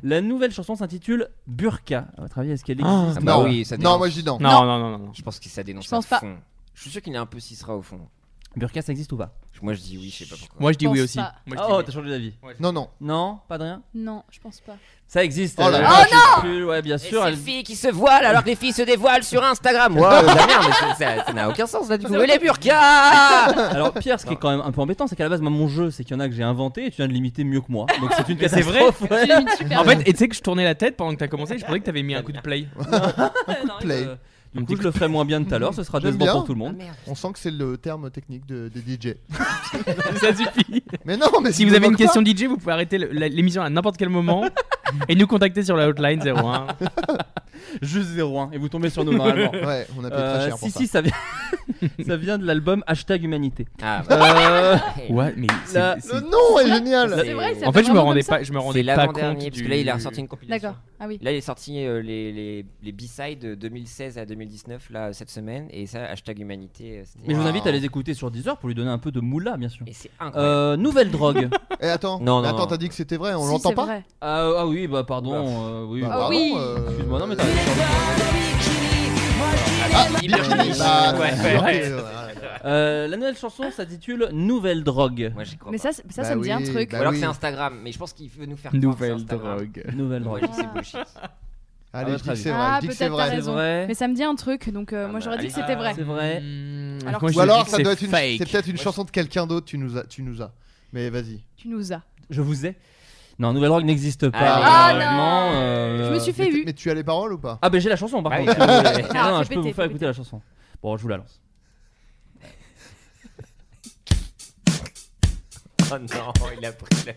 S6: la nouvelle chanson s'intitule Burqa. À votre avis, est-ce qu'elle existe
S7: Ah,
S6: ou
S7: bah
S6: pas
S7: oui, ça dénonce. Non, moi, je dis non.
S12: Non, non, non, non, non.
S19: Je pense que ça dénonce
S6: Je pense
S19: à
S6: pas.
S19: fond. Je suis sûr qu'il est un peu cisra au fond.
S6: Burqa, ça existe ou pas
S19: Moi, je dis oui, je sais pas pourquoi.
S12: Moi, je dis oui
S19: pense
S12: aussi.
S19: pas.
S12: Moi, je
S6: Ah,
S12: dis
S6: oh,
S12: oui.
S6: t'as changé d'avis.
S7: Non, non.
S6: Non, pas de rien.
S19: Non, je pense pas.
S6: Ça existe.
S19: Oh là
S6: euh,
S19: là,
S6: je
S19: oh
S6: sais plus, Ouais, bien
S19: Et
S6: sûr.
S19: ces
S6: elle-
S19: filles qui se voilent alors que les filles se dévoilent sur Instagram. Waouh, la merde, mais c'est- ça ça n'a aucun sens là du coup. Et les burkas
S6: Alors Pierre, ce qui est quand même un peu embêtant, c'est qu'à la base, moi, mon jeu, c'est qu'il y en a que j'ai inventé et tu viens de l'imiter mieux que moi. Donc c'est une
S12: Mais c'est vrai.
S6: catastrophe. ouais.
S12: En fait, et tu sais que je tournais la tête pendant que t'as commencé, je pensais que t'avais mis un coup de play.
S6: un coup de play. Du coup, je le ferai moins bien de tout à l'heure, ce sera
S7: J'aime
S6: décevant
S7: bien.
S6: pour tout le
S19: Ah,
S6: monde.
S7: On sent que c'est le terme technique de, des DJ.
S12: Ça suffit.
S7: Mais non, mais
S12: si vous avez une question DJ, vous pouvez arrêter le- la- l'émission à n'importe quel moment et nous contacter sur la hotline 01.
S6: Juste 01 et vous tombez sur nous normalement.
S7: Ouais, on a payé très cher pour
S6: si,
S7: ça.
S6: Si, ça vient, ça vient de l'album Hashtag Humanité. Euh,
S19: Ah,
S12: Ouais, mais c'est-
S6: la-
S12: c'est- Le
S7: nom est génial.
S19: C'est vrai, ça
S12: En fait, je me rendais pas, je me rendais
S19: C'est
S12: pas compte.
S19: l'avant-dernier, parce que
S12: du-
S19: là, il a ressorti une compilation.
S24: D'accord. Ah oui.
S19: Là, il est sorti euh, les, les, les B-sides de 2016 à 2019, là, cette semaine, et ça, hashtag humanité. euh, c'était-
S6: Mais je vous invite à les écouter sur Deezer pour lui donner un peu de moula, bien sûr.
S19: incroyable.
S6: Euh, nouvelle drogue.
S7: Et Eh, attends,
S19: Non, non,
S7: attends,
S19: non.
S7: t'as dit que c'était vrai, on
S19: Si,
S7: l'entend
S19: c'est
S7: pas
S19: vrai.
S6: Ah, ah oui, bah pardon. euh, oui,
S7: Bah,
S6: bah,
S7: Ah pardon, oui. euh,
S6: Excuse-moi, non, mais t'as raison.
S5: Ah,
S7: Bah,
S6: Ouais,
S7: Ah, ouais,
S6: ouais,
S7: ouais.
S6: Euh, La nouvelle chanson s'intitule Nouvelle drogue.
S19: Moi, j'y crois
S24: Mais
S19: pas.
S24: ça,
S7: Bah
S24: ça, ça me dit un truc.
S19: Ou alors que c'est Instagram, mais je pense qu'il veut nous faire croire que c'est
S12: Nouvelle
S19: Instagram.
S12: drogue.
S6: Nouvelle drogue.
S19: Ouais, c'est bullshit.
S7: Allez, je dis que c'est vrai.
S24: Ah,
S7: je dis que
S24: peut-être
S7: c'est
S24: t'as
S7: vrai.
S24: raison. Mais ça me dit un truc, donc euh, moi j'aurais dit que c'était vrai. Mmh.
S6: C'est vrai.
S24: Alors
S7: Ou alors, ça doit être une. C'est peut-être une chanson de quelqu'un d'autre. Tu nous as, tu nous as. Mais vas-y.
S24: tu nous as.
S6: Je vous ai. Non, Nouvelle drogue n'existe pas.
S7: Allez.
S24: Ah,
S6: malheureusement,
S24: non.
S6: euh,
S24: Je me suis fait
S7: mais,
S24: eu.
S7: mais tu as les paroles ou pas
S6: Ah, ben j'ai la chanson par
S7: Ah oui.
S6: contre. si vous voulez.
S7: Ah,
S6: Non, non,
S7: fais
S6: je peux vous
S7: péter,
S6: faire
S7: fais
S6: écouter la chanson. Bon, je vous la lance.
S19: Oh non, il a pris la.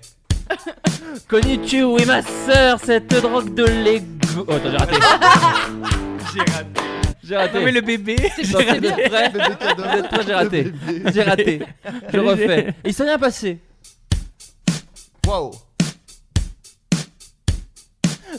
S6: Connais-tu, oui, ma sœur, cette drogue de l'ego Oh, attends, j'ai raté.
S40: J'ai raté.
S6: J'ai raté.
S40: Non, mais le bébé,
S6: J'ai
S40: j'ai
S6: raté.
S40: raté.
S6: Vous êtes
S40: Bébé
S6: prêts
S40: cadeau.
S6: Vous êtes prêts, j'ai raté.
S40: Le bébé.
S6: J'ai raté. Je
S40: Le bébé.
S6: refais. Il s'est rien passé.
S7: Wow.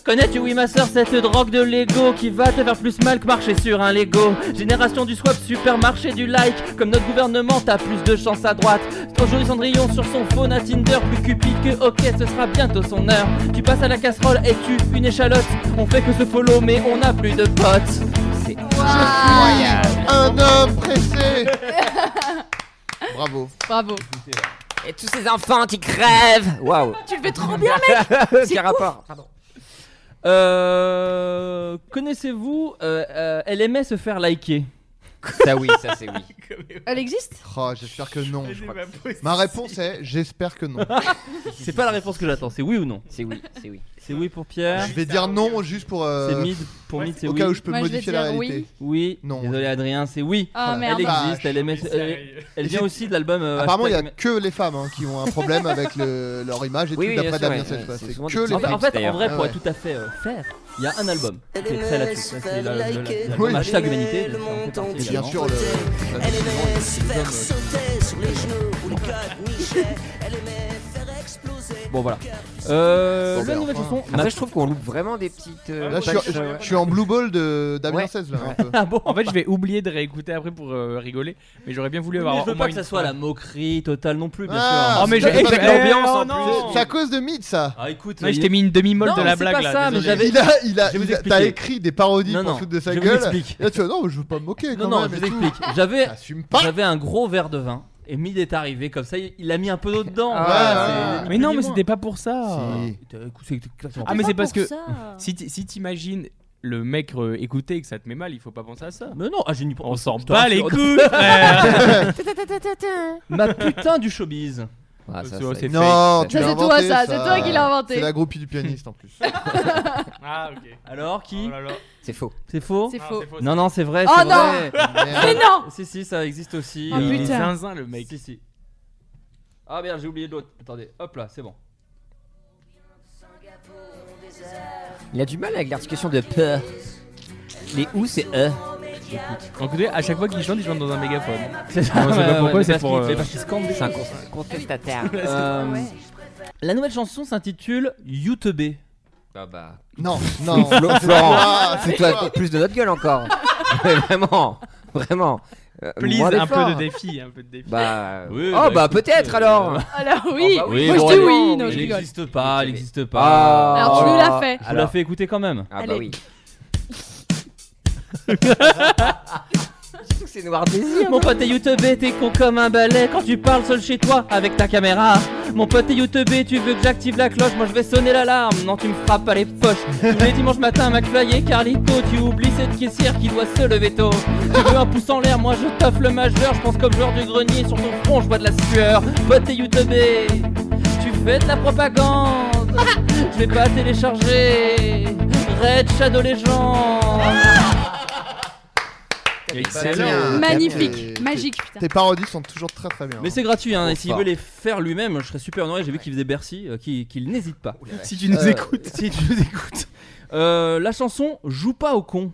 S6: Connais-tu, oui, ma sœur, cette drogue de Lego qui va te faire plus mal que marcher sur un Lego Génération du swap, supermarché du like. Comme notre gouvernement, t'as plus de chance à droite. Aujourd'hui, Cendrillon sur son phone à Tinder, plus cupide que ok, ce sera bientôt son heure. Tu passes à la casserole et tu une échalote. On fait que se follow, mais on a plus de potes. C'est incroyable.
S7: Un homme pressé Bravo.
S19: Bravo. Et tous ces enfants qui crèvent. Waouh.
S6: Tu le fais trop
S24: Ah,
S6: bien, mec. C'est
S19: Quel
S6: ouf.
S19: rapport
S6: Euh. Connaissez-vous euh, euh, Elle aimait se faire liker.
S19: Ça oui, ça c'est oui.
S5: Elle existe
S7: Oh, j'espère que non. je crois. Ma réponse est j'espère que non.
S6: c'est pas la réponse que j'attends, c'est oui ou non
S19: C'est oui, c'est oui.
S6: C'est oui pour Pierre.
S7: Je vais dire non juste pour. euh,
S6: C'est mid, pour mid, c'est
S7: Au
S6: oui.
S7: cas où je peux modifier la réalité.
S6: Oui. Non. Désolé Adrien, c'est oui.
S5: Ah,
S6: elle
S5: merde.
S6: existe, elle aimait. Elle, elle vient aussi de l'album. euh,
S7: Apparemment, il y a
S6: Hashtag-
S7: que les femmes hein, qui ont un problème avec le- leur image et
S6: Oui, oui,
S7: tout
S6: bien
S7: d'après
S6: sûr,
S7: Damien
S6: ouais, ouais,
S7: Selva.
S6: c'est
S7: C'est
S6: souvent
S7: que
S6: des
S7: les
S6: petites En fait- en fait, en
S7: d'ailleurs.
S6: vrai,
S7: Ah
S6: pour
S7: ouais.
S6: être tout à fait euh, faire, il y a un album qui est
S26: LMS,
S6: très là-dessus. Ça, C'est la- le-
S26: like
S6: le-
S26: it.
S6: l'album
S26: Oui.
S6: hashtag humanité.
S26: Le
S6: ça en fait
S26: monde
S6: partie,
S26: entier.
S6: évidemment.
S26: Bien sûr, le- LMS, faire sauter sur les genoux ou les codes Michelet. LMS, faire exploser.
S6: Bon voilà. Euh,
S7: Bon,
S6: la
S7: ben,
S6: nouvelle
S7: enfin.
S6: chanson.
S7: Après,
S6: Ma-
S7: je trouve qu'on loupe
S19: Vraiment des petites. euh,
S7: Là, je suis,
S19: tâches,
S7: je-
S19: ouais.
S7: je suis en blue ball de Euh, Damien
S19: Ouais.
S7: Selva, un
S19: Ouais.
S7: peu.
S6: Ah bon
S12: En fait, je vais oublier de réécouter après pour euh, rigoler, mais j'aurais bien voulu
S6: Mais
S12: avoir.
S6: je veux
S12: au moins
S6: pas que
S12: une
S6: ça soit
S12: fois.
S6: la moquerie totale non plus, bien
S7: Ah,
S6: sûr.
S12: Oh, mais
S7: c'est
S12: je-
S7: pas
S12: eh,
S7: avec
S12: eh,
S7: l'ambiance,
S12: oh,
S7: en
S12: non.
S7: plus. C'est- C'est à cause de Mid ça.
S6: Ah écoute,
S12: Ouais, je t'ai mis une demi-molle de la blague,
S6: c'est
S12: là,
S6: pas ça, mais
S12: désolé.
S6: j'avais.
S7: Il a, il a,
S6: Je vais vous
S7: il a- t'as
S6: expliquer.
S7: écrit des parodies
S6: Non,
S7: pour
S6: non,
S7: foutre de sa
S6: je vous
S7: gueule.
S6: explique.
S7: Et là, tu fais, non, je veux pas me moquer.
S6: Non,
S7: quand
S6: non,
S7: même,
S6: je
S7: et
S6: vous
S7: tout.
S6: explique. J'avais,
S7: T'assumes pas.
S6: j'avais un gros verre de vin et Mid est arrivé comme ça. Il, il a mis un peu d'eau dedans.
S12: Ah,
S6: Voilà, c'est-
S12: mais non, mais c'était pas pour ça.
S7: Si.
S6: Euh, écoute, c'est exactement
S12: Ah, mais
S6: ça.
S12: c'est parce
S5: pour
S12: que
S5: ça.
S12: si t'i- si t'imagines le mec euh, écouter et que ça te met mal, il faut pas penser à ça.
S6: Mais non, ah, j'ai ni
S12: On s'en
S6: je te
S12: bat les
S6: rassure.
S12: couilles, frère.
S6: Ma putain du showbiz.
S19: Ah, ça,
S12: C'est-
S6: Oh,
S19: ça-
S12: c'est
S7: Non,
S12: fake,
S7: tu
S5: Ça,
S7: l'as
S5: c'est toi,
S7: inventé,
S5: ça. C'est toi qui l'as inventé.
S7: C'est la groupie du pianiste en plus.
S12: Ah, ok.
S6: Alors qui
S19: C'est faux.
S6: C'est faux
S5: C'est faux.
S6: Non, non, c'est vrai.
S5: Oh
S6: c'est
S5: non
S6: vrai.
S5: Mais non
S6: Si, si, ça existe aussi. Euh,
S5: Oh,
S12: Il est
S5: putain.
S12: zinzin le mec.
S6: Si, si. Ah merde, j'ai oublié l'autre. Attendez, hop là, c'est bon.
S19: Il a du mal avec l'articulation de peur. Les ou c'est
S6: euh
S19: e.
S12: En côté, à chaque fois qu'il chante, il chante dans un mégaphone.
S6: C'est ça.
S12: On sait
S6: Ouais,
S12: pas
S6: ouais,
S12: pourquoi,
S6: mais
S12: c'est
S6: parce
S12: pour.
S6: qu'il-
S12: euh,
S6: mais parce qu'il se campe des
S19: C'est un
S6: choses.
S19: con- contestataire.
S6: Euh, La nouvelle chanson s'intitule YouTube. Ah
S19: Bah bah.
S7: Non,
S19: Oui,
S7: non.
S19: Flo-
S7: C'est
S19: Florent,
S7: quoi, c'est
S19: fous-toi
S7: quoi
S19: plus de notre gueule encore. Mais vraiment, vraiment. Euh,
S12: Please,
S19: moins
S12: un peu
S19: d'efforts.
S12: de défi, un peu de défi.
S19: Bah.
S6: Oui,
S19: oh bah,
S6: bah, écoute,
S19: peut-être
S6: euh,
S19: alors.
S5: Alors
S6: Ah
S5: oui,
S19: bah
S5: moi
S6: bon,
S5: je dis
S6: allez,
S5: oui, non
S6: il
S5: je rigole.
S6: n'existe pas, il n'existe pas.
S19: Ah.
S5: Alors, tu nous l'as fait.
S6: Je vous
S19: Alors.
S6: l'ai fait écouter quand même.
S19: Ah bah
S5: Allez.
S19: oui. Surtout que c'est noir désir. hein.
S6: Mon pote est youtubé, t'es con comme un balai quand tu parles seul chez toi avec ta caméra. Mon pote est youtubé, tu veux que j'active la cloche, moi je vais sonner l'alarme. Non, tu me frappes à les poches. Tous les dimanches matin, McFly et Carlito, tu oublies cette caissière qui doit se lever tôt. Tu veux un pouce en l'air, moi je t'offre le majeur. Je pense comme joueur du grenier, sur ton front je vois de la sueur. Pote est youtubé, tu fais de la propagande. Je vais pas télécharger Red Shadow Legends.
S7: Damien,
S5: Magnifique,
S7: Damien.
S5: magique,
S7: Tes-
S5: putain.
S7: Tes parodies sont toujours très très bien.
S6: Mais c'est gratuit, hein, et s'il
S19: fort.
S6: veut les faire lui-même, je serais super honoré. J'ai vu qu'il faisait Bercy, euh, qu'il qu'il n'hésite pas.
S12: Si tu nous
S6: Euh,
S12: écoutes.
S6: Si tu nous écoutes. Euh, la chanson Joue pas au con.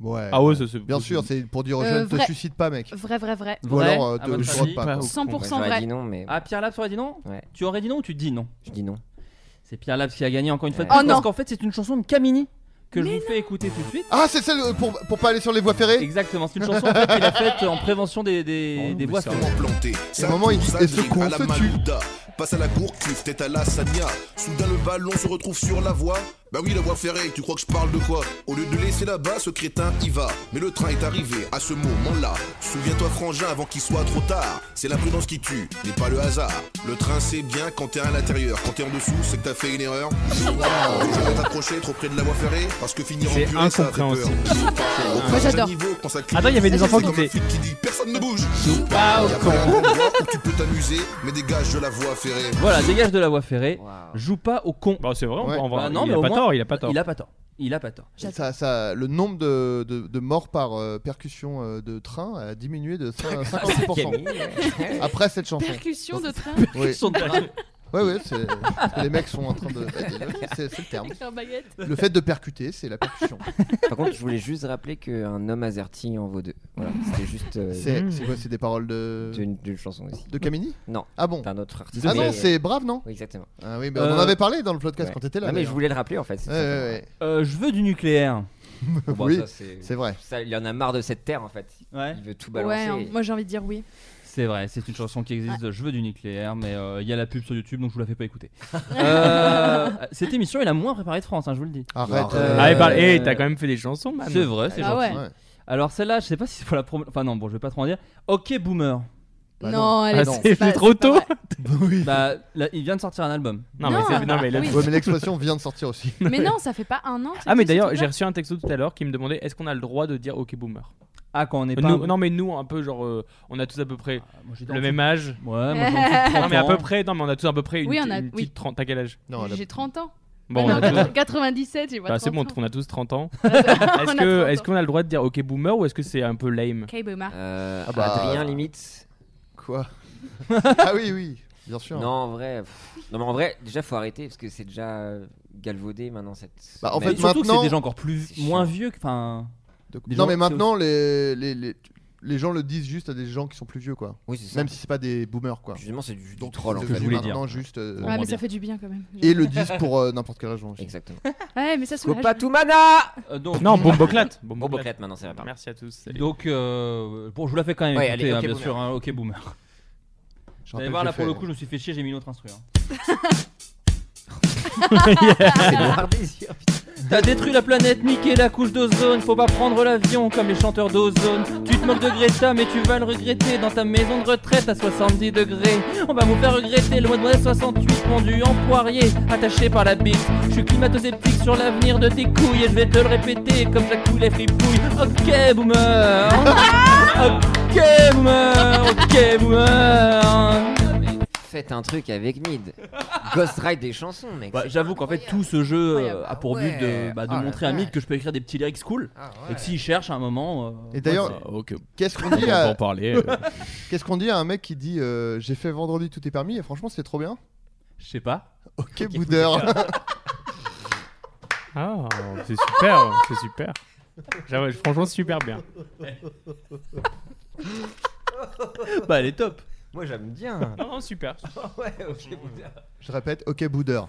S7: Ouais.
S12: Ah ouais, ça, c'est-
S7: Bien sûr, c'est pour dire aux
S5: Euh,
S7: jeunes, te
S5: vrai.
S7: suicide pas, mec.
S5: Vrai, vrai, vrai. Ah,
S7: Ou
S6: Vrai,
S7: alors, euh,
S6: à
S7: te
S6: votre
S7: drogue
S6: avis
S7: pas. quoi.
S5: 100%
S19: J'aurais
S5: vrai.
S19: dit non, mais.
S6: Ah, Pierre Labs aurait dit non
S5: Oh
S19: Ouais,
S6: Tu aurais dit non ou tu dis non
S19: je dis non.
S6: C'est Pierre Labs qui a gagné encore une fois. de
S5: Oh
S6: plus,
S5: non.
S6: parce qu'en fait, c'est une chanson de Camini que je vous fais écouter tout de suite.
S7: Ah, c'est celle euh, pour, pour pas aller sur les voies ferrées
S6: Exactement, c'est une chanson en fait, qu'il a faite en prévention des, des,
S7: Oh,
S6: des voies ferrées.
S32: planté.
S7: Et au moment, il dit,
S32: Ça
S7: et ce
S32: dribble
S7: con
S32: à la
S7: se tue.
S32: Malouda. Passe à la cour, cuve, tête à la Sagna. Soudain, le ballon se retrouve sur la voie. Bah oui, la voie ferrée, tu crois que je parle de quoi Au lieu de laisser là-bas, ce crétin y va. Mais le train est arrivé à ce moment-là. Souviens-toi, frangin, avant qu'il soit trop tard. C'est la prudence qui tue, n'est pas le hasard. Le train, c'est bien quand t'es à l'intérieur. Quand t'es en dessous, c'est que t'as fait une erreur. Tu vas t'accrocher trop près de la voie ferrée parce que finir en
S12: C'est
S32: purée, ça fait peur.
S12: incompréhensible.
S32: Au
S5: Moi,
S32: prochain
S5: j'adore.
S32: niveau, quand ça
S12: Attends, il y avait des
S32: cuit,
S12: enfants
S32: c'est
S12: qui
S32: comme un
S12: étaient-
S32: flic qui dit, personne ne bouge.
S12: pas au
S32: Y a pas un endroit où tu peux t'amuser, mais dégage de la voie ferrée.
S6: Voilà, dégage de la voie ferrée. Joue pas au con.
S12: Bah, c'est vrai, on
S7: Ouais.
S12: peut en voir.
S6: Bah non,
S12: il,
S6: mais
S12: a
S6: au
S12: pas
S6: moins,
S12: tort, il a pas tort.
S6: Il a pas tort. Il a pas tort.
S7: Ça, ça, le nombre de, de, de morts par euh, percussion euh, de train a diminué de cin- 56%
S19: Camille, ouais.
S7: après cette chanson.
S5: Percussion de train.
S7: Oui.
S6: Son train.
S7: Ouais, ouais, c'est parce que les mecs sont en train de. bah, C'est c'est le terme.
S24: Avec leur baguette.
S7: Le fait de percuter, c'est la percussion.
S19: Par contre, je voulais juste rappeler qu'un homme azerty en vaut deux. Voilà, c'était juste. euh,
S7: C'est c'est quoi C'est des paroles de.
S19: D'une d'une chanson aussi.
S7: De Camini
S19: Non.
S7: Ah bon
S19: D'un autre artiste.
S7: Ah
S19: Mais-
S7: non, c'est Brave, non
S19: Oui, exactement.
S7: Ah oui, mais on en avait parlé dans le podcast
S19: Ouais.
S7: quand t'étais là.
S19: Non, mais je
S7: d'ailleurs.
S19: voulais le rappeler en fait. c'est
S7: Ouais,
S19: ça.
S7: ouais, ouais.
S6: Euh, je veux du nucléaire.
S19: Bon,
S7: Oui,
S19: ça,
S7: c'est vrai.
S19: ça, il en a marre de cette terre en fait. Il veut tout balancer.
S24: Ouais, hein, moi j'ai envie de dire oui.
S6: C'est vrai, c'est une chanson qui existe, je veux du nucléaire, mais euh, il y a la pub sur YouTube, donc je vous la fais pas écouter.
S24: Ah.
S6: Euh, cette émission est la moins préparée de France, hein, je vous le dis. euh,
S7: Arrête.
S12: Ah, et par- eh, t'as quand même fait des chansons, man.
S6: C'est vrai, c'est
S24: Ah
S6: gentil.
S24: ouais. Ouais.
S6: Alors celle-là, je sais pas si c'est pour la promo... Enfin non, bon, je vais pas trop en dire. Ok, Boomer.
S24: Bah non. Non,
S12: Ah,
S24: elle est-
S6: c'est-
S24: c'est
S6: je l'ai
S24: pas-
S6: trop
S24: c'est
S6: tôt
S24: pas
S6: Bah, là, il vient de sortir un album.
S12: Non, mais Non, c'est- non, mais il a- oui.
S7: Ouais, mais l'expression vient de sortir aussi.
S24: Mais non, ça fait pas un an.
S12: Ah mais d'ailleurs j'ai reçu un texto tout à l'heure qui me demandait est-ce qu'on a le droit de dire ok boomer
S6: Ah quand on est
S12: Euh,
S6: pas- Ah,
S12: nous- non mais nous un peu genre euh, on a tous à peu près
S6: j'étais en
S12: le
S6: dessous-
S12: même âge
S6: Ouais, moi, j'étais en dessous de
S12: non mais à
S6: 30
S12: peu
S6: ans.
S12: près non mais on a tous à peu près une,
S24: Oui, on a-
S12: une
S24: oui.
S12: petite 30 à quel âge
S24: J'ai 30 ans.
S12: Bon,
S24: Ah
S12: on
S24: non,
S12: a tous-
S24: 97, j'ai pas
S12: Bah, c'est
S24: 30
S12: bon
S24: ans.
S12: on a tous 30 ans
S24: Ah, c'est-
S12: est-ce
S24: on a
S12: que
S24: 30
S12: est-ce qu'on a le droit de dire ok boomer ou est-ce que c'est un peu lame
S24: Ok, boomer.
S19: Euh,
S12: Ah bah,
S19: Adrien
S12: euh,
S19: limite.
S7: Quoi Ah oui, oui, bien sûr.
S19: Non, en vrai. pff, Non, mais en vrai, déjà, faut arrêter parce que c'est déjà euh, galvaudé maintenant. Cette...
S7: Bah, en
S19: Mais-
S7: fait, maintenant-
S6: plus moins vieux que enfin
S7: De-
S6: des
S7: non,
S6: gens-
S7: mais
S6: c'est
S7: maintenant, les, les, les, les gens le disent juste à des gens qui sont plus vieux, quoi.
S19: Oui, c'est ça.
S7: Même si c'est pas des boomers, quoi.
S19: Justement, c'est du- du
S7: Donc,
S19: troll, en
S7: c'est
S19: fait.
S7: devenu
S19: Je voulais
S7: maintenant
S19: dire.
S7: juste.
S19: Ouais,
S7: euh,
S24: mais
S7: comment
S24: ça
S7: dire.
S24: fait du bien, quand même.
S7: Et le disent pour euh, n'importe quelle raison aussi.
S19: Exactement.
S24: Ouais, mais ça soulage.
S19: Kopatumana
S6: Euh, donc-
S12: non bomboclat
S19: Bomboclate, maintenant, c'est la parole.
S12: merci à tous salut.
S6: Donc, euh, bon, je vous la fais quand même
S19: Ouais,
S6: écouter,
S19: allez,
S6: hein,
S19: ok,
S6: bien
S19: boomer.
S6: sûr, hein, ok boomer. Vous allez
S19: rappelle
S6: voir,
S19: que euh,
S6: là
S19: je
S6: pour
S19: fais-
S6: le coup, je me suis fait chier, j'ai mis une autre instru. hein.
S19: C'est noir des yeux,
S6: T'as détruit la planète, niqué la couche d'ozone. Faut pas prendre l'avion comme les chanteurs d'ozone. Tu te moques de Greta, mais tu vas le regretter dans ta maison de retraite à 70 degrés. On va vous faire regretter le mois de mai 68 pendu en poirier, attaché par la bite. Je suis climato-sceptique sur l'avenir de tes couilles et je vais te le répéter comme Jacques les fripouille. Ok, boomer. ok, boomer. Ok, boomer.
S19: Faites un truc avec Mid. Ghost Ride des chansons, mec.
S6: Bah, J'avoue qu'en fait tout ce jeu euh, a pour
S19: Ah
S6: but de,
S19: ouais.
S6: bah, de
S19: Ah la
S6: montrer à Mid
S19: vache. Ah,
S6: que je peux écrire des petits lyrics cool et que s'il cherche à un moment. euh,
S7: Et d'ailleurs,
S6: ouais,
S7: qu'est-ce qu'on
S6: On
S7: dit
S6: va
S7: à
S6: en parler, euh.
S7: Qu'est-ce qu'on dit à un mec qui dit euh, j'ai fait vendredi tout est permis et franchement c'était trop bien
S6: Je sais pas.
S7: Ok boudeur.
S12: ah c'est super c'est super J'avoue, franchement super bien
S6: bah elle est top
S19: Moi, j'aime bien. Ah
S12: non, non, super
S19: ouais ok putain.
S7: Je répète ok boudeur.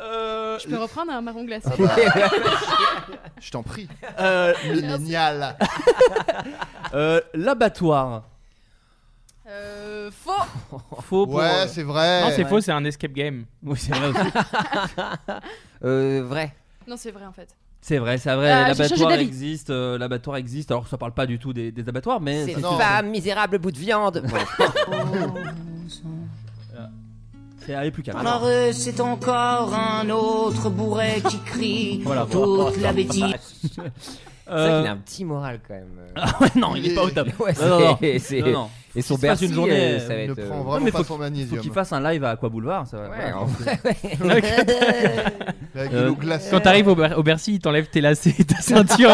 S24: Euh, Je peux reprendre un marron glacé.
S7: Ah bah. Je t'en prie.
S6: Euh,
S7: Millénial.
S6: Euh, L'abattoir.
S24: Euh, faux.
S6: Faux pour-
S7: Ouais, c'est vrai.
S12: euh, non c'est
S6: Ouais.
S12: faux c'est un escape game
S6: oui c'est vrai
S19: euh, vrai.
S24: Non, c'est vrai en fait.
S6: C'est vrai, c'est vrai.
S24: Ah, j'ai changé
S6: L'abattoir
S24: d'avis.
S6: existe. euh, L'abattoir existe. Alors ça parle pas du tout des, des abattoirs, mais
S19: C'est
S6: c'est-
S19: une femme, misérable bout de viande.
S6: c'est aller plus calme.
S8: Dans la rue, Euh, c'est encore un autre bourré qui crie
S6: Voilà.
S8: toute la bêtise.
S19: C'est vrai qu'il a un petit moral quand même.
S6: Ah ouais, non, il est pas au top.
S19: Ouais,
S6: non, non, non.
S19: c'est- c'est-
S6: Non, non.
S19: Et son
S6: S'il se passe
S19: Bercy,
S6: une journée,
S19: euh, ça va être, euh,
S7: vraiment
S6: mais
S7: pas
S6: faut
S7: son
S6: qu'il-
S7: magnésium. hein.
S6: Faut qu'il fasse un live à Aqua Boulevard, ça va. voilà.
S19: en vrai,
S7: Avec
S12: Euh,
S7: l'eau glacée.
S12: Quand t'arrives au, Ber- au Bercy, ils t'enlèvent tes lacets et ta ceinture.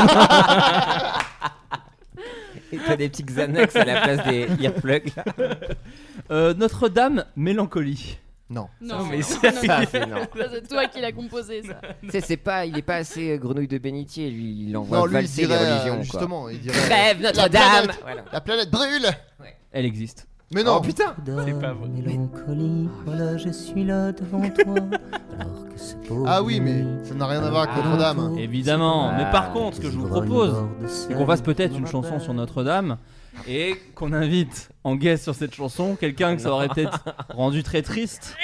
S19: Et t'as des petits Xanax à la place des earplugs. là.
S6: Euh, Notre-Dame, mélancolie.
S7: Non.
S24: Non,
S19: mais ça,
S24: c'est-
S19: c'est non.
S24: Ça, C'est toi qui l'as composé ça.
S19: Tu sais, c'est pas, il est pas assez euh, grenouille de bénitier, lui, il envoie
S7: Non, lui, il
S19: valser
S7: dirait,
S19: les
S7: euh,
S19: religions. quoi.
S7: justement, il dirait,
S19: Crève
S7: euh, la
S19: Notre-Dame
S7: planète, la planète brûle.
S6: Elle existe.
S7: Mais non.
S8: Oh, putain. C'est pas vrai. Mélancolie, voilà, je suis là devant toi. Alors que ce pauvre
S7: Ah oui, mais
S8: ami
S7: ça n'a rien à voir avec
S8: Ah.
S7: Notre-Dame.
S6: Évidemment,
S8: Ah,
S6: mais par contre, ce que je vous propose, c'est qu'on fasse peut-être une chanson sur Notre-Dame et qu'on invite en guest sur cette chanson quelqu'un que ça aurait peut-être rendu très triste.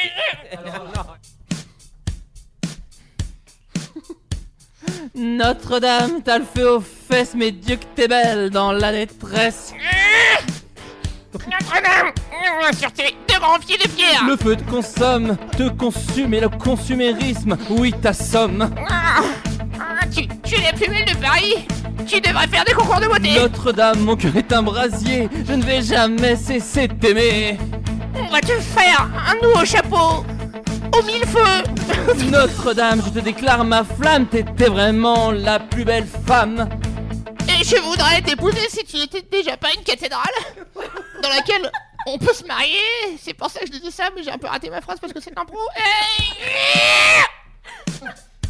S6: Notre-Dame, t'as le feu aux fesses, mais Dieu que t'es belle dans la détresse.
S8: Notre-Dame, sur tes deux grands pieds de pierre.
S6: Le feu te consomme, te consume et le consumérisme, oui, t'assomme.
S8: Ah, ah, tu, tu es la plus belle de Paris. Tu devrais faire des concours de beauté.
S6: Notre-Dame, mon cœur est un brasier, je ne vais jamais cesser de t'aimer.
S8: On va te faire un nouveau chapeau. Au mille feux.
S6: Notre-Dame, je te déclare ma flamme, t'étais vraiment la plus belle femme.
S8: Et je voudrais t'épouser si tu n'étais déjà pas une cathédrale dans laquelle on peut se marier C'est pour ça que je disais ça, mais j'ai un peu raté ma phrase parce que c'est de l'impro.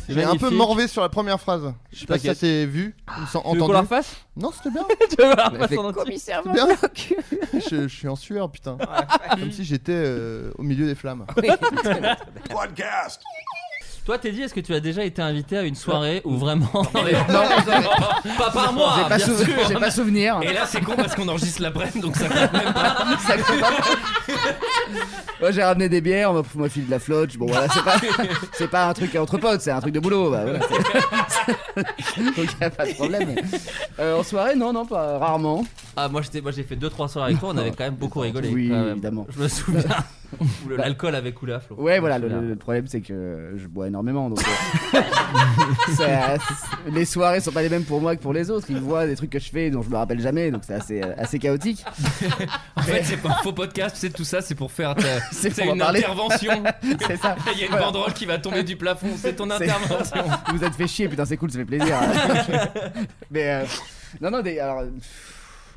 S7: J'ai un peu
S8: Magnifique.
S7: morvé sur la première phrase. Je sais pas si ça
S6: T'inquiète.
S7: s'est vu ou s'en
S6: veux qu'on
S7: entendu.
S6: la refasse
S7: Non, c'était bien.
S6: Tu veux qu'on la refasse
S7: C'était
S6: en entier
S8: Commissaire
S7: C'est bien. je, je suis en sueur, putain. Comme si j'étais euh, au milieu des flammes.
S2: Podcast
S6: Toi, Teddy, est-ce que tu as déjà été invité à une soirée où vraiment. Non, pas par moi
S26: J'ai pas,
S6: bien
S26: souve-
S6: sûr.
S26: j'ai pas souvenir.
S14: Et là, c'est con parce qu'on enregistre la brève, donc ça compte même pas.
S26: Ça compte pas. Moi j'ai ramené des bières, on m'a- on m'a filé de la flotte. Bon voilà, c'est pas, c'est pas un truc entre potes, c'est un truc de boulot. Bah, voilà. Donc y a pas de problème. Euh, en soirée, non, non, pas rarement.
S6: Ah, moi j'étais- moi, j'ai fait 2-3 soirées avec toi, on avait quand même beaucoup rigolé.
S26: Oui,
S6: quand même.
S26: évidemment.
S6: Je me souviens. Où le- L'alcool avait coulé à flot.
S26: Ouais, voilà, le, le- le problème c'est que je bois énormément. Donc, euh, ça- les soirées sont pas les mêmes pour moi que pour les autres. Ils voient des trucs que je fais dont je me rappelle jamais, donc c'est assez, euh, assez chaotique.
S14: En fait, c'est pas un faux podcast, c'est tout ça, c'est pour faire ta-
S26: C'est
S14: c'est
S26: pour en
S14: une
S26: parler.
S14: intervention.
S26: C'est ça.
S14: Il y a une
S26: Voilà.
S14: banderole qui va tomber du plafond, c'est ton
S26: C'est-
S14: intervention.
S26: Vous vous êtes fait chier, putain, c'est cool, ça fait plaisir. mais euh, non, non, des, alors.
S33: Ah,
S26: pff,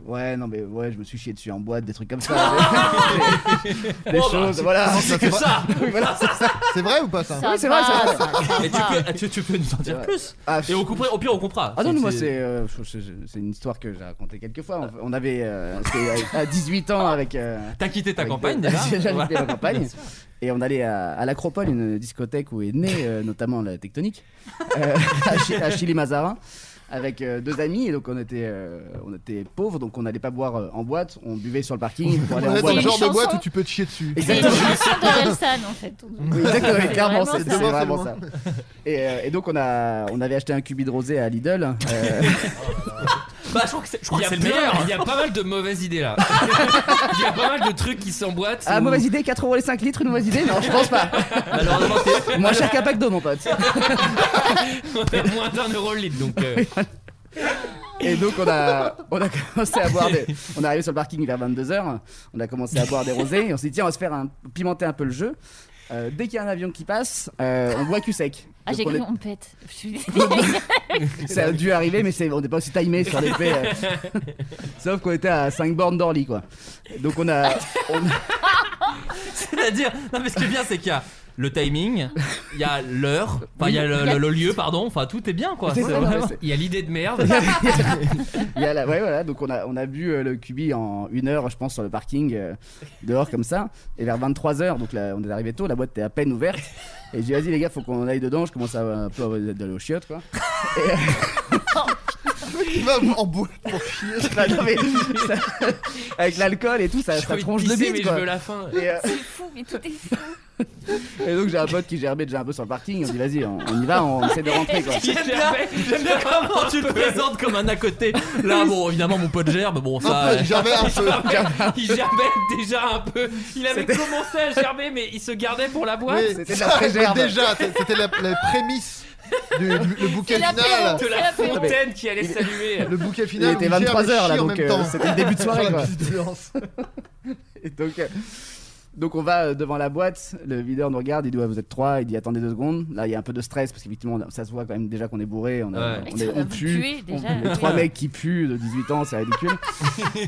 S26: Ouais, non, mais ouais, je me suis chié dessus en boîte, des trucs comme ça. des des- des
S6: Bon, bah,
S26: choses,
S6: c'est-
S26: voilà.
S6: c'est que ça.
S26: Oui, voilà, c'est ça.
S7: C'est vrai ou pas ça
S26: Oui, c'est vrai, c'est vrai.
S6: Mais tu peux, ah, tu, tu peux nous en dire plus Et on coupera- au pire, on comprend.
S26: Ah non, non, moi c'est euh, je- je- je- c'est une histoire que j'ai racontée quelques fois. On, on avait euh, c'était à à 18 ans avec. euh,
S6: T'as quitté ta
S26: avec
S6: campagne
S26: des-
S6: déjà
S26: J'ai quitté ma
S6: Voilà.
S26: campagne.
S6: Bien sûr.
S26: Et on allait à, à l'Acropole, une discothèque où est née euh, notamment la tectonique, euh, à, Chi- à Chili Mazarin, avec euh, deux amis. Et donc on était, euh, on était pauvres, donc on n'allait pas boire euh, en boîte. On buvait sur le parking pour aller
S7: On
S26: en
S7: est dans
S26: boîte.
S7: le genre de boîte où tu peux te chier dessus.
S26: Exactement.
S35: Orelsan, en fait.
S26: Oui, exactement,
S35: C'est
S26: clairement,
S35: vraiment
S26: c'est c'est
S35: ça.
S26: vraiment ça. Et, euh, et donc, on, a, on avait acheté un cubi de rosé à Lidl. euh,
S6: Bah, je crois que c'est je crois
S14: Il y,
S6: que
S14: a
S6: c'est le
S14: plein-
S6: meilleur.
S14: il y a pas mal de mauvaises idées là. Il y a pas mal de trucs qui s'emboîtent.
S26: ah,
S14: ou-
S26: mauvaise idée, 4 euros les 5 litres, une mauvaise idée Non, je pense pas. Moins cher qu'un pack d'eau, mon pote.
S14: On est moins d'un euro le litre donc. euh,
S26: Et donc, on a, on a commencé à boire des. On est arrivé sur le parking vers 22h. On a commencé à boire des rosés. Et on s'est dit, on va se faire un, pimenter un peu le jeu. Euh, dès qu'il y a un avion qui passe, euh, on boit cul sec.
S35: Ah,
S26: Donc,
S35: j'ai
S26: on
S35: cru
S26: est-
S35: qu'on pète. Je suis-
S26: Ça a dû arriver, mais c'est- on n'est pas aussi timé sur les faits. euh. Sauf qu'on était à 5 bornes d'Orly, quoi. Donc on a. on-
S6: C'est-à-dire, non mais ce qui est bien, c'est qu'il y a le timing, il y a l'heure, enfin il y a le, le- le lieu, pardon, enfin tout est bien quoi.
S26: C'est
S6: C'est
S26: ça, non,
S6: vraiment-
S26: mais c'est-
S14: Il y a l'idée de merde.
S26: Il y a la- ouais, voilà, donc on a, on a bu euh, le cubi en une heure, je pense, sur le parking, euh, dehors comme ça. Et vers 23h, donc là, on est arrivé tôt, la boîte était à peine ouverte. Et j'ai dit, vas-y les gars, faut qu'on aille dedans, je commence à euh, un peu avoir- d'aller aux chiottes, quoi.
S7: Il va en boîte pour chier.
S26: Bah, non, mais ça- avec l'alcool et tout, ça, ça
S14: envie de
S26: tronche le
S14: pisser,
S26: bide,
S14: mais
S26: quoi.
S14: je veux la fin.
S26: Et, euh,
S14: C'est
S35: fou, mais tout est fou.
S26: Et donc j'ai un pote qui gerbait déjà un peu sur le parking, on dit vas-y on, on y va, on essaie de rentrer quoi.
S6: J'aime bien, j'aime bien comment tu le présentes comme un à côté. Là, bon, évidemment, mon pote gerbe, bon, ça. euh,
S14: Il gerbait déjà un peu. Il avait
S6: C'était-
S14: commencé à gerber, mais il se gardait pour la boîte.
S7: Oui, déjà, c'était la, la prémisse du le bouquet
S14: C'est l'apéro,
S7: final.
S14: c'est l'apéro. De la fontaine qui allait s'allumer.
S7: Le bouquet final.
S26: Il était
S7: où Gerbe
S26: 23 heures, là,
S7: chie en
S26: donc,
S7: même
S26: euh,
S7: temps.
S26: c'était le début de soirée,
S7: Sur la
S26: quoi.
S7: piste d'urgence.
S26: Et donc, euh, donc on va euh, devant la boîte, le videur nous regarde, il dit ouais, vous êtes trois, il dit attendez deux secondes. Là il y a un peu de stress parce qu'effectivement on a- ça se voit quand même déjà qu'on est bourré, on,
S6: Ouais.
S26: a, on, est,
S6: Et
S26: on
S6: vous
S26: pue,
S6: puez, déjà.
S26: on- les trois mecs qui puent de 18 ans c'est ridicule.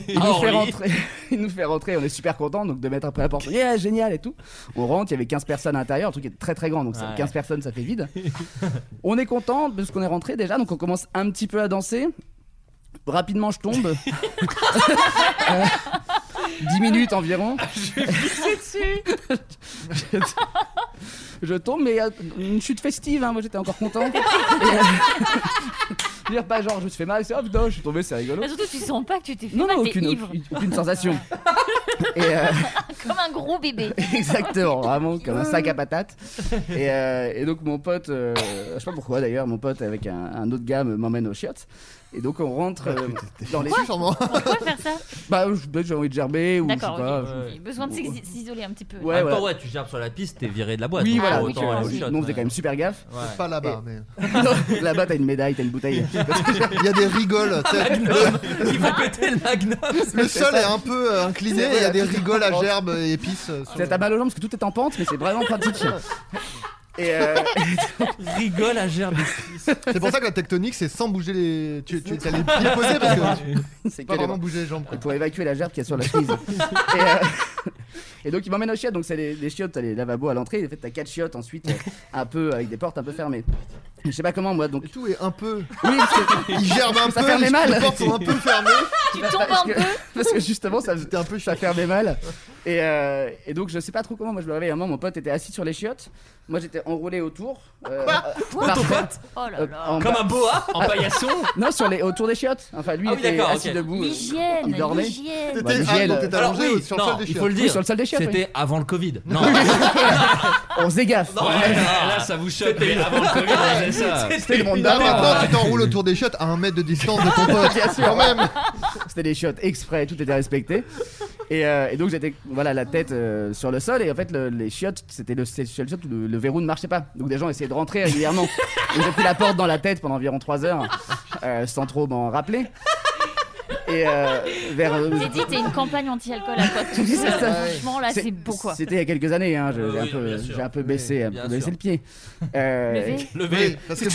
S26: Il
S6: Ah,
S26: nous, fait
S6: Henri.
S26: rentrer, il nous fait rentrer, on est super content donc de mettre après la porte, yeah génial et tout. On rentre, il y avait 15 personnes à l'intérieur, un truc qui est très très grand donc ça-
S6: Ouais.
S26: 15 personnes ça fait vide. On est content parce qu'on est rentré déjà donc on commence un petit peu à danser. Rapidement je tombe. Euh, 10 minutes environ. je, je tombe, mais euh, une chute festive, hein, moi j'étais encore content. Et, euh, je veux dire pas genre je me suis fait mal, c'est oh putain je suis tombé, c'est rigolo.
S35: Mais surtout, tu sens pas que tu t'es fait
S26: Non,
S35: mal,
S26: non,
S35: t'es
S26: aucune,
S35: ivre.
S26: aucune- aucune sensation. Et, euh,
S35: Comme un gros bébé.
S26: Exactement, vraiment comme un sac à patates. Et, euh, et donc mon pote, euh, je sais pas pourquoi d'ailleurs, mon pote avec un, un autre gars me- m'emmène aux chiottes. Et donc on rentre euh, dans les
S35: Pourquoi Pourquoi faire ça
S26: Bah je- peut-être j'ai envie de gerber ou je sais
S35: D'accord,
S26: pas.
S35: ok. Besoin de s'is- s'isoler un petit peu.
S6: en même temps,
S26: voilà.
S6: ouais, tu gerbes sur la piste, t'es viré de la boîte.
S26: Oui,
S6: hein,
S26: voilà,
S6: pour autant aller au shot,
S26: Nous, on faisait
S6: ouais.
S26: quand même super gaffe.
S6: Ouais. Pas là-bas,
S26: mais. là-bas, t'as une médaille, t'as une bouteille.
S7: Il y a des rigoles. t'sais.
S6: Il va péter le magnum.
S7: Le sol est un peu euh, incliné et il y a des rigoles à gerbe et épices. euh, sur
S26: T'as mal aux jambes parce que tout est en pente, mais c'est vraiment pratique. Et euh,
S6: Rigole à gerbe.
S7: C'est pour ça que la tectonique, c'est sans bouger les. Tu, tu as les pieds posés parce que.
S26: C'est
S7: pas vraiment bouger les jambes.
S26: Pour évacuer la gerbe qui est sur la frise. et, euh, et donc il m'emmène aux chiottes. Donc c'est les, les chiottes, t'as les lavabos à l'entrée. Et En fait, t'as quatre chiottes ensuite, euh, un peu avec des portes un peu fermées. Je sais pas comment moi. Donc
S7: tout est un peu.
S26: Oui, parce que
S7: Il gerbe un
S26: ça
S7: peu,
S26: fermait
S7: les
S26: mal.
S7: portes sont un peu fermées.
S26: Tu
S7: tombes un peu.
S26: Parce que justement, ça faisait un peu, ça fermait mal. Et, euh, et donc je sais pas trop comment. Moi je me réveille. Un moment, mon pote était assis sur les chiottes. Moi j'étais enroulé autour. euh,
S6: Quoi
S26: par
S6: Ton
S26: terre.
S6: pote
S35: Oh là
S26: Euh,
S35: là.
S26: en
S6: Comme
S26: bas.
S6: un boa en paillasson
S26: Non, sur les, autour des chiottes. Enfin, lui
S6: Ah oui,
S26: était
S6: d'accord,
S26: assis
S6: ok.
S26: debout. euh,
S35: L'hygiène,
S26: Il dormait.
S35: l'hygiène.
S26: Bah, l'hygiène, euh,
S6: Alors oui, non, il faut le dire.
S26: Oui, sur le sol des chiottes.
S6: C'était avant le Covid. Non.
S26: On se dégaffe.
S6: Ouais, là, ça vous choque. mais avant le Covid, on faisait Ah, ça.
S26: C'était le monde
S7: Là maintenant,
S26: d'avant.
S7: tu t'enroules autour des chiottes à un mètre de distance de ton pote.
S26: Bien sûr.
S7: Quand même.
S26: C'était des chiottes exprès, tout était respecté. Et, euh, et donc j'étais voilà la tête euh, sur le sol et en fait le- les chiottes c'était le c'est le seul chiotte où le, le verrou ne marchait pas donc des gens essayaient de rentrer régulièrement Donc, j'ai pris la porte dans la tête pendant environ 3 heures euh, sans trop m'en rappeler et euh, vers
S35: J'ai dit, t'es une campagne anti-alcool à quoi tout
S26: C'est
S35: ça.
S26: ça.
S35: Franchement, là, Ah, c'est beau quoi.
S26: C'était il y a quelques années, hein, je- j'ai un peu- j'ai un, peu baissé, un peu baissé le pied. Euh,
S7: Levé.
S35: Levé.
S7: Parce que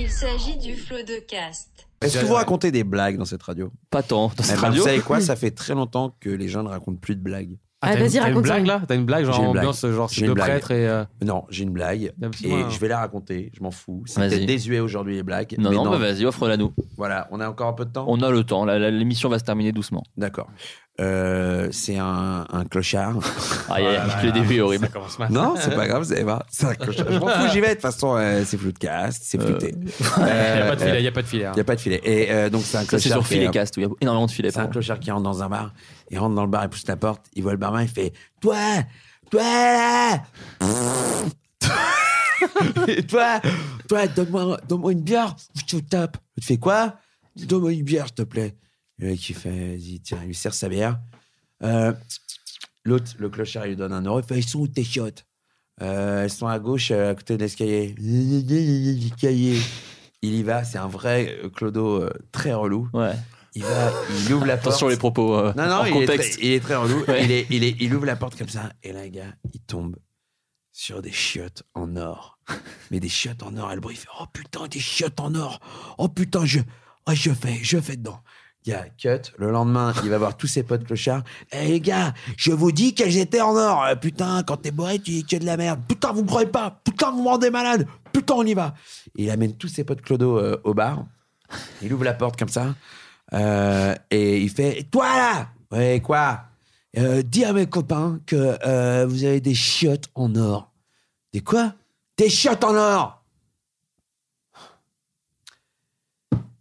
S10: Il s'agit du flot de caste.
S20: Est-ce que vous racontez des blagues dans cette radio
S5: Pas tant. Dans
S20: Eh
S5: cette
S20: ben,
S5: radio.
S20: Vous savez quoi Ça fait très longtemps que les gens ne racontent plus de blagues.
S4: Ah, Ah, t'as- vas-y, t'as une raconte blague, ça. là T'as une blague, genre
S20: J'ai blague.
S4: ambiance, genre,
S20: J'ai
S4: c'est
S20: une
S4: deux
S20: blague.
S4: prêtres et, euh,
S20: Non, j'ai une blague
S4: D'un petit
S20: et
S4: coin, hein.
S20: je vais la raconter. Je m'en fous. C'est
S5: Vas-y.
S20: peut-être désuet aujourd'hui les blagues.
S5: Non,
S20: mais
S5: non, bah, vas-y, offre-la nous.
S20: Voilà, on a encore un peu de temps.
S5: On a le temps. la- la- L'émission va se terminer doucement.
S20: D'accord. Euh, c'est un, un clochard.
S5: Aïe, aïe, aïe, le début est horrible.
S20: Non, c'est pas grave, vous allez voir. C'est un clochard. Je m'en fous, j'y vais. De toute façon, euh, c'est flou de cast, c'est
S5: Euh,
S20: flouté.
S4: Il y a pas de filet, il y a pas de filet. hein.
S20: Il n'y a pas de filet. Et euh, donc, c'est un
S4: Ça,
S20: clochard.
S4: c'est sur
S20: qui est-
S4: filet cast,
S5: où il y a énormément de filets.
S20: C'est un clochard qui rentre dans un bar. Il rentre dans le bar, il pousse la porte, il voit le barman, il fait Toi Toi là Et Toi Toi, donne-moi donne une bière ou je te tape. Tu fais quoi Donne-moi une bière, s'il te plaît. Le mec, il fait Vas-y, tiens, il lui sert sa bière. Euh, L'autre, le clochard, il lui donne un euro. Il fait Ils sont où tes chiottes Euh, Elles sont à gauche, euh, à côté de l'escalier. L'escalier. Il y va, c'est un vrai euh, Clodo euh, très relou. Il va, il ouvre la porte.
S5: Attention les propos. euh,
S20: Non, non,
S5: hors
S20: il, Est
S5: contexte.
S20: très, il est très relou.
S5: Ouais.
S20: Il, est, il, est- il ouvre la porte comme ça, et là, le gars, il tombe sur des chiottes en or. Mais des chiottes en or, et le bruit, il fait Oh putain, des chiottes en or Oh putain, je, oh, je fais, je fais dedans. Il y a cut. Le lendemain, il va voir tous ses potes clochards. Eh les gars, je vous dis qu'elles étaient en or. Euh, putain, quand t'es bourré, tu dis que de la merde. Putain, vous me croyez pas. Putain, vous me rendez malade. Putain, on y va. Et il amène tous ses potes clodo euh, au bar. Il ouvre la porte comme ça. Euh, et il fait Toi là Ouais, quoi Euh, Dis à mes copains que euh, vous avez des chiottes en or. Des quoi Des chiottes en or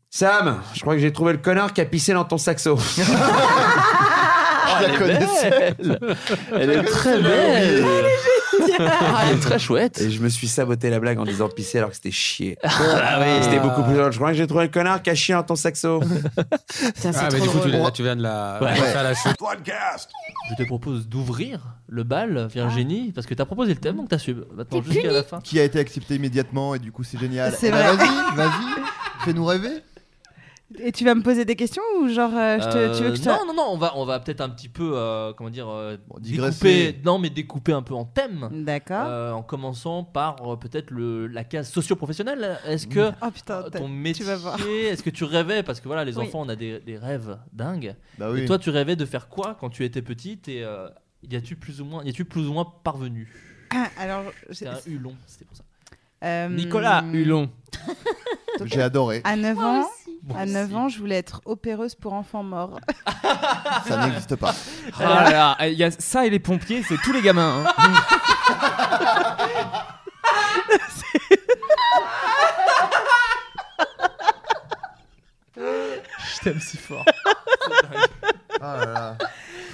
S20: Sam, je crois que j'ai trouvé le connard qui a pissé dans ton saxo. Oh,
S5: Ah,
S20: Je la
S5: elle est
S20: connaissais.
S5: belle. Elle est très belle. Ah, elle est très chouette.
S20: Et je me suis saboté la blague en disant pisser alors que c'était chier.
S5: Ah oui.
S20: C'était beaucoup plus drôle. Je crois que j'ai trouvé le connard qui a chié dans ton saxo.
S4: Ah, mais du coup, tu, là, tu viens de la.
S6: Ouais.
S4: faire la chute.
S6: Je te propose d'ouvrir le bal, Virginie,
S38: Ah.
S6: parce que t'as proposé le thème, donc t'assumes. Maintenant, jusqu'à la fin.
S7: Qui a été accepté immédiatement et du coup c'est génial.
S6: C'est
S7: Eh ben,
S6: vrai.
S7: Vas-y, vas-y, fais-nous rêver.
S38: Et tu vas me poser des questions ou genre euh, je te- tu veux que je te...
S6: non, non, non, on va, on va peut-être un petit peu, euh, comment dire, euh,
S38: digresser.
S6: découper, non, mais découper un peu en thèmes.
S38: D'accord.
S6: Euh, en commençant par euh, peut-être le- la case socio-professionnelle. Est-ce que
S38: Oh putain,
S6: euh,
S38: t'as-
S6: ton métier, est-ce que tu rêvais Parce que voilà, les
S38: Oui.
S6: enfants, on a des, des rêves dingues.
S38: Bah oui.
S6: Et toi, tu rêvais de faire quoi quand tu étais petite Et euh, y as-tu plus ou moins, y as-tu plus ou moins parvenu
S38: Ah, Alors,
S6: C'était un Hulon, c'était pour ça.
S38: Euh,
S6: Nicolas Hulon.
S7: J'ai adoré.
S38: À 9
S7: Moi
S38: ans,
S7: aussi.
S38: à 9 ans, je voulais être opéreuse pour enfants morts.
S7: Ça n'existe pas.
S4: Ah là là, il y a ça et les pompiers, c'est tous les gamins. hein.
S6: Je t'aime si fort.
S7: Oh
S6: Mais
S38: Ah.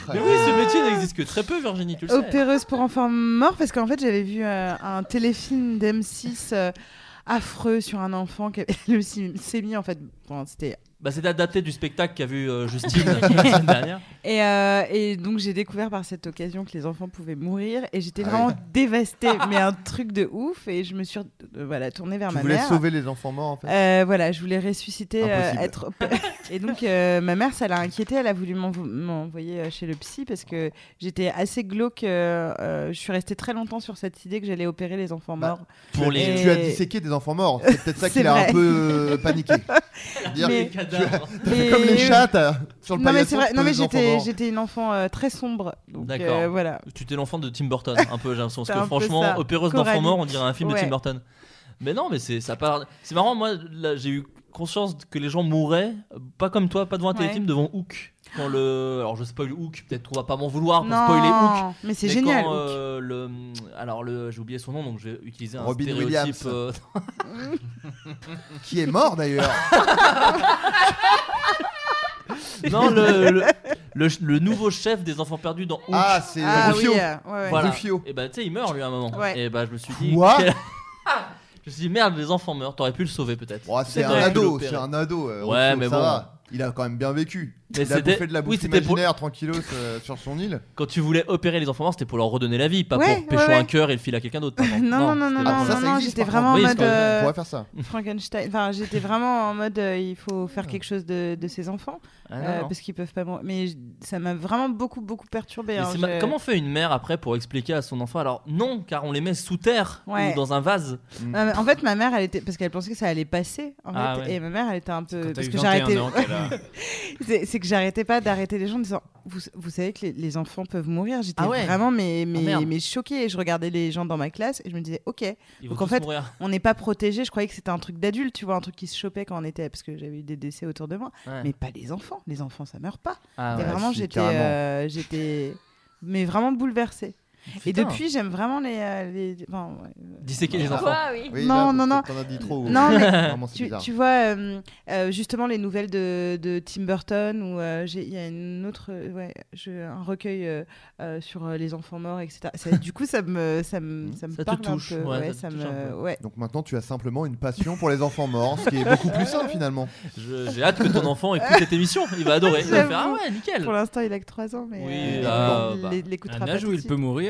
S6: oui, ce métier n'existe que très peu, Virginie, tu le sais.
S38: opéreuse pour enfants morts parce qu'en fait j'avais vu euh, un téléfilm d'M6 euh, affreux sur un enfant qui avait le leucémie en fait bon, c'était
S6: Bah, c'est adapté du spectacle qu'a vu euh, Justine la semaine dernière.
S38: Et, euh, et donc j'ai découvert par cette occasion que les enfants pouvaient mourir et j'étais
S7: Ah
S38: vraiment
S7: oui.
S38: dévastée, mais un truc de ouf. Et je me suis euh, voilà, tournée vers
S7: Tu
S38: ma
S7: voulais
S38: mère.
S7: sauver les enfants morts, en fait
S38: Euh, Voilà, je voulais ressusciter, euh,
S7: Impossible.
S38: être. Et donc euh, ma mère, ça l'a inquiétée, elle a voulu m'envo- m'envoyer euh, chez le psy parce que j'étais assez glauque. euh, euh, je suis restée très longtemps sur cette idée que j'allais opérer les enfants
S7: Bah,
S38: morts.
S7: tu, as-
S38: Et-
S7: tu as disséqué des enfants morts. C'est peut-être ça qui
S38: C'est
S7: l'a
S38: vrai.
S7: un peu euh, paniqué. Dire
S38: Mais-
S7: que tu as- t'as fait
S38: Mais-
S7: comme les chats t'as- sur le
S38: non mais
S7: paillasson,
S38: c'est vrai,
S7: tu
S38: non mais
S7: poses les enfants
S38: j'étais
S7: morts.
S38: j'étais une enfant euh, très sombre donc
S6: D'accord.
S38: euh, voilà.
S6: Tu t'es l'enfant de Tim Burton, un peu, j'ai l'impression.
S38: C'est
S6: Parce que
S38: un peu
S6: franchement,
S38: ça.
S6: opéreuse d'enfants
S38: Coralie.
S6: morts, on dirait un film de
S38: Ouais.
S6: Tim Burton. Mais non, mais c'est ça part. C'est marrant, moi, là, j'ai eu conscience que les gens mouraient, euh, pas comme toi, pas devant un
S38: Ouais.
S6: téléfilm, devant Hook. Quand le... Alors je spoil Hook, peut-être qu'on va pas m'en vouloir pour
S38: Non,
S6: spoiler Hook.
S38: mais c'est génial,
S6: quand,
S38: Hook.
S6: euh, le... Alors le... j'ai oublié son nom, donc je vais utiliser un
S7: Robin
S6: stéréotype.
S7: Williams.
S6: euh,
S7: Qui est mort d'ailleurs.
S6: non, le, le, le ch- le nouveau chef des enfants perdus dans Hook.
S7: Ah, c'est Ah Rufio. oui, euh, ouais, ouais.
S6: Voilà.
S7: Rufio.
S6: Et bah, tu sais, il meurt lui à un moment.
S7: Ouais.
S6: Et bah, je me suis dit.
S7: Quoi
S6: quel- Je me suis dit, merde, les enfants meurent, t'aurais pu le sauver peut-être.
S7: C'est un
S6: T'aurais pu
S7: ado,
S6: l'opérer.
S7: c'est un ado. euh,
S6: ouais,
S7: Rufio,
S6: mais
S7: ça
S6: bon.
S7: va. Il a quand même bien vécu.
S6: Mais
S7: il a
S6: c'était-
S7: bouffé de la
S6: oui,
S7: bouffe
S6: c'était pour-
S7: imaginaire tranquillos euh, sur son île.
S6: Quand tu voulais opérer les enfants morts, c'était pour leur redonner la vie, pas
S38: Ouais,
S6: pour
S38: ouais,
S6: pécho
S38: ouais.
S6: un cœur et le filer à quelqu'un d'autre. par exemple.
S38: Non, non, non, non,
S6: c'était pas
S7: Ah,
S38: non,
S6: pour ça.
S38: non, non, j'étais vraiment en
S6: Oui,
S38: mode.
S6: parce que-
S38: euh,
S6: Mm.
S38: Frankenstein. Enfin, j'étais vraiment en mode, euh, il faut faire
S7: Ah.
S38: quelque chose de, de ces enfants.
S6: Ah, non,
S38: euh,
S6: non.
S38: parce qu'ils peuvent pas mourir. Mais je- ça m'a vraiment beaucoup, beaucoup hein, perturbé.
S6: Mais c'est ma- Comment fait une mère après pour expliquer à son enfant Alors non, car on les met sous terre
S38: Ouais. Mm. Ah,
S6: ou dans un vase.
S38: en fait, ma mère, elle était parce qu'elle pensait que ça allait passer. En
S6: Mm. Ah
S38: fait,
S6: ouais.
S38: Et ma mère, elle était un peu
S6: quand t'as
S38: parce
S6: eu
S38: que
S6: 21
S38: j'arrêtais.
S6: ans qu'elle a-
S38: c'est, c'est que j'arrêtais pas d'arrêter les gens en disant, vous, vous savez que les, les enfants peuvent mourir. J'étais
S6: Ah ouais.
S38: vraiment mais mais,
S6: merde.
S38: mais choquée. Et je regardais les gens dans ma classe et je me disais, ok.
S6: Ils
S38: Donc
S6: vont
S38: en
S6: tous
S38: fait,
S6: mourir.
S38: on n'est pas protégé. Je croyais que c'était un truc d'adulte, tu vois, un truc qui se chopait quand on était parce que j'avais eu des décès autour de moi.
S6: Ouais.
S38: Mais pas les enfants. Les enfants, ça meurt pas.
S6: Ah
S38: et
S6: ouais,
S38: vraiment,
S6: si,
S38: j'étais
S6: carrément.
S38: euh, j'étais mais vraiment bouleversée. Et
S6: Putain.
S38: depuis, j'aime vraiment les. euh, les... enfin, ouais,
S6: Disséquer les
S38: Quoi,
S6: enfants.
S38: oui. non, non, non.
S7: T'en as dit trop.
S38: Non, mais
S7: Vraiment, c'est
S38: tu,
S7: bizarre.
S38: tu vois, euh, euh, justement, les nouvelles de, de Tim Burton, ou euh, j'ai- il y a une autre, euh, ouais, je- un recueil euh, euh, sur euh, les enfants morts, etc. Ça- du coup, ça me, ça
S7: Mm.
S38: me, ça me
S6: Ça te
S38: parle
S6: touche,
S38: un peu.
S6: ouais,
S38: ouais,
S6: ça
S38: ça
S6: te touche un
S38: me,
S6: peu.
S38: ouais.
S7: Donc maintenant, tu as simplement une passion pour les enfants morts, ce qui est beaucoup plus simple finalement.
S6: Je- J'ai hâte que ton enfant écoute cette émission. Il va adorer. Il va faire ah
S38: J'avoue.
S6: ouais nickel.
S38: Pour l'instant, il a que 3 ans, mais
S6: Oui,
S38: euh,
S6: là,
S38: il
S6: bah,
S38: l'é- l'écoutera
S41: un
S38: pas
S41: âge
S38: tout
S41: où
S38: de
S41: il
S38: suite.
S41: peut mourir.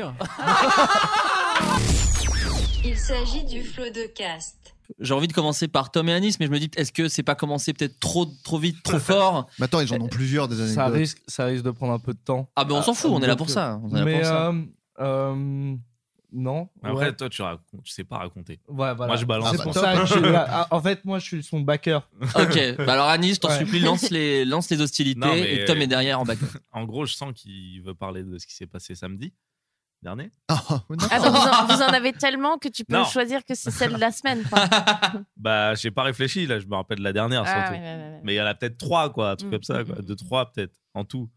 S10: Il s'agit du flot de cast.
S6: J'ai envie de commencer par Tom et Anis, mais je me dis est-ce que c'est pas commencer peut-être trop trop vite, trop fort
S7: Mais attends, ils en ont plusieurs des anecdotes.
S6: Ça risque-
S9: ça risque de prendre un peu de temps. euh,
S6: Ah ben on s'en fout, on est là pour ça. On est là
S9: mais
S6: pour ça.
S12: Hum,
S9: euh, euh, non.
S42: Après,
S9: ouais.
S42: toi, tu racontes, tu sais pas raconter.
S9: Ouais, voilà.
S42: Moi, je balance.
S9: C'est pour
S6: bah,
S9: ça que je suis là. Ah, En fait, moi, je suis son backer.
S6: Ok, bah alors Anis, je t'en
S9: Ouais.
S6: supplie, lance les, lance les hostilités
S42: Non, mais-
S6: et Tom est derrière en bac.
S42: En gros, je sens qu'il veut parler de ce qui s'est passé samedi dernier.
S9: Ah, bah,
S13: Attends, vous en, vous en avez tellement que tu peux
S42: Non.
S13: choisir que c'est celle de la semaine. quoi.
S42: Bah, j'ai pas réfléchi, là, je me rappelle de la dernière
S13: Ah,
S42: surtout.
S13: ouais, ouais, ouais, ouais.
S42: Mais il y en a peut-être trois, quoi, un truc
S9: Mm,
S42: comme ça, quoi. Deux, trois, peut-être, en tout.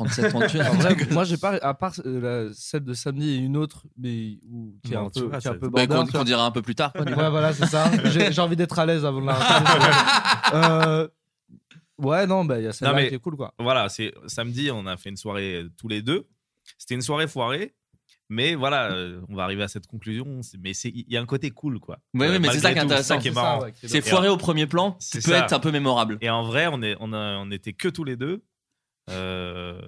S9: En vrai, moi, j'ai pas, à part euh, la- celle de samedi et une autre, mais où, qui est
S6: Bon,
S9: un
S6: tu
S9: peu,
S6: vois,
S9: qui est un
S6: ça-
S9: peu
S6: Bah,
S9: border,
S6: qu'on-
S9: tu
S6: qu'on
S9: vois.
S6: dira un peu plus tard, quoi, du coup.
S9: Ouais, voilà, c'est ça. J'ai j'ai envie d'être à l'aise avant de la raconter. Euh, Ouais, non, bah, il y a
S42: Non,
S9: celle-là
S42: mais
S9: qui est cool, quoi.
S42: Voilà, c'est samedi, on a fait une soirée euh, tous les deux. C'était une soirée foirée, mais voilà, euh, on va arriver à cette conclusion. c'est- Mais c'est- il y a un côté cool, quoi.
S6: Ouais, ouais, mais
S42: malgré
S6: c'est ça qui est
S42: tout,
S6: intéressant.
S42: qui est
S6: C'est ça,
S42: marrant.
S6: ouais, qui est C'est drôle. foiré au premier plan,
S42: C'est
S6: peut être un peu mémorable.
S42: Et en vrai, on est, on a- on était que tous les deux. Euh,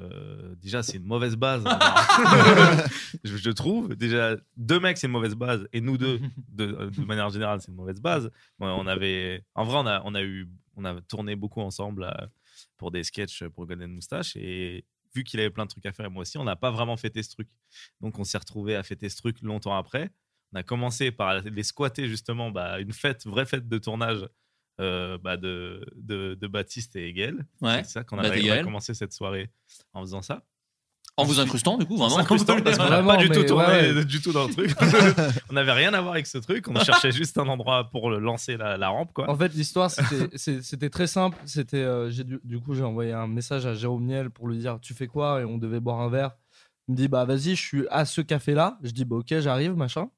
S42: déjà, c'est une mauvaise base. hein. je, je trouve. Déjà, deux mecs, c'est une mauvaise base. Et nous deux, de, de manière générale, c'est une mauvaise base. Bon, on avait, en vrai, on a, on a eu, on a tourné beaucoup ensemble euh, pour des sketchs euh, pour Golden Moustache. Et vu qu'il avait plein de trucs à faire, et moi aussi, on n'a pas vraiment fêté ce truc. Donc, on s'est retrouvé à fêter ce truc longtemps après. On a commencé par les squatter, justement, bah, une fête, vraie fête de tournage. euh, bah, de, de, de Baptiste et Hegel.
S6: Ouais.
S42: C'est ça qu'on
S6: Bat et
S42: avait, on a
S6: Hegel.
S42: commencé cette soirée en faisant ça.
S6: En vous incrustant, du coup, vraiment.
S42: En s'incrustant, parce qu'on n'a
S6: Vraiment,
S42: pas du tout
S6: mais
S42: tourné
S6: ouais, ouais.
S42: du tout dans le truc. on n'avait rien à voir avec ce truc. On cherchait juste un endroit pour le lancer la, la rampe, quoi.
S9: En fait, l'histoire, c'était- c'est- c'était très simple. C'était, euh, j'ai du, du coup, j'ai envoyé un message à Jérôme Niel pour lui dire Tu fais quoi Et on devait boire un verre. Il me dit Bah, vas-y, je suis à ce café-là. Je dis Bah, ok, j'arrive, machin.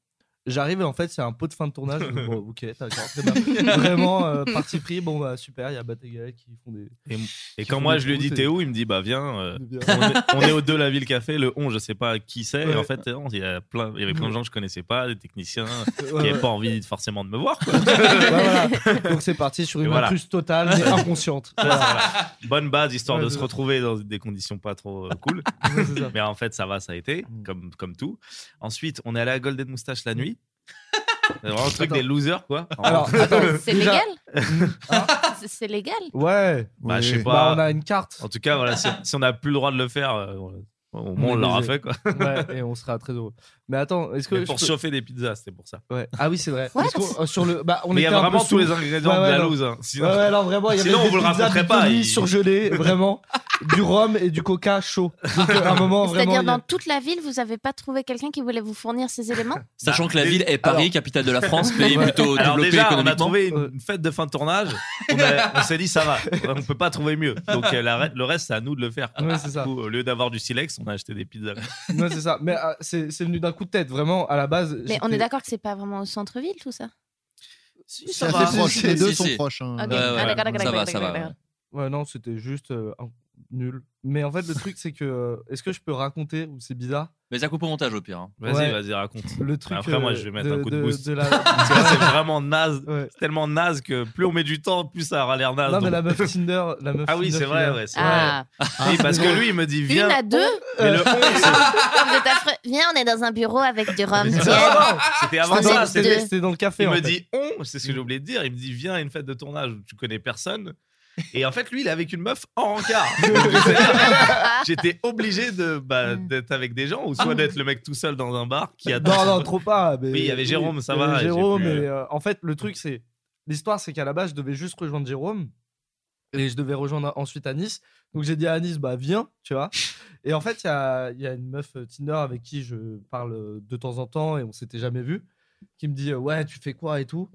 S9: J'arrive et en fait, c'est un pot de fin de tournage. Je dis, bon, ok, d'accord, très bien. Vraiment, euh, parti pris. Bon, bah super, il y a Batégal qui font des.
S42: Et, et
S9: qui
S42: quand
S9: font
S42: moi
S9: des
S42: je lui dis
S9: routes
S42: t'es
S9: et-
S42: où, il me dit bah viens, euh, on, est, on est au 2 la ville café, le 11, je sais pas qui c'est. Et en
S9: Ouais.
S42: fait, non, il y, a plein, il y avait plein de gens que je connaissais pas, des techniciens qui
S9: Ouais,
S42: n'avaient
S9: ouais.
S42: pas envie forcément de me voir. Quoi.
S9: Ouais, voilà. Donc c'est parti sur
S42: Et
S9: une
S42: voilà.
S9: intruse totale, mais inconsciente.
S42: Ça,
S9: Voilà.
S42: c'est la Bonne base histoire
S9: Ouais,
S42: de
S9: c'est
S42: se
S9: ça.
S42: retrouver dans des conditions pas trop euh, cool. Mais en fait, ça va, ça a été,
S9: Mm.
S42: comme, comme tout. Ensuite, on est allé à Golden Moustache la nuit. C'est vraiment le truc des losers, quoi.
S9: Alors, attends,
S32: C'est
S9: déjà- Hein
S32: légal C'est- C'est légal
S9: Ouais.
S42: Bah, je sais
S9: Oui.
S42: pas.
S9: Bah, on a une carte.
S42: En tout cas, voilà, si, si on n'a plus le droit de le faire, euh, au moins on,
S9: est
S42: l'aura
S9: baisé.
S42: fait, quoi.
S9: Ouais, et on sera très heureux. Mais attends, est-ce que.
S42: Mais
S9: je
S42: pour
S9: peux-
S42: chauffer des pizzas, c'était pour ça.
S9: Ouais. Ah oui, c'est vrai.
S42: What
S9: Parce qu'on- euh, sur le, bah, on
S42: Mais il y
S9: était
S42: a
S9: un peu
S42: vraiment tous
S9: sous.
S42: les ingrédients
S9: Ouais,
S42: de
S9: ouais,
S42: la
S9: non.
S42: loose, hein. Sinon-
S9: Ouais, ouais, non, vraiment, il y avait
S42: Sinon, on
S9: des
S42: vous le
S9: pizzas,
S42: raconterait
S9: du
S42: pas,
S9: Tony
S42: il-
S9: surgelé, vraiment, du rhum et du coca chaud. Donc, euh, à un moment, vraiment.
S32: C'est-à-dire
S9: il y a-
S32: dans toute la ville, vous n'avez pas trouvé quelqu'un qui voulait vous fournir ces éléments
S6: Sachant que la ville est Paris, capitale de la France, pays
S42: Ouais.
S6: plutôt
S42: Bah, Alors
S6: développé
S42: déjà, on a
S6: économiquement.
S42: trouvé une, une fête de fin de tournage. On, a- on s'est dit ça va, on peut pas trouver mieux. Donc euh, la re- le reste, c'est à nous de le faire. quoi.
S9: Ouais, c'est ça.
S42: Du coup, au lieu d'avoir du silex, on a acheté des pizzas.
S9: Non, c'est ça. Mais euh, c'est c'est venu d'un coup de tête, vraiment, à la base.
S32: Mais on
S9: j'étais-
S32: est d'accord que c'est pas vraiment au centre-ville tout ça
S9: ça va.
S7: les deux
S9: Si,
S7: sont
S9: si.
S7: proches. hein.
S32: Ok. Ah, d'accord, d'accord, d'accord, d'accord, d'accord.
S9: Ouais, non, c'était juste euh, un- nul. Mais en fait, le truc, c'est que. euh, Est-ce que je peux raconter ou c'est bizarre
S6: Mais ça coupe au montage au pire. hein.
S42: Vas-y,
S9: Ouais.
S42: vas-y, raconte.
S9: Le truc,
S42: Après, moi,
S9: euh,
S42: je vais mettre
S9: de-
S42: un coup de,
S9: de-
S42: boost.
S9: de la-
S42: Parce que là, c'est vraiment naze.
S9: Ouais.
S42: C'est tellement naze que plus on met du temps, plus ça aura l'air naze.
S9: Non, mais
S42: Ah, donc-
S9: la meuf Tinder. La meuf
S42: Ah oui,
S9: Tinder
S42: c'est
S9: qui
S42: vrai,
S9: l'a-
S42: ouais, c'est Ah. vrai. Oui, parce que lui, il me dit,
S32: Une
S42: viens.
S32: à deux
S42: Mais
S9: Euh.
S42: le 11,
S32: Vous êtes affreux. Viens, on est dans un bureau avec du rhum tiède.
S42: C'était avant
S32: Vous
S42: ça,
S32: êtes deux.
S42: c'était
S9: c'était dans le café,
S42: Il
S9: en
S42: me
S9: fait.
S42: dit on, c'est ce que j'ai oublié de dire. Il me dit viens à une fête de tournage où tu connais personne. Et en fait, lui, il est avec une meuf en rencard. J'étais obligé de bah,
S32: Hmm.
S42: d'être avec des gens ou
S32: Ah.
S42: soit d'être le mec tout seul dans un bar qui attend.
S9: Non, non, trop pas. mais-
S42: Oui, il y avait Jérôme, ça
S9: il y avait
S42: va, j'ai
S9: Jérôme,
S42: pu,
S9: et,
S42: euh,
S9: euh, en fait, le truc, c'est. L'histoire, c'est qu'à la base, je devais juste rejoindre Jérôme. Et je devais rejoindre ensuite à Nice. Donc j'ai dit à Nice, bah viens, tu vois. Et en fait, il y a, il y a une meuf euh, Tinder avec qui je parle euh, de temps en temps et on s'était jamais vu, qui me dit, euh, ouais, tu fais quoi et tout.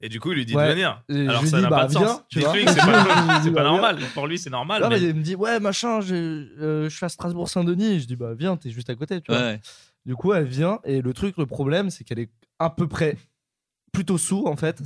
S42: Et du coup, il lui dit
S9: Ouais.
S42: de venir.
S9: Et
S42: Alors
S9: je lui
S42: ça
S9: dis,
S42: n'a
S9: bah,
S42: pas de sens.
S9: viens, tu vois.
S42: Explique, C'est pas, c'est
S9: Bah,
S42: pas
S9: viens.
S42: normal. Pour lui, c'est normal.
S9: Non, mais
S42: mais-
S9: il me dit, ouais, machin, je, euh, je suis à Strasbourg-Saint-Denis. Je dis, bah viens, t'es juste à côté, tu vois.
S6: Ouais.
S9: Du coup, elle vient et le truc, le problème, c'est qu'elle est à peu près plutôt saoul en fait.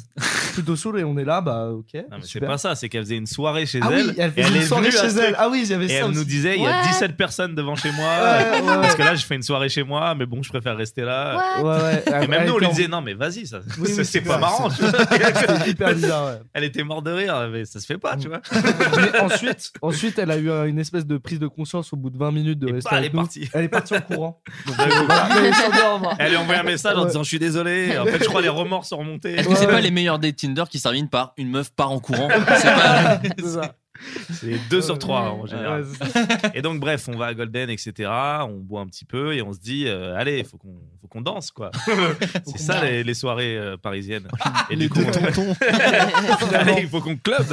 S9: plutôt saoul et on est là, bah ok.
S42: Non, mais c'est
S9: super.
S42: pas ça, c'est qu'elle faisait une soirée chez
S9: Ah oui,
S42: elle.
S9: elle
S42: et
S9: faisait une
S42: est
S9: soirée
S42: venue à
S9: chez
S42: ce
S9: elle.
S42: truc.
S9: Ah oui, il y avait
S42: Et
S9: ça
S42: elle nous
S9: aussi.
S42: disait il y a
S9: Ouais.
S42: 17 personnes devant chez moi. euh,
S9: Ouais, ouais,
S42: Parce
S9: ouais.
S42: que là, je fais une soirée chez moi, mais bon, je préfère rester là.
S9: Ouais, ouais.
S42: Et
S9: Elle-
S42: même
S9: elle
S42: nous, on lui
S9: était en-
S42: disait non, mais vas-y, ça,
S9: Oui,
S42: ça,
S9: oui,
S42: c'est
S9: c'est
S42: pas
S9: ça,
S42: marrant.
S9: c'est-
S42: tu vois.
S9: C'était hyper bizarre, ouais.
S42: Elle était morte de rire, mais ça se fait pas, tu vois.
S9: Mais ensuite, ensuite, elle a eu euh, une espèce de prise de conscience au bout de 20 minutes de rester
S42: bah, elle
S9: avec
S42: est
S9: nous.
S42: partie.
S9: Elle est partie en courant. Donc,
S42: D'un coup.
S9: voilà, mais sans dire au revoir.
S42: Elle lui a envoyé un message en
S9: Ouais.
S42: disant je suis désolé. En fait, je crois les remords sont remontés.
S6: Est-ce que c'est pas les meilleurs dates Tinder qui se terminent par une meuf part en courant C'est
S7: Ah,
S6: pas.
S42: C'est 2 sur 3 en général.
S6: Ouais,
S42: et donc, bref, on va à Golden, etc. On boit un petit peu et on se dit, euh, allez, faut qu'on faut qu'on danse, quoi. C'est ça les, les soirées euh, parisiennes.
S7: Ah,
S42: Et du coup, on- allez, il faut qu'on club.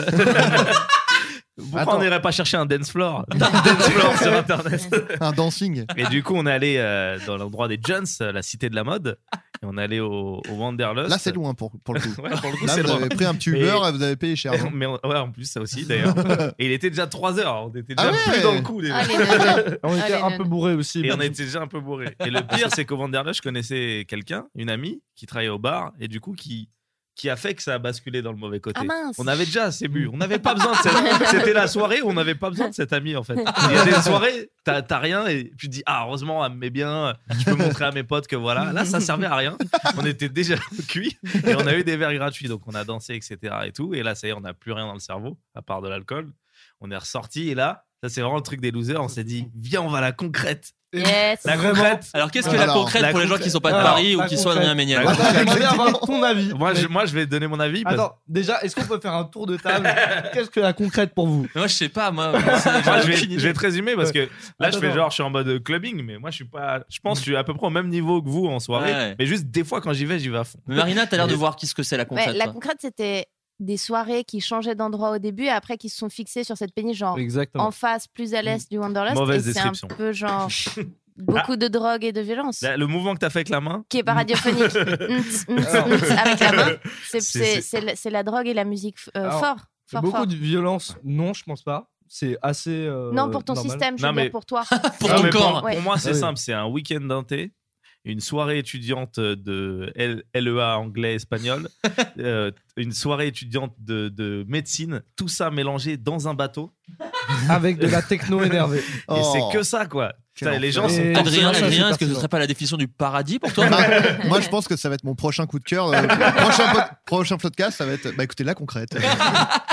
S42: Pourquoi
S7: Attends.
S42: on n'irait pas chercher un dance floor Un dance floor sur internet.
S7: Un dancing.
S42: Et du coup, on est allé euh, dans l'endroit des Jones, euh, la cité de la mode. Et on est allé au, au Wanderlust.
S7: Là, c'est loin pour, pour le coup.
S42: Ouais, pour le coup,
S7: Là,
S42: c'est
S7: vous
S42: loin.
S7: avez pris un petit
S42: Et-
S7: Uber et vous avez payé cher.
S42: Mais on- ouais, en plus, ça aussi d'ailleurs. Et il était déjà 3h, on était déjà
S7: Ah ouais
S42: plus dans le coup. déjà.
S7: Ah, les nanas.
S9: On était
S7: Allez,
S9: un
S7: non,
S9: peu
S7: non.
S9: bourrés aussi.
S42: Et
S9: mais-
S42: on était déjà un peu bourré. Et le pire, c'est qu'au Wanderlust, je connaissais quelqu'un, une amie, qui travaillait au bar et du coup qui qui a fait que ça a basculé dans le mauvais côté.
S32: Ah, mince.
S42: on avait déjà assez bu. On n'avait pas besoin de cette... C'était la soirée où on n'avait pas besoin de cette amie, en fait. Il y a des soirées, t'as t'as rien et tu te dis, ah, heureusement, elle me met bien. Je peux montrer à mes potes que voilà. Là, ça servait à rien. On était déjà cuit et on a eu des verres gratuits. Donc, on a dansé, etc. et tout. Et là, ça y est, on n'a plus rien dans le cerveau, à part de l'alcool. On est ressorti et là, ça, c'est vraiment le truc des losers. On s'est dit, viens, on va à la concrète.
S32: Yes.
S42: La concrète.
S6: Alors, qu'est-ce que la concrète pour les gens qui sont pas de Paris ou qui sont à Adrien Méniel
S42: La concrète.
S9: J'aimerais bien avoir ton avis.
S42: Moi, je, moi, je vais donner mon avis. parce-
S9: Attends, déjà, est-ce qu'on peut faire un tour de table Qu'est-ce que la concrète pour
S32: Euh,
S9: vous
S6: Moi, je sais pas, moi.
S42: Moi, je, vais, je vais te résumer parce que
S6: Ah,
S42: là, je
S9: Attends,
S42: fais
S9: attends.
S42: genre, je suis en mode clubbing, mais moi, je suis pas. Je pense que je suis à peu près au même niveau que vous en soirée.
S6: Ouais.
S42: Mais juste des fois, quand j'y vais, j'y vais à fond.
S6: Mais Marina, t'as l'air de voir qu'est-ce que c'est la
S32: Ouais, la concrète, c'était des soirées qui changeaient d'endroit au début et après qui se sont fixées sur cette péniche, genre
S42: Exactement.
S32: en face, plus à l'est du Wanderlust.
S42: Mauvaise
S32: et c'est
S42: description.
S32: un peu genre beaucoup de drogue et de violence.
S42: Là, le mouvement que t'as fait avec la main.
S32: Qui est pas radiophonique. Ntz, ntz,
S9: Ah
S42: Alors.
S32: ntz, avec la main. C'est-
S42: C'est-
S32: C'est c'est la- c'est la drogue et la musique euh,
S9: Alors,
S32: fort. fort,
S9: Beaucoup
S32: fort.
S9: de violence, non, je pense pas. C'est assez. euh,
S32: Non, pour ton
S9: normal.
S32: système, je
S42: Non,
S32: veux
S42: mais-
S32: dire pour toi.
S42: Non, mais
S32: Ouais.
S42: Pour moi, c'est
S9: Ah oui.
S42: simple. C'est un week-end d'un thé une soirée étudiante de L- E LEA anglais-espagnol, euh, une soirée étudiante de, de médecine, tout ça mélangé dans un bateau.
S9: Avec de la techno énervée.
S42: Et
S9: Oh.
S42: c'est que ça, quoi.
S9: Quel
S42: Putain, les
S9: enfer.
S42: gens sont.
S9: Et-
S42: passionnés.
S9: Adrien,
S42: Ça, c'est
S9: Adrien,
S42: pas-
S9: est-ce que ce
S42: serait
S6: pas la définition du paradis pour
S42: toi
S7: Moi, je pense que ça va être mon prochain coup de cœur. euh, prochain, pod- prochain podcast, ça va être. Bah écoutez, la concrète. euh,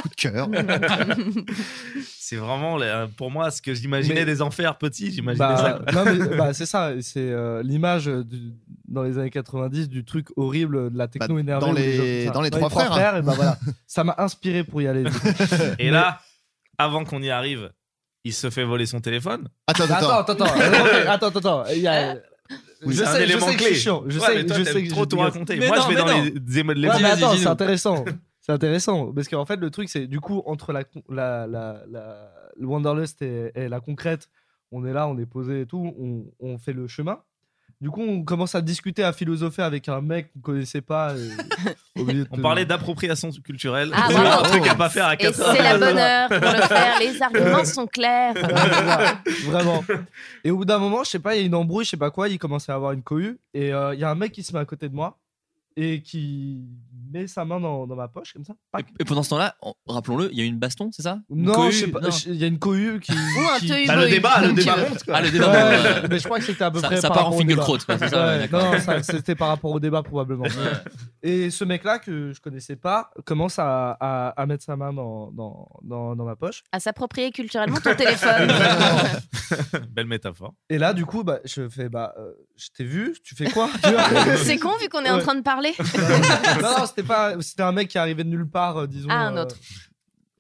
S7: coup de cœur.
S42: C'est vraiment, là, pour moi, ce que j'imaginais
S9: Mais-
S42: des enfers petits, j'imaginais
S9: Bah,
S42: ça. quoi.
S9: non, mais, bah, c'est ça, c'est euh, l'image du- dans les années 90 du truc horrible de la techno
S7: Bah,
S9: énervée.
S7: dans
S9: ou des
S7: les-
S9: jeux comme ça.
S7: dans les trois frères, hein.
S9: et bah, voilà. ça m'a inspiré pour y aller.
S42: Et là, avant qu'on y arrive, il se fait voler son téléphone.
S7: Attends,
S9: attends, attends, attends, attends, attends, il y a-
S32: Euh,
S42: Oui,
S9: je
S42: c'est un
S9: sais, je
S42: élément
S9: sais que je
S42: clé.
S9: suis chiant. Je
S42: Ouais,
S9: sais,
S42: mais toi,
S9: je
S42: t'aimes
S9: sais que
S42: trop
S9: je
S42: tout
S9: dégueule.
S42: raconter. Mais Moi, je non, vais mais dans non. les- des modes- les
S9: Ouais, mais
S42: vas-y,
S9: attends,
S42: dis-nous.
S9: c'est intéressant. C'est intéressant. Parce qu'en fait, le truc, c'est du coup, entre la, con- la, la, la- le Wanderlust et, et la concrète, on est là, on est posé et tout, on, on fait le chemin. Du coup, on commence à discuter, à philosopher avec un mec qu'on connaissait pas. et- au milieu de-
S42: On parlait d'appropriation culturelle.
S32: Ah,
S42: c'est
S32: bravo.
S42: un truc à pas faire à
S32: Et
S42: 4
S32: c'est la bonne heure pour le faire. Les arguments sont clairs.
S9: Vraiment. Et au bout d'un moment, je sais pas, il y a une embrouille, je sais pas quoi, il commençait à avoir une cohue. Et euh, il y a un mec qui se met à côté de moi et qui met sa main dans, dans ma poche, comme ça. Pac.
S6: Et pendant ce temps-là, en- rappelons-le, il y a eu une baston, c'est ça Une
S9: Non,
S6: cohue
S9: je sais pas,
S6: Non.
S9: je- il y a une cohue qui.
S6: Ou un
S9: qui-
S6: tehu-bohu. Bah, le débat, le débat monte, quoi. Ah, le débat monte, ouais.
S9: Mais je crois que c'était à peu
S6: Ça-
S9: près.
S6: ça
S9: par
S6: part en
S9: rapport au
S6: finger
S9: débat.
S6: crotte, quoi, c'est ça, ouais,
S9: non,
S6: d'accord.
S9: ça- c'était par rapport au débat probablement. Et ce mec-là que je connaissais pas commence à, à- à mettre sa main dans- dans- dans, dans ma poche.
S32: À s'approprier culturellement ton téléphone.
S42: Belle métaphore.
S9: Et là, du coup, bah, je fais bah, euh, je t'ai vu, tu fais quoi tu vois
S32: C'est con vu qu'on est en
S9: Ouais.
S32: train de parler.
S9: Non, non, c'était pas, c'était un mec qui arrivait de nulle part, euh, disons.
S32: Ah, un
S9: euh,
S32: autre.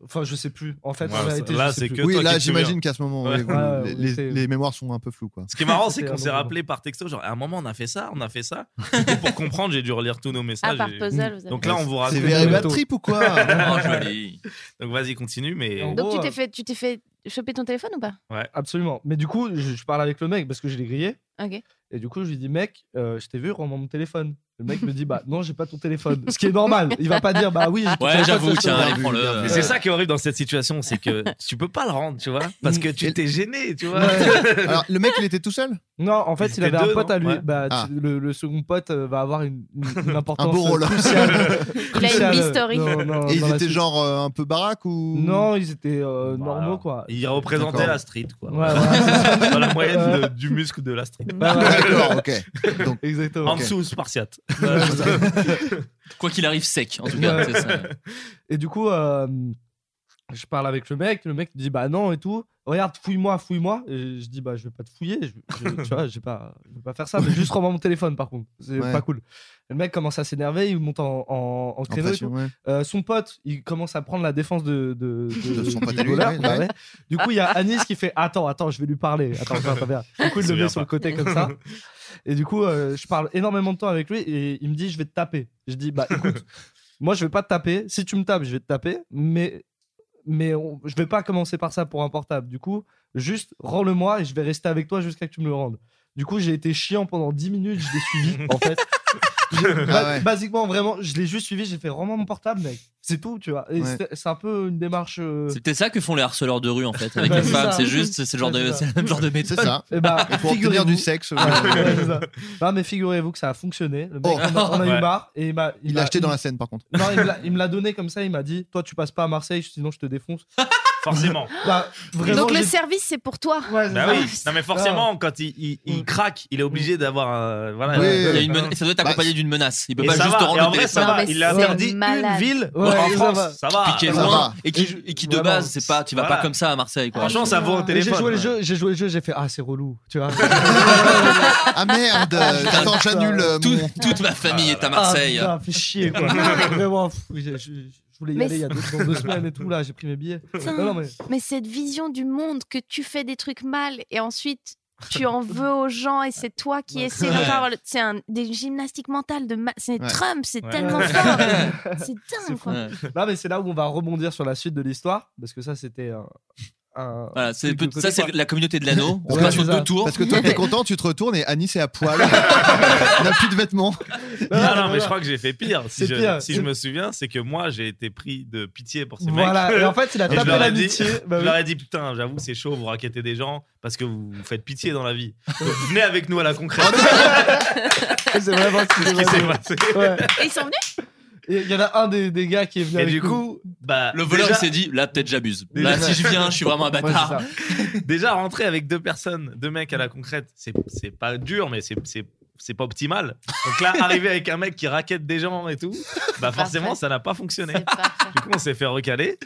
S9: Enfin, je sais plus. En fait,
S42: Ouais,
S9: en
S42: ça-
S9: réalité,
S42: là,
S9: je sais
S42: c'est
S9: plus.
S42: que
S7: oui,
S42: toi
S7: là,
S42: qui te
S7: j'imagine
S42: souviens.
S7: qu'à ce moment,
S42: Ouais.
S7: les-
S42: Ouais, ouais, ouais,
S7: les, les-
S42: c'est-
S7: les mémoires sont un peu floues. Quoi.
S42: Ce qui est marrant, c'est
S9: C'était
S42: qu'on
S9: un
S42: s'est
S9: bon
S42: rappelé par texto, genre à un moment on a fait ça, on a fait ça. Du coup, pour comprendre, j'ai dû relire tous nos messages.
S32: Ah, par
S42: et-
S32: puzzle, vous avez
S42: Donc là,
S32: fait
S42: on vous
S32: ça.
S42: raconte.
S7: C'est Veribat Trip ou quoi
S42: Oh, joli. Donc vas-y, continue, mais.
S32: Donc
S9: euh,
S32: tu t'es fait, tu t'es fait choper ton téléphone ou pas
S42: Ouais.
S9: Absolument. Mais du coup, je, je parle avec le mec parce que je l'ai grillé.
S32: Ok.
S9: Et du coup, je lui dis, mec, euh, je t'ai vu, rends-moi mon téléphone. Le mec me dit, bah non, j'ai pas ton téléphone. Ce qui est normal. Il va pas dire, bah oui, j'ai ton
S6: Ouais,
S9: téléphone,
S6: j'avoue,
S9: ça se
S6: tiens,
S9: voit.
S6: allez, prends-le.
S42: Mais c'est ça qui est horrible dans cette situation, c'est que tu peux pas le rendre, tu vois, parce que tu t'es gêné, tu vois.
S7: Alors, le mec, il était tout seul
S9: Non, en fait,
S42: Ils
S9: il avait
S42: étaient
S9: un
S42: deux,
S9: pote
S42: non
S9: à lui.
S42: Ouais.
S9: Bah,
S42: Ah.
S9: tu- le, le second pote euh, va avoir une, une- une importance
S7: beau rôle.
S9: euh, cruciale.
S7: Il a une
S9: Cruciale.
S7: B-story.
S9: Non, non,
S7: Et ils
S9: dans la
S7: étaient
S9: suite.
S7: genre euh, un peu baraque ou
S9: Non, ils étaient euh, normaux, quoi.
S42: Il représentait
S7: D'accord.
S42: la street, quoi.
S9: Ouais, voilà, c'est ça.
S42: Dans la moyenne de-
S9: Ouais.
S42: du muscle de la street.
S9: Ouais, ouais. D'accord,
S7: ok. Donc,
S9: Exactement.
S42: En
S9: ok.
S42: dessous, spartiate.
S9: Voilà, c'est ça.
S6: Quoi qu'il arrive sec, en tout cas.
S9: Ouais.
S6: c'est ça.
S42: Bah
S9: Et du coup, euh, je parle avec le mec, le mec dit bah non et tout. Regarde, fouille-moi, fouille-moi. Et je dis bah je vais pas te fouiller, je, je- tu vois, je vais pas, je vais pas faire ça. Mais juste rends-moi mon téléphone par contre, c'est
S7: Ouais.
S9: pas cool. Et le mec commence à s'énerver, il monte en, en, en créneau. et
S7: pression,
S9: tout.
S7: ouais.
S9: Euh, son pote, il commence à prendre la défense de, de,
S7: De son
S9: du
S7: pote à lui,
S9: voleur,
S7: ouais,
S9: bah
S7: ouais.
S9: ouais. Du coup, il y a Anis qui fait attends, attends, je vais lui parler. Attends, attends, attends, viens. Du coup, il
S42: Se
S9: le met
S42: vient
S9: sur le
S42: pas.
S9: côté comme ça. Et du coup, euh, je parle énormément de temps avec lui et il me dit je vais te taper. Je dis bah écoute, moi je vais pas te taper. Si tu me tapes, je vais te taper, mais mais on- je vais pas commencer par ça pour un portable. Du coup, juste rends-le-moi et je vais rester avec toi jusqu'à que tu me le rendes. Du coup, j'ai été chiant pendant 10 minutes, je l'ai suivi en fait. J'ai-
S7: Ah
S9: ba-
S7: ouais.
S9: Basiquement, vraiment, je l'ai juste suivi, j'ai fait rends-moi mon portable, mec. C'est tout, tu vois. Et
S6: Ouais.
S9: c'est- C'est un peu une démarche. euh,
S6: C'est peut-être ça que font les harceleurs de rue, en fait, avec
S9: Bah,
S6: les
S9: c'est
S6: femmes.
S9: ça.
S6: C'est juste, c'est le genre
S9: Ouais,
S6: de,
S9: c'est ça.
S6: c'est le même genre de méthode.
S7: C'est ça.
S9: Eh ben,
S7: Et pour obtenir
S9: figurez-vous-
S7: du sexe.
S9: Ouais,
S7: euh,
S9: ouais, c'est ça. Non, mais figurez-vous que ça a fonctionné. Le mec,
S7: Oh.
S9: on a, on a
S7: Ouais.
S9: eu marre. Et il m'a-
S7: Il
S9: m'a-
S7: l'a acheté dans la Seine, par contre.
S9: Non, il me l'a- il me l'a donné comme ça. Il m'a dit Toi, tu passes pas à Marseille, sinon je te défonce.
S42: Forcément.
S9: Bah, vraiment,
S32: Donc le
S9: j'ai-
S32: service c'est pour toi.
S42: Bah oui,
S13: Ah,
S42: non mais
S9: Ah.
S42: forcément, quand il, il-
S9: Mm.
S42: il craque, il est obligé d'avoir un. Voilà,
S6: Oui, Il y a une men- et ça doit être accompagné d'une menace. Il peut
S42: Et
S6: pas
S42: ça
S6: juste
S42: va,
S6: te rendre
S42: et en
S6: le
S42: vrai, ça
S6: téléphone.
S42: va. Il a interdit une ville
S6: Ouais,
S42: en
S6: et ça
S42: France.
S6: va.
S42: Ça va.
S6: Qui est
S42: Ça
S6: loin
S42: va.
S6: et qui, et qui de
S42: Vraiment.
S6: base, c'est pas, tu vas
S42: Voilà.
S6: pas comme ça à Marseille.
S9: Ah,
S6: Quoi.
S42: Franchement, ça vaut au
S9: Et J'ai
S42: téléphone.
S9: joué, le jeu, j'ai joué le jeu, j'ai fait Ah, c'est relou, tu vois.
S7: ah merde euh, Attends, j'annule euh,
S6: Tout-
S7: mon.
S6: Toute ma famille est à Marseille.
S9: Ah, putain, fais chier, quoi. Vraiment, pff, je, je- je voulais y
S32: Mais
S9: aller il y a deux, dans deux semaines et tout, là, j'ai pris mes billets.
S32: Putain,
S9: Non, non, mais-
S32: Mais cette vision du monde que tu fais des trucs mal et ensuite tu en veux aux gens et c'est toi qui essaies de
S6: Ouais.
S32: faire le- c'est un des gymnastiques mentales de ma- c'est
S9: Ouais.
S32: Trump c'est
S9: Ouais.
S32: tellement
S9: Ouais.
S32: fort c'est dingue quoi.
S9: Non, mais c'est là où on va rebondir sur la suite de l'histoire, parce que ça, c'était un, un.
S6: Voilà, c'est
S9: truc de
S6: peut- ça,
S9: côté,
S6: c'est
S9: quoi.
S6: la communauté de l'anneau. On
S7: Ouais,
S6: passe aux
S7: c'est ça.
S6: deux tours.
S7: Parce que toi, t'es content, tu te retournes et Anis est à poil. On n'a plus de vêtements.
S42: Non, non,
S7: non,
S42: mais
S7: non.
S42: je crois que j'ai fait pire. Si,
S7: C'est
S42: je,
S7: pire.
S42: si je me souviens, c'est que moi, j'ai été pris de pitié pour ces
S9: Voilà,
S42: mecs.
S9: et en fait, il a
S42: je
S9: tapé
S42: leur ai dit-
S9: l'amitié.
S42: je
S9: Bah oui.
S42: leur ai dit, putain, j'avoue, c'est chaud, vous raquettez des gens parce que vous vous faites pitié dans la vie. Donc, venez avec nous à la concrète.
S9: C'est vraiment ce
S42: qui s'est passé.
S32: Et ils sont venus
S9: Et Il y en a un des, des gars qui est venu
S42: Et
S9: avec
S42: du
S9: nous.
S42: coup, bah,
S6: Le voleur,
S42: déjà-
S6: il s'est dit, là, peut-être j'abuse.
S42: Déjà-
S6: Là, si je viens, je suis vraiment un
S42: Ouais,
S6: bâtard.
S42: c'est ça. Déjà, rentrer avec deux personnes, deux mecs à la concrète, c'est c'est pas dur, mais c'est. c'est- c'est pas optimal. Donc là, arriver avec un mec qui raquette des gens et tout, bah forcément, ça n'a pas fonctionné. Du coup, on s'est fait recaler.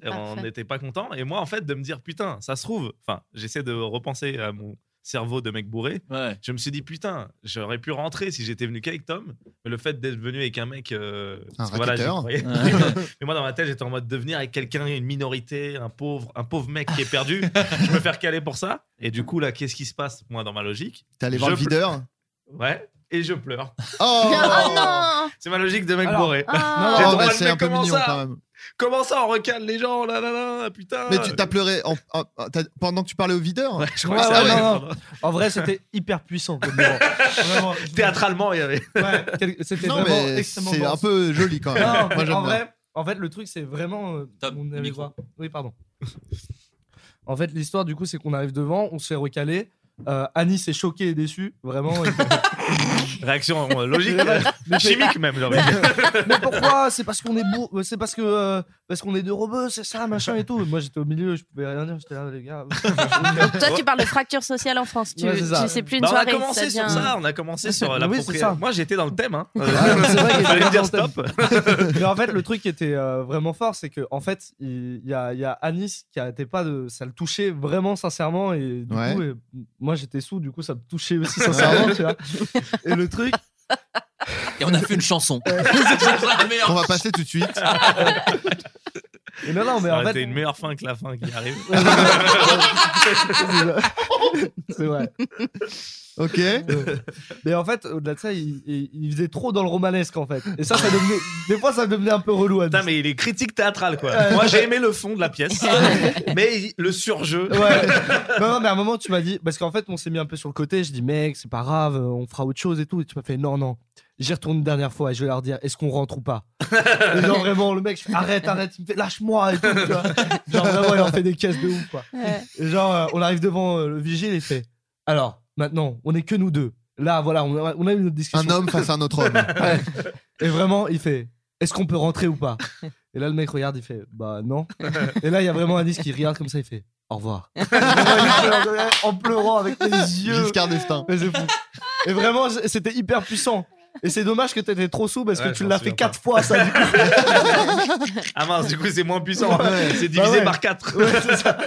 S42: Et on
S6: parfait.
S42: n'était pas content. Et moi, en fait, de me dire, putain, ça se trouve. Enfin, j'essaie de repenser à mon cerveau de mec bourré. Je me suis dit, putain, j'aurais pu rentrer si j'étais venu qu'avec Tom. Mais le fait d'être venu avec un mec. euh, parce que voilà, j'y
S7: racketteur.
S42: croyais.
S7: Ouais.
S9: Mm.
S42: Mais moi, dans ma tête, j'étais en mode devenir avec quelqu'un, une minorité, un pauvre, un pauvre mec qui est perdu. je me faire caler pour ça. Et du coup, là, qu'est-ce qui se passe, moi, dans ma logique
S7: T'es allé voir
S42: Je
S7: le videur
S42: ple- Ouais. Et je pleure.
S7: Oh,
S42: C'est ma logique de mec
S7: Alors,
S42: bourré.
S7: ah.
S42: J'ai
S7: Non,
S42: droit
S7: mais
S42: de
S7: c'est
S42: mettre
S7: un peu
S42: comment
S7: mignon,
S42: ça
S7: quand même.
S42: Comment ça, on recale les gens Là, là, là, putain.
S7: Mais tu t'as pleuré en- en- en- t'as- pendant que tu parlais au videur
S42: je crois
S9: Ouais,
S42: que
S9: ouais,
S42: c'est vrai.
S9: non, non. En vrai, c'était hyper puissant. comme moment. Vraiment.
S42: Théâtralement, il y avait.
S9: Ouais, quel- c'était
S7: Non,
S9: vraiment
S7: mais
S9: extrêmement
S7: c'est
S9: dense.
S7: un peu joli quand même.
S9: Non,
S7: Moi,
S9: mais
S7: j'aime
S9: en
S7: bien.
S9: vrai, en fait, le truc, c'est vraiment. euh, on arrive voir. Oui, pardon. En fait, l'histoire, du coup, c'est qu'on arrive devant, on se fait recaler. Euh, Anis est choqué et déçu, vraiment.
S42: Réaction euh, logique,
S9: Mais-
S42: euh,
S9: mais-
S42: chimique même, j'ai envie de dire.
S9: Mais pourquoi C'est parce qu'on est beau, euh, c'est parce que euh, parce qu'on est deux robeux, c'est ça, machin et tout. Moi, j'étais au milieu, je pouvais rien dire, j'étais là, les gars.
S32: Toi, tu parles de fracture sociale en France. Tu,
S9: Ouais, c'est ça.
S32: tu sais plus une
S9: Bah, on a
S32: soirée.
S42: commencé
S32: ça
S42: sur
S32: devient-
S42: ça, on a commencé sur
S9: Oui,
S42: la
S9: c'est ça.
S42: propriété. Moi j'étais dans le thème. Hein.
S9: c'est vrai qu'il
S42: Il fallait
S9: était
S42: me dire
S9: dans le
S42: stop.
S9: Mais en fait, le truc qui était euh, vraiment fort, c'est que en fait, il il y, a, il y a Anis qui arrêtait pas de. Ça le touchait vraiment sincèrement. Et du
S7: Ouais.
S9: coup, euh, moi j'étais sous, du coup, ça me touchait aussi sincèrement. tu vois. Et le truc.
S6: Et on a fait une chanson.
S7: On va passer tout de suite.
S9: Et non, non, mais
S42: Ça
S9: en
S42: aurait
S9: fait-
S42: été une meilleure fin que la fin qui arrive.
S9: c'est vrai.
S7: Ok.
S9: Mais en fait, au-delà de ça, il, il- il faisait trop dans le romanesque en fait. Et ça, ça devenait. Des fois, ça devenait un peu relou. Putain,
S42: mais il est critique théâtral quoi.
S9: Ouais.
S42: Moi j'ai aimé le fond de la pièce, mais il- le surjeu.
S9: Ouais. non, non, mais à un moment, tu m'as dit, parce qu'en fait, on s'est mis un peu sur le côté. Je dis, mec, c'est pas grave, euh, on fera autre chose et tout. Et tu m'as fait, non, non. J'y retourne une dernière fois et je vais leur dire, est-ce qu'on rentre ou pas Et Genre vraiment, le mec, je fais, arrête, arrête, il me fait, lâche-moi et tout. tu vois. Genre vraiment, il en fait des caisses de ouf, quoi.
S32: Ouais.
S9: Et genre, euh, on arrive devant euh, le vigile et il fait, alors, maintenant, on est que nous deux. Là, voilà, on a, on a eu notre discussion.
S7: Un homme face à un autre homme.
S9: Ouais. Et vraiment, il fait, est-ce qu'on peut rentrer ou pas Et là, le mec regarde, il fait, bah non. Et là, il y a vraiment Anis qui regarde comme ça, il fait, au revoir. en pleurant avec les yeux.
S7: Giscard d'Estaing.
S9: Mais c'est fou. Et vraiment, c- c'était hyper puissant. Et c'est dommage que t'étais trop sous parce
S42: Ouais,
S9: que tu
S42: je m'en
S9: l'as fait
S42: souviens
S9: quatre fois, ça. du coup.
S42: Ah mince, du coup c'est moins puissant.
S9: Ouais.
S42: C'est
S9: Bah
S42: divisé
S9: ouais.
S42: par 4.
S9: Ouais, c'est ça.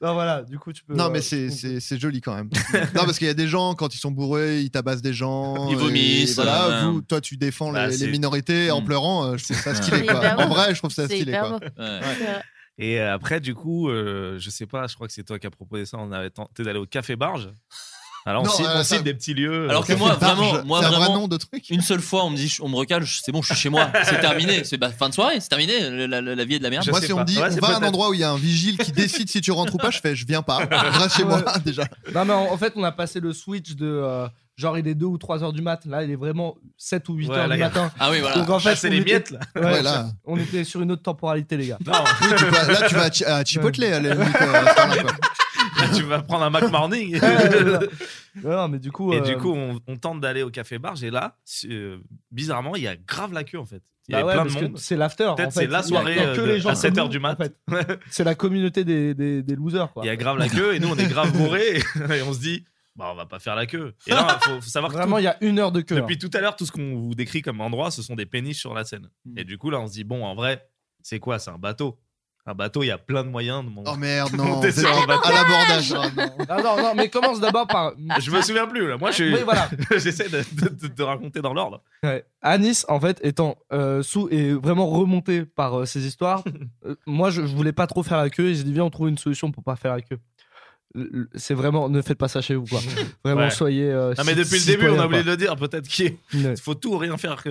S9: Non, voilà, du coup, tu peux.
S7: Non,
S9: euh,
S7: mais c'est- c'est c'est joli quand même. non, parce qu'il y a des gens, quand ils sont bourrés, ils tabassent des gens.
S6: Ils
S7: et
S6: vomissent,
S7: Voilà,
S6: euh, ouais.
S7: vous, toi, tu défends
S6: Bah,
S7: les, les
S6: c'est-
S7: minorités
S42: Mm.
S7: en pleurant. euh, je trouve ça stylé.
S6: C'est
S7: quoi.
S6: hyper
S7: En
S6: beau.
S7: vrai, je trouve ça
S6: C'est
S7: stylé.
S6: hyper
S7: quoi.
S6: beau. Ouais. C'est vrai.
S42: Et euh, après, du coup, euh, je sais pas, je crois que c'est toi qui as proposé ça. On avait tenté d'aller au Café Barge. Alors, on,
S6: Non,
S42: cite,
S6: euh,
S42: on
S6: ça-
S42: cite des petits lieux. euh,
S6: Alors que moi, vraiment, moi, vraiment,
S7: de truc.
S6: une seule fois, on me dit, on me recale, je- c'est bon, je suis chez moi, c'est terminé, c'est bah, fin de soirée, c'est terminé, la, la- la- la vie est de la merde.
S7: Moi, si on me dit, on va à un endroit où il y a un vigile qui décide si tu rentres ou pas, je fais, je viens pas. Reste chez moi, déjà.
S9: Ah Non, mais en, en fait, on a passé le switch de. euh, Genre, il est 2 ou 3 heures du mat. Là, il est vraiment 7 ou 8
S42: Ouais,
S9: heures
S42: là,
S9: du
S42: y a-
S9: matin.
S42: Ah oui, voilà.
S9: Donc, en fait,
S42: Ah, c'est
S9: on
S42: les
S9: était-
S42: miettes, là.
S9: Ouais,
S42: Ouais, là.
S9: On était sur une autre temporalité, les gars. Bah
S7: Oui, tu peux- là, tu vas à Chi- à Chipotle, à la limite, euh, à ce moment-là, quoi.
S42: Là, tu vas prendre un Mac Morning.
S9: mais du coup,
S42: et
S9: euh,
S42: du coup, on, on tente d'aller au café barge et là, c'est- euh, bizarrement, il y a grave la queue en fait. Il y
S9: Bah
S42: avait
S9: ouais,
S42: plein de
S9: parce que
S42: monde.
S9: c'est l'after.
S42: Peut-être
S9: en fait.
S42: c'est la
S9: Il y a- il
S42: soirée
S9: y a que
S42: euh,
S9: les
S42: de-
S9: gens
S42: à
S9: comme
S42: 7h
S9: nous,
S42: du
S9: en
S42: mat.
S9: fait. C'est la communauté des, des, des losers. Quoi.
S42: Il y a grave la queue et nous on est grave bourrés et on se dit bah on va pas faire la queue. Et là faut, faut savoir que
S9: Vraiment,
S42: tout-
S9: il y a une heure de queue. hein.
S42: depuis tout à l'heure tout ce qu'on vous décrit comme endroit ce sont des péniches sur la Seine. Et du coup là on se dit bon en vrai c'est quoi c'est un bateau. Un bateau il y a plein de moyens de mon-
S7: Oh merde, non.
S42: monter
S7: c'est
S42: sur un bateau.
S7: À l'abordage.
S9: Ah non, non, mais commence d'abord par.
S42: Je me souviens plus là. Moi je
S9: Oui, voilà.
S42: j'essaie de, de- de- de raconter dans l'ordre.
S9: Ouais. Anis, en fait, étant euh, sous et vraiment remonté par euh, ces histoires, euh, moi, je, je voulais pas trop faire la queue et j'ai dit, viens, on trouve une solution pour pas faire la queue. le- c'est vraiment ne faites pas ça chez vous quoi. Vraiment
S42: Ouais.
S9: soyez. euh,
S42: non, mais
S9: ci-
S42: depuis le début, on
S9: citoyen,
S42: a oublié de
S9: quoi.
S42: le dire. Peut-être qu'il faut tout ou rien faire. que-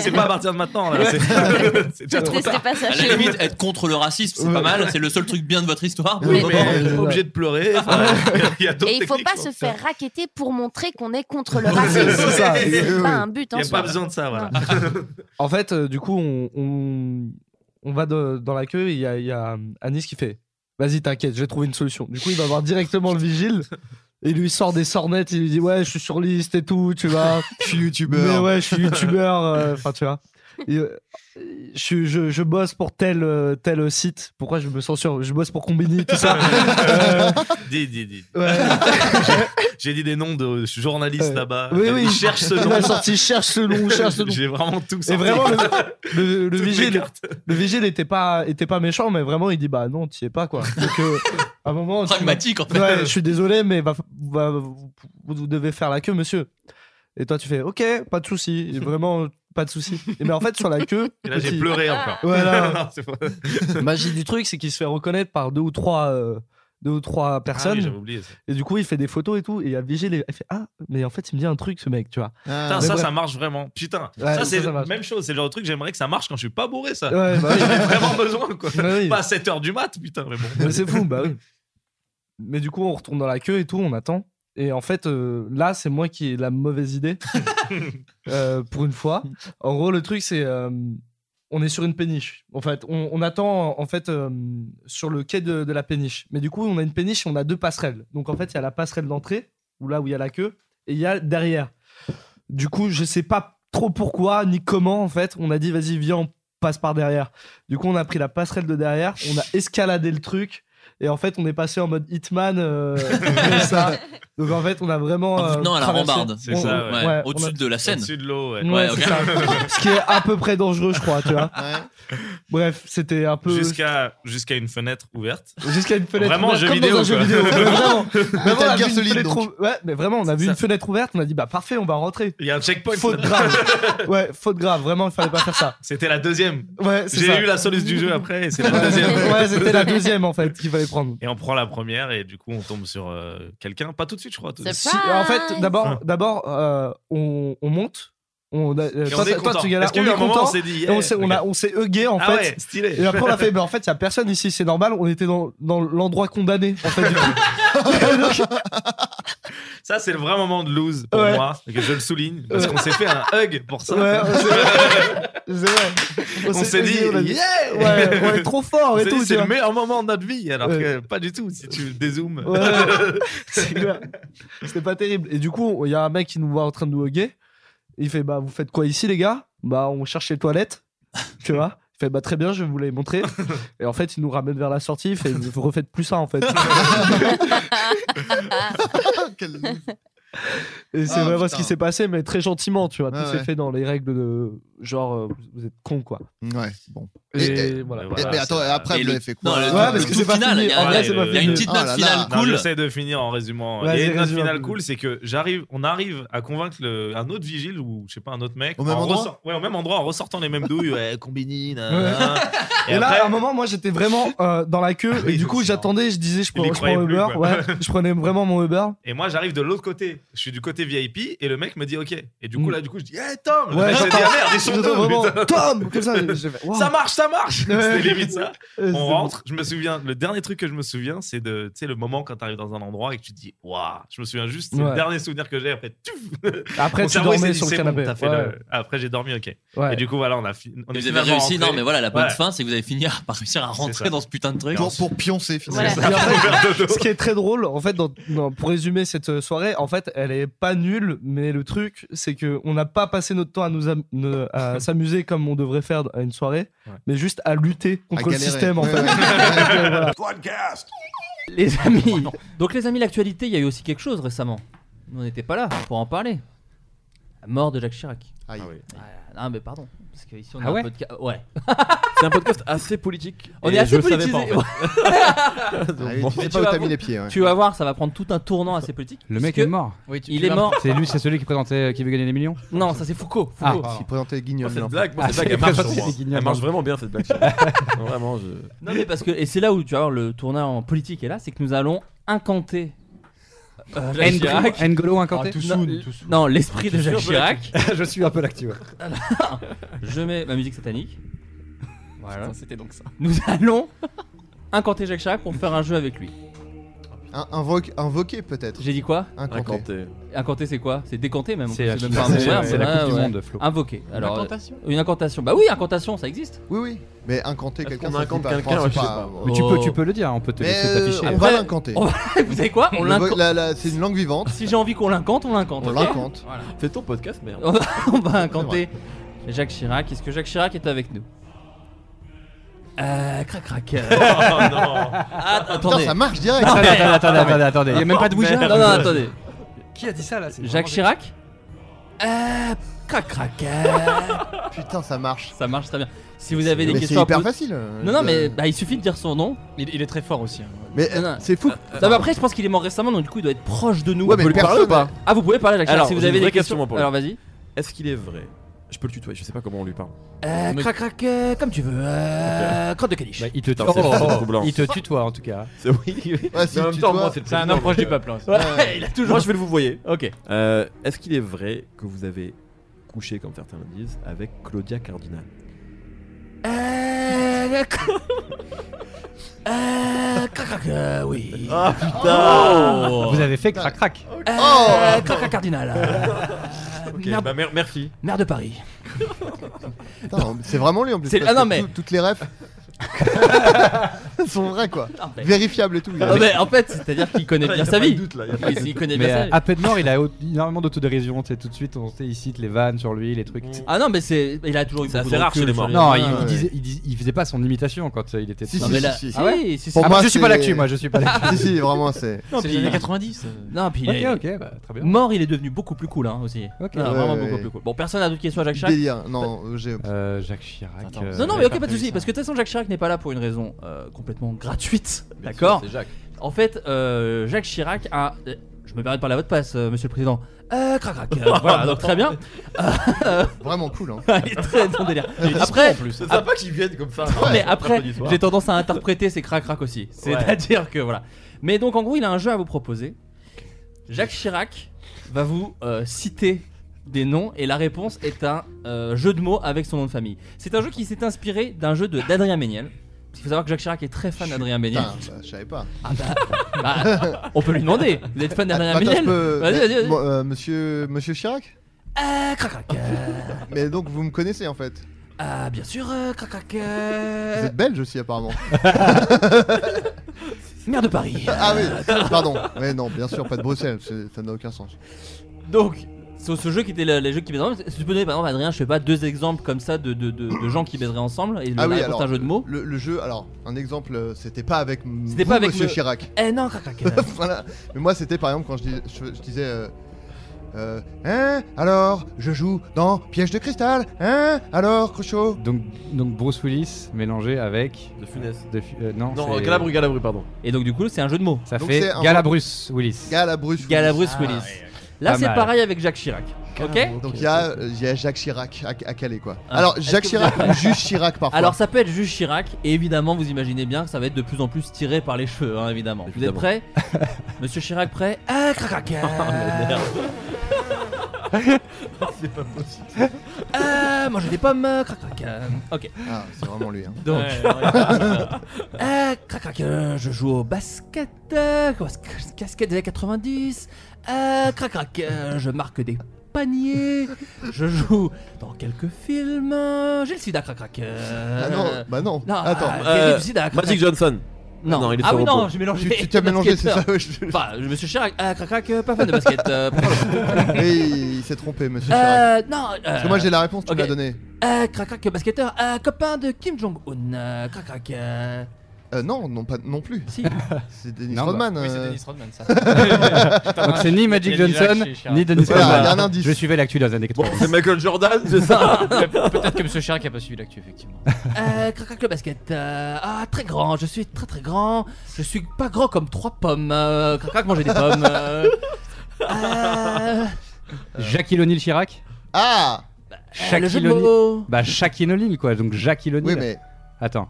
S42: c'est pas à partir de maintenant. Là.
S9: Ouais.
S42: C'est c'est déjà trop
S9: Testez
S42: tard.
S9: pas ça
S6: à
S9: chez
S6: la
S9: vous.
S6: limite, être contre le racisme, c'est pas mal. C'est le seul truc bien de votre histoire.
S42: Oui, mais on est obligé de pleurer. enfin, Il y a d'autres
S32: Et il faut
S42: techniques,
S32: pas
S42: quoi.
S32: se faire raqueter pour montrer qu'on est contre le racisme.
S42: C'est ça.
S32: C'est pas un but
S42: Il
S32: en
S42: n'y a
S32: soi.
S42: pas besoin de ça. Voilà.
S9: En fait, euh, du coup, on, on, on va de- dans la queue et il y a, il y a, euh, Anis qui fait Vas-y, t'inquiète, je vais trouver une solution. Du coup, il va voir directement le vigile et lui sort des sornettes. Il lui dit Ouais, je suis sur liste et tout, tu vois.
S7: Je suis youtubeur.
S9: Mais ouais, je suis youtubeur. euh, Enfin, tu vois. Et, euh, je, suis- je, je bosse pour tel, euh, tel site. Pourquoi je me censure Je bosse pour Combini, tout ça. Euh,
S42: Dis, dis, dis.
S9: Ouais.
S42: J'ai dit des noms de journalistes là-bas. Euh,
S9: oui, oui.
S42: Ils cherchent ce
S9: Il
S42: nom.
S9: a sorti, cherche ce nom, cherche ce nom.
S42: J'ai vraiment tout
S9: Et
S42: sorti.
S9: vraiment, le, le, le
S42: Toutes mes
S9: vigile,
S42: cartes.
S9: le vigile était pas, était pas méchant, mais vraiment, il dit bah non, t'y es pas quoi. Donc, euh, à un moment, tu-
S6: Pragmatique, en fait.
S9: Ouais, je suis désolé, mais va- va- vous, vous devez faire la queue, monsieur. Et toi, tu fais ok, pas de souci, Et vraiment pas de souci. Et mais en fait, sur la queue,
S42: Et là, j'ai
S9: petit-
S42: pleuré encore.
S9: Voilà.
S42: Non, c'est pas-
S9: Magie du truc, c'est qu'il se fait reconnaître par deux ou trois, euh, deux ou trois personnes.
S42: Ah j'avais oublié ça.
S9: Et du coup, il fait des photos et tout. Et il y a le vigile, et il fait ah, mais en fait, il me dit un truc, ce mec, tu vois.
S42: Putain,
S9: Ah. Mais
S42: ça,
S9: bref.
S42: ça marche vraiment. Putain,
S9: Ouais,
S42: ça,
S9: ça,
S42: c'est
S9: ça
S42: la
S9: marche.
S42: même chose. C'est le genre de truc, j'aimerais que ça marche quand je suis pas bourré, ça.
S9: Ouais, bah oui.
S42: J'en ai vraiment besoin, quoi.
S9: Bah oui.
S42: Pas à 7h du mat, putain, mais bon.
S9: Mais c'est fou, bah oui. Mais du coup, on retourne dans la queue et tout, on attend. Et en fait, euh, là, c'est moi qui ai la mauvaise idée. Euh, pour une fois. En gros, le truc, c'est. euh, on est sur une péniche. En fait, on, on attend en fait euh, sur le quai de, de la péniche. Mais du coup, on a une péniche et on a deux passerelles. Donc en fait, il y a la passerelle d'entrée, ou là où il y a la queue, et il y a derrière. Du coup, je sais pas trop pourquoi ni comment en fait. On a dit vas-y viens, on passe par derrière. Du coup, on a pris la passerelle de derrière, on a escaladé le truc. Et en fait, on est passé en mode Hitman, euh, comme ça. Donc en fait, on a vraiment.
S6: En vous tenant
S9: euh,
S6: à la
S9: traversé.
S6: rambarde. C'est
S9: On-
S6: ça, ouais.
S9: on a-
S6: Au-dessus de la scène.
S42: Au-dessus de l'eau, ouais.
S9: Ouais, c'est ça. Ce qui est à peu près dangereux, je crois, hein, tu vois. Bref, c'était un peu.
S42: Jusqu'à jusqu'à une fenêtre ouverte.
S9: Jusqu'à une fenêtre
S42: Vraiment,
S9: ouverte,
S42: jeu
S9: comme
S42: vidéo.
S9: dans un jeu
S42: quoi.
S9: vidéo. mais vraiment, vraiment, on a
S42: Metal
S9: vu
S42: Gear
S9: une
S42: Solid,
S9: fenêtre
S42: donc.
S9: ou- Ouais, mais vraiment, on a vu une fenêtre ouverte, on a dit bah parfait, on va rentrer.
S42: Il y a un checkpoint.
S9: Faute grave. Ouais, faute grave, vraiment, il fallait pas faire ça.
S42: C'était la deuxième.
S9: Ouais, c'est ça.
S42: J'ai eu la soluce du jeu après. et C'est la deuxième.
S9: Ouais, c'était la deuxième en fait qu'il fallait prendre.
S42: Et on prend la première et du coup on tombe sur euh, quelqu'un. Pas tout de suite, je crois. tout de
S9: Si-
S42: suite.
S9: en fait,
S42: Ah.
S9: d'abord, d'abord, euh, on, on monte. On a- euh,
S42: Et
S9: toi,
S42: on est
S9: toi,
S42: content.
S9: tu galères,
S42: Est-ce qu'il y a eu
S9: on est
S42: un moment,
S9: content,
S42: on s'est dit,
S9: et on
S42: yeah,
S9: s'est, on
S42: ok.
S9: a- on s'est hugué en
S42: Ah
S9: fait.
S42: ouais, stylé.
S9: Et après, on a fait, mais en fait, il y a personne ici, c'est normal. On était dans, dans l'endroit condamné. En fait, du coup.
S42: Ça, c'est le vrai moment de lose pour
S9: Ouais.
S42: moi. Et que je le souligne. Parce
S9: Ouais.
S42: qu'on s'est fait un hug pour ça.
S9: Ouais, on C'est vrai.
S42: On s'est dit,
S9: on a
S42: yeah
S9: ouais, on est trop fort et
S42: C'est-
S9: tout. tu
S42: C'est le
S9: vois.
S42: meilleur moment de notre vie. Alors
S9: Ouais.
S42: que pas du tout. Si tu dézoomes.
S9: Ouais, ouais. C'est clair. C'était pas terrible. Et du coup, il y a un mec qui nous voit en train de nous hugger. Il fait Bah, vous faites quoi ici, les gars Bah, on cherche les toilettes. Tu vois Il fait Bah, très bien, je vais vous les montrer. Et en fait, il nous ramène vers la sortie. Il fait Vous refaites plus ça, en fait. Et c'est
S7: Ah,
S9: vraiment ce
S7: putain.
S9: qui s'est passé, mais très gentiment, tu vois.
S7: Ouais,
S9: tout s'est
S7: ouais.
S9: fait dans les règles de genre, euh, vous êtes con, quoi.
S7: Ouais, bon.
S9: Et, euh,
S7: Et- et-
S9: voilà.
S7: et- mais attends, et après, vous avez fait quoi
S9: Non, le- Ouais, parce que c'est pas fini. En vrai, c'est pas fini. Oh là là.
S42: Non, J'essaie de finir en résumant.
S9: Vas-y,
S42: Il y a une note
S9: résume un
S42: finale
S9: peu.
S42: cool, c'est que j'arrive, on arrive à convaincre le- un autre vigile ou je sais pas un autre mec
S9: Au même
S42: en
S9: endroit
S42: ressort- ouais, au même endroit en ressortant les mêmes douilles, ouais, combini,
S9: Ouais.
S42: nanana.
S9: Et, là, à un moment, moi, j'étais vraiment euh, dans la queue. et du coup, j'attendais, je disais, je
S42: Ah Il y
S9: prends, je
S42: croyait
S9: prends
S42: plus,
S9: Uber.
S42: quoi.
S9: ouais, je prenais vraiment mon Uber.
S42: Et moi, j'arrive de l'autre côté. Je suis du côté VIP et le mec me dit OK. Et du coup, là, du coup, je dis Hey Tom
S9: Mm. Ouais,
S42: Je dis,
S9: j'entends.
S42: Ah, merde, ils sont
S9: J'entends
S42: deux,
S9: vraiment,
S42: putain.
S9: Tom Comme ça, je fais, Wow.
S42: Ça marche, ça marche
S9: Ouais.
S42: C'était limite ça.
S9: Euh, c'est
S42: On
S9: bon.
S42: rentre. Je me souviens, le dernier truc que je me souviens, c'est de, tu sais, le moment quand t'arrives dans un endroit et que tu te dis Waouh Je me souviens juste, c'est le
S9: Ouais.
S42: dernier souvenir que j'ai après. tchouf.
S9: Après,
S42: Mon
S9: tu
S42: cerveau, il
S9: dormais
S42: s'est dit,
S9: sur le
S42: C'est bon,
S9: canapé.
S42: t'as fait
S9: Ouais.
S42: le- Après, j'ai dormi, OK.
S9: Ouais.
S42: Et du coup, voilà, on a fini.
S6: Mais vous avez réussi, non, mais voilà, la bonne fin, c'est que vous avez fini par réussir à
S42: C'est
S6: rentrer
S42: ça.
S6: dans ce putain de truc.
S42: Pour- pour
S7: pioncer,
S42: finalement.
S9: Et après, ce qui est très drôle, en fait, dans- dans- pour résumer cette euh, soirée, en fait, elle est pas nulle, mais le truc, c'est que on n'a pas passé notre temps à nous am- ne- à s'amuser comme on devrait faire à une soirée, mais juste à lutter contre le
S1: galérer.
S9: système, en
S1: Ouais,
S9: fait.
S1: ouais.
S9: Donc, euh, voilà.
S1: Les amis. Donc les amis, l'actualité, il y a eu aussi quelque chose récemment. Nous, on n'était pas là pour en parler.
S6: Mort de Jacques Chirac.
S7: Ah
S6: oui. non, mais pardon. Parce que ici, on
S42: Ah
S6: a
S42: ouais
S6: un podcast. Ouais.
S42: C'est un podcast assez politique.
S6: On
S42: et
S6: est assez
S42: je le savais
S6: politisé.
S42: pas, en fait.
S6: Ouais.
S42: Donc,
S6: Ah oui,
S42: bon.
S6: tu sais
S42: Mais
S6: pas où t'as mis les pieds, ouais. tu vas voir, ça va prendre tout un tournant assez politique.
S5: Le mec
S6: Parce
S5: est
S6: que-
S5: mort.
S6: Oui, tu- Il tu est l'as- mort.
S5: C'est lui, c'est celui qui présentait, qui veut gagner les millions.
S6: Non, ça c'est Foucault.
S5: Ah,
S6: Foucault.
S5: il présentait
S4: Oh,
S5: Guignol,
S6: Ah,
S5: l'enfant.
S15: moi, cette
S6: Ah,
S15: blague, elle
S6: c'est
S15: marche hein. sur
S6: présenté
S15: moi.
S6: des Guignols,
S15: Elle marche
S6: non.
S15: vraiment bien, cette blague, sur moi. Vraiment, je-
S6: Non mais parce que et c'est là où tu vas voir le tournant en politique est là, c'est que nous allons incanter. euh, Jacques
S5: N'Golo-
S6: Chirac.
S5: N'Golo incanté
S6: Alors,
S5: Toussoune,
S6: non, euh,
S5: Toussoune.
S6: Non, l'esprit de
S5: Ah, Je suis un
S6: Jacques
S5: peu
S6: Chirac. Ah,
S5: l'actu. Je suis un peu l'actu, ouais.
S6: Alors, Je mets ma musique satanique.
S43: Putain, c'était donc ça.
S6: Nous allons incanter Jacques Chirac pour faire un jeu avec lui.
S7: Un, invoque, invoqué peut-être.
S6: J'ai dit quoi
S7: Incanté.
S6: Incanté, c'est quoi C'est décanté même.
S7: C'est la-
S6: même pas un mot,
S7: c'est la-
S6: ouais,
S7: c'est la
S6: ouais,
S7: Coupe du
S6: ouais.
S7: Monde, Flo.
S6: Invoqué.
S7: Une
S6: Alors, euh,
S7: incantation
S6: Une incantation. Bah oui, incantation, ça existe.
S7: Oui, oui. Mais incanter
S6: Est-ce
S7: quelqu'un,
S6: qu'on
S7: ça se dit
S6: incante
S7: pas.
S6: quelqu'un,
S7: Enfin,
S6: ouais,
S7: c'est
S6: je sais
S7: pas- Oh.
S6: pas.
S5: Mais tu peux- tu peux le dire, on peut te
S7: Mais,
S5: laisser
S7: euh,
S5: t'afficher.
S7: On
S5: On
S7: va
S5: va-
S7: l'incanter.
S6: on va- Vous savez quoi On
S7: Le
S6: l'incan-
S7: vo- la- la- C'est une langue vivante.
S6: Si j'ai envie qu'on l'incante, on l'incante.
S7: On
S6: ok
S7: l'incante.
S6: Voilà.
S15: Fais ton podcast, merde.
S6: On va, on va incanter Jacques Chirac. Est-ce que Jacques Chirac est avec nous euh, crac crac.
S5: Oh,
S6: euh. Ah, attendez.
S7: Putain, ça marche direct.
S6: Non,
S7: Attendez,
S6: mais-
S7: attendez,
S6: non,
S7: attendez,
S6: mais- Oh,
S7: attendez. Il y a même pas de Ouija.
S6: Non, non, attendez.
S44: Qui a dit ça, là C'est
S6: Jacques
S44: vraiment-
S6: Chirac Euh, Crac crac.
S7: Putain, ça marche.
S6: Ça marche très bien. Si vous avez des
S7: Mais c'est
S6: questions, à
S7: hyper
S6: poser-
S7: facile, euh,
S6: Non, non,
S7: je-
S6: mais bah, il suffit de dire son nom.
S43: Il, est très fort aussi.
S7: c'est fou.
S6: Non, mais après, je pense qu'il est mort récemment, donc du coup, il doit être proche de nous.
S15: Ouais, mais personne-
S6: Ah, vous pouvez parler à Jacques Chirac
S15: Alors,
S6: si vous
S15: j'ai
S6: avez
S15: une vraie
S6: des questions.
S15: moi, pour lui.
S6: Alors, vas-y.
S15: Est-ce qu'il est vrai Je peux le tutoyer, je sais pas comment on lui parle.
S6: Euh,
S15: Mais-
S6: crac crac, euh, comme tu veux. Euh, Crotte de caniche.
S5: Bah, il te
S15: Putain, c'est- c'est troublant.
S5: Il te tutoie en tout cas.
S15: C'est oui, oui.
S5: Ouais, si,
S15: Mais en même
S5: tu
S15: temps,
S5: vois.
S15: moi, c'est le
S5: C'est un
S15: président,
S5: homme proche
S15: donc,
S5: du peuple, hein.
S15: euh,
S5: Ouais, il a toujours-
S15: Moi, je vais le vous voyez.
S6: Ok.
S15: Euh, Est-ce qu'il est vrai que vous avez couché, comme certains le disent, avec Claudia Cardinal
S6: Euh, euh, crac crac, euh, oui.
S15: Ah,
S5: putain. Vous avez fait crac crac.
S6: Euh,
S5: Oh.
S6: crac crac cardinal.
S15: Ok,
S6: Merde.
S15: bah mer- merci.
S6: Maire de Paris.
S7: Putain, C'est vraiment lui en plus.
S6: C'est-
S7: parce
S6: ah, non,
S7: que
S6: mais-
S7: tout- Toutes les refs sont vraies quoi.
S6: Non, mais-
S7: Vérifiables et tout.
S6: Non, mais en fait, c'est-à-dire qu'il connaît
S7: Ouais,
S6: bien
S7: y a
S6: sa
S7: pas de
S6: vie.
S7: doute, là, y a
S6: Oui,
S7: pas de
S6: il
S7: doute.
S6: connaît
S5: Mais
S6: bien sa
S5: euh,
S6: vie.
S5: à peu de mort, il a au- énormément d'autodérision. tu sais, Tout de suite, on sait, il cite les vannes sur lui, les trucs.
S6: Ah non, mais c'est. Il a toujours eu beaucoup de recul sur les-
S5: Non,
S6: Ouais,
S5: il, il
S6: ouais.
S5: disait- il dis- il faisait pas son imitation quand euh, il était.
S6: Si,
S5: petit.
S6: si, si, si, si. Si, si, si. Pour
S5: Ah,
S6: moi,
S5: moi, je suis
S6: c'est-
S5: pas là-dessus, moi, je suis pas là-dessus.
S7: Si, si, vraiment, c'est-
S6: Non,
S5: C'est
S6: puis
S5: les années
S6: il-
S5: 90, euh.
S6: Non, puis il est.
S5: Ok, ok, bah, très bien.
S6: Mort, il est devenu beaucoup plus cool, hein, aussi.
S5: Ok.
S6: Non,
S5: Ouais,
S6: vraiment
S5: ouais,
S6: beaucoup
S5: ouais.
S6: plus cool. Bon, personne n'a d'autres questions à Jacques Chirac
S7: Délire. Non, j'ai.
S5: Euh, Jacques Chirac. euh,
S6: Non, non, mais ok, pas de soucis, parce que de toute façon, Jacques Chirac n'est pas là pour une raison euh, complètement gratuite,
S5: Bien sûr,
S6: d'accord
S5: c'est Jacques.
S6: En fait, euh, Jacques Chirac a. euh, Je me permets de parler à votre place, euh, monsieur le président. Euh, crac, crac, euh, voilà, donc très bien.
S7: Vraiment cool, hein.
S6: il est très bon délire.
S7: Il est dispo,
S6: Après,
S7: en plus. C'est
S6: ap-
S7: sympa qu'il vienne comme ça.
S6: Non,
S7: Ouais,
S6: mais
S7: c'est
S6: après,
S7: pas du soir.
S6: j'ai tendance à interpréter ses crac, crac aussi. C'est-à-dire que voilà. Mais donc, en gros, il a un jeu à vous proposer. Jacques Chirac va vous euh, citer des noms et la réponse est un euh, jeu de mots avec son nom de famille. C'est un jeu qui s'est inspiré d'un jeu de- d'Adrien Méniel. Il faut savoir que Jacques Chirac est très fan d'Adrien Méniel.
S7: Putain, bah, je savais pas.
S6: Ah bah, bah, on peut lui demander. Vous êtes fan d'Adrien
S7: Attends,
S6: Méniel
S7: je peux-
S6: Vas-y,
S7: mais-
S6: vas-y, vas-y.
S7: Bon, euh, monsieur, monsieur Chirac
S6: Ah, crac, crac.
S7: Mais donc, vous me connaissez en fait
S6: Ah, bien sûr, euh, crac, crac.
S7: Vous êtes belge aussi, apparemment.
S6: Maire de Paris.
S7: Ah oui, pardon. Mais non, bien sûr, pas de Bruxelles, c'est- ça n'a aucun sens.
S6: Donc, sur ce jeu qui était le- les jeux qui baiseraient ensemble, si tu peux donner par exemple, Adrien, je sais pas, deux exemples comme ça de, de, de, de gens qui baiseraient ensemble et le
S7: ah
S6: la
S7: oui,
S6: réponse
S7: alors,
S6: est un jeu de mots.
S7: Le, le jeu, alors, un exemple, euh, c'était pas avec m-
S6: C'était
S7: vous,
S6: pas avec
S7: Monsieur
S6: me-
S7: Chirac.
S6: Eh non, crac, crac, crac.
S7: voilà. Mais moi, c'était par exemple quand je, dis- je- je disais. euh, euh, hein Alors, je joue dans Piège de cristal. Hein Alors, Cruchot.
S5: Donc, donc Bruce Willis mélangé avec.
S15: De Funès.
S5: De Fu- euh, non,
S15: Non,
S5: c'est-
S15: Galabru, Galabru, pardon.
S6: Et donc, du coup, c'est un jeu de mots.
S5: Ça
S15: Donc,
S5: fait
S15: c'est un-
S5: Galabrus Willis.
S7: Galabruce.
S6: Galabruce
S7: Ah,
S6: Willis.
S7: ouais,
S6: Là,
S5: Pas
S6: c'est
S5: mal.
S6: pareil avec Jacques Chirac. Ok
S7: Donc il y, a- euh, il y a Jacques Chirac à, à Calais quoi.
S6: Ah.
S7: Alors
S6: Est-ce
S7: Jacques
S6: que vous
S7: Chirac
S6: avez-
S7: ou juste Chirac parfois.
S6: Alors ça peut être juste Chirac et évidemment vous imaginez bien que ça va être de plus en plus tiré par les cheveux hein, évidemment. Vous êtes prêts Monsieur Chirac prêt Ah
S7: Oh,
S6: crac crac
S15: mais merde.
S6: Oh, C'est pas possible. Ah manger des pommes euh, crac crac. euh, OK.
S7: Ah, c'est vraiment lui. Hein.
S6: Donc
S7: Ouais, ouais.
S6: Ah, crac crac euh, je joue au basket euh, casquette des années 90. Ah crac crac euh, je marque des paniers. je joue dans quelques films. J'ai le sida crac crac. euh,
S7: Ah non, bah non.
S6: non,
S7: Attends,
S6: ah,
S7: euh,
S6: terrible, le sida, crac, crac.
S15: Magic Johnson.
S6: Non.
S15: non, il est
S6: ah
S15: sur
S6: oui,
S15: repos.
S6: non, j'ai mélangé.
S7: Tu- tu t'as mélangé, c'est ça, ouais, je-
S6: Enfin, je me suis Chirac, ah, crac, crac, euh, pas fan de basket. euh,
S7: Mais il, il s'est trompé monsieur
S6: Euh,
S7: Chirac.
S6: non,
S7: Parce
S6: euh,
S7: que moi j'ai la réponse, tu
S6: ok.
S7: me l'as donnée.
S6: Euh, crac, crac, basketteur, euh, copain de Kim Jong-un, euh, crac, crac. euh,
S7: Euh, non, non, pas, non plus.
S6: Si.
S7: c'est Dennis
S5: Non, bah,
S7: Rodman.
S5: oui, c'est
S7: euh.
S5: Dennis Rodman, ça. Donc c'est ni Magic Johnson, ni Dennis
S7: Voilà,
S5: Rodman.
S7: il y a un indice.
S6: Euh,
S5: Je suivais l'actu dans les années 80.
S14: c'est Michael Jordan, c'est ça
S15: Peut-être que Monsieur Chirac qui a pas suivi l'actu, effectivement.
S6: Euh, crac le basket. euh, ah, très grand. Je suis très très grand. Je suis pas grand comme trois pommes. Euh, crac crac, manger des pommes. euh. Euh,
S5: Shaquille O'Neal Chirac
S7: Ah
S6: Bah, Euh, le jeu
S5: Shaquille
S6: de
S5: O'Neal.
S6: mots.
S5: Bah, Shaquille O'Neal, quoi. Donc, Shaquille O'Neal.
S6: Oui, mais-
S5: Attends.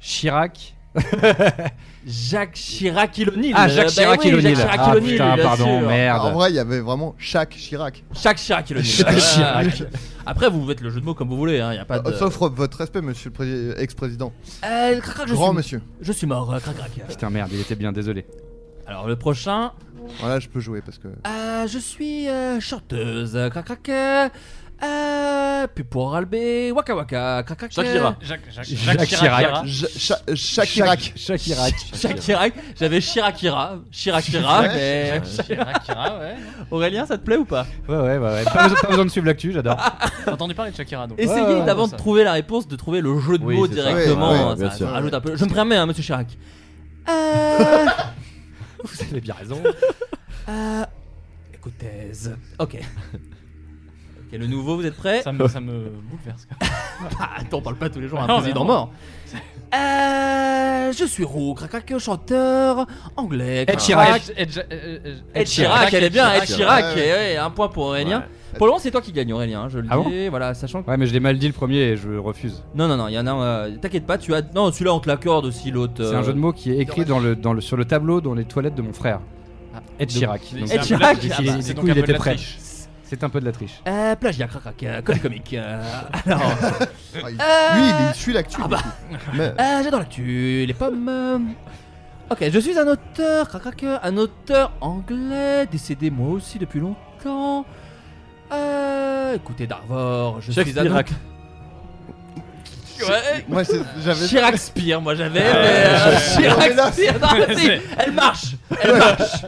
S5: Chirac.
S6: Jacques Chirac O'Neal.
S5: Ah, Jacques
S6: Euh, bah
S5: Chirac
S6: oui,
S5: O'Neal.
S6: Jacques Chirac
S5: Ah,
S6: O'Neal,
S5: putain,
S6: bien
S5: pardon,
S6: sûr.
S5: merde.
S7: En vrai, il y avait vraiment chaque Chirac.
S6: Chaque Chirac O'Neal.
S7: Chaque
S6: Ouais,
S7: Chirac.
S6: ouais. Après, vous faites le jeu de mots comme vous voulez. Hein, y a pas de...
S7: Euh, Sauf re- votre respect, monsieur le pré- ex-président.
S6: Euh, crac, crac, je
S7: Grand
S6: suis-
S7: monsieur.
S6: Je suis mort. euh, Crac crac.
S5: Putain, merde, il était bien, désolé.
S6: Alors, le prochain.
S7: Voilà, je peux jouer parce que.
S6: Euh, je suis euh, chanteuse. euh, Crac crac. euh, Euh, puis pour Albé, waka waka, crac crac.
S7: Shakira.
S6: euh,
S7: Jacques- Jacques- Jacques Chirac. Ja- Cha- euh, Chakirac.
S6: Jacques
S7: Chakirac.
S6: Jacques Chirac. J'avais Chirakira. Chirakira.
S5: Ouais.
S6: mais-
S15: Chirakira, ouais.
S6: Aurélien, ça te plaît ou pas
S5: Ouais, ouais, ouais. ouais. Pas, besoin, pas besoin de suivre l'actu, j'adore.
S15: T'as entendu parler de Shakira donc
S6: Essayez
S15: Ouais, ouais,
S6: d'avant
S15: ouais,
S6: de
S15: ça.
S6: trouver la réponse, de trouver le jeu de
S5: Oui,
S6: mots
S5: c'est ça.
S6: directement.
S5: Ouais, ouais, bien
S6: ça, ça
S5: sûr.
S6: rajoute un peu. Je me permets, hein, monsieur Chirac.
S5: Euh... Vous avez bien raison.
S6: Euh, Écoutez. Ok. Ok, le nouveau, vous êtes prêts
S15: Ça me, ça me bouleverse. quand même.
S6: Ah, attends, on parle pas tous les jours à
S15: Non,
S6: un
S15: mais
S6: président
S15: bon.
S6: mort. Euh, je suis roux, crac chanteur anglais.
S15: Ed
S6: crac,
S15: Sheeran.
S6: crac.
S15: Ed- Ed- Ed- Ed-
S6: Ed Sheeran, elle est bien, Ed Sheeran.
S15: Sheeran.
S6: et ouais, un point pour Aurélien. Pour le moment, c'est toi qui gagne, Aurélien, hein, je le
S5: Ah bon
S6: dis. voilà, sachant que.
S5: Ouais, mais je l'ai mal dit le premier et je refuse.
S6: Non, non, non, il y en a. euh, T'inquiète pas, tu as. Non, celui-là, on te l'accorde aussi, l'autre. euh,
S5: C'est un jeu de mots qui est écrit dans le, dans le, sur le tableau dans les toilettes de mon frère. Ed
S6: donc-
S5: Chirac.
S6: c'est
S5: Donc,
S6: Ed Chirac
S5: il-
S6: Ah
S5: il-
S6: bah,
S5: du
S6: c'est
S5: coup,
S6: donc un
S5: il
S6: peu de
S5: était
S6: la
S5: prêt.
S6: triche.
S5: C'est un peu de la triche.
S6: Euh, plagiat, crac, crac, euh, comme comique. euh, alors.
S7: Ah, il-
S6: Euh,
S7: Lui, il suit l'actu.
S6: Ah bah.
S7: Mais-
S6: Euh, J'adore l'actu, les pommes. euh. Ok, je suis un auteur, crac, crac, euh, un auteur anglais, décédé moi aussi depuis longtemps. Euh, écoutez Darvor, je suis un
S14: Shakespeare.
S6: auteur. Ouais.
S7: Moi, c'est- j'avais-
S6: Chirac Spire, moi j'avais.
S7: Ah,
S6: mais, euh,
S7: ouais.
S6: Chirac
S7: Mais là,
S6: Spire,
S7: c'est-
S6: non, mais si,
S7: c'est-
S6: elle marche, elle marche,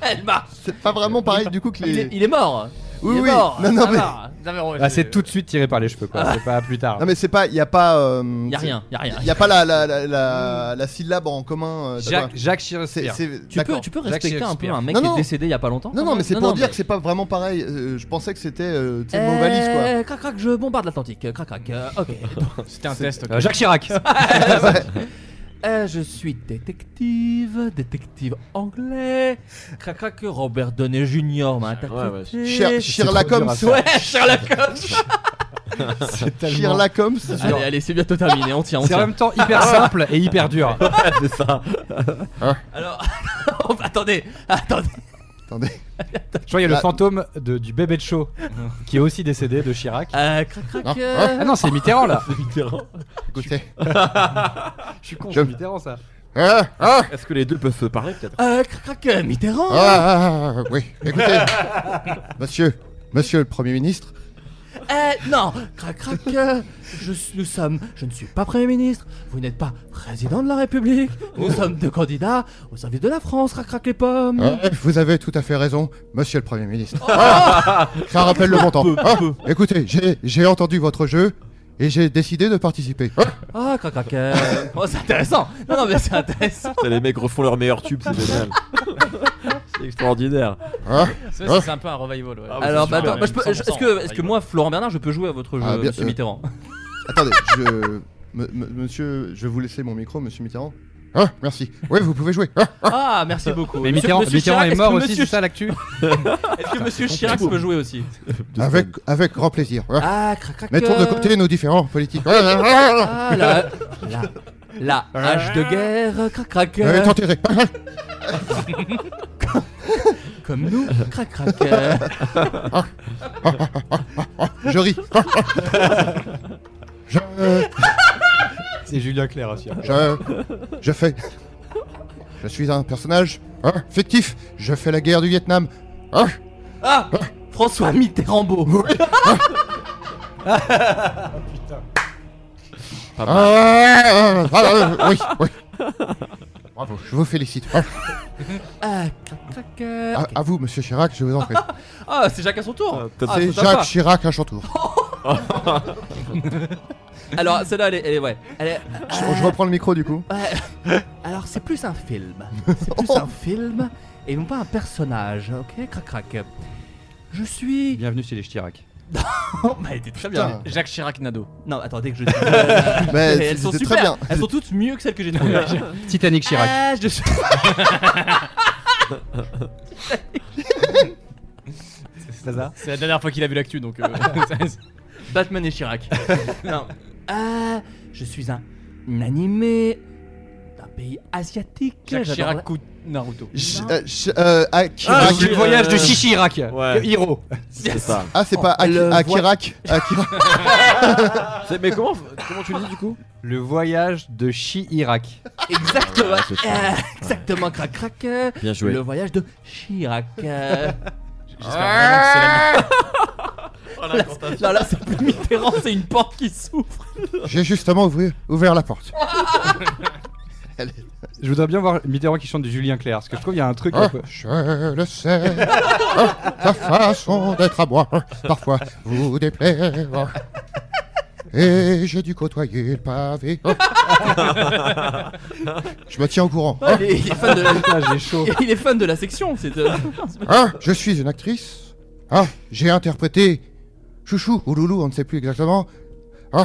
S6: elle marche.
S7: C'est pas vraiment pareil du coup que les.
S6: Il est, il est mort.
S7: Oui,
S6: il est
S7: oui.
S6: Mort.
S7: Non, non,
S6: Ça
S7: mais-
S6: va. Ça va, ouais,
S5: Ah, c'est tout de suite tiré par les cheveux, quoi. C'est pas plus tard.
S7: Ah. Non mais c'est pas, y a pas, euh,
S6: Y a
S7: c'est-
S6: rien, y a rien. Hmm.
S7: y a pas la la, la, la, la syllabe en commun. euh,
S5: Jacques-
S7: d'accord.
S5: Jacques Shakespeare.
S7: C'est- c'est-
S6: Tu peux-
S7: d'accord.
S6: tu peux respecter
S7: Jacques
S6: un peu
S7: Shakespeare.
S6: un mec
S7: Non,
S6: qui est
S7: non.
S6: décédé il y a pas longtemps,
S7: Non
S6: quand
S7: non,
S6: même.
S7: mais c'est
S6: Non,
S7: pour
S6: non,
S7: dire
S6: mais-
S7: que c'est pas vraiment pareil. Euh, je pensais que c'était euh, tu sais,
S6: Euh,
S7: mon valise quoi.
S6: Crac crac, je bombarde l'Atlantique. Crac crac. euh, ok.
S15: C'était un test, ok.
S5: Euh, Jacques Chirac.
S6: Euh, je suis détective, détective anglais. Crac crac, Robert Downey Jr. m'a interprété.
S7: ouais. Cher- Sherlock Holmes.
S6: Ouais, Sherlock Holmes.
S7: C'est tellement- Sherlock Holmes.
S6: Allez, allez, c'est bientôt terminé. On tient, on
S5: C'est en
S6: tient.
S5: même temps hyper simple et hyper dur. Hein
S6: c'est ça. Alors, attendez, attendez.
S7: Attendez. Bah,
S5: Je crois qu'il y a le
S6: Ah.
S5: fantôme de- du bébé de show qui est aussi décédé de Chirac.
S6: Euh, crac,
S7: hein
S6: crac,
S5: non.
S6: euh.
S5: Ah non, c'est Mitterrand là.
S14: C'est Mitterrand.
S7: Écoutez.
S5: Je suis con,
S14: Je-
S5: c'est Mitterrand ça.
S7: Hein,
S14: Est-ce que les deux peuvent se parler peut-être
S6: Euh, crac crac, euh, Mitterrand.
S7: Ah, ah, ah, oui. Écoutez, monsieur, monsieur le premier ministre.
S6: Euh, non, crac crac, euh, je, nous sommes, je ne suis pas Premier ministre, vous n'êtes pas Président de la République, nous sommes deux candidats au service de la France, crac crac les pommes.
S7: Ah, vous avez tout à fait raison, monsieur le Premier ministre.
S6: Oh,
S7: Ah, ça rappelle le bon temps. Ah, écoutez, j'ai- j'ai entendu votre jeu et j'ai décidé de participer. Ah,
S6: Ah, crac crac, euh, oh, c'est intéressant, non, non mais c'est intéressant.
S14: Putain, Les mecs refont leur meilleur tube, c'est génial. c'est extraordinaire.
S7: Ah,
S15: Ça, Hein c'est un peu un revival, ouais.
S6: Alors, bah,
S15: Ah,
S6: attends,
S15: C'est sûr,
S6: bah, je peux-
S15: même
S6: je-
S15: 100%,
S6: est-ce que, est-ce que
S15: hein, revival.
S6: moi, Florent Bernard, je peux jouer à votre jeu,
S7: bien-
S6: monsieur
S7: euh,
S6: Mitterrand
S7: Attendez, je, me- me- monsieur, je vais vous laisser mon micro, monsieur Mitterrand. Ah, merci. Oui, vous pouvez jouer. Ah,
S6: Ah, merci beaucoup.
S5: Mais
S6: Monsieur-
S5: Mitterrand,
S6: monsieur
S5: Mitterrand
S6: Chirac,
S5: est
S6: est-ce
S5: mort
S6: que
S5: aussi,
S6: monsieur-
S5: c'est ça l'actu
S6: Est-ce que monsieur Chirac peut jouer aussi
S7: avec, avec grand plaisir. Hein.
S6: Ah, crac, crac,
S7: Mettons de
S6: euh.
S7: côté nos différents politiques.
S6: Ah, la, la, la hache de guerre, crac crac.
S7: Elle est enterrée.
S6: Comme nous, crac crac. euh.
S7: Je ris. Je,
S5: C'est Julien Clerc aussi. hein.
S7: je, je fais. Je suis un personnage hein, fictif. Je fais la guerre du Vietnam. Hein,
S6: Ah François Mitterrand beau.
S14: Pas
S7: Ah, ah, ah, ah, oui, oui. Bravo, je vous félicite. Ah,
S6: Ah, crac crac. euh.
S7: à, à vous, monsieur Chirac, je vous en prie.
S6: Ah, c'est Jacques à son tour. Ah,
S7: C'est
S6: sympa.
S7: Jacques Chirac à son tour.
S6: Alors, celle-là, elle est, elle est- ouais. Elle est-
S7: Je, je reprends le micro du coup.
S6: Ouais. Alors, c'est plus un film. C'est plus un film et non pas un personnage, ok Crac, crac. Je suis.
S5: Bienvenue chez les Chirac.
S6: Non, mais elle était très bien.
S5: Putain.
S6: Jacques Chirac Nado. Non, attendez que je. euh,
S5: Mais
S6: elles sont
S5: c'était
S6: super.
S5: très bien.
S6: Elles sont toutes mieux que celles que j'ai trouvées.
S5: Titanic Chirac.
S6: Ah, je suis-
S12: C'est la dernière fois qu'il a vu l'actu donc. euh,
S6: Batman et Chirac. non. Ah, je suis un, un animé d'un pays asiatique.
S12: Jacques
S6: J'adore
S12: Chirac
S6: la-
S12: ou Naruto.
S7: Ch- euh, ch- euh,
S6: Ah,
S7: Akira-
S6: c'est le voyage de Chichirac,
S5: Ouais.
S6: le héros.
S5: C'est ça.
S7: Ah, c'est pas
S5: Oh,
S7: Aki-
S5: le voit-
S7: Akirak. Akira-
S5: C'est- Mais comment, comment tu le dis du coup Le voyage de Chi-Irak.
S6: Exactement.
S5: Ouais, Ah, c'est ça.
S6: Euh, exactement, crac crac. euh,
S5: Bien joué.
S6: Le voyage de Chirac. euh.
S5: J'espère Oh,
S6: Là, c'est- là, là, c'est plus Mitterrand, c'est une porte qui s'ouvre.
S7: J'ai justement ouvri- ouvert la porte.
S5: Je voudrais bien voir Mitterrand qui chante du Julien Clerc, parce que je trouve qu'il y a un truc.
S7: Ah, je le sais. Ah, ta façon d'être à moi, parfois, vous déplaire. Et j'ai dû côtoyer le pavé.
S6: Oh,
S7: Je me tiens au courant. hein.
S6: Il est- il est fan de la-
S5: Oh. Putain, Ah, j'ai chaud. Hein
S6: Il est fan de la section. C'est de...
S7: Ah, je suis une actrice. Ah, j'ai interprété Chouchou ou Loulou, on ne sait plus exactement. Ah,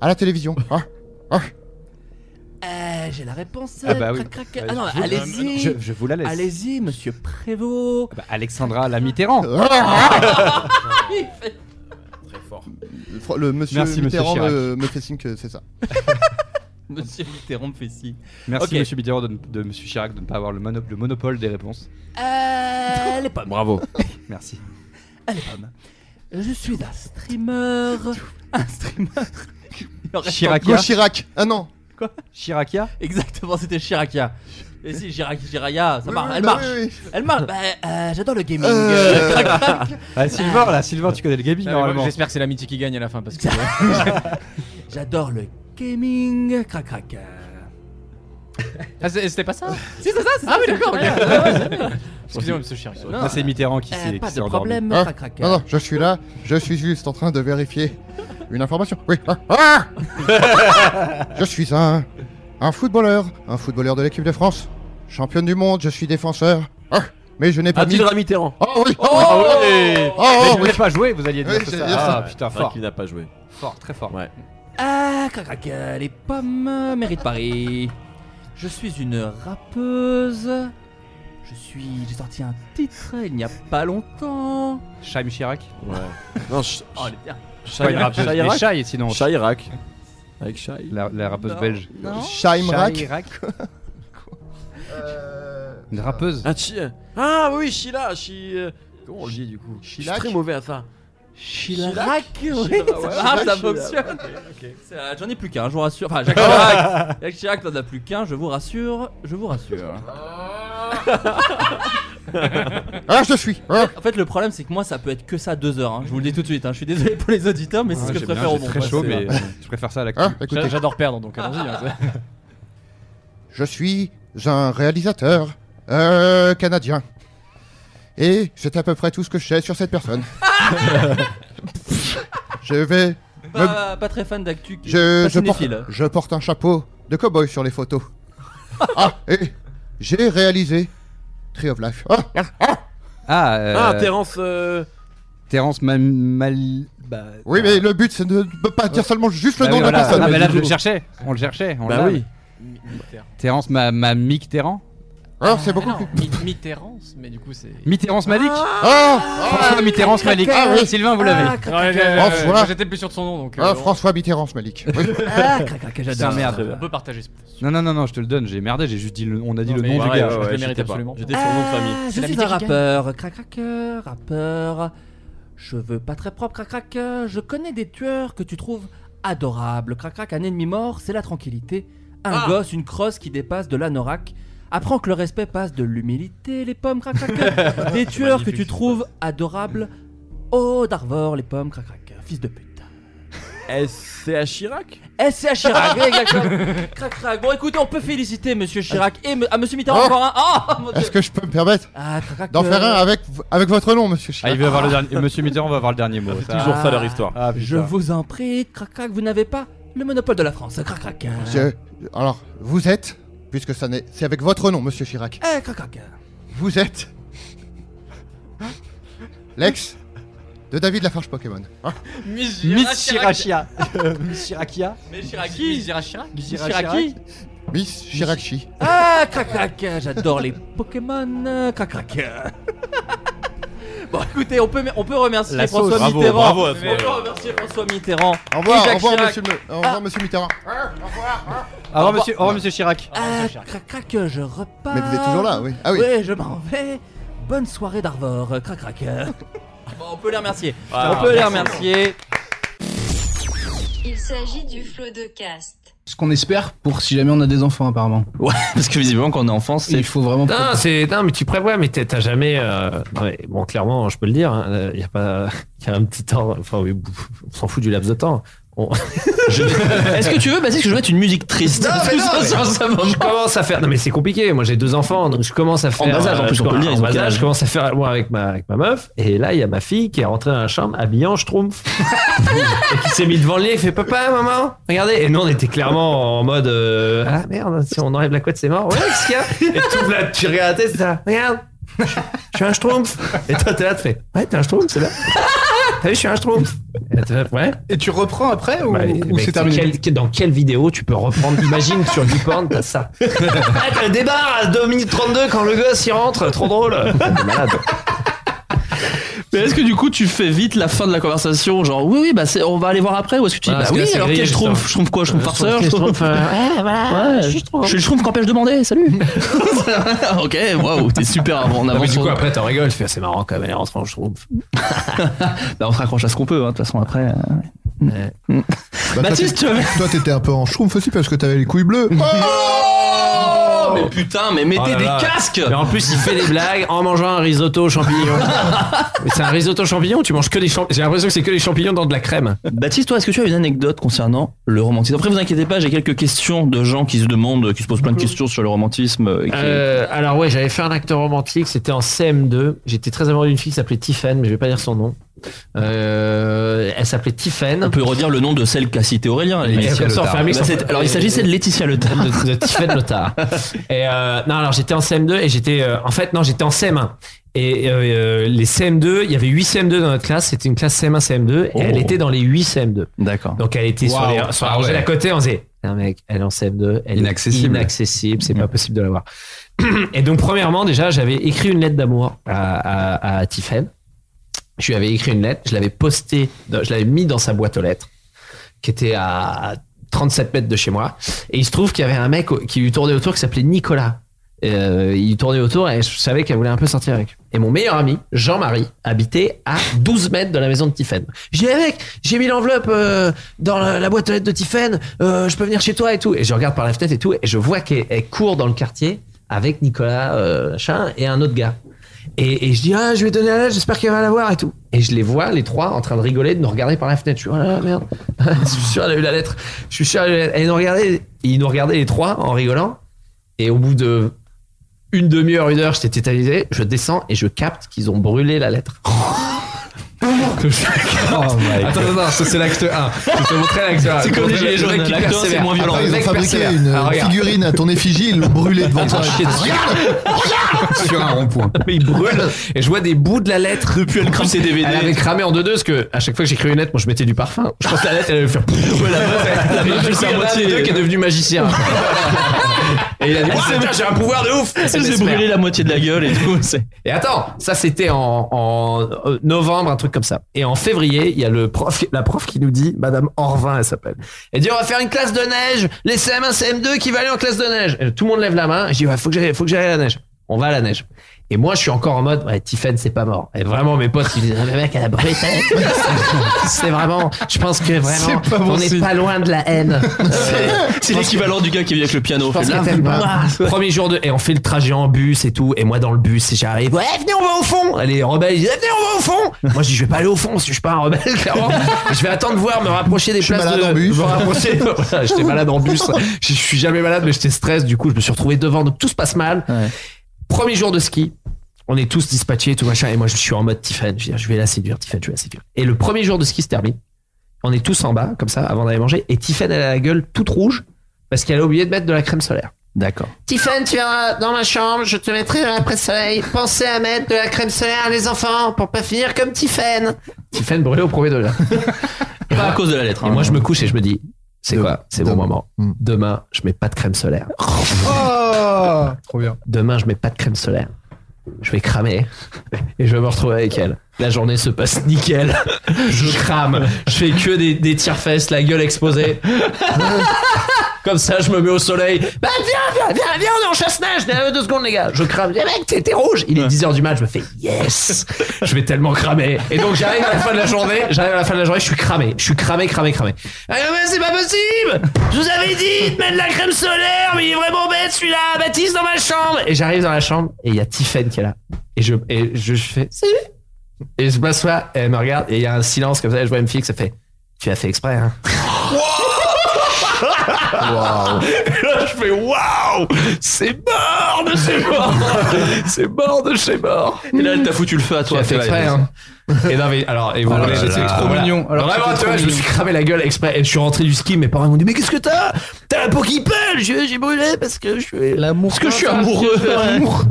S7: à la télévision. Ah, ah.
S6: Euh, J'ai la réponse.
S5: Ah bah oui.
S6: crac, crac.
S5: Allez,
S6: Ah non,
S5: je vous-
S6: allez-y.
S5: Je- je vous la laisse.
S6: Allez-y, monsieur Prévost.
S5: Bah, Alexandra la Mitterrand. Ah.
S6: Il fait-
S7: Très fort. Le, monsieur
S5: Merci, monsieur
S7: Mitterrand
S5: Chirac.
S7: me, me fait signe que c'est ça.
S6: Monsieur Mitterrand me fait si.
S5: Merci
S6: Ok.
S5: Monsieur Mitterrand de, de Monsieur Chirac de ne pas avoir le, mono- le monopole des réponses.
S6: Euh, les pommes.
S5: Bravo. Merci.
S6: Allez, pommes. Je suis un streamer. Un streamer. Il en reste
S5: Chiracia.
S6: encore-
S7: Chirac. Ah non.
S6: Quoi
S5: Chiracia
S6: Exactement, c'était Chiracia. Et si, Chirac, Chiraya, ça
S5: Oui,
S6: marche,
S5: oui,
S6: elle
S5: bah
S6: marche.
S5: oui,
S6: Elle marche. Bah, euh, j'adore le gaming.
S5: Euh.
S6: euh, crac, crac. Bah,
S5: Ah, Sylvain, là, Sylvain, tu connais le gaming
S12: Ah, mais moi,
S5: normalement.
S12: J'espère que c'est l'amitié qui gagne à la fin parce que.
S6: J'adore le gaming. Crac, crac. euh.
S12: Ah, c'est- c'était pas ça
S6: Si, c'est ça, c'est
S12: Ah
S6: ça,
S12: oui,
S6: c'est
S12: d'accord,
S6: ça.
S12: ok.
S6: Ouais, ouais, ouais, ouais.
S12: Excusez-moi, monsieur Chirac.
S6: Non,
S5: Là, c'est Mitterrand qui
S6: euh,
S5: s'est
S6: Pas
S5: qui s'est
S6: de
S5: Hein endormi.
S6: problème,
S7: Ah,
S6: crac, crac.
S7: non, non, je suis là. Je suis juste en train de vérifier une information. Oui. Ah, ah je suis un, un footballeur, un footballeur de l'équipe de France, championne du monde. Je suis défenseur. Ah, mais je n'ai pas mis.
S5: Attila
S15: Mitterrand.
S7: Oh oui.
S5: Oh,
S7: oui. Oh,
S5: Mais
S7: oh,
S5: vous
S7: oui.
S5: n'avez pas joué, vous alliez dire
S7: Oui,
S5: c'est
S7: j'allais
S5: ça.
S7: dire ça.
S5: Ah, putain,
S15: Enfin,
S5: fort.
S15: qui n'a pas joué.
S5: Fort, très fort.
S15: Ouais.
S6: Ah, crac, crac, euh, les pommes, euh, mérite Paris. Je suis une rappeuse. Je suis. J'ai sorti un titre il n'y a pas longtemps.
S5: Chaim Chirac
S15: Ouais. Non, Ch-
S6: Oh, elle est bien.
S5: C'est pas une rappeuse, mais Shai, sinon.
S15: Chirac. Avec Chai.
S5: La, la rappeuse
S15: Non.
S5: belge.
S15: Non.
S7: Shaimrak.
S5: Shaimrak. Une rappeuse
S15: Ah, chi- ah oui, Sheila. Chi- euh, Comment on le dit du coup Je suis
S7: Chilac
S15: très mauvais à ça.
S6: Chirac, oui,
S15: Chirac, ouais,
S6: ça, marche, Ah, ça
S15: Chirac,
S6: fonctionne.
S15: Chirac, ok, ok.
S6: C'est, euh, J'en ai plus qu'un, je vous rassure. Enfin, Jacques Chirac, Jacques Chirac n'en a plus qu'un, je vous rassure, je vous rassure.
S7: Ah, je suis. Ah.
S6: En fait, le problème, c'est que moi, ça peut être que ça deux heures. hein. Je vous le dis tout de suite. hein. Je suis désolé pour les auditeurs, mais c'est ce que je préfère au monde.
S5: très
S6: quoi,
S5: chaud,
S6: c'est-
S5: mais je préfère ça à la
S7: Ah, écoutez.
S12: Hein, J'adore perdre donc allons-y. hein, c'est-
S7: Je suis un réalisateur euh, canadien. Et c'est à peu près tout ce que je sais sur cette personne. je vais. me-
S6: Pas, pas très fan d'actu. qui-
S7: Je,
S6: Bah, pas
S7: je porte,
S6: cinéphile.
S7: je porte un chapeau de cow-boy sur les photos. ah, et j'ai réalisé Tree of Life. Ah, ah, ah.
S5: Ah, euh,
S15: Ah, Terence. euh,
S5: Terence Mam- Mal.
S7: oui, mais le but c'est de ne pas dire seulement juste le
S5: Bah
S7: nom
S5: oui,
S7: de la
S5: voilà.
S7: personne.
S5: Ah, mais là, je le cherchais. On le cherchait. On
S15: Bah
S5: l'a.
S15: oui.
S5: Terence ma, ma Mitterrand.
S7: Ah, c'est beaucoup
S12: Non, Mi- Mitterrand, mais du coup c'est.
S5: Mitterrand Malik.
S7: Ah,
S5: François Mitterrand Malik.
S7: Ah, oui.
S5: Sylvain, vous l'avez.
S12: Ouais, ouais, ouais, ouais, moi, J'étais plus sûr de son nom donc. euh,
S7: Ah,
S12: on-
S7: François Mitterrand, ce Malik. Oui.
S6: Ah, crac, crac,
S5: C'est un
S6: j'adore.
S5: merde.
S12: On peut partager ce point.
S5: Non, non, non, non, je te le donne. J'ai merdé. J'ai juste dit le- On a dit
S12: Non,
S5: le
S12: mais
S5: nom
S12: ouais,
S5: du gars.
S12: ouais, ouais,
S5: Je le
S12: je
S5: mérite
S12: t'ai pas.
S5: absolument.
S15: J'étais sur le nom de famille.
S6: Ah,
S12: C'est
S6: je
S12: la
S6: suis un
S12: mythique
S6: rappeur, crac crac euh, rappeur, cheveux pas très propres, crac crac. euh, Je connais des tueurs que tu trouves adorables, crac crac. Un ennemi mort, c'est la tranquillité. Un
S45: Ah.
S6: gosse, une crosse qui dépasse de l'anorak. Apprends que le respect passe de l'humilité, les pommes, crac crac. euh. des tueurs que tu trouves adorables. Oh Darvor, les pommes, crac crac. euh, Fils de pute.
S24: SCH Chirac
S28: SCH Chirac, oui, exactement. Crac, crac. Bon, écoutez, on peut féliciter Monsieur Chirac et me- ah, Monsieur Mitterrand
S2: Oh.
S28: encore un. Ah, mon Dieu.
S2: Est-ce que je peux me permettre
S6: Ah,
S28: crac,
S2: d'en
S28: euh,
S2: faire un avec, avec votre nom, monsieur
S15: Ah,
S2: Chirac
S15: il veut avoir le dernier. Monsieur Mitterrand va avoir le dernier mot.
S2: c'est toujours ça, leur histoire.
S15: Ah,
S28: Je
S15: putain.
S28: vous en prie, crac, crac. Vous n'avez pas le monopole de la France. Crac, crac.
S2: Monsieur- alors, vous êtes, puisque ça n'est, c'est avec votre nom, monsieur Chirac.
S6: Euh.
S28: Eh, crac, crac.
S2: Vous êtes l'ex de David Lafarge Pokémon. Hein
S15: Miss
S2: Miss
S15: Chirachia.
S5: Euh,
S15: Miss Chiracia.
S28: Mais Chiraki, Miss Chirac,
S15: Miss
S28: Chiraki.
S2: Miss Chiracchi.
S28: Ah, crac, crac. J'adore les Pokémon. Crac, crac. Bon, écoutez, on peut, on peut remercier
S2: La sauce.
S28: François
S2: Bravo,
S28: Mitterrand.
S2: bravo à
S28: on
S2: François.
S28: peut remercier François Mitterrand.
S2: Au revoir,
S28: et
S2: au
S28: Jacques
S2: revoir,
S28: Chirac.
S2: monsieur, le- au revoir, monsieur Mitterrand. Au revoir.
S15: Au revoir, monsieur, au revoir, monsieur Chirac.
S28: Ah, crac, crac, je repars.
S2: Mais vous êtes toujours là, oui. Ah oui.
S28: je m'en
S5: Eh,
S28: vais. Bonne soirée d'Arvor. euh, Crac, crac. euh. Bon, on peut les remercier.
S6: Voilà.
S28: on peut les
S6: Merci.
S28: remercier.
S10: Il s'agit du flot de cast.
S13: Ce qu'on espère pour si jamais on a des enfants, apparemment.
S6: Ouais, parce que visiblement, quand on est enfant, c'est. Ah,
S13: Il faut vraiment.
S5: Non, c'est non, mais tu prévois, mais t'as t'as jamais. euh, non, mais bon, clairement, je peux le dire. Il y a pas, y a un petit temps. Enfin, oui, on s'en fout du laps de temps. On-
S6: Est-ce que tu veux, Baptiste, que je mette une musique triste
S5: Non, mais
S6: Tout
S5: non,
S6: ça
S5: mais
S6: sur ce moment.
S5: Je commence à faire. Non, mais c'est compliqué. Moi, j'ai deux enfants, donc je commence à faire.
S6: bas âge, en plus,
S5: je
S6: on peut le dire,
S5: en
S6: ils ont
S5: bas
S6: quel
S5: âge,
S6: âge
S5: je commence à faire à moi avec ma, avec ma meuf. Et là, il y a ma fille qui est rentrée dans la chambre habillée en schtroumpf. et qui s'est mis devant le lit et fait Papa, maman, regardez. Et nous, on était clairement en mode euh, Ah merde, si on enlève la couette, c'est mort. Ouais, qu'est-ce qu'il y a Et tout, là, tu regardes la tête, c'est là, Regarde, je suis un schtroumpf. Et toi, t'es là, tu fais Ouais, t'es un schtroumpf, c'est là. T'as vu, je suis un schtroumpf. Et t'es là, Ouais.
S13: Et tu reprends après ou,
S5: Bah,
S13: ou
S5: mec,
S13: c'est terminé
S5: quel- quel- dans quelle vidéo tu peux reprendre Imagine sur YouPorn, t'as ça. Ah, t'as le débarre à 2 minutes 32 quand le gosse y rentre, trop drôle. T'es malade.
S6: Mais est-ce que du coup, tu fais vite la fin de la conversation Genre, oui, oui, bah, c'est- on va aller voir après. Ou est-ce que tu dis,
S5: Voilà, parce que
S6: bah oui,
S5: là, c'est
S6: alors
S5: grillé,
S6: qu'est-ce que je trouve
S5: justement.
S6: Je trouve quoi Je trouve
S5: Euh,
S6: farceur
S5: je trouve- euh, ouais, voilà, je suis
S6: Je suis le schtroumpf quand je demandais, salut Ok, waouh, t'es super avant, en
S5: Non,
S6: avance.
S5: mais du coup,
S6: sur-
S5: après, t'en rigoles, tu fais, c'est marrant quand même, elle est rentrée en schtroumpf.
S6: Bah, on se raccroche à ce qu'on peut, hein, de toute façon, après. euh, ouais. Mm.
S7: Bah,
S6: Baptiste, tu
S7: toi, t'es- toi, t'étais un peu en schtroumpf aussi parce que t'avais les couilles bleues.
S6: Oh, mais putain, mais mettez
S5: Oh là
S6: des
S5: là.
S6: casques
S5: Mais en plus, il fait des blagues en mangeant un risotto aux champignons. mais c'est un risotto aux champignons, tu manges que des champignons. J'ai l'impression que c'est que des champignons dans de la crème.
S6: Baptiste, toi, est-ce que tu as une anecdote concernant le romantisme Après, vous inquiétez pas, j'ai quelques questions de gens qui se demandent, qui se posent plein de questions sur le romantisme. euh, et qui-
S5: Euh, alors ouais, j'avais fait un acte romantique, c'était en CM2. J'étais très amoureux d'une fille qui s'appelait Tiffen, mais je vais pas dire son nom. Euh, elle s'appelait Tiffen.
S6: On peut redire le nom de celle qu'a cité Aurélien.
S5: Et
S6: Laetitia
S5: comme ça, on
S6: Lothar.
S5: fait un mix
S6: Bah,
S5: entre-
S6: c'est- alors, il s'agissait de Laetitia Letard.
S5: De, de Tiffen Lothar. Et euh, non, alors j'étais en CM2 et j'étais. euh, en fait, non, j'étais en CM1. Et euh, les CM2, il y avait 8 CM2 dans notre classe, c'était une classe CM1, CM2, et
S6: Oh.
S5: elle était dans les 8 CM2.
S6: D'accord.
S5: Donc elle était sur,
S6: Waouh.
S5: les, sur la
S6: Ah
S5: rangée
S6: ouais.
S5: d'à côté, on disait, un mec, elle est en CM2, elle
S6: Inaccessible.
S5: est inaccessible, c'est pas possible de l'avoir. Et donc, premièrement, déjà, j'avais écrit une lettre d'amour à, à, à Tiffen. Je lui avais écrit une lettre, je l'avais postée, dans- je l'avais mis dans sa boîte aux lettres, qui était à 37 mètres de chez moi. Et il se trouve qu'il y avait un mec au- qui lui tournait autour qui s'appelait Nicolas. Euh, il lui tournait autour et je savais qu'elle voulait un peu sortir avec. Et mon meilleur ami, Jean-Marie, habitait à 12 mètres de la maison de Tiffen. J'ai dit, Eh mec, j'ai mis l'enveloppe euh, dans la, la boîte aux lettres de Tiffen, euh, je peux venir chez toi et tout. Et je regarde par la fenêtre et tout, et je vois qu'elle elle court dans le quartier avec Nicolas euh, machin, et un autre gars. Et, et je dis, ah, je vais donner la lettre, j'espère qu'elle va la voir et tout. Et je les vois, les trois, en train de rigoler, de nous regarder par la fenêtre. Je suis, oh là là, merde. je suis sûr, elle a eu la lettre. Je suis sûr, elle a eu la lettre. Et ils nous regardaient, et ils nous regardaient les trois en rigolant. Et au bout de une demi-heure, une heure, j'étais tétanisé. Je descends et je capte qu'ils ont brûlé la lettre. Que je-
S13: Attends, attends, attends, ça c'est l'acte 1. Je te montrer l'acte 1.
S5: C'est comme les gilets jaunes, l'acte un, c'est moins violent.
S7: Attends, ils ont
S5: Mec
S7: fabriqué
S5: persévère.
S7: une
S5: Ah, regarde.
S7: figurine à ton effigie, ils l'ont brûlée devant
S6: Ah,
S7: toi.
S5: sur un rond-point. Mais il brûle. Et je vois des bouts de la lettre. Depuis, elle crame ses DVD. Elle avait cramé en deux-deux parce que à chaque fois que j'écrivais une lettre, moi je mettais du parfum. Je pense que la lettre, elle allait faire. Ouais, la meuf, elle-
S6: la meuf,
S5: Et du
S6: elle
S5: coup, il y
S6: s'est
S5: en a un
S6: moitié-
S5: des deux qui est devenu magicien. Et il a dit
S6: Elle
S5: Ouah,
S6: s'est-
S5: putain, j'ai un pouvoir de ouf
S6: Elle s'est brûlée
S5: la moitié de la gueule et tout. Et attends, ça c'était en, en, euh, novembre, un truc comme ça. Et en février, il y a le prof, la prof qui nous dit, Madame Orvin, elle s'appelle. Elle dit on va faire une classe de neige, les CM1, CM2 qui va aller en classe de neige. Et tout le monde lève la main. Et je dis ouais, faut que j'aille, faut que j'aille à la neige. On va à la neige. Et moi, je suis encore en mode, ouais, Tiffen, c'est pas mort. Et vraiment, mes potes, ils disent, Ah, le mec, elle a brûlé sa tête. C'est vraiment, je pense que vraiment, C'est pas bon on n'est signe. pas loin de la haine.
S6: C'est l'équivalent du gars qui vient avec le piano.
S5: Je
S6: Ah,
S5: pense
S6: fait,
S5: que
S6: là,
S5: t'aimes pas.
S6: ouah.
S5: Premier jour de. Et on fait le trajet en bus et tout. Et moi, dans le bus, et j'arrive. Ouais, venez, on va au fond. Elle est rebelle. Je dis, venez, on va au fond. Moi, je dis, je vais pas aller au fond. parce que Je suis pas un rebelle, clairement. Je vais attendre de voir, me rapprocher des places.
S7: malade
S5: de-
S7: en bus.
S5: me rapprocher. Voilà, j'étais malade en bus. Je je suis jamais malade, mais j'étais stress. Du coup, je me suis retrouvé devant. Donc, tout se passe mal. Premier jour de ski. On est tous dispatchés, tout machin. Et moi, je suis en mode Tiffen. Je, veux dire, je vais la séduire, Tiffen, je vais la séduire. Et le premier jour de ski se termine. On est tous en bas, comme ça, avant d'aller manger. Et Tiffen, elle a la gueule toute rouge parce qu'elle a oublié de mettre de la crème solaire. D'accord. Tiffen, tu viendras dans ma chambre, je te mettrai euh, dans l'après-soleil. Pensez à mettre de la crème solaire, les enfants, pour pas finir comme Tiffen. Tiffen brûlé au premier degré.
S6: Pas à cause de la lettre. hein.
S5: Et moi, je me couche et je me dis, c'est quoi C'est bon moment.
S6: Hmm.
S5: Demain, je mets pas de crème solaire.
S7: Oh Trop bien.
S5: Demain, je mets pas de crème solaire. Je vais cramer et je vais me retrouver avec elle. La journée se passe nickel. Je crame. Je fais que des, des tire-fesses, la gueule exposée. Comme ça, je me mets au soleil. Bah, viens, viens, viens, viens, on est en chasse-neige. Euh, Deux secondes, les gars. Je crame. Eh, mec, t'es t'es rouge. Il est 10h du match. Je me fais yes. Je vais tellement cramer. Et donc, j'arrive à la fin de la journée. J'arrive à la fin de la journée. Je suis cramé. Je suis cramé, cramé, cramé.
S28: Ah, mais c'est pas possible Je vous avais dit de mettre de la crème solaire, mais il est vraiment bête celui-là Baptiste dans ma chambre
S5: Et j'arrive dans la chambre et il y a Tiffen qui est là. Et je, et je fais salut. Et je m'assois, et elle me regarde et il y a un silence comme ça. Et je vois une fille qui ça fait Tu as fait exprès, hein Waouh Et là, je fais waouh C'est mort de chez mort C'est mort de chez mort
S6: Et là, elle t'a foutu le feu à
S5: Tu
S6: toi.
S5: as fait
S6: t'es là,
S5: exprès,
S6: elle-
S5: hein Et non, mais alors, et vous
S6: Alors,
S5: voulez-
S6: c'était
S5: voilà.
S6: trop mignon. Alors,
S5: Vraiment,
S6: c'était
S5: tu
S6: trop
S5: vois, je me
S6: mignon.
S5: suis cramé la gueule exprès. Et je suis rentré du ski, mes parents ils m'ont dit Mais qu'est-ce que t'as
S28: T'as la peau qui pèle, j'ai j'ai brûlé parce que je suis... L'amour
S5: Parce que je suis amoureux. Oh, Amour.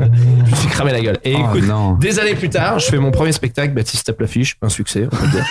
S5: Je me suis cramé la gueule. Et
S28: Oh,
S5: écoute,
S28: non.
S5: des années plus tard, je fais mon premier spectacle, Baptiste tape l'affiche, un succès. on peut le dire.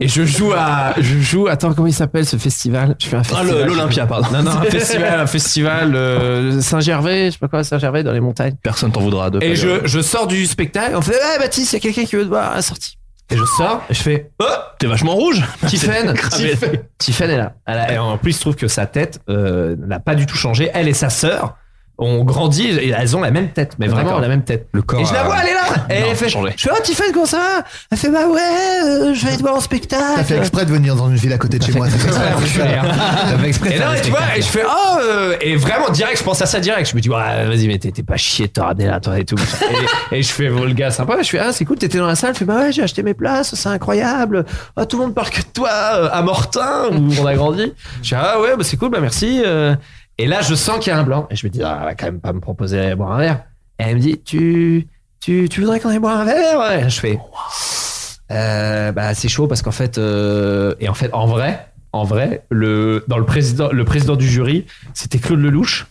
S5: Et je joue à, je joue, attends, comment il s'appelle ce festival Je fais un festival.
S6: Ah, le- l'Olympia, pardon.
S5: Non, non, un festival, un festival euh, Saint-Gervais, je sais pas quoi, Saint-Gervais dans les montagnes.
S6: Personne t'en voudra de.
S5: Et je, je sors du spectacle, on fait, ouais, Baptiste, il y a quelqu'un qui veut te voir à la sortie. Et je sors, et je fais, oh,
S6: T'es vachement rouge.
S5: Tiffen,
S6: Cramé.
S5: Tiffen- Tiffen est là. Elle a- et en plus, il se trouve que sa tête euh, n'a pas du tout changé. Elle et sa sœur ont grandi et elles ont la même tête, mais vraiment
S28: D'accord.
S5: la même tête. Le
S28: corps
S5: Et je la
S28: a-
S5: vois, elle est là. Et
S28: Non,
S5: elle fait,
S28: changé.
S5: je fais, oh Tiffen, comment ça va Elle fait, bah ouais, euh, je vais aller te voir en spectacle.
S2: T'as fait exprès de venir dans une ville à côté de chez moi. T'as fait exprès. T'as fait exprès. de
S5: Et
S2: faire
S5: là,
S2: des
S5: tu vois,
S2: spectacles.
S5: et je fais, oh, euh, et vraiment direct, je pense à ça direct. Je me dis, ouais, vas-y, mais t'es t'es pas chier, de t'en ramener là, toi et tout. et, et je fais, bon, le gars, sympa. Je fais, ah, c'est cool, t'étais dans la salle. Je fais, bah ouais, j'ai acheté mes places, c'est incroyable. Ah, tout le monde parle que de toi, euh, à Mortain, où on a grandi. Je fais, ah ouais, bah c'est cool, bah merci. euh. Et là, je sens qu'il y a un blanc. Et je me dis, ah, elle va quand même pas me proposer à boire un verre. Et elle me dit, tu, tu, tu voudrais qu'on aille boire un verre? Et là, je fais, euh, bah, c'est chaud parce qu'en fait, euh, et en fait, en vrai, en vrai, le, dans le président, le président du jury, c'était Claude Lelouch.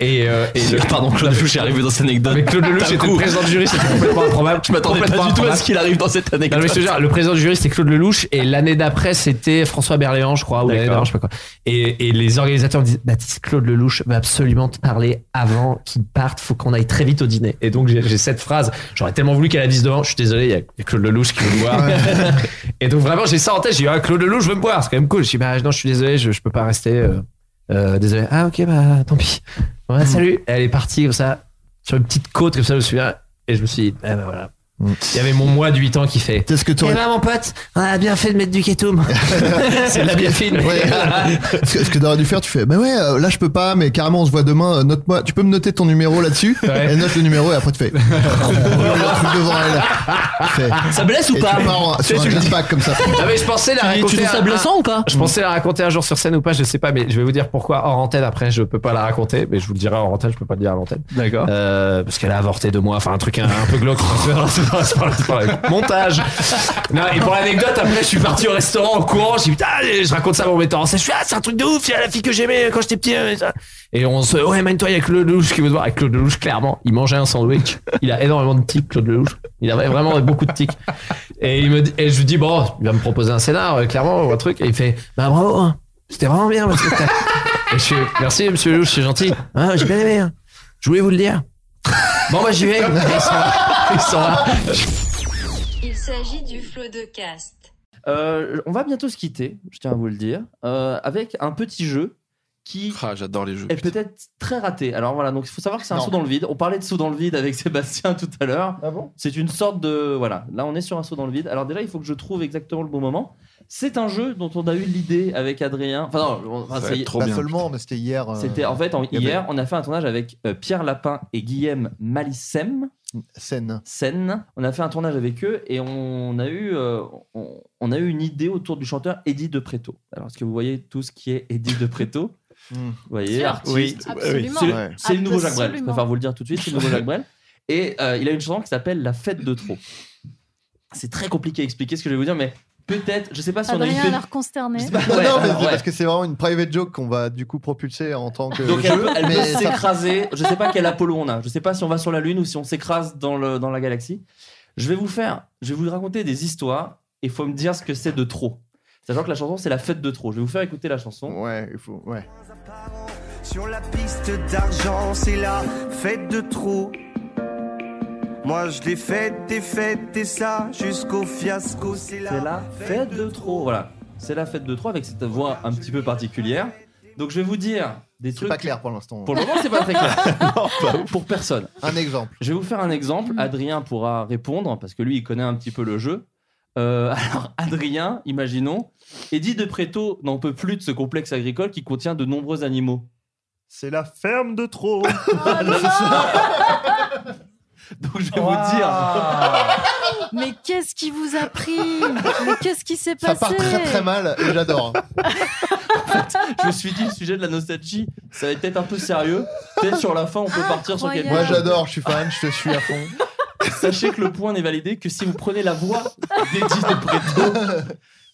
S5: Et, euh, et le-
S6: Pardon, Claude Lelouch est arrivé dans cette anecdode.
S5: Mais Claude Lelouch
S6: D'un
S5: était
S6: coup.
S5: le président du jury, c'était complètement improbable.
S6: Je m'attendais pas
S5: Complètement
S6: du tout à
S5: improbable.
S6: ce qu'il arrive dans cette
S5: Non,
S6: anecdode.
S5: mais je te jure, le président du jury c'était Claude Lelouch et l'année d'après c'était François Berléand, je crois, ou l'année d'avant, je sais pas quoi. Et, et les organisateurs me disent Baptiste, Claude Lelouch va absolument te parler avant qu'il parte, faut qu'on aille très vite au dîner. Et donc j'ai j'ai cette phrase, j'aurais tellement voulu qu'elle la dise devant, je suis désolé, il y a- il y a Claude Lelouch qui veut me voir. et donc vraiment j'ai ça en tête, j'ai dit ah, Claude Lelouch veut me voir, c'est quand même cool. Je dis bah non, je suis désolé, je, je peux pas rester. euh, euh, désolé. Ah ok, bah tant pis. Ouais, salut. Et Elle est partie comme ça, sur une petite côte comme ça, je me souviens, et je me suis dit, ah bah voilà. Il y avait mon moi de 8 ans qui fait.
S2: C'est ce Mm. que
S5: Eh
S2: t'aurais-
S5: ben, mon pote, on a bien fait de mettre du ketum. C'est la bien fait. de-
S2: Ouais. ce que, ce que t'aurais dû faire, tu fais, bah ouais, euh, là je peux pas, mais carrément on se voit demain, euh, note-moi, tu peux me noter ton numéro là-dessus,
S5: Ouais.
S2: et note le numéro et après tu fais, le truc devant elle. Tu fais-
S5: Ça blesse ou
S2: Et
S5: pas
S2: Tu pars en-
S5: Tu sais,
S2: sur un
S5: tu le dis.
S2: jetpack comme ça.
S5: Non, mais je pensais la
S2: Tu dis-
S5: raconter.
S2: tu trouves
S5: un-
S2: ça blessant ou pas
S5: Je pensais la raconter un jour sur scène ou pas, je sais pas, mais je vais vous dire pourquoi hors antenne après, je peux pas la raconter, mais je vous le dirai hors antenne, je peux pas le dire à l'antenne. D'accord. parce qu'elle a avorté de moi, enfin un truc un, un peu glauque. C'est pas- c'est pas- c'est pas- Montage. Non, et pour l'anecdote, après, je suis parti au restaurant en courant, j'ai dit putain, allez, je raconte ça à mon metteur en scène, je suis ah, c'est un truc de ouf, il y a la fille que j'aimais quand j'étais petit. euh, ça. Et on se ouais, man, toi, il y a Claude Lelouch qui veut te voir. Et Claude Lelouch, clairement, il mangeait un sandwich. Il a énormément de tics, Claude Lelouch. Il avait vraiment beaucoup de tics. Et, il me dit- et je lui dis, bon, il va me proposer un scénar, euh, clairement, ou un truc. Et il fait, bah bravo, hein. c'était vraiment bien. Parce que t'as- et je fais, merci, monsieur Lelouch, c'est gentil. Ah, j'ai bien aimé. hein. Je voulais vous le dire. Bon, bah, j'y vais. Et il s'en va. Il s'en
S7: Ah.
S5: va.
S10: Il s'agit du flot de cast.
S6: Euh, on va bientôt se quitter, je tiens à vous le dire, euh, avec un petit jeu qui
S20: Ah, j'adore les jeux.
S6: est peut-être très raté. Alors voilà, donc il faut savoir que c'est un
S20: Non.
S6: saut dans le vide. On parlait de saut dans le vide avec Sébastien tout à l'heure.
S5: Ah.
S23: Ah
S6: c'est une sorte de voilà. Là, on est sur un saut dans le vide. Alors déjà, il faut que je trouve exactement le bon moment. C'est un jeu dont on a eu l'idée avec Adrien. Enfin non, on- enfin, ça y est.
S7: Ah, Pas seulement, mais c'était hier. euh,
S6: C'était en fait en-
S7: il y avait-
S6: hier, on a fait un tournage avec euh, Pierre Lapin et Guillaume Malissem.
S7: Seine.
S6: On a fait un tournage avec eux et on a eu, euh, on, on a eu une idée autour du chanteur Eddie De Preto. Alors est-ce que vous voyez tout ce qui est Eddie De Preto
S7: Mm.
S6: Vous voyez, euh,
S7: Sûr.
S6: artiste.
S7: Oui. Absolument.
S6: C'est le-
S7: Ouais.
S6: C'est le nouveau Jacques Brel. Je
S7: Absolument.
S6: préfère vous le dire tout de suite, c'est le nouveau Jacques Brel. Et euh, il a une chanson qui s'appelle La fête de trop. C'est très compliqué à expliquer ce que je vais vous dire, mais peut-être, je sais pas si on a
S4: Adrien
S6: une
S4: a l'air consterné.
S7: Non, non, mais c'est
S6: ouais.
S7: parce que c'est vraiment une private joke qu'on va du coup propulser en tant que
S6: Donc elle
S7: jeu.
S6: peut, elle peut
S7: euh, mais ça-
S6: s'écraser. Je sais pas quel Apollo on a. Je sais pas si on va sur la Lune ou si on s'écrase dans, le- dans la galaxie. Je vais vous faire, je vais vous raconter des histoires et faut me dire ce que c'est de trop. Sachant que la chanson c'est la fête de trop. Je vais vous faire écouter la chanson.
S7: Ouais, il faut, ouais.
S23: Sur la piste d'argent, c'est la fête de trop. Moi je l'ai faite et faite et ça jusqu'au fiasco, c'est la,
S6: C'est la fête de trop. Voilà, c'est la fête de trop avec cette voix un petit peu particulière. Donc je vais vous dire des trucs.
S7: pas clair pour l'instant.
S6: Pour le moment c'est pas très clair. pour personne.
S7: Un exemple.
S6: Je vais vous faire un exemple. Adrien pourra répondre parce que lui, il connaît un petit peu le jeu. Euh, alors, Adrien, imaginons, Eddie de Préto n'en peut plus de ce complexe agricole qui contient de nombreux animaux. Ah
S23: C'est la ferme de trop.
S6: Donc je vais vous dire.
S4: Mais qu'est-ce qui vous a pris Mais qu'est-ce qui s'est
S7: Ça
S4: passé
S7: part très très mal et j'adore.
S6: je me suis dit, le sujet de la nostalgie, ça va être peut-être un peu sérieux. Peut-être sur la fin, on peut partir sur quelque
S7: Moi
S6: chose.
S7: j'adore, je suis fan, je te suis à fond.
S6: Sachez que le point n'est validé que si vous prenez la voix d'Eddie de Préto.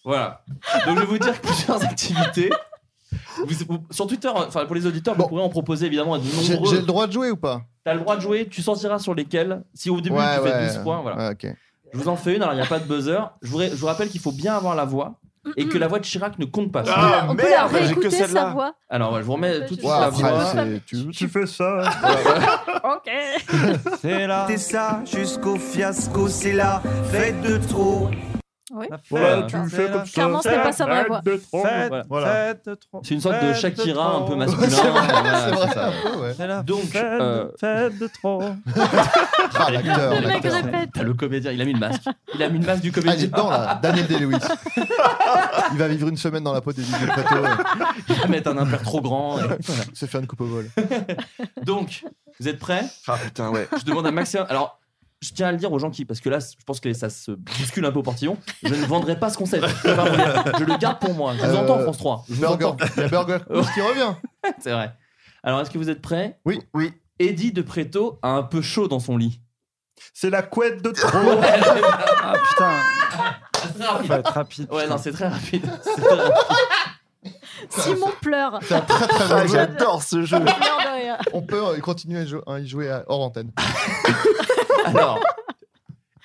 S6: Voilà. Donc je vais vous dire plusieurs activités. Vous- vous- sur Twitter, enfin pour les auditeurs, vous pourrez en proposer évidemment à de
S7: J'ai
S6: nombreux.
S7: j'ai le droit de jouer ou pas
S6: T'as le droit de jouer, tu sortiras sur lesquels. Si au début
S7: Ouais,
S6: tu
S7: ouais.
S6: fais 12 points, voilà.
S7: Ouais, ok.
S6: Je vous en fais une, alors il n'y a pas de buzzer. Je vous, ré- je vous rappelle qu'il faut bien avoir la voix et que la voix de Chirac ne compte pas.
S4: Ah, On peut la merde, j'ai réécouter, que celle-là. sa voix
S6: Alors ouais, je vous remets tout de suite
S23: Ouais,
S6: la
S23: après,
S6: voix.
S23: c'est-
S7: tu,
S23: fais ça.
S4: Ok.
S23: C'est la T'es ça jusqu'au fiasco, c'est la fête de trop.
S4: Oui.
S7: Ah,
S23: Voilà, tu le fais comme ça.
S4: Clairement, c'était pas ça ma voix.
S23: Fête,
S6: Voilà.
S23: fête de trop.
S6: C'est une sorte de
S23: Fête
S6: Shakira un
S23: trop.
S6: peu masculin.
S23: Oh. C'est vrai,
S6: Voilà,
S23: c'est vrai,
S6: c'est ça.
S23: un peu, ouais. C'est la
S6: Donc,
S23: fête de-
S6: euh,
S23: Fête de trop.
S6: Ah,
S23: l'acteur,
S6: Le mec
S23: l'acteur.
S6: répète. T'as Ah, le comédien, il a mis le masque. Il a mis le masque du
S7: Ah,
S6: comédien.
S7: dites donc là, Daniel Day-Lewis. Il va vivre une semaine dans la peau des îles de plateau.
S6: Il va mettre un impair trop grand. et-
S7: Se faire une coupe au vol.
S6: Donc, vous êtes prêts
S20: Ah putain, ouais.
S6: Je demande un maximum. Alors, je tiens à le dire aux gens qui, parce que là, je pense que ça se bouscule un peu au portillon. Je ne vendrai pas ce concept. Je, préfère vous dire. Je le garde pour moi. Je vous
S7: Euh,
S6: entends, France 3. Je vous
S7: Burger.
S6: entends.
S7: Il y a Burger Quiz qui revient.
S6: C'est vrai. Alors, est-ce que vous êtes prêts
S7: Oui, oui.
S6: Eddie de Préto a un peu chaud dans son lit.
S23: C'est la couette de trop.
S6: ah
S23: putain.
S6: rapide.
S23: Faut être rapide,
S6: Ouais,
S23: putain.
S6: non, c'est très rapide. C'est très rapide.
S4: Simon pleure.
S7: Ah,
S23: J'adore
S7: ce
S4: jeu. Merde, ouais.
S7: On peut euh, continuer à jou- à y jouer à- hors antenne.
S6: Alors,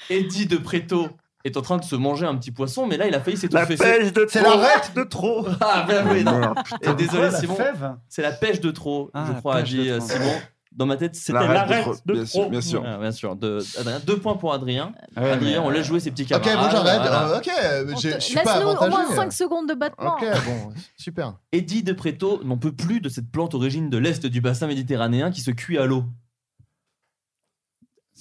S6: Eddie de Préto est en train de se manger un petit poisson, mais là, il a failli
S23: La
S6: s'étouffer.
S23: pêche de trop.
S6: C'est la
S23: de trop.
S6: Ah, bien joué, non.
S23: Merde, putain.
S6: Et désolé,
S23: Quoi, la
S6: Simon.
S23: fève
S6: C'est la pêche de trop,
S23: Ah,
S6: je
S23: la
S6: crois, a
S23: pêche
S6: dit
S23: de
S6: euh,
S23: trop.
S6: Simon. Dans ma tête, c'était
S23: L'arrêt de
S6: la
S23: trop, bien sûr, bien sûr.
S6: bien sûr. De, Adrien. Deux points pour Adrien.
S23: ouais,
S6: Adrien,
S23: mais,
S6: on
S23: euh,
S6: laisse jouer ses petits
S23: ok,
S6: camarades.
S23: bon, j'arrête,
S6: voilà.
S23: euh, ok, mais j'ai-
S4: Laisse-nous au moins 5 secondes de battement.
S7: hein. bon, super.
S6: Eddie de Préto n'en peut plus de cette plante origine de l'Est du bassin méditerranéen qui se cuit à l'eau.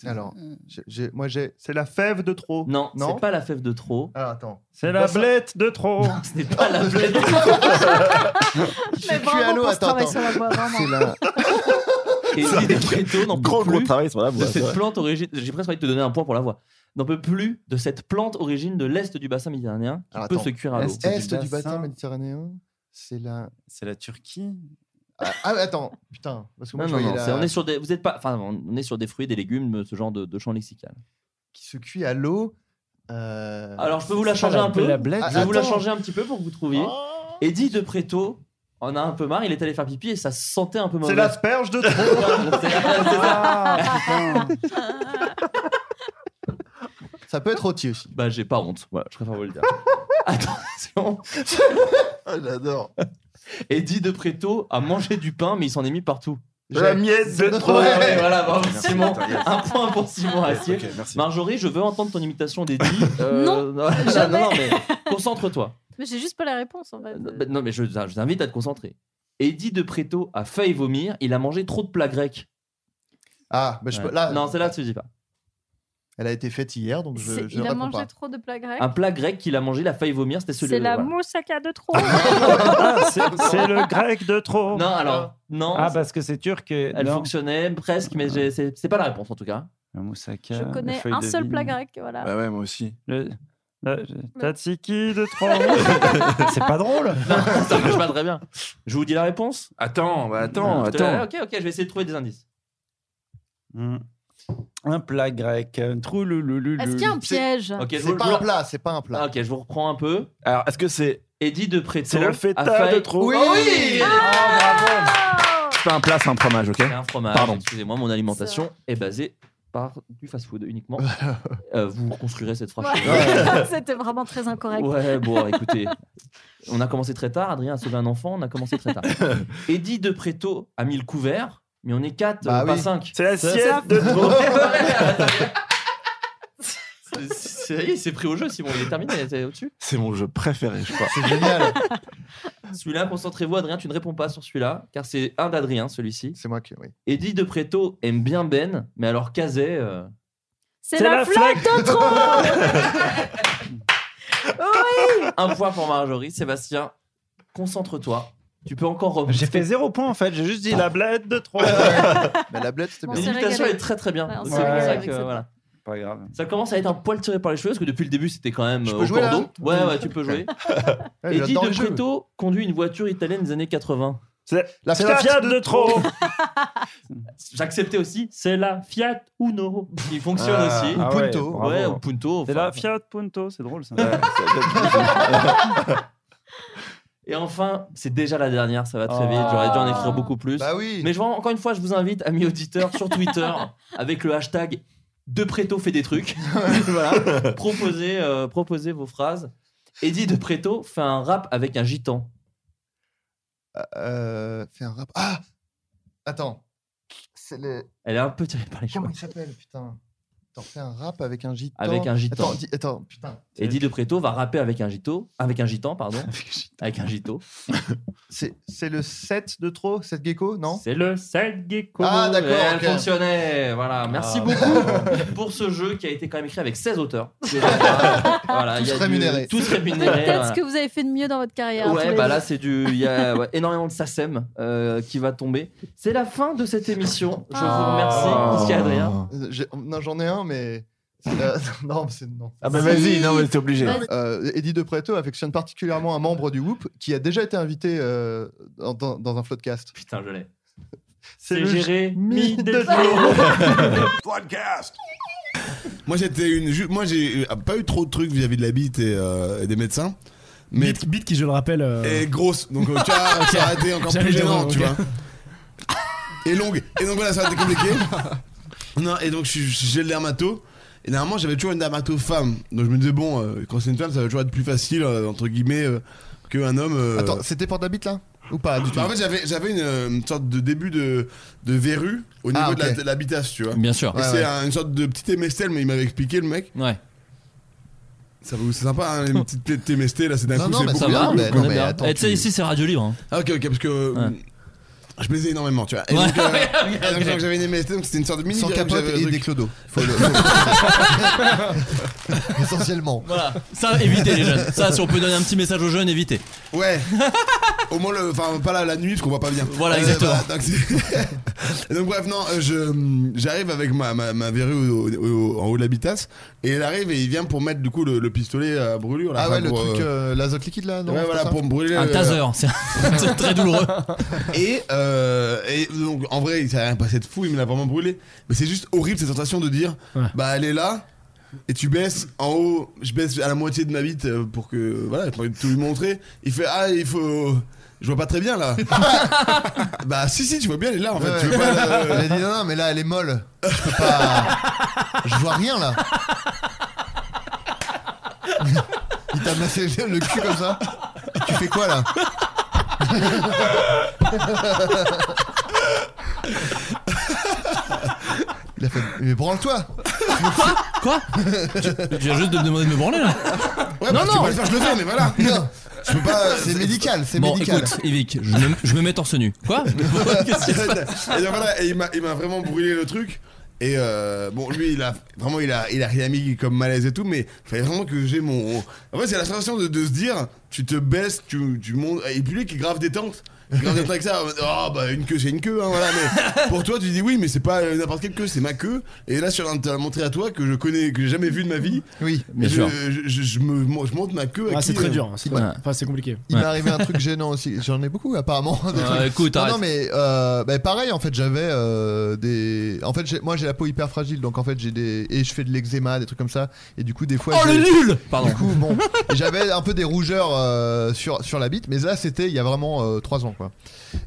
S7: Alors, j'ai- j'ai- moi j'ai. C'est la fève de trop.
S6: Non,
S7: non.
S6: c'est pas la fève de trop.
S7: Alors attends.
S23: C'est la blette de trop.
S6: ce n'est pas Ah, la blette de
S23: Mais
S7: Tu es à l'eau, attends. attends. C'est la.
S6: Eddie de Préto n'en peut plus
S23: la
S6: de
S23: voix, c'est
S6: cette
S23: vrai.
S6: plante origine. J'ai presque envie de te donner un point pour la voix. N'en peut plus de cette plante origine de l'Est du bassin méditerranéen qui
S7: Alors,
S6: peut
S7: attends.
S6: se cuire à l'eau.
S7: Est, est Ah, du bassin méditerranéen, c'est la.
S23: C'est la Turquie.
S7: Ah, ah, attends, putain. Parce que moi,
S6: Non,
S7: je
S6: non,
S7: voyais
S6: non,
S7: la-
S6: c'est- on est sur des, vous êtes pas, enfin, on est sur des fruits, des légumes, ce genre de, de champ lexical.
S7: qui se cuit à l'eau. euh,
S6: Alors, je peux vous la
S7: c'est pas
S6: changer un peu.
S7: la blette.
S6: je vais vous la
S7: Attends.
S6: changer un petit peu pour que vous trouviez.
S23: Ah.
S6: Eddie de Préto en a un peu marre. Il est allé faire pipi et ça se sentait un peu mauvais.
S23: C'est l'asperge de trop. Ah,
S7: Ça peut être rôti aussi.
S6: Bah, j'ai pas honte. Voilà, je préfère vous le dire. Attention.
S7: Ah, J'adore.
S6: Eddie de Préto a mangé du pain, mais il s'en est mis partout.
S23: La
S6: J'ai-
S23: miette de
S6: Ouais,
S23: trop.
S6: ouais, voilà, bravo,
S23: Merci,
S6: Simon.
S23: putain, yes.
S6: Un point pour Simon
S23: Yes,
S6: Assier.
S23: ok, merci.
S6: Marjorie, je veux entendre ton imitation d'Eddie. Euh,
S4: Non,
S6: non,
S4: jamais.
S6: non, mais concentre-toi.
S4: Mais j'ai juste pas la réponse en fait.
S6: Bah, Non, mais je, je t'invite à te concentrer. Eddie de Preto a failli vomir, il a mangé trop de plats grecs.
S7: Ah, bah, je peux- là-
S6: Non, celle-là, tu dis pas.
S7: Elle a été faite hier, donc je,
S6: C'est-
S7: je
S6: il
S7: ne
S6: a
S7: réponds
S6: mangé
S7: pas.
S2: trop de plats grecs.
S6: Un plat grec qu'il a mangé, il a failli vomir, c'était celui-là.
S2: C'est la
S6: voilà.
S2: moussaka de trop.
S6: Ah,
S5: Ah, C'est le grec de trop.
S6: Non, alors, non.
S5: Ah, parce que c'est turc. Et...
S6: Elle
S5: non.
S6: fonctionnait presque, mais j'ai- c'est c'est pas la réponse en tout cas.
S5: Le moussaka.
S2: Je connais un seul plat grec, voilà.
S5: Bah ouais, moi aussi. Le... le- Tatsiki de trop. c'est pas drôle.
S6: Ça marche pas très bien. Je vous dis la réponse Ah,
S5: Attends, bah,
S6: Je te la- Euh, Ok, ok, je vais essayer de trouver des indices.
S5: Hmm. Un plat grec. un trouloulou.
S10: Est-ce qu'il y a un piège
S6: Ok,
S7: C'est pas un plat, c'est pas un plat.
S6: Ah, ok, je vous reprends un peu.
S5: Alors, est-ce que c'est.
S6: Eddie de Préto.
S5: C'est le
S6: a
S5: feta
S6: failli-
S5: de trop.
S6: Oh oui
S5: C'est pas un plat, c'est un fromage, ok
S6: C'est un fromage.
S5: Pardon.
S6: Excusez-moi, mon alimentation est basée par du fast-food uniquement. Euh, vous construirez cette phrase. chez vous.
S10: Ouais. C'était vraiment très incorrect.
S6: Ouais, bon, écoutez, on a commencé très tard. Adrien a sauvé un enfant, on a commencé très tard. Eddie de Préto a mis le couvert, mais on est 4,
S5: Bah
S6: pas
S5: oui.
S6: 5.
S5: C'est la sieste de trop.
S6: Ça y est, il s'est pris au jeu, Simon, il est terminé, il était au-dessus.
S5: C'est mon jeu préféré, je crois.
S6: C'est génial. celui-là, concentrez-vous, Adrien, tu ne réponds pas sur celui-là, car c'est un d'Adrien, celui-ci.
S7: C'est moi qui, oui.
S6: Eddie de Préto aime bien Ben, mais alors Kazé. euh,
S10: C'est la, flaque de trop Oui
S6: Un point pour Marjorie. Sébastien, concentre-toi. Tu peux encore remonter.
S5: J'ai fait zéro point en fait, j'ai juste dit la blette de trop.
S7: Mais la blette, c'était
S6: bien. L'imitation est très très bien.
S5: Ouais, on
S6: Donc,
S5: s'est
S6: c'est pour
S5: régalé
S6: ça
S5: avec
S6: que,
S5: cette
S6: voilà.
S5: Pas grave.
S6: Ça commence à être un poil tiré par les cheveux parce que depuis le début c'était quand même euh,
S5: peux
S6: au
S5: jouer, là
S6: cordeau. Ouais, ouais, tu peux jouer.
S5: Ouais,
S6: Eddie
S5: j'adore
S6: de
S5: les jeux.
S6: Preto conduit une voiture italienne des années 80.
S5: C'est
S6: la
S5: C'est la Fiat de trop.
S6: J'acceptais aussi, c'est la Fiat Uno qui fonctionne
S5: Ah,
S6: aussi.
S5: ah ouais, Punto. bravo.
S6: Ouais, ou Punto.
S5: C'est
S6: enfin.
S5: la Fiat Punto, c'est drôle ça.
S6: Et enfin, c'est déjà la dernière, ça va très vite.
S5: Ah.
S6: J'aurais dû en écrire beaucoup plus.
S7: Oh. Bah oui.
S6: Mais je vois- encore une fois, je vous invite, amis auditeurs, sur Twitter, avec le hashtag De Préto fait des trucs. voilà. Proposez, euh, proposez vos phrases. Eddie De Préto fait un rap avec un gitan.
S7: Euh, fais un rap. Ah Attends. C'est le.
S6: Elle est un peu tirée par les cheveux.
S7: Comment il s'appelle, putain Attends, fais un rap avec un gitan.
S6: Avec un gitan.
S7: Attends, dis- attends, putain.
S6: Eddie De Préto va rapper avec un gito, avec un gitan, pardon, avec un gito.
S7: C'est c'est le 7 de trop, 7 gecko, non
S6: C'est le 7 gecko.
S7: Ah,
S6: Et Elle
S7: d'accord. ok.
S6: fonctionnait. Voilà. Merci
S7: Ah.
S6: beaucoup pour ce jeu qui a été quand même écrit avec 16 auteurs. voilà,
S7: Tous
S6: il y a du-
S7: rémunérés.
S6: Tous rémunérés.
S10: Peut-être
S6: voilà.
S10: ce que vous avez fait de mieux dans votre carrière. tous
S6: bah, Ouais,
S10: les
S6: bah
S10: deux.
S6: là, c'est du. Il y a ouais, énormément de SACEM euh, qui va tomber. C'est la fin de cette émission. Je
S10: Ah.
S6: vous remercie, Monsieur Adrien.
S7: Euh, j'ai- Non, j'en ai un, mais. Euh, non, mais c'est non.
S5: Ah bah vas-y, non, mais t'es obligé. Vas-y.
S7: Euh, Eddie De Preto affectionne particulièrement un membre du Whoop qui a déjà été invité euh, dans, dans, dans un floodcast.
S6: Putain, je l'ai.
S7: C'est
S6: le Jérémy
S32: Podcast. Moi j'étais une ju- moi j'ai euh, pas eu trop de trucs vis-à-vis de la bite et, euh, et des médecins. Mais
S46: Bite, bite qui, je le rappelle. euh,
S32: et grosse donc euh, tu vois ça a été encore
S46: J'allais
S32: plus
S46: dire,
S32: gênant tu
S46: ok.
S32: vois. Et longue et donc voilà ça a été compliqué. Non et donc je suis- j'ai le dermato. Et normalement j'avais toujours une dermato femme donc je me disais bon euh, quand c'est une femme ça va toujours être plus facile euh, entre guillemets euh, qu'un homme. euh,
S7: Attends, c'était pour ta bite là Ou pas du tout
S32: Bah, en fait, j'avais, j'avais une, euh, une sorte de début de, de verrue au niveau
S7: Ah,
S32: de, la,
S7: ok.
S32: de la bitasse, tu vois.
S7: Bien sûr.
S32: Et
S7: Ouais,
S32: c'est
S7: ouais.
S32: un- une sorte de petite MST, mais il m'avait expliqué le mec.
S6: Ouais.
S32: Ça vous, c'est sympa, hein, une petite petite MST là, c'est d'un
S7: Non,
S32: coup,
S7: non,
S32: c'est
S7: mais ça
S32: beaucoup
S7: va,
S32: plus
S7: mais
S32: cool.
S7: ah, bah, non, mais attends,
S32: Et
S6: Eh, tu sais, ici, c'est Radio Libre. hein.
S32: Ah, ok, ok, parce que. hum, Je plaisais énormément, tu vois. Et
S7: Ouais.
S32: donc, euh,
S7: Ouais, ok,
S32: et donc,
S7: ok.
S32: donc, j'avais une MST, donc c'était une sorte de mini
S7: Sans
S32: verrue que
S7: capote
S32: j'avais,
S7: et
S32: un
S7: des
S32: truc.
S7: clodos. Essentiellement.
S47: Voilà, ça évitez les jeunes. Ça, si on peut donner un petit message aux jeunes, évitez.
S32: Ouais. Au moins, le, enfin, pas là, la nuit, parce qu'on voit pas bien.
S7: Euh,
S47: Voilà, exactement.
S32: voilà, donc, c'est- Et donc, bref, non, euh, je, j'arrive avec ma, ma, ma verrue au- au- au- en haut de la bitasse, et elle arrive et il vient pour mettre du coup le, le pistolet à brûlure. Là,
S7: Ah ouais, le
S32: pour,
S7: truc,
S32: euh,
S7: euh, l'azote liquide là non,
S32: ouais,
S7: c'est
S32: voilà,
S7: ça
S32: pour me brûler. euh,
S47: Un
S32: le-
S47: taser, c'est- c'est très douloureux.
S32: Et, euh, et donc, en vrai, il s'est rien passé de fou, il me l'a vraiment brûlé. Mais c'est juste horrible cette sensation de dire bah, elle est là. Et tu baisses en haut, je baisse à la moitié de ma bite euh, pour que. Voilà, pour tout lui montrer. Il fait Ah, il faut. Je vois pas très bien là. bah, si, si, tu vois bien, elle est là en fait.
S7: Ouais,
S32: Tu veux
S7: ouais.
S32: pas, euh, la-
S7: Elle a dit non, non, mais là elle est molle. Je peux pas. Je vois rien là. Il t'a massé le cul comme ça. Tu fais quoi là Il a fait. Mais branle-toi
S47: Quoi Tu viens juste de me demander de me branler là
S32: Ouais, bah, tu peux pas le faire, je le fais, mais voilà.
S7: Non.
S32: Je peux pas.
S7: C'est médical, c'est
S6: Bon,
S7: médical.
S6: écoute, Evic, je me, je me mets torse nu. Quoi Qu'est-ce qui se passe
S32: et donc voilà, et il m'a il m'a vraiment brûlé le truc. Et euh, bon, lui, il a vraiment, il a, il a rien mis comme malaise et tout, mais il fallait vraiment que j'ai mon. En fait, c'est la sensation de, de se dire, tu te baisses, tu, tu montes. Et puis lui qui est grave détente, qui est grave détente avec ça, en mode, oh bah une queue, c'est une queue, hein, voilà. Mais pour toi, tu dis oui, mais c'est pas euh, n'importe quelle queue, c'est ma queue. Et là, sur t'as montré à toi que je connais, que j'ai jamais vu de ma vie.
S7: Oui,
S32: mais je,
S7: bien sûr.
S32: je, je, je me, moi, je monte ma queue. à
S7: Ah, c'est
S32: qui,
S7: très
S32: euh,
S7: dur, hein, c'est
S32: ouais.
S7: dur.
S6: Enfin, c'est compliqué.
S7: Il m'est arrivé un truc gênant aussi. J'en ai beaucoup apparemment. des
S6: Ah,
S7: trucs.
S6: écoute,
S7: non,
S6: arrête.
S7: non, mais euh, bah, pareil en fait j'avais euh, des. En fait j'ai- moi j'ai la peau hyper fragile donc en fait j'ai des et je fais de l'eczéma des trucs comme ça et du coup des fois.
S6: Oh,
S7: j'ai-
S6: le nul Pardon.
S7: Du coup bon j'avais un peu des rougeurs euh, sur sur la bite mais là c'était il y a vraiment euh, trois ans quoi.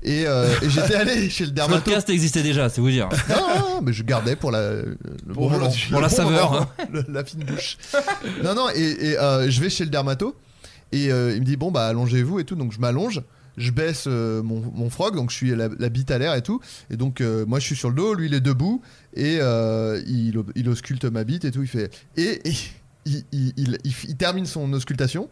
S7: Et, euh, et j'étais allé chez le
S6: Ce
S7: dermatologue.
S6: podcast existait déjà, c'est vous dire.
S7: Ah, mais je gardais pour la, le
S6: Pour
S7: bon
S6: la-
S7: moment.
S6: pour la
S7: Le bon
S6: saveur,
S7: moment.
S6: hein.
S7: Le- la fine bouche. non, non, et, et, euh, je vais chez le dermato et euh, il me dit bon bah allongez-vous et tout, donc je m'allonge. Je baisse euh, mon, mon frog, donc je suis la, la bite à l'air et tout. Et donc, euh, moi, je suis sur le dos, lui, il est debout. Et euh, il, il ausculte ma bite et tout. Il fait. Et, et il, il- il- il- il termine son auscultation.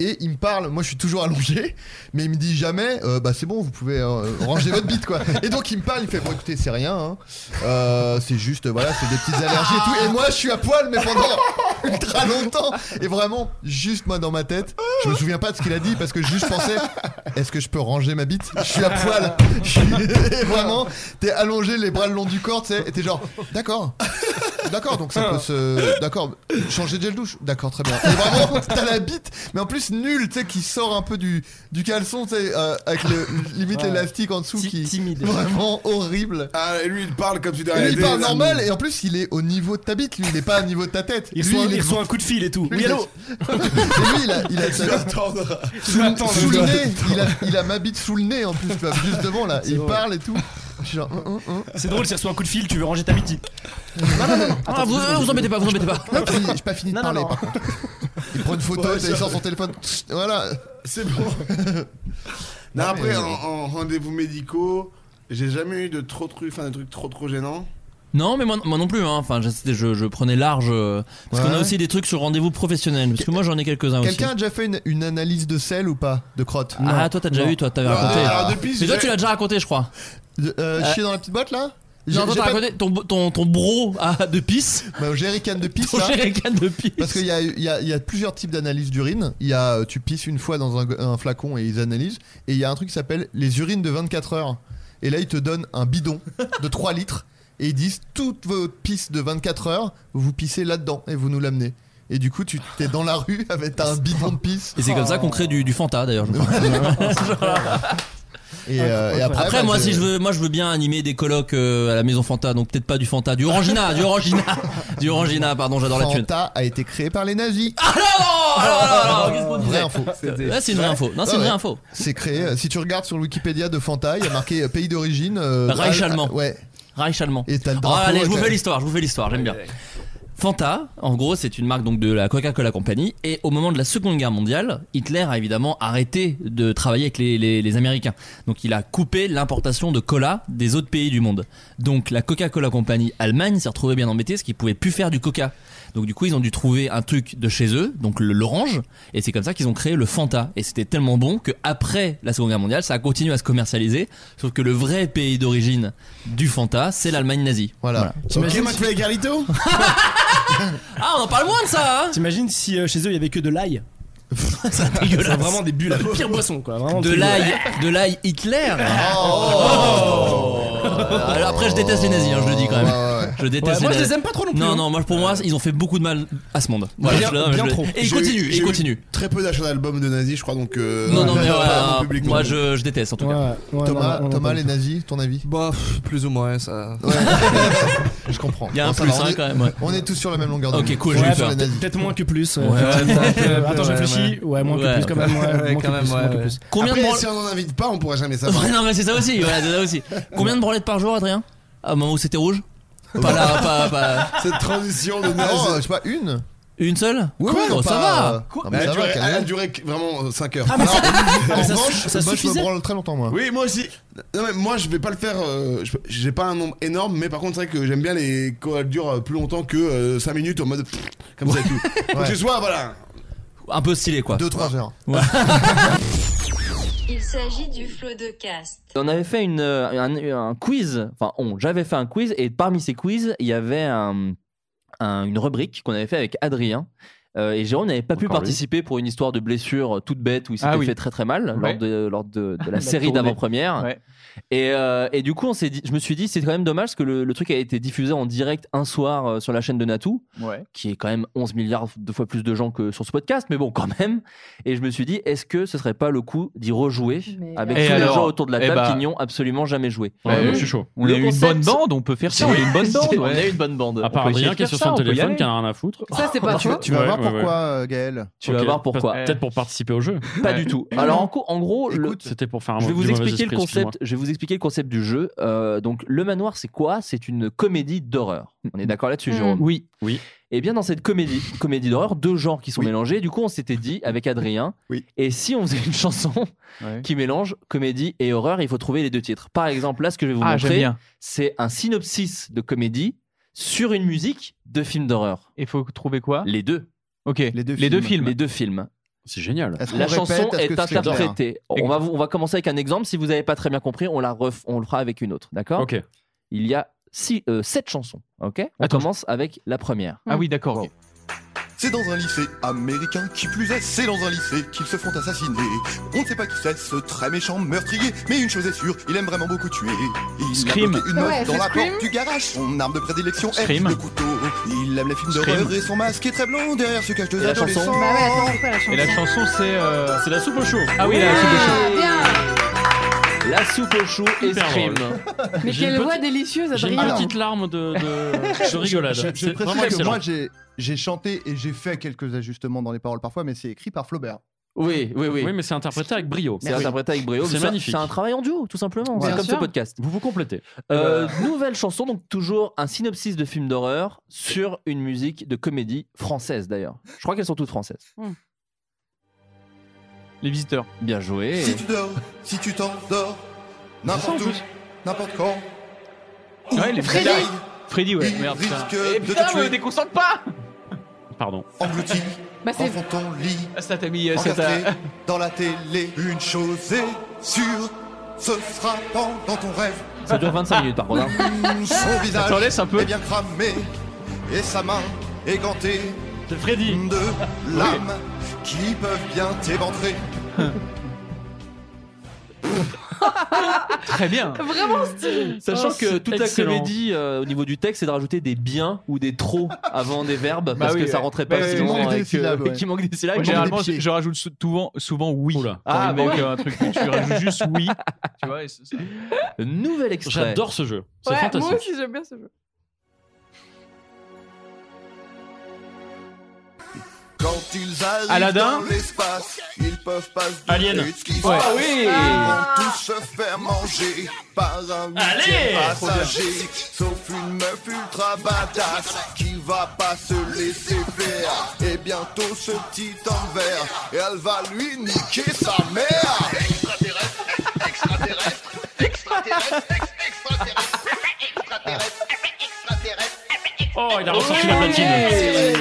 S7: Et il me parle. Moi, je suis toujours allongé. Mais il me dit jamais euh, Bah, c'est bon, vous pouvez euh, ranger votre bite, quoi. Et donc, il me parle. Il fait Bon, écoutez, c'est rien. hein. Euh, c'est juste, voilà, c'est des petites allergies et
S6: Ah.
S7: tout. Et moi, je suis à poil, mais pendant ultra longtemps. Et vraiment, juste moi dans ma tête, je me souviens pas de ce qu'il a dit parce que je juste pensais Est-ce que je peux ranger ma bite Je suis à poil. Je suis- et vraiment, t'es allongé les bras le long du corps, tu sais, et t'es genre D'accord. D'accord, donc ça peut se. D'accord, changer de gel douche. D'accord, très bien. Et vraiment, t'as la bite, mais en plus nul, tu sais, qui sort un peu du, du caleçon, tu sais, euh, avec le, limite
S32: Ouais.
S7: l'élastique en dessous qui. Timide. Vraiment horrible.
S32: Ah, et lui, il parle comme si de
S7: Et
S32: rien
S7: lui, il
S32: n'était.
S7: parle normal et en plus il est au niveau de ta bite, lui il est pas au niveau de ta tête.
S6: Il
S7: Lui,
S6: reçoit-
S7: est-
S6: il reçoit un coup de fil et tout.
S7: Lui,
S6: Oui,
S7: il a-
S6: allô
S7: Et lui il a, il a
S32: Je vais attendre.
S7: sous, sous le nez, il a, il a ma bite sous le nez en plus, tu vois, juste devant là,
S6: C'est
S7: il
S6: drôle.
S7: parle et tout. Je suis genre, hum, hum, hum.
S6: C'est drôle, s'il reçoit un coup de fil, tu veux ranger ta midi.
S7: Non, non, non, non.
S6: Ah, vous, vous embêtez pas, vous embêtez pas.
S7: J'ai pas fini- J'ai pas fini de parler par contre. Il prend une photo,
S32: Ouais,
S7: tu sais,
S32: ça-
S7: il sort son téléphone. Voilà.
S32: C'est bon. Non,
S7: Non, mais-
S32: après, en, en rendez-vous médicaux, j'ai jamais eu de trop trucs, enfin, de trucs trop trop gênants.
S6: Non, mais moi, moi non plus. Hein. Enfin, je, c'était- je, je prenais large. euh, Parce qu'on
S7: Ouais.
S6: a aussi des trucs sur rendez-vous professionnel. Parce que moi, j'en ai quelques-uns aussi.
S7: Quelqu'un a déjà fait une, une analyse de sel ou pas De crotte
S6: Ah, toi, t'as déjà
S7: Non.
S6: vu, toi, t'avais raconté. mais toi, tu l'as déjà raconté, je crois.
S7: De- euh,
S6: Euh,
S7: chier dans la petite botte
S6: Non,
S7: là J'ai-
S6: toi,
S7: j'ai
S6: t'as
S7: pas-
S6: raconté ton, ton, ton bro ah, de pisse.
S7: Bah, au jerrycan de pisse.
S6: Ton
S7: là.
S6: jerrycan de pisse.
S7: Parce qu'il y a, il y a- il y a plusieurs types d'analyses d'urine. Il y a euh, tu pisses une fois dans un, un flacon et ils analysent. Et il y a un truc qui s'appelle les urines de 24 heures. Et là, ils te donnent un bidon de 3 litres et ils disent toutes vos pisses de 24 heures, vous pissez là-dedans et vous nous l'amenez. Et du coup, tu t'es dans la rue avec t'as un bidon de pisse.
S6: Et c'est comme ça qu'on crée du, du Fanta, d'ailleurs. je crois.
S7: Et, euh, et après, bah,
S6: moi,
S7: c'est-
S6: si je veux, moi, je veux bien animer des colloques euh, à la maison Fanta, donc peut-être pas du Fanta, du Orangina, du Orangina, du Orangina, pardon, j'adore la thune.
S7: Fanta a été créé par les nazis.
S6: Ah non, alors, alors, alors, qu'est-ce qu'on disait
S7: Vraie info.
S6: Là, c'est une vraie info. Non, c'est
S7: Ouais,
S6: une vraie
S7: ouais.
S6: info.
S7: C'est créé. euh, Si tu regardes sur le Wikipédia de Fanta, il y a marqué euh, pays d'origine. euh,
S6: Bah, Reich
S7: ah,
S6: allemand.
S7: ah, Ouais.
S6: Reich allemand.
S7: Et t'as le
S6: Oh,
S7: drapeau.
S6: allez, je vous
S7: t'as-
S6: fais l'histoire, je vous fais l'histoire, j'aime bien. Fanta, en gros, c'est une marque donc de la Coca-Cola Company. Et au moment de la Seconde Guerre mondiale, Hitler a évidemment arrêté de travailler avec les, les- les Américains. Donc il a coupé l'importation de cola des autres pays du monde. Donc la Coca-Cola Company Allemagne s'est retrouvée bien embêtée parce qu'ils pouvaient plus faire du Coca. Donc du coup, ils ont dû trouver un truc de chez eux, donc le- l'orange. Et c'est comme ça qu'ils ont créé le Fanta. Et c'était tellement bon que après la Seconde Guerre mondiale, ça a continué à se commercialiser. Sauf que le vrai pays d'origine du Fanta, c'est l'Allemagne nazie.
S7: Voilà.
S32: Ok, McFly et Carlito
S6: Ah, on en parle moins de ça hein T'imagines si chez eux il y avait que de l'ail Ça dégueulasse. C'est vraiment des bulles, la pire boisson quoi. Vraiment de truc- l'ail, de l'ail Hitler. Oh.
S7: Oh.
S6: Euh, Alors après je déteste les nazis, hein, je le dis quand même. Je déteste. Ouais, moi, je nazis. les aime pas trop non plus, Non hein. non, moi pour moi ils ont fait beaucoup de mal à ce monde. Voilà, je le- je le- Et ils
S32: J'ai eu-
S6: continuent, et
S32: j'ai
S6: ils
S32: eu
S6: continuent.
S32: Très peu d'achats d'albums de nazis, je crois, donc. euh,
S6: Non non mais
S32: pas
S6: ouais,
S32: vraiment
S6: hein,
S32: public,
S6: moi
S32: non.
S6: je, je déteste en tout cas.
S7: Thomas, Thomas les nazis, ton avis
S6: Bah
S48: Plus ou moins, ça.
S7: je comprends.
S6: Il y a un
S7: ça
S6: plus,
S7: va, on
S6: hein,
S7: est-
S6: quand même, ouais.
S7: On est tous sur la même longueur d'onde.
S6: Ok cool,
S7: On
S6: j'ai
S7: est
S6: eu
S7: sur
S6: peur.
S7: les nazis.
S6: Ouais,
S32: ouais,
S6: attends, euh, je
S32: ouais,
S6: réfléchis. Ouais, moins que plus, quand même, ouais, moins que plus, moins que plus. Combien
S32: Combien
S6: de
S32: Après,
S6: branles-
S32: si on n'en invite pas, on pourra jamais savoir.
S6: Ouais, non mais c'est ça aussi, voilà, c'est ça aussi. Combien de branlettes par jour Adrien À un moment où c'était rouge Pas là, pas, pas-
S32: Cette transition de
S7: Non,
S32: nazi.
S7: euh, je sais pas, une
S6: Une seule
S7: Oui,
S6: Quoi
S7: oui,
S6: Oh,
S7: pas,
S6: Ça
S7: euh,
S6: va
S7: non, mais
S32: Elle
S7: ça
S32: a
S7: va,
S32: duré-
S7: quand
S32: elle a
S7: même.
S32: duré vraiment 5 heures.
S7: Ah, mais
S32: Non,
S7: ça-
S32: en
S7: mais ça
S32: revanche,
S7: su- ça
S32: moi, je me
S7: suffisait
S32: branle
S7: très longtemps, moi.
S32: Oui, moi aussi. Non, mais moi, je vais pas le faire. euh, je- J'ai pas un nombre énorme, mais par contre, c'est vrai que j'aime bien les euh, quand elles durent plus longtemps que 5 minutes en mode. Comme ça et tout. Faut que
S7: Ouais.
S32: je sois, voilà.
S15: un peu stylé quoi.
S32: 2-3 heures.
S10: Il s'agit du flot de cast.
S6: On avait fait une, euh, un, un quiz, enfin on, j'avais fait un quiz et parmi ces quiz, il y avait un- un- une rubrique qu'on avait
S15: Ah
S6: fait avec Adrien. Euh, et Jérôme n'avait pas pu
S15: Encore lui.
S6: participer pour une histoire de blessure euh, toute bête où il s'était
S15: Ah oui.
S6: fait très très mal
S15: Ouais.
S6: lors de, lors de, de la,
S15: La
S6: série
S15: tournée.
S6: d'avant-première.
S15: Ouais.
S6: Et, euh, et du coup, on s'est dit, je me suis dit, c'est quand même dommage parce que le, le truc a été diffusé en direct un soir euh, sur la chaîne de Natou
S15: Ouais.
S6: qui est quand même 11 milliards de fois plus de gens que sur ce podcast, mais bon, quand même. Et je me suis dit, est-ce que ce serait pas le coup d'y rejouer avec
S5: Et
S6: tous les
S5: alors
S6: gens autour de la
S5: Eh
S6: table
S5: bah.
S15: ben,
S6: qui n'y ont absolument jamais joué
S5: Ouais, Ouais, moi, Ah, je suis chaud. On a eu une bonne bande, on peut faire ça, on a eu une bonne bande,
S6: On a
S5: ouais.
S6: eu une bonne bande.
S5: À part
S6: On peut
S5: Adrien
S6: essayer de
S5: qui est
S6: faire
S5: sur son
S6: ça, on peut y
S5: téléphone,
S6: aller.
S5: qui a rien à foutre.
S32: Ça, c'est pas
S6: Tu-
S32: toi.
S6: tu vas
S32: voir pourquoi, euh, Gaël.
S6: Tu vas
S5: Ok.
S6: voir pourquoi.
S5: Peut-être pour participer au jeu.
S6: Pas du tout. Alors en, co- en gros, le-
S5: C'était pour faire un
S6: je vais
S5: du
S6: vous
S5: mauvais
S6: expliquer le
S5: esprit,
S6: concept. Je vais vous expliquer le concept du jeu. Euh, donc le manoir, c'est quoi C'est une comédie d'horreur. On est d'accord là-dessus,
S5: Mm.
S6: Jérôme
S5: Oui. Oui.
S6: Et bien dans cette comédie, comédie d'horreur, deux genres qui sont mélangés. Du coup, on s'était dit avec Adrien. Et si on faisait une chanson qui mélange comédie et horreur, il faut trouver les deux titres. Par exemple, là, ce que je vais vous
S5: Ah, j'aime
S6: montrer,
S5: bien.
S6: c'est un synopsis de comédie sur une musique de film d'horreur.
S5: Il faut trouver quoi
S6: Les deux.
S5: Ok. Les deux, films.
S6: Les deux films.
S5: C'est génial.
S6: La chanson est, interprétée. On va, vous- on va commencer avec un exemple. Si vous n'avez pas très bien compris, on, la ref- on le fera avec une autre. D'accord
S5: Ok.
S6: Il y a six, euh, sept chansons. Ok On
S5: Attends,
S6: commence avec la première.
S5: Ah oui, d'accord. ok.
S7: C'est dans un lycée américain, qui plus est, c'est dans un lycée qu'ils se font assassiner. On ne sait pas qui c'est, ce très méchant meurtrier, mais une chose est sûre, il aime vraiment beaucoup tuer. Il Scream. a bloqué une meuf Ouais, dans c'est la Scream. porte du garage. Son arme de prédilection est Scream. le couteau. Il aime les films Scream. d'horreur et son masque est très blanc. Derrière se cachent deux Et la adolescents. chanson Bah ouais, attends, c'est quoi la
S15: Et la chanson c'est c'est la soupe au chou.
S6: Ah oui, la soupe au chou.
S8: Bien.
S6: La soupe au chou et
S15: Hyper
S6: Scream.
S8: Mais
S15: J'ai une
S8: quelle
S15: petite-
S8: voix délicieuse,
S15: j'ai une
S8: Adrien.
S15: petite larme de- de- de rigolade.
S32: Je, je
S15: C'est
S32: précise
S15: vraiment
S32: que
S15: excellent.
S32: moi, j'ai, j'ai chanté et j'ai fait quelques ajustements dans les paroles parfois, mais c'est écrit par Flaubert.
S6: Oui, oui, oui.
S15: Oui, mais c'est interprété avec brio.
S6: C'est interprété avec brio.
S15: C'est
S6: Ça-
S15: magnifique.
S6: C'est un travail en duo, tout simplement.
S15: Bien
S6: C'est comme
S15: sûr.
S6: ce podcast.
S15: Vous vous complétez.
S6: Euh, Nouvelle chanson, donc toujours un synopsis de film d'horreur sur une musique de comédie française d'ailleurs. Je crois qu'elles sont toutes françaises.
S5: Les visiteurs.
S6: Bien
S5: Eh.
S6: joué.
S7: Si tu dors, si tu t'endors, n'importe où, n'importe quand.
S5: Ouais, les
S7: Freddy.
S5: Freddy. Freddy, ouais.
S7: Il
S5: Merde, putain.
S7: risque de te tuer.
S5: déconcentre pas Pardon.
S7: Englouti,
S8: Bah, c'est-
S7: enfant ton lit,
S5: Ça t'a mis. euh, ça t'a-
S7: encastré dans la télé. Une chose est sûre, ce sera pendant ton rêve.
S6: Ça dure 25 minutes par contre. hein.
S7: Son visage
S6: Attends, laisse un peu.
S7: est bien cramé et sa main est gantée.
S15: C'est Freddy.
S7: De lames qui peuvent bien t'éventrer.
S5: Très bien.
S8: Vraiment stylé.
S6: Sachant
S8: Oh,
S6: que
S8: c'est
S6: toute la
S8: excellent.
S6: comédie euh, au niveau du texte, c'est de rajouter des biens ou des trop avant des verbes parce
S5: Bah oui,
S6: que ça
S5: ouais.
S6: rentrait pas
S5: Ouais,
S6: sinon.
S5: ouais, ouais.
S6: avec, euh, qui manque des syllabes.
S5: Moi,
S6: qui manque
S5: généralement,
S6: des pieds.
S5: je, je rajoute sou- souvent, souvent oui.
S6: Ah,
S5: ah,
S6: mais
S5: mais
S6: oui.
S5: un truc, tu rajoutes juste oui. Tu vois, et c'est ça.
S6: Nouvel extrait.
S15: J'adore ce jeu. C'est
S8: Ouais,
S15: fantastique.
S8: Moi aussi, j'aime bien ce jeu.
S7: Quand ils arrivent
S15: Aladdin
S7: dans l'espace, ils peuvent pas se
S15: Alien.
S7: douter de ce qui se
S15: Ouais.
S7: passe.
S15: Ah oui.
S7: Ils vont tous se faire manger par un huitième passager. Sauf une meuf ultra badass qui va pas se laisser faire. Et bientôt ce petit envers, elle va lui niquer sa mère. Extraterrestre, extraterrestre, extraterrestre,
S15: Oh, il a ressorti la platine.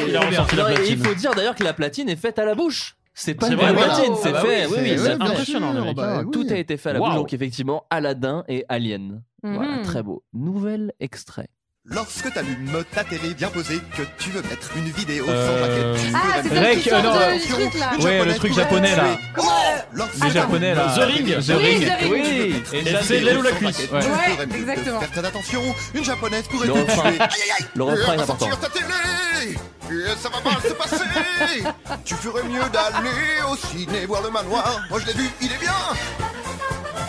S15: Il a ressorti la
S6: Non, et
S15: platine.
S6: Il faut dire d'ailleurs que la platine est faite à la bouche. C'est pas
S15: C'est
S6: une
S15: vrai,
S6: vraie
S15: voilà.
S6: platine,
S15: Oh,
S6: c'est
S15: bah
S6: fait.
S15: oui,
S6: Oui,
S15: c'est-
S6: oui,
S15: oui,
S6: c'est
S15: bien
S6: impressionnant.
S15: sûr,
S6: les mecs.
S15: bah oui.
S6: Tout a été fait à la
S7: Wow.
S6: bouche. Donc effectivement, Aladdin et Alien. Voilà,
S7: Mhm.
S6: très beau. Nouvel extrait.
S7: Lorsque t'allumes ta télé bien posée, que tu veux mettre une vidéo sans
S5: Euh,
S7: plaquette, tu veux
S5: Ah,
S7: la
S5: c'est
S7: mettre-
S5: celle qui Rec, euh, sort non, de- du truc, là. Ouais, le truc japonais, là.
S7: Comment
S5: Les japonais là.
S7: The Ring.
S5: The
S7: Oui,
S5: Ring.
S7: The Ring.
S5: Oui.
S7: Et
S5: ça,
S7: c'est l'aile ou la
S5: sans
S7: cuisse.
S5: raquette.
S7: Ouais.
S5: Ouais.
S7: Tu ferais mieux de
S8: exactement.
S7: Faire très attention, une japonaise pourrait
S6: Le
S7: te
S6: refrain.
S7: tuer. Aïe, aïe, aïe.
S6: Le refrain
S7: Elle
S6: est
S7: va sortir
S6: important.
S7: ta télé. Et Ça va mal se passer. tu ferais mieux d'aller au ciné voir le manoir. Moi je l'ai vu, il est bien.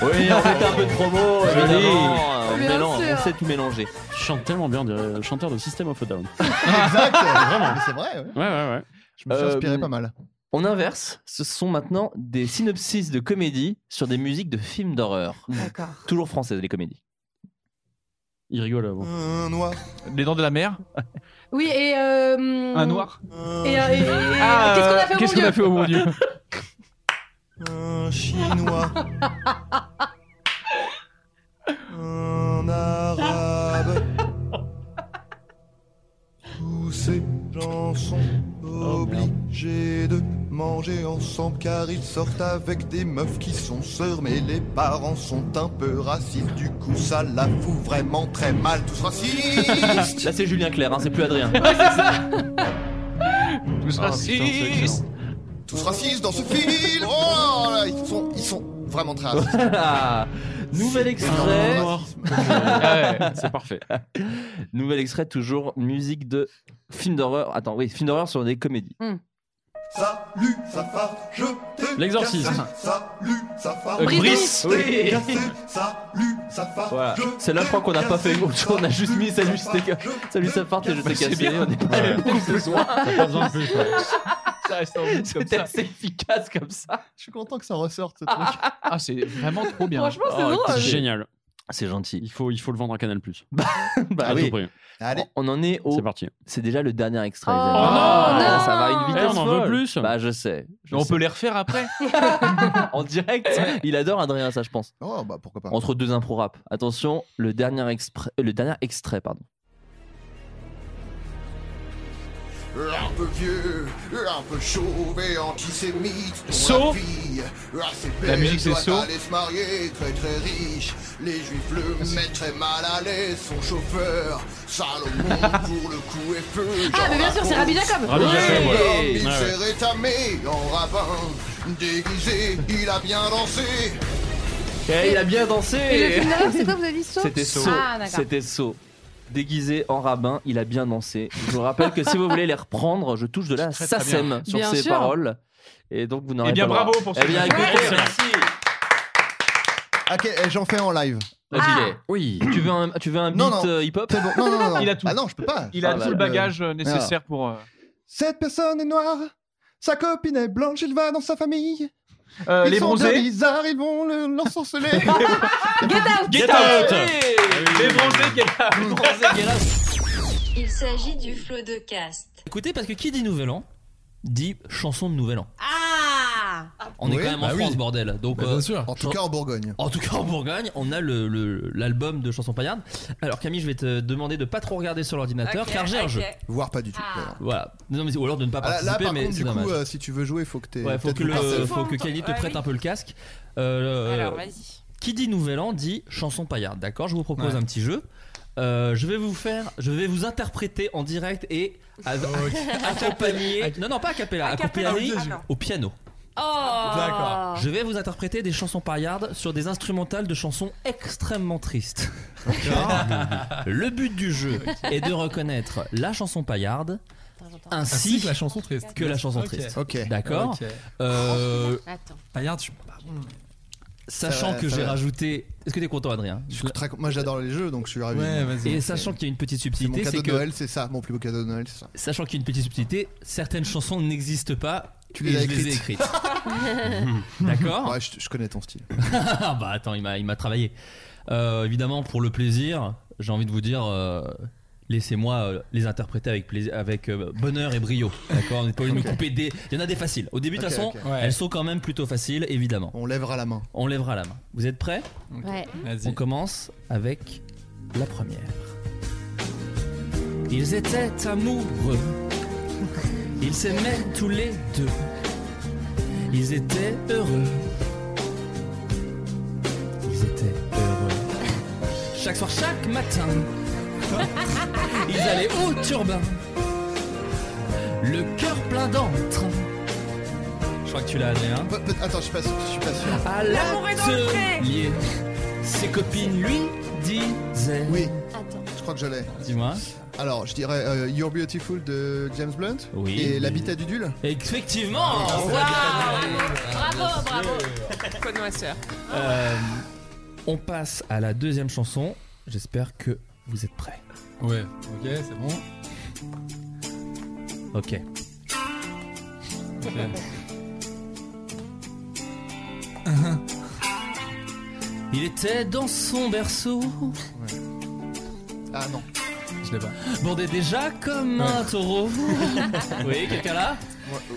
S6: Oui, on fait un peu de
S7: Oh,
S6: promo,
S15: Joli.
S6: évidemment. On,
S15: Bien
S6: mélange,
S15: sûr.
S6: on sait tout mélanger.
S15: Je chante tellement bien, on dirait le chanteur de System of a Down.
S32: exact. Mais c'est vrai, ouais.
S15: Ouais, ouais, ouais.
S32: Je me suis
S6: Euh,
S32: inspiré pas mal.
S6: On inverse, ce sont maintenant des synopsis de comédie sur des musiques de films d'horreur.
S8: D'accord.
S6: Toujours françaises, les comédies.
S15: Il rigole avant.
S5: Les dents de la mer.
S8: Oui, et. euh,
S5: Un noir.
S8: Et. euh, et- et-
S5: Ah,
S8: Qu'est-ce qu'on a fait
S5: qu'est-ce
S8: au bon
S5: qu'on a fait au
S8: Dieu
S5: bon Dieu
S7: Un chinois. Un arabe. Tous tous ces gens sont obligés de manger ensemble car ils sortent avec des meufs qui sont sœurs mais les parents sont un peu racistes du coup ça la fout vraiment très mal tous
S5: Là,
S7: racistes
S5: c'est Julien Clerc, hein, c'est plus Adrien.
S7: Tous racistes Tous racistes dans ce film Oh là, ils sont, ils sont vraiment très racistes
S5: Nouvel extrait. Ah c'est parfait. Nouvel extrait, toujours musique de film d'horreur. Attends, oui, film d'horreur sur des comédies.
S7: Salut, Safar, je t'ai
S5: L'exorcisme.
S7: cassé. Salut, Safar,
S5: Euh,
S7: je
S5: Brice.
S7: t'ai
S5: Oui.
S7: cassé. Salut, Safar,
S5: Voilà.
S7: je
S5: C'est la fois qu'on n'a pas fait autre chose, on a juste mis salut, c'était que... salut, ça part et je t'ai
S7: c'est
S5: cassé.
S7: bien.
S5: On n'est pas allé beaucoup plus loin.
S7: Pas besoin de plus, ouais.
S5: Ça reste en boucle comme ça. assez efficace comme ça.
S15: Je suis content que ça ressorte ce truc.
S32: Ah, c'est vraiment trop bien.
S15: Franchement, c'est
S32: Oh,
S15: drôle.
S32: C'est
S15: Ouais.
S32: génial.
S5: C'est gentil.
S32: Il faut, il faut le vendre à Canal+.
S5: Bah
S32: À
S5: oui.
S32: tout prix.
S5: Allez. On on en est au. C'est parti. C'est déjà le dernier extrait. les
S32: Oh
S5: amis.
S32: non,
S5: Ah,
S32: non
S5: Ça va à une vitesse
S32: Eh, on en veut
S5: folle.
S32: plus.
S5: Bah je sais. je
S32: on
S5: sais.
S32: peut les refaire hein, après.
S5: en direct. Il adore Adrien, ça je pense.
S15: Oh bah pourquoi pas.
S5: Entre deux impro rap. Attention, le dernier exprès, le dernier extrait pardon.
S7: Un peu vieux, un peu chauve et antisémite. dont
S32: Saut.
S7: La, fille, assez
S32: La
S7: belle,
S32: musique, c'est
S7: doit
S32: saut.
S7: aller se marier, très très riche. Les juifs le mettent très mal à l'aise. Son chauffeur, Salomon, pour le coup est feu.
S8: Ah, mais bien sûr, c'est Rabbi Jacob.
S7: Rabbi
S8: Rabbi Jacob, ouais.
S7: Il
S8: Ouais, ouais.
S7: s'est rétamé en rabbin. Déguisé, il a bien dansé.
S5: Eh, il a bien dansé.
S8: Et le film d'horreur, c'est quoi Vous avez dit saut
S5: C'était Saut.
S8: Ah, d'accord.
S5: C'était Saut. Déguisé en rabbin, il a bien dansé. Je vous rappelle que si vous voulez les reprendre, je touche de la
S32: très bien.
S5: SACEM sur
S32: Bien
S5: ces
S32: sûr.
S5: paroles. Et donc vous n'aurez
S32: Eh bien,
S5: pas le droit.
S32: bravo pour ce
S5: Eh bien,
S32: film.
S5: écoutez,
S32: Ouais.
S5: merci.
S15: Ok, eh, j'en fais en live.
S5: Ah, Ok. Oui. Tu veux un, tu veux un beat
S15: Non, non.
S5: euh, hip-hop
S15: C'est bon. Non, non, non, non.
S5: Il a tout.
S15: Ah non, je peux pas.
S32: Il a
S15: Ah,
S32: tout
S15: bah,
S32: le
S15: euh,
S32: bagage euh,
S15: merde.
S32: nécessaire pour. euh,
S15: Cette personne est noire, sa copine est blanche, il va dans sa famille.
S32: Euh,
S15: ils
S32: les
S15: sont
S32: bronzés.
S15: bien bizarres, ils vont le- l'ensorceler.
S32: Get
S15: Get
S32: out
S15: out.
S32: Les bronzés, get out
S10: Il s'agit du flot de cast.
S6: Écoutez, parce que qui dit Nouvel An dit chanson de Nouvel An.
S8: Ah
S6: On est
S15: Oui,
S6: quand même en
S15: bah oui.
S6: France, bordel. Donc,
S15: Bah, bien
S6: euh,
S15: sûr. En tout
S6: chan-
S15: cas, en Bourgogne.
S6: En tout cas, en Bourgogne, on a le- le- l'album de chansons paillardes. Alors, Camille, je vais te demander de pas trop regarder sur l'ordinateur,
S8: Ok,
S6: car j'ai un
S8: ok. Ah.
S6: jeu.
S15: Voire pas du tout.
S6: Voilà. Non, mais, ou alors de ne pas
S15: Ah, là,
S6: participer,
S15: là, par
S6: mais
S15: contre,
S6: c'est
S15: du coup,
S6: dommage.
S15: euh, si tu veux jouer, faut que t'aies.
S6: Ouais, faut
S15: peut-être
S6: que,
S15: le
S6: le,
S15: passer.
S6: faut que Kelly te
S8: Ouais,
S6: prête
S8: Ah oui.
S6: un peu le casque. Euh,
S8: Alors, vas-y.
S6: Qui dit Nouvel An dit chanson paillarde. D'accord, je vous propose
S8: Ouais.
S6: un petit jeu. Euh, je vais vous faire, je vais vous interpréter en direct et a- accompagner. Non, non, pas a cappella,
S8: A cappella,
S6: accompagner
S8: ah, non.
S6: au piano.
S8: Oh
S14: Ah.
S6: Je vais vous interpréter des chansons paillardes sur des instrumentales de chansons extrêmement tristes. Le but du jeu est de reconnaître la chanson paillarde ainsi
S14: Ainsi que la chanson triste.
S6: que la chanson
S14: Ok.
S6: triste.
S14: Ok.
S6: D'accord.
S14: Ok.
S6: Euh,
S8: Attends.
S6: Paillard, je suis pas bon. Sachant
S15: Ça va,
S6: que
S15: ça
S6: j'ai
S15: va.
S6: rajouté. Est-ce que t'es content, Adrien
S15: Je suis très- Moi, j'adore les jeux, donc je suis ravi.
S6: Et sachant qu'il y a une petite
S15: C'est mon
S6: subtilité,
S15: cadeau
S6: c'est
S15: de
S6: que.
S15: Noël, c'est ça. Mon plus beau cadeau de Noël, c'est ça.
S6: Sachant qu'il y a une petite subtilité, certaines chansons n'existent pas.
S15: Tu
S6: et
S15: les as
S6: je les ai
S15: écrites.
S6: écrites. D'accord
S15: Ouais, je, je connais ton style.
S6: Ah bah attends, il m'a, il m'a travaillé. Euh, évidemment, pour le plaisir, j'ai envie de vous dire, euh, laissez-moi euh, les interpréter avec, plaisir, avec euh, bonheur et brio. D'accord On n'est pas obligé de me couper des. Il y en a des faciles. Au début, de toute
S15: Ok,
S6: façon,
S15: ok.
S6: elles sont quand même plutôt faciles, évidemment.
S15: On lèvera la main.
S6: On lèvera la main. Vous êtes prêts
S8: Ouais.
S6: On commence avec la première. Ils étaient amoureux. Ils s'aimaient tous les deux. Ils étaient heureux. Ils étaient heureux. Chaque soir, chaque matin, ils allaient au turbin. Le cœur plein d'entrain. Je crois que tu l'as, Adrien.
S7: Bah.
S15: Pe- Bah, peut- Attends, je suis pas sûr. Je suis pas sûr.
S6: À l'atelier, ses copines lui disaient.
S15: Oui. Je crois que je l'ai.
S6: Dis-moi.
S15: Alors, je dirais euh, You're Beautiful de James Blunt.
S6: Oui.
S15: Et l'habitat du Dul.
S6: Effectivement
S8: Waouh Bravo, bravo Connoisseur.
S6: Euh, On passe à la deuxième chanson. J'espère que vous êtes prêts.
S14: Ouais, ok, c'est bon.
S6: Ok. Uh-huh. Il était dans son berceau,
S15: Ah non.
S14: Je l'ai pas.
S6: bordé déjà comme un taureau. oui, quelqu'un là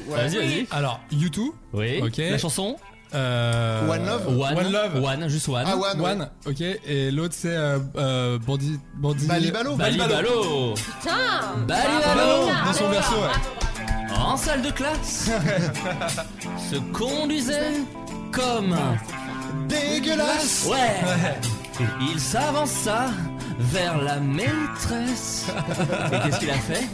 S15: ouais.
S6: Vas-y, vas-y.
S14: Alors, YouTube.
S6: Oui.
S14: Ok.
S6: La chanson
S14: Euh,
S7: One Love
S6: One. One Love. One, juste One.
S14: Ah,
S6: One,
S14: One.
S6: ouais.
S14: ok. Et l'autre, c'est euh, euh, Bandit. Bandit.
S6: Balibalo. Balibalo.
S14: Putain
S6: Balibalo. Hein.
S14: De son verso, ouais.
S6: Bah, En salle de classe, se conduisait comme
S7: Dégueulasse.
S6: Ouais. Il s'avança vers la maîtresse. Et qu'est-ce qu'il a fait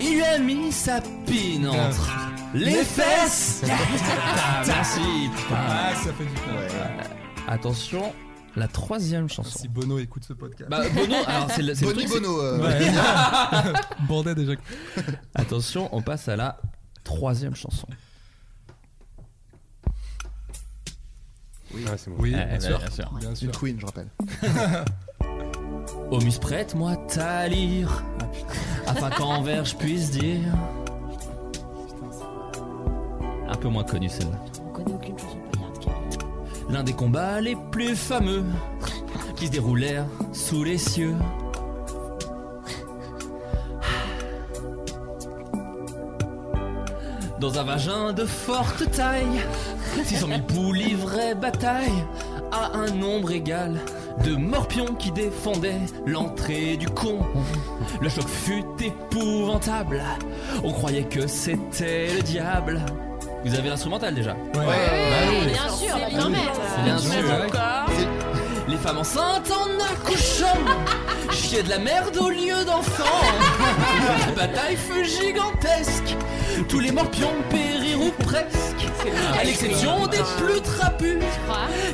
S6: Il lui a mis sa pine entre les fesses. Ah, Merci. putain.
S14: Ah, ça fait du bien.
S6: Attention, la troisième chanson.
S14: Si Bono écoute ce podcast.
S6: Bah, Bono, alors c'est le, c'est le
S7: Bonnie
S6: truc, c'est-
S7: Bono, euh.
S6: Ouais.
S14: Bordel déjà.
S6: Attention, on passe à la troisième chanson.
S14: Oui,
S6: c'est
S14: bon. Oui, bien
S6: Eh,
S7: Ah,
S6: bah,
S14: sûr.
S6: bien sûr.
S14: Bien sûr.
S7: Une queen, je rappelle.
S6: Omus, prête-moi ta lyre,
S14: Ah,
S6: afin qu'en vers je puisse dire. Un peu moins connue celle-là. L'un des combats les plus fameux qui se déroulèrent sous les cieux. Dans un vagin de forte taille, 600 000 poules livraient bataille à un nombre égal de morpions qui défendaient l'entrée du con. Le choc fut épouvantable, on croyait que c'était le diable. Vous avez l'instrumental déjà Bah
S14: Ouais,
S6: bien sûr,
S49: bien
S6: Bien sûr. C'est- Les femmes enceintes en accouchant chiaient de la merde au lieu d'enfants. La bataille fut gigantesque. Tous les morpions périrent ou presque, à l'exception des plus trapus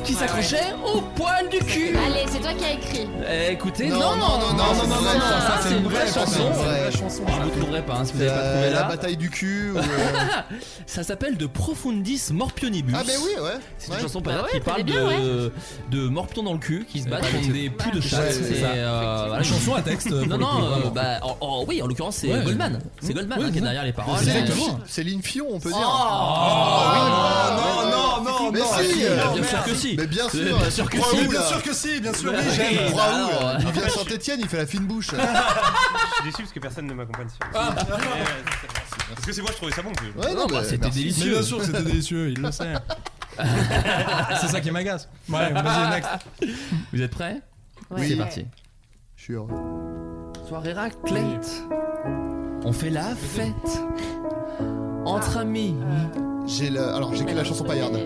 S6: qui s'accrochaient au poil du cul.
S35: Allez, c'est toi qui as écrit.
S6: Eh, Écoutez,
S7: Non,
S6: non,
S7: non, non, non,
S6: ça,
S7: non, non,
S6: c'est
S7: non,
S6: ça,
S7: ça,
S6: c'est une vraie chanson.
S7: c'est une vraie
S6: chanson. Je vous trouverai pas hein, si vous
S7: C'est
S6: n'avez pas
S7: la-
S6: trouvé
S7: la
S6: là.
S7: bataille du cul. ou, euh,
S6: Ah, Ça s'appelle De Profundis Morpionibus.
S7: Ah, ben oui, ouais.
S6: C'est
S7: Ouais.
S6: une chanson
S7: Bah
S6: pas mal
S7: ouais,
S6: qui
S7: je
S6: parle
S7: connais bien,
S6: de, de morpions dans le cul qui se battent
S14: Ouais.
S6: contre des poux de chat.
S14: Ouais,
S6: C'est
S14: c'est ça.
S6: euh, voilà.
S14: Une chanson à texte, pour
S6: Non,
S14: le coup,
S6: non, euh,
S14: vraiment.
S6: bah, en- en- oui, en l'occurrence, c'est
S14: Ouais.
S6: Goldman. C'est Goldman
S14: Ouais,
S6: hein, qui est
S14: c'est
S6: derrière
S14: ça.
S6: les paroles.
S14: C'est exactement.
S7: Oh, Céline Fion, on peut dire. Ah,
S14: Oh, non, non, non, non,
S7: Mais
S14: non,
S7: si,
S14: non,
S7: euh,
S6: bien sûr
S7: merde.
S6: que si.
S7: Mais bien
S6: Mais
S7: sûr,
S6: bien sûr que
S7: Raoul,
S6: si.
S7: Bien
S6: Bah.
S7: sûr que si, bien sûr, oui,
S6: Bah, oui,
S7: j'aime.
S6: bah, alors,
S7: Raoul,
S6: ouais.
S7: il vient à Saint-Etienne, il fait la fine bouche.
S4: Je suis déçu parce que personne ne m'accompagne sur
S6: Ah.
S4: Ouais, ouais, c'est- Parce que c'est moi, je trouvais ça bon. mais-
S7: Ouais, non, bah,
S6: c'était
S7: merci.
S6: délicieux.
S14: Mais bien sûr que c'était délicieux, il le sait.
S6: Euh,
S14: c'est ça qui m'agace. Ouais, vas-y, next.
S6: Vous êtes prêts
S14: Ouais.
S6: C'est parti.
S7: Je suis heureux.
S6: Soirée raclette. On fait la fête. Entre amis.
S7: J'ai la- Alors, j'ai que la chanson paillarde.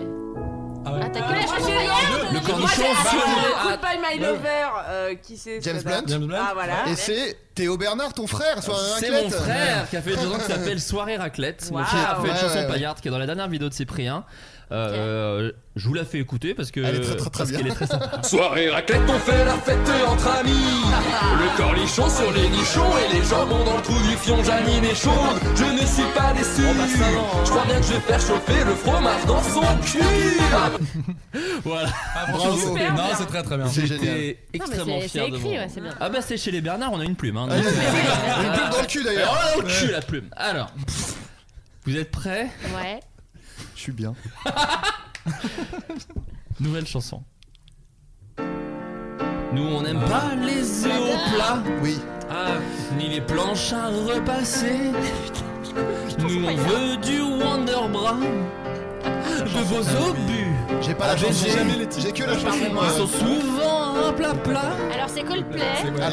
S14: Ah,
S35: t'as que la chanson paillarde
S7: Le cornichon,
S50: Moi, j'ai
S7: si on
S50: adoré
S7: voulait-
S50: Goodbye My
S7: Ah.
S50: Lover, euh, qui c'est
S7: James
S50: ce
S7: Blunt.
S50: gars Ah voilà.
S7: Et c'est Théo Bernard, ton frère, soit un
S6: C'est mon
S7: raclette.
S6: frère qui a fait deux ans qui s'appelle Soirée Raclette. Mon
S7: Wow.
S6: frère a fait une
S7: Ouais,
S6: chanson
S7: ouais, ouais.
S6: paillarde qui est dans la dernière vidéo de Cyprien. Euh, je vous la fais écouter parce que
S7: Elle est très, très, très
S6: parce
S7: bien.
S6: qu'elle est très sympa.
S5: Soirée raclette, on fait la fête entre amis. Le cornichon sur les nichons et les jambons dans le trou du fion. Janine est chaude, je ne suis pas déçu.
S6: Oh, bah, hein.
S5: Je crois bien que je vais faire chauffer le fromage dans son cul.
S6: Voilà.
S14: franchement, Ah, Bravo. c'est- non, c'est très, très bien. C'est
S6: J'étais
S14: génial.
S6: extrêmement
S14: Non, mais c'est-
S6: fier
S14: c'est
S6: de
S14: écrit,
S6: vous.
S14: ouais, c'est bien.
S6: Ah bah c'est chez les Bernard, on a une plume. Hein,
S14: Ah,
S6: donc-
S14: oui, c'est vrai.
S6: Voilà.
S14: Une plume dans le cul, d'ailleurs.
S6: Alors, dans le cul
S14: Ouais.
S6: la plume. Alors, vous êtes prêts
S35: Ouais.
S7: Je suis bien.
S6: Nouvelle chanson. Nous on n'aime pas les œufs au plat.
S7: Oui.
S6: Ah, ni les planches à repasser. Nous on veut du Wonderbra. De vos obus.
S7: J'ai pas la
S6: ABG.
S7: chanson, j'ai que la chanson. moi.
S6: Ils sont souvent un plat plat.
S35: Alors, c'est Coldplay.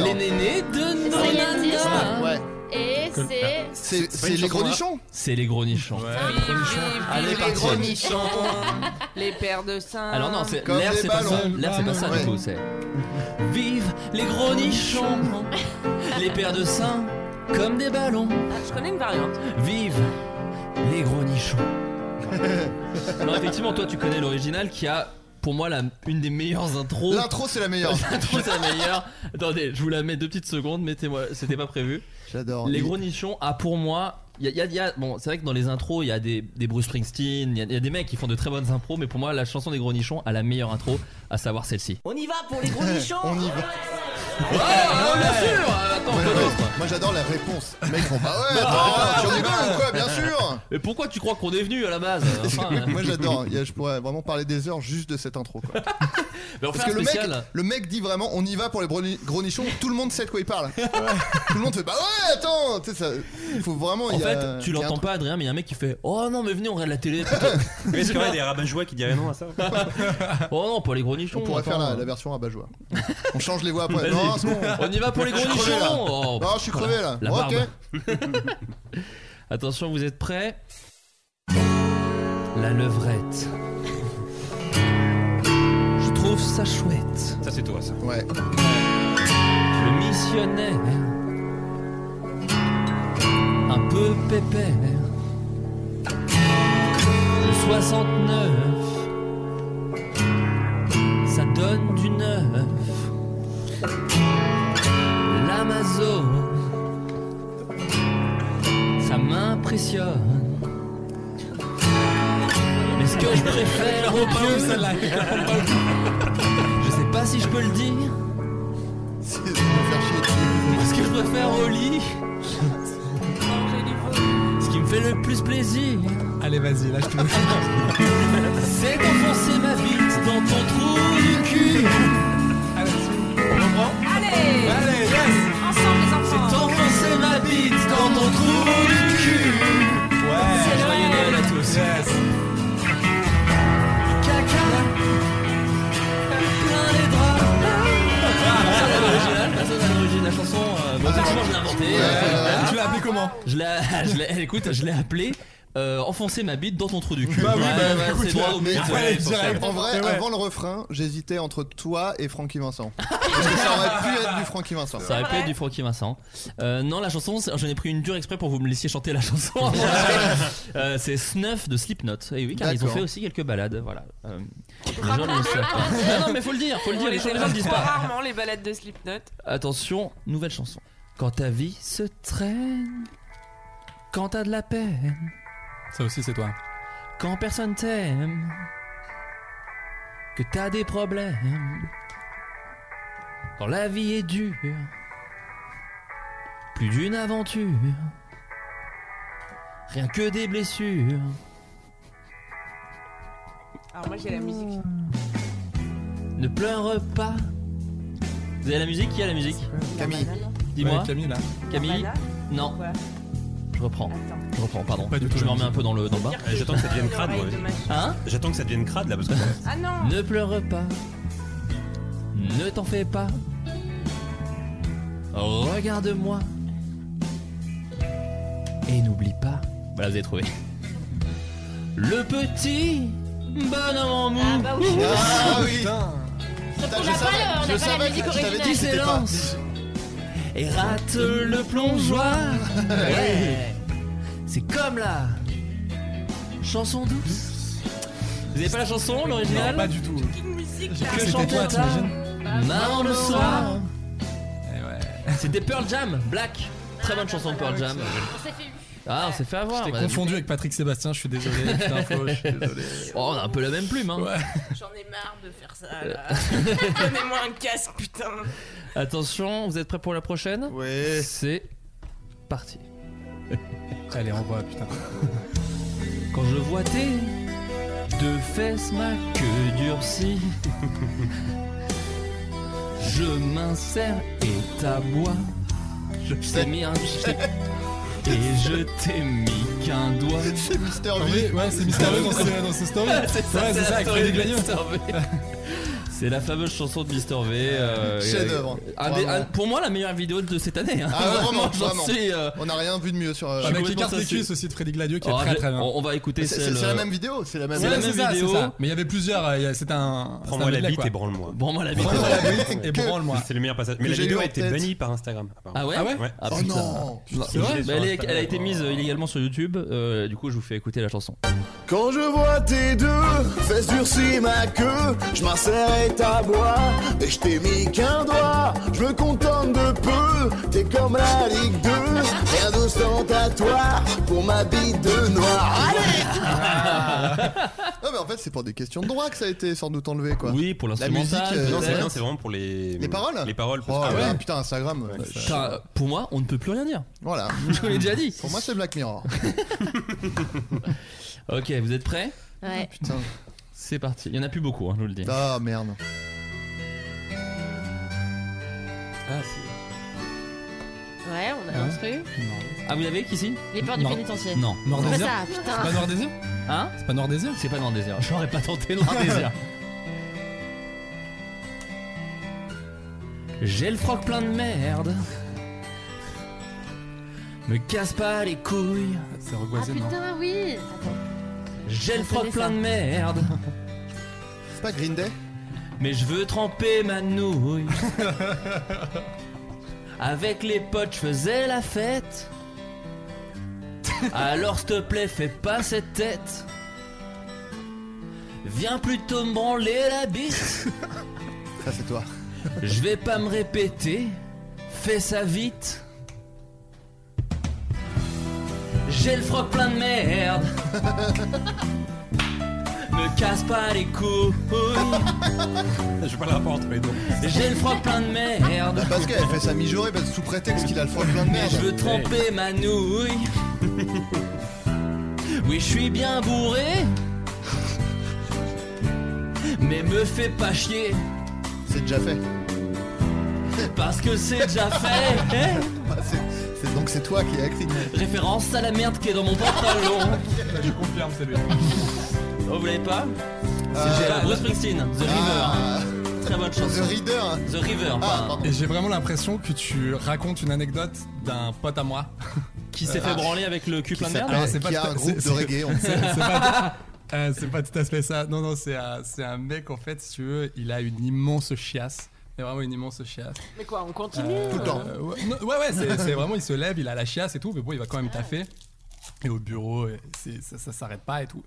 S6: Les nénés de nos
S35: C'est Yannis.
S7: Ah,
S6: nanas.
S35: Et c'est.
S7: C'est
S6: pas une
S7: les
S6: chanson,
S7: gros
S6: hein.
S7: nichons
S6: C'est les gros nichons. Allez,
S50: Ah, Les
S6: parti.
S50: gros nichons, les pères de saints.
S6: Alors non, c'est- l'air c'est pas ça. L'air c'est pas ça du coup, c'est. Vive les gros nichons, les paires de seins comme des ballons.
S50: Ah, Je connais une variante.
S6: Vive les gros nichons. non, effectivement, toi tu connais l'original qui a pour moi la, une des meilleures intros.
S7: L'intro, c'est la meilleure.
S6: L'intro c'est la meilleure. Attendez, je vous la mets deux petites secondes, mettez-moi, c'était pas prévu.
S7: J'adore.
S6: Les
S7: Il-
S6: gros nichons, ah pour moi, il y a, y a- y a- bon, c'est vrai que dans les intros, il y a des, des Bruce Springsteen, il y, a des mecs qui font de très bonnes impros, mais pour moi, la chanson des gros nichons a la meilleure intro, à savoir celle-ci.
S50: On y va pour les gros nichons.
S7: On y va.
S6: Ah, bien sûr Attends,
S7: Ouais,
S6: quoi
S7: ouais.
S6: d'autre
S7: Moi j'adore la réponse. Les mecs font bah ouais,
S6: Ah,
S7: attends, tu
S6: ouais.
S7: rigoles ou quoi, bien sûr
S6: Mais pourquoi tu crois qu'on est venu à la base euh, Enfin, hein.
S7: Moi j'adore, Il y a- je pourrais vraiment parler des heures juste de cette intro quoi.
S6: Mais on fait
S7: Parce
S6: un
S7: que le mec,
S6: spécial.
S7: le mec dit vraiment on y va pour les broni- gros nichons, tout le monde sait de quoi il parle. tout le monde fait bah ouais, attends, tu sais, ça- il faut vraiment.
S6: En
S7: il y a-
S6: fait, tu
S7: il y a un
S6: l'entends
S7: truc.
S6: pas, Adrien, mais il y a un mec qui fait Oh non, mais venez, on regarde la télé. plutôt.
S4: Mais est-ce qu'il y aurait des rabat-joie qui diraient non à ça
S6: oh non, pour les gros nichons.
S7: On pourrait faire la, la version à bas joie. On change les voix après. Non, c'est bon.
S6: On y va pour les
S7: Je
S6: gros
S7: suis
S6: nichons.
S7: crevé, là.
S6: Oh,
S7: Non, je suis
S6: voilà,
S7: crevé là.
S6: la
S7: Bon,
S6: barbe.
S7: ok.
S6: Attention, vous êtes prêts La levrette. Je trouve ça chouette.
S4: Ça, c'est toi, ça.
S7: Ouais.
S6: Le missionnaire. Un peu pépère. Le 69. Ça donne du neuf. L'Amazon. Ça m'impressionne. Mais ce que je préfère au
S5: Pas ouf,
S6: pieu,
S5: celle-là.
S6: je sais pas si je peux le dire. Moi, ce que je préfère au lit, ce qui me fait le plus plaisir,
S5: Allez, vas-y, lâche tout.
S6: c'est d'enfoncer ma bite dans ton trou du cul.
S5: Ah
S6: On comprend
S12: Allez
S6: Allez, yes
S12: Ensemble, les enfants
S6: C'est d'enfoncer ma bite dans ton trou du cul. Ouais, joyeux Noël à tous. Caca, plein les draps. Personne n'a l'original,
S5: Ah,
S6: personne n'a l'origine. La chanson, euh, bon, effectivement, je l'ai inventée. Euh,
S5: Tu l'as appelé comment
S6: Je l'ai, je l'ai- écoute, je l'ai appelé. euh, enfoncer ma bite dans ton trou du cul.
S7: Bah oui,
S6: Ouais,
S7: bah,
S6: ouais,
S7: écoute,
S6: c'est droit au
S7: mais
S6: but.
S7: après,
S6: ouais,
S7: direct,
S6: faut faire.
S7: en vrai, avant le refrain, j'hésitais entre toi et Francky Vincent. Parce que ça aurait pu être du Francky Vincent.
S6: Ça aurait pu être du Francky Vincent. Euh, non, la chanson, c'est- j'en ai pris une dure exprès pour que vous me laissiez chanter la chanson. avant. Euh, c'est Snuff de Slipknot. Et oui, car ils ont D'accord. fait aussi quelques balades. Voilà. Euh, les gens ne le savent pas. Non, non, mais faut le dire, faut le dire.
S12: On
S6: Les gens les gens
S12: écoute
S6: le disent pas.
S12: rarement les balades de Slipknot.
S6: Attention, nouvelle chanson. Quand ta vie se traîne, quand t'as de la peine,
S5: Ça aussi, c'est toi.
S6: quand personne t'aime, que t'as des problèmes, quand la vie est dure, plus d'une aventure, rien que des blessures.
S12: Alors moi j'ai la musique.
S6: Ne pleure pas. Vous avez la musique Qui a la musique Camille. Dis-moi.
S5: Ouais, Camille, là.
S6: Camille Non. Je reprends. Je reprends, pardon.
S5: Pas du tout
S6: Je me
S5: la
S6: remets un
S5: musique.
S6: peu dans le, dans le bar.
S4: Eh, J'attends que ça devienne crade, moi.
S6: Hein
S4: J'attends que ça devienne crade, là, parce que.
S12: Ah non
S6: Ne pleure pas. Ne t'en fais pas. Oh, Regarde-moi. Et n'oublie pas. Voilà, vous avez trouvé. Le petit bonhomme en mou. Ah
S12: bah
S6: oui.
S7: Ah oui.
S12: Putain,
S7: je savais- je savais que je t'avais dit que c'était pas-
S6: Silence. Et rate le plongeoir. Ouais. C'est comme la chanson douce. Vous avez pas la chanson, l'original
S5: Non, pas du tout.
S6: Que chantait Marrant le soir.
S5: Eh
S6: C'était Pearl Jam, Black. Très bonne chanson de Pearl Jam. Ah, on s'est fait avoir.
S5: T'es
S6: bah,
S5: confondu avec Patrick Sébastien, je suis désolé. Putain, faux, je suis désolé.
S6: Oh, on a un peu la même plume, hein.
S12: J'en ai marre de faire ça là. Donnez-moi un casque putain.
S6: Attention, vous êtes prêts pour la prochaine Ouais. C'est parti.
S5: Allez, envoie, putain.
S6: Quand je vois tes deux fesses, ma queue durcie, je m'insère et t'aboie. Je t'ai mis un et je t'ai mis qu'un doigt.
S7: C'est Mister
S5: Non, mais- ouais, c'est mystérieux dans ce, dans ce story.
S6: Ouais, c'est ça,
S5: ouais,
S6: c'est
S5: c'est
S6: la
S5: ça, avec
S6: story
S5: Freddy
S6: de
S5: Glagneux.
S6: Mister C'est la fameuse chanson de Mister V. euh,
S7: Chef-d'œuvre.
S6: un des-
S7: Vraiment.
S6: un- ah, pour moi, la meilleure vidéo de cette année. hein.
S7: Ah, vraiment,
S6: j'en
S7: vraiment.
S6: suis. euh,
S7: On n'a rien vu de mieux sur. euh,
S5: Avec
S6: Je
S5: les
S6: suis
S5: cartes
S6: complètement
S5: des cuisses
S6: sassé.
S5: aussi de Freddy Gladio qui est
S6: Oh,
S5: très
S6: je-
S5: très bien.
S6: on, on va écouter
S7: C'est c'est-
S6: celle.
S7: c'est la
S6: euh,
S7: même vidéo, c'est la même.
S6: C'est la
S5: Ouais,
S6: même
S5: ça,
S6: vidéo.
S5: c'est ça. Mais il y avait plusieurs. euh, il y a- C'était un.
S4: Prends-moi la bite et
S5: branle.
S4: branle-moi.
S6: Branle-moi la bite.
S5: Prends-moi la bite et
S4: Que-
S5: branle-moi.
S4: C'est le meilleur passage. Mais
S5: Que
S4: la
S5: j'ai
S4: vidéo
S5: eu en
S4: a été
S5: tête.
S4: bannie par Instagram. apparemment.
S6: Ah ouais
S5: Ah ouais
S6: Ah,
S4: Oh
S6: putain.
S4: non.
S6: Putain.
S4: C'est vrai
S6: Bah, elle, est-
S4: Sur
S6: elle a été mise euh, illégalement sur YouTube. euh, du coup, je vous fais écouter la chanson.
S32: Quand je vois tes deux fesses durcies ma queue, je m'insérais ta bois et je t'ai mis qu'un doigt. Je me contente de peu, t'es comme la Ligue 2, rien d'ostentatoire pour ma bite de noir. Allez
S7: Ah. Non mais en fait c'est pour des questions de droit que ça a été sans doute enlevé quoi.
S6: Oui, pour
S7: La musique.
S6: l'instrumental.
S7: euh,
S4: Non, c'est non, c'est vraiment pour les.
S7: Les paroles
S4: Les paroles. parce
S7: Oh
S4: que-
S7: là, putain Instagram. euh,
S6: Putain, euh, pour moi, on ne peut plus rien dire.
S7: Voilà.
S6: Je vous l'ai déjà dit.
S7: Pour moi c'est Black Mirror.
S6: Ok, vous êtes prêts
S51: Ouais.
S7: Putain.
S6: C'est parti. Il y en a plus beaucoup, hein, je vous le dis.
S7: Ah merde.
S6: Ah, si.
S19: Ouais, on a un truc.
S6: Ah, vous l'avez, Kissy
S19: Les peurs du
S6: Nord-
S19: pénitencier.
S6: Non.
S19: Nord C'est pas Désert ça, putain. C'est pas Nord Désert
S6: Hein C'est pas Nord Désert C'est pas Nord Désert. J'aurais pas tenté Nord Désert. J'ai le froc plein de merde. Me casse pas les couilles. C'est regoisé,
S35: Ah,
S19: Putain, oui.
S6: J'ai le froc plein de merde.
S7: C'est pas Green Day
S6: Mais je veux tremper ma nouille. Avec les potes, je faisais la fête. Alors s'il te plaît, fais pas cette tête. Viens plutôt me branler la bite.
S7: Ça, c'est toi.
S6: Je vais pas me répéter. Fais ça vite. J'ai le froc plein de merde. Me casse pas les couilles.
S4: Je pas la porte, mais donc.
S6: J'ai le froc plein de merde.
S7: Bah, Parce qu'elle fait sa mijaurée parce que sous prétexte qu'il a le froid plein de merde.
S6: Je veux tremper ma nouille. Oui, je suis bien bourré. Mais me fais pas chier.
S7: C'est déjà fait.
S6: Parce que c'est déjà fait.
S7: Bah, c'est- c'est- donc c'est toi qui as écrit.
S6: Référence à la merde qui est dans mon pantalon.
S5: Je confirme, c'est lui.
S6: Oh, vous l'avez pas
S5: Euh, Ah.
S6: C'est pas Bruce Springsteen, The River. Très bonne chanson.
S5: The Reader. Ah,
S6: The River. pardon.
S5: Et j'ai vraiment l'impression que tu racontes une anecdote d'un pote à moi. Euh,
S6: Qui s'est fait branler avec le cul plein de merde
S5: Non, Ah, c'est pas
S6: Qui a
S5: tout à-
S6: un groupe
S5: c'est-
S6: de
S5: c'est-
S6: reggae, on-
S5: c'est- c'est pas- euh, C'est pas tout à fait ça. Non, non, c'est un, c'est un mec en fait, si tu veux, il a une immense chiasse. Mais vraiment une immense chiasse.
S19: Mais quoi, on continue
S5: Euh,
S33: hein.
S19: Tout le temps.
S5: ouais, non, ouais, ouais, c'est c'est vraiment, il se lève, il a la chiasse et tout, mais bon, il va quand même taffer. Et au bureau, et c'est- ça, ça s'arrête pas et tout.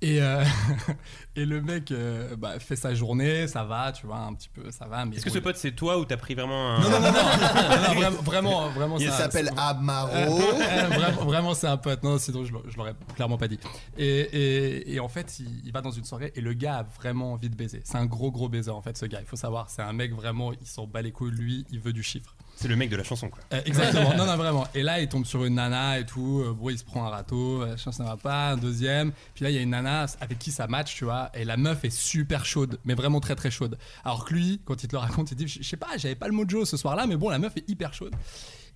S5: Et, euh, et le mec euh, bah, fait sa journée, ça va, tu vois, un petit peu, ça va. mais
S4: Est-ce que
S5: bon,
S4: ce pote, c'est toi ou t'as pris vraiment un.
S5: non, non, non, non, non, non, vraiment, vraiment, vraiment,
S4: Il
S5: ça-
S4: s'appelle
S5: c'est-
S7: Amaro.
S5: Euh, vraiment, vraiment, c'est un pote. Non, sinon, je, l'a- je l'aurais clairement pas dit. Et, et- et en fait, il, il va dans une soirée et le gars a vraiment envie de baiser. C'est un gros, gros baiser, en fait, ce gars. Il faut savoir, c'est un mec vraiment, il s'en bat les couilles. Lui, il veut du chiffre.
S4: C'est le mec de la chanson, quoi.
S5: Euh, exactement, non, non, vraiment. Et là, il tombe sur une nana et tout. Euh, bon, il se prend un râteau, euh, chance ça va pas, un deuxième. Puis là, il y a une nana avec qui ça match, tu vois. Et la meuf est super chaude, mais vraiment très très chaude. Alors que lui, quand il te le raconte, il dit Je je sais pas, j'avais pas le mojo ce soir-là, mais bon, la meuf est hyper chaude.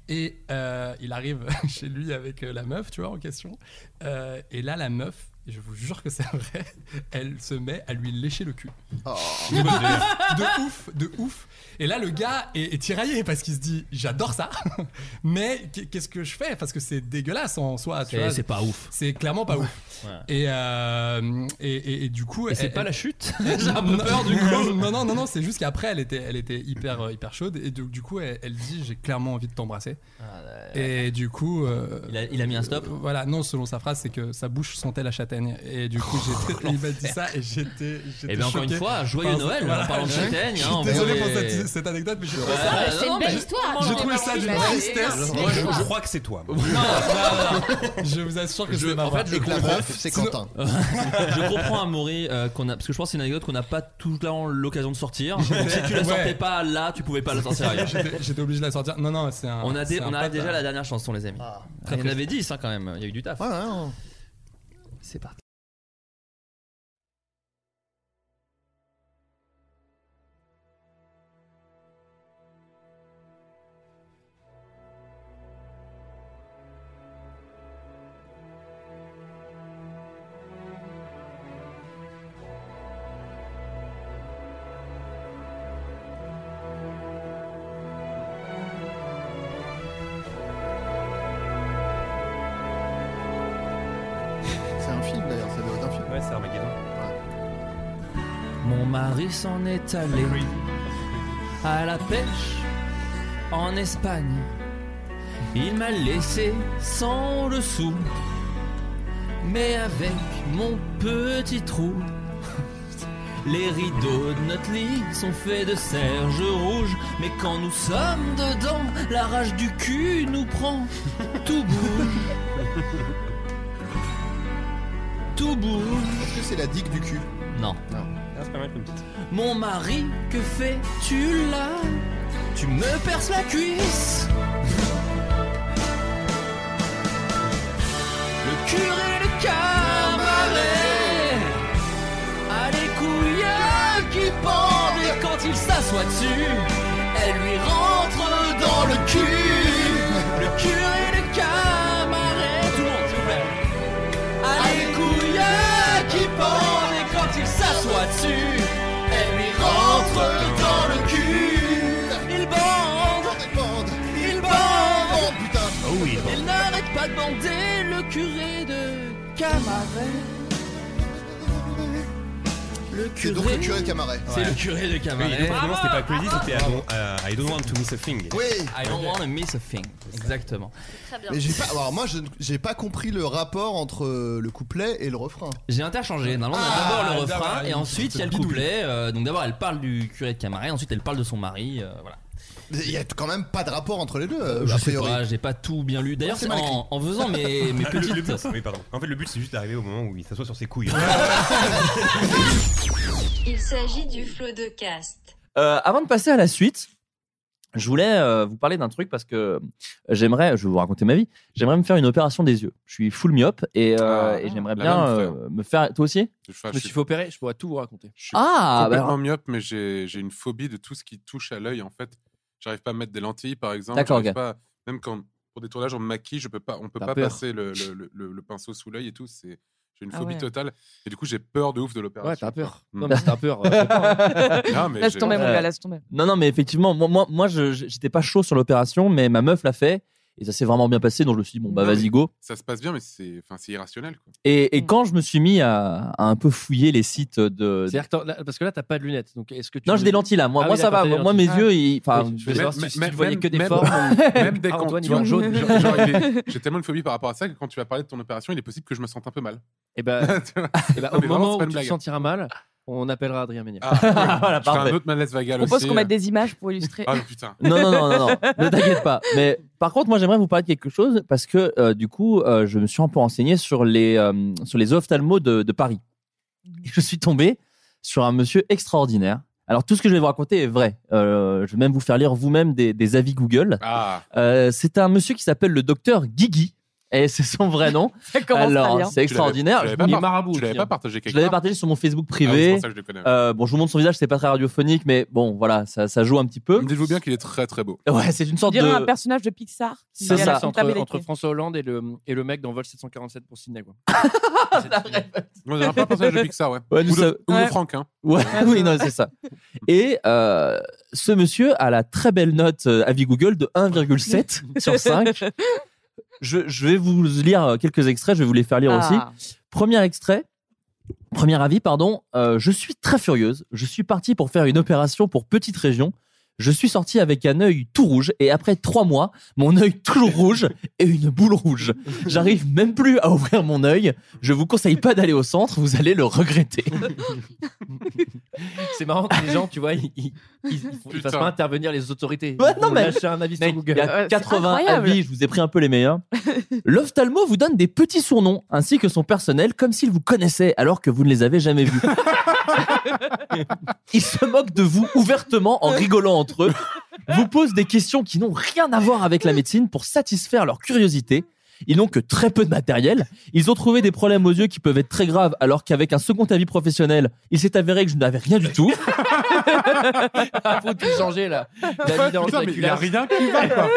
S5: Et euh, il arrive chez lui avec euh, la meuf, tu vois, en question. Euh, et là, la meuf, je vous jure que c'est vrai, elle se met à lui lécher le cul. De, de ouf, de ouf. Et là, le gars est, est tiraillé parce qu'il se dit j'adore ça, mais qu'est- qu'est-ce que je fais Parce que c'est dégueulasse en soi. tu
S6: C'est-
S5: vois.
S6: c'est pas ouf.
S5: C'est clairement pas ouf.
S6: Ouais.
S5: Et, euh, et, et- et du coup.
S6: Et c'est pas la
S5: chute
S6: J'ai un peu peur, du coup.
S5: Non, non, non, non, c'est juste qu'après, elle était, elle était hyper, euh, hyper chaude. Et du, du coup, elle, elle dit j'ai clairement envie de t'embrasser.
S6: Ah,
S5: Et du coup. euh,
S6: il, a, mis un stop
S5: Voilà, non, selon sa phrase, c'est que sa bouche sentait la châtaigne. Et du coup, j'étais- il m'a dit
S6: l'enfer.
S5: ça et j'étais. j'étais
S6: Eh bien, encore
S5: choqué
S6: une fois, joyeux
S5: par-
S6: Noël,
S5: voilà.
S6: en parlant de châtaigne.
S5: Je
S6: hein,
S5: suis
S6: on
S5: désolé
S6: est-
S5: pour cette, cette anecdote, mais j'ai trouvé
S6: Ouais,
S5: ça.
S6: ouais, c'est une
S5: mais
S6: belle
S19: histoire.
S5: J'ai trouvé ça d'une
S19: Ouais,
S5: tristesse.
S19: c'est Moi, je- énorme. je
S4: crois que c'est toi.
S5: Non, non, non, non. Je vous assure que
S6: Je-
S5: c'est ma
S6: Bah, en fait, je
S5: Et que la
S6: comprends-
S5: meuf,
S6: Sinon-
S5: Quentin.
S6: je comprends Amaury euh, qu'on a parce que je pense que c'est une anecdote qu'on n'a pas tout le temps l'occasion de sortir. Donc, si tu la sortais
S5: Ouais.
S6: pas là, tu pouvais pas la sortir ailleurs.
S5: J'étais- J'étais obligé de la sortir. Non, non, c'est un.
S6: On a, dé-
S5: c'est un
S6: on
S5: pote,
S6: a
S5: hein.
S6: déjà
S5: là.
S6: la dernière chanson, les amis.
S5: Très
S6: on
S5: triste.
S6: avait dit ça quand même. Il y a eu du taf. C'est parti.
S7: C'est un film d'ailleurs, ça doit être un film.
S4: Ouais, c'est Armageddon.
S6: Mon mari s'en est allé à la pêche en Espagne. Il m'a laissé sans le sou, mais avec mon petit trou. Les rideaux de notre lit sont faits de serge rouge, mais quand nous sommes dedans, la rage du cul nous prend. Tout bouge. Tout bouge.
S7: Est-ce que c'est la digue du cul
S6: Non.
S4: Ah, c'est pas mal comme titre.
S6: Mon mari, que fais-tu là Tu me perces la cuisse Le curé de cabaret a les couilles qui pendent et quand il s'assoit dessus, elle lui rend
S4: Ah
S5: C'était le curé de Camaret.
S7: Le
S5: curé.
S7: donc le curé de Camaret.
S6: C'est le curé de Camaret.
S4: Oui, et donc, vraiment, c'était pas Crazy, c'était I don't, euh, I don't want to miss a thing.
S6: I don't want to miss a thing. Exactement.
S52: Très bien.
S7: Mais j'ai pas, alors moi, je ne- j'ai pas compris le rapport entre euh, le couplet et le refrain.
S6: J'ai interchangé. Normalement, on a
S7: Ah,
S6: d'abord le
S7: d'accord,
S6: refrain
S7: oui,
S6: et ensuite il y a le
S7: bidouille.
S6: couplet. Euh, donc d'abord, elle parle du curé de Camaret, ensuite elle parle de son mari. euh, voilà.
S7: Il y a quand même pas de rapport entre les deux. euh,
S6: je
S7: a
S6: sais
S7: priori.
S6: pas, j'ai pas tout bien lu. D'ailleurs,
S7: Ouais, c'est
S6: c'est
S7: mal
S6: en,
S7: écrit.
S6: en faisant mes, mes
S4: Ah, le- le but,
S6: petites. euh,
S4: oui, pardon. En fait, le but, c'est juste d'arriver au moment où il s'assoit sur ses couilles.
S10: Il s'agit du flot de cast.
S6: Euh, avant de passer à la suite, je voulais euh, vous parler d'un truc parce que j'aimerais, je vais vous raconter ma vie, j'aimerais me faire une opération des yeux. Je suis full myope et, euh, et j'aimerais
S1: la
S6: bien
S1: même,
S6: euh, me faire. Toi aussi
S1: Je,
S6: me suis
S1: fait opérer, je pourrais tout vous raconter. Je suis
S6: Ah, bah
S1: complètement
S6: alors-
S1: myope, mais j'ai j'ai une phobie de tout ce qui touche à l'œil. En fait, j'arrive pas à mettre des lentilles, par exemple.
S6: D'accord,
S1: j'arrive
S6: ok.
S1: pas- même quand pour des tournages on me maquille, je peux pas, on peut
S6: T'as
S1: pas
S6: peur.
S1: passer le, le- le- le- le pinceau sous l'œil et tout. C'est j'ai une
S6: Ah
S1: phobie
S6: ouais.
S1: totale et du coup j'ai peur de ouf de l'opération.
S6: Ouais, t'as peur.
S1: Mm.
S6: Non, mais t'as peur, euh, faut pas, hein.
S1: Non, mais j'ai-
S6: Non, non, mais effectivement, moi, moi, moi je- je- j'étais pas chaud sur l'opération, mais ma meuf l'a fait et ça s'est vraiment bien passé. Donc je me suis dit, bon, bah
S1: Non, mais
S6: vas-y, go.
S1: Ça se passe bien, mais c'est enfin, c'est irrationnel. Quoi.
S6: Et,
S14: Mm.
S6: et quand je me suis mis à, à un peu fouiller les sites de.
S1: C'est-à-dire
S6: que
S1: parce que là, t'as pas de lunettes. Donc est-ce que
S6: Non, j'ai des lentilles là. Moi,
S1: Ah
S6: moi
S1: oui,
S6: ça va.
S1: d'accord, t'as des
S6: Moi, mes
S1: lentilles.
S6: yeux, ils. Enfin,
S1: Oui,
S6: je voulais savoir si, si
S1: même-
S6: tu voyais que des
S1: même-
S6: formes.
S1: Même dès
S6: Ah,
S1: qu'on
S6: Antoine, il
S1: tu
S6: est
S1: vois,
S6: en jaune.
S1: genre- genre, il est- J'ai tellement une phobie par rapport à ça que quand tu vas parler de ton opération, il est possible que je me sente un peu mal.
S14: Et ben,
S1: et
S14: Bah, au moment où tu te sentiras mal, on appellera Adrien Méniel.
S6: Ah,
S1: voilà, Ah. Je ferai un autre malaise
S14: Je
S1: vagal
S14: propose
S1: aussi.
S14: qu'on mette
S28: Des images pour illustrer.
S1: Ah putain.
S6: Non, non, non, non, non. ne t'inquiète pas. Mais par contre, moi, j'aimerais vous parler de quelque chose parce que euh, du coup, euh, je me suis un peu renseigné sur les, euh, sur les ophtalmos de, de Paris.
S14: Mm.
S6: Et je suis tombé sur un monsieur extraordinaire. Alors, tout ce que je vais vous raconter est vrai. Euh, je vais même vous faire lire vous-même des, des avis Google. Euh, c'est un monsieur qui s'appelle le docteur Guigui. Et c'est son vrai nom.
S14: commence pas bien.
S6: Alors,
S14: Tu
S6: c'est
S14: l'avais-
S6: extraordinaire.
S14: tu l'avais
S6: Je
S14: pas
S6: vous-
S14: par- tu l'avais
S6: aussi,
S14: pas
S1: hein. partagé quelque
S6: Je l'avais
S14: part
S6: partagé sur mon Facebook
S1: Ah, c'est
S6: privé.
S1: pour ça que je le connais.
S6: Euh, bon, je vous montre son visage, c'est pas très radiophonique, mais bon, voilà, ça, ça joue un petit peu.
S1: Dites-vous bien qu'il est très très beau.
S6: Ouais, c'est une
S28: On
S6: sorte de.
S28: dirait un personnage de Pixar. qui
S14: C'est
S28: a la
S14: ça. Entre,
S28: table
S14: entre
S28: électrique.
S14: François Hollande et le, et le mec dans Vol 747 pour Sydney. Quoi.
S1: On dirait pas un personnage de Pixar, ouais.
S6: Ouais, nous
S1: ou de,
S6: savons-
S1: ou de
S6: Ouais.
S1: Franck, hein.
S6: Ouais, oui, non, c'est ça. Et euh, ce monsieur a la très belle note euh, avis Google de 1,7 sur 5. Je, je vais vous lire euh, quelques extraits, je vais vous les faire lire
S14: Ah.
S6: aussi. Premier extrait, premier avis, pardon. Euh, je suis très furieuse. Je suis partie pour faire une opération pour petite région. Je suis sortie avec un œil tout rouge et après trois mois, mon œil toujours rouge et une boule rouge. J'arrive même plus à ouvrir mon œil. Je vous conseille pas d'aller au centre, vous allez le regretter.
S14: C'est marrant que les gens, tu vois, ils, ils, ils, ils font- ils fassent
S6: Putain.
S14: pas intervenir les autorités.
S6: Ouais,
S14: Ils
S6: non,
S14: vont
S6: mais-
S14: lâcher un avis sur
S6: Mec,
S14: Google.
S6: Il y a 80 avis, je vous ai pris un peu les meilleurs. L'ophtalmo vous donne des petits surnoms ainsi que son personnel comme s'il vous connaissait alors que vous ne les avez jamais vus. Ils se moquent de vous ouvertement en rigolant entre eux, vous posent des questions qui n'ont rien à voir avec la médecine pour satisfaire leur curiosité. Ils n'ont que très peu de matériel. Ils ont trouvé des problèmes aux yeux qui peuvent être très graves, alors qu'avec un second avis professionnel, il s'est avéré que je n'avais rien du tout.
S14: Ah, Faut tout changer là.
S1: Putain, mais il y a rien qui va, quoi.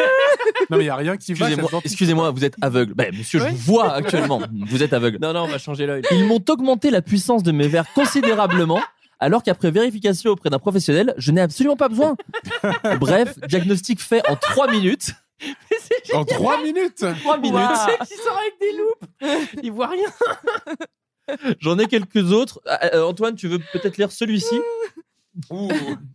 S1: Non, mais il y a rien qui va.
S6: Excusez-moi, excusez-moi, vous êtes aveugle. Ben, monsieur, je vous vois actuellement. Vous êtes aveugle.
S14: Non, non, on va changer l'œil.
S6: Ils m'ont augmenté la puissance de mes verres considérablement, alors qu'après vérification auprès d'un professionnel, je n'ai absolument pas besoin. Bref, diagnostic fait en 3 minutes.
S1: En 3 minutes
S6: 3 minutes.
S14: Ils sont avec des loupes. Ils voient rien.
S6: J'en ai quelques autres. Euh, euh, Antoine, tu veux peut-être lire celui-ci
S1: Ouh,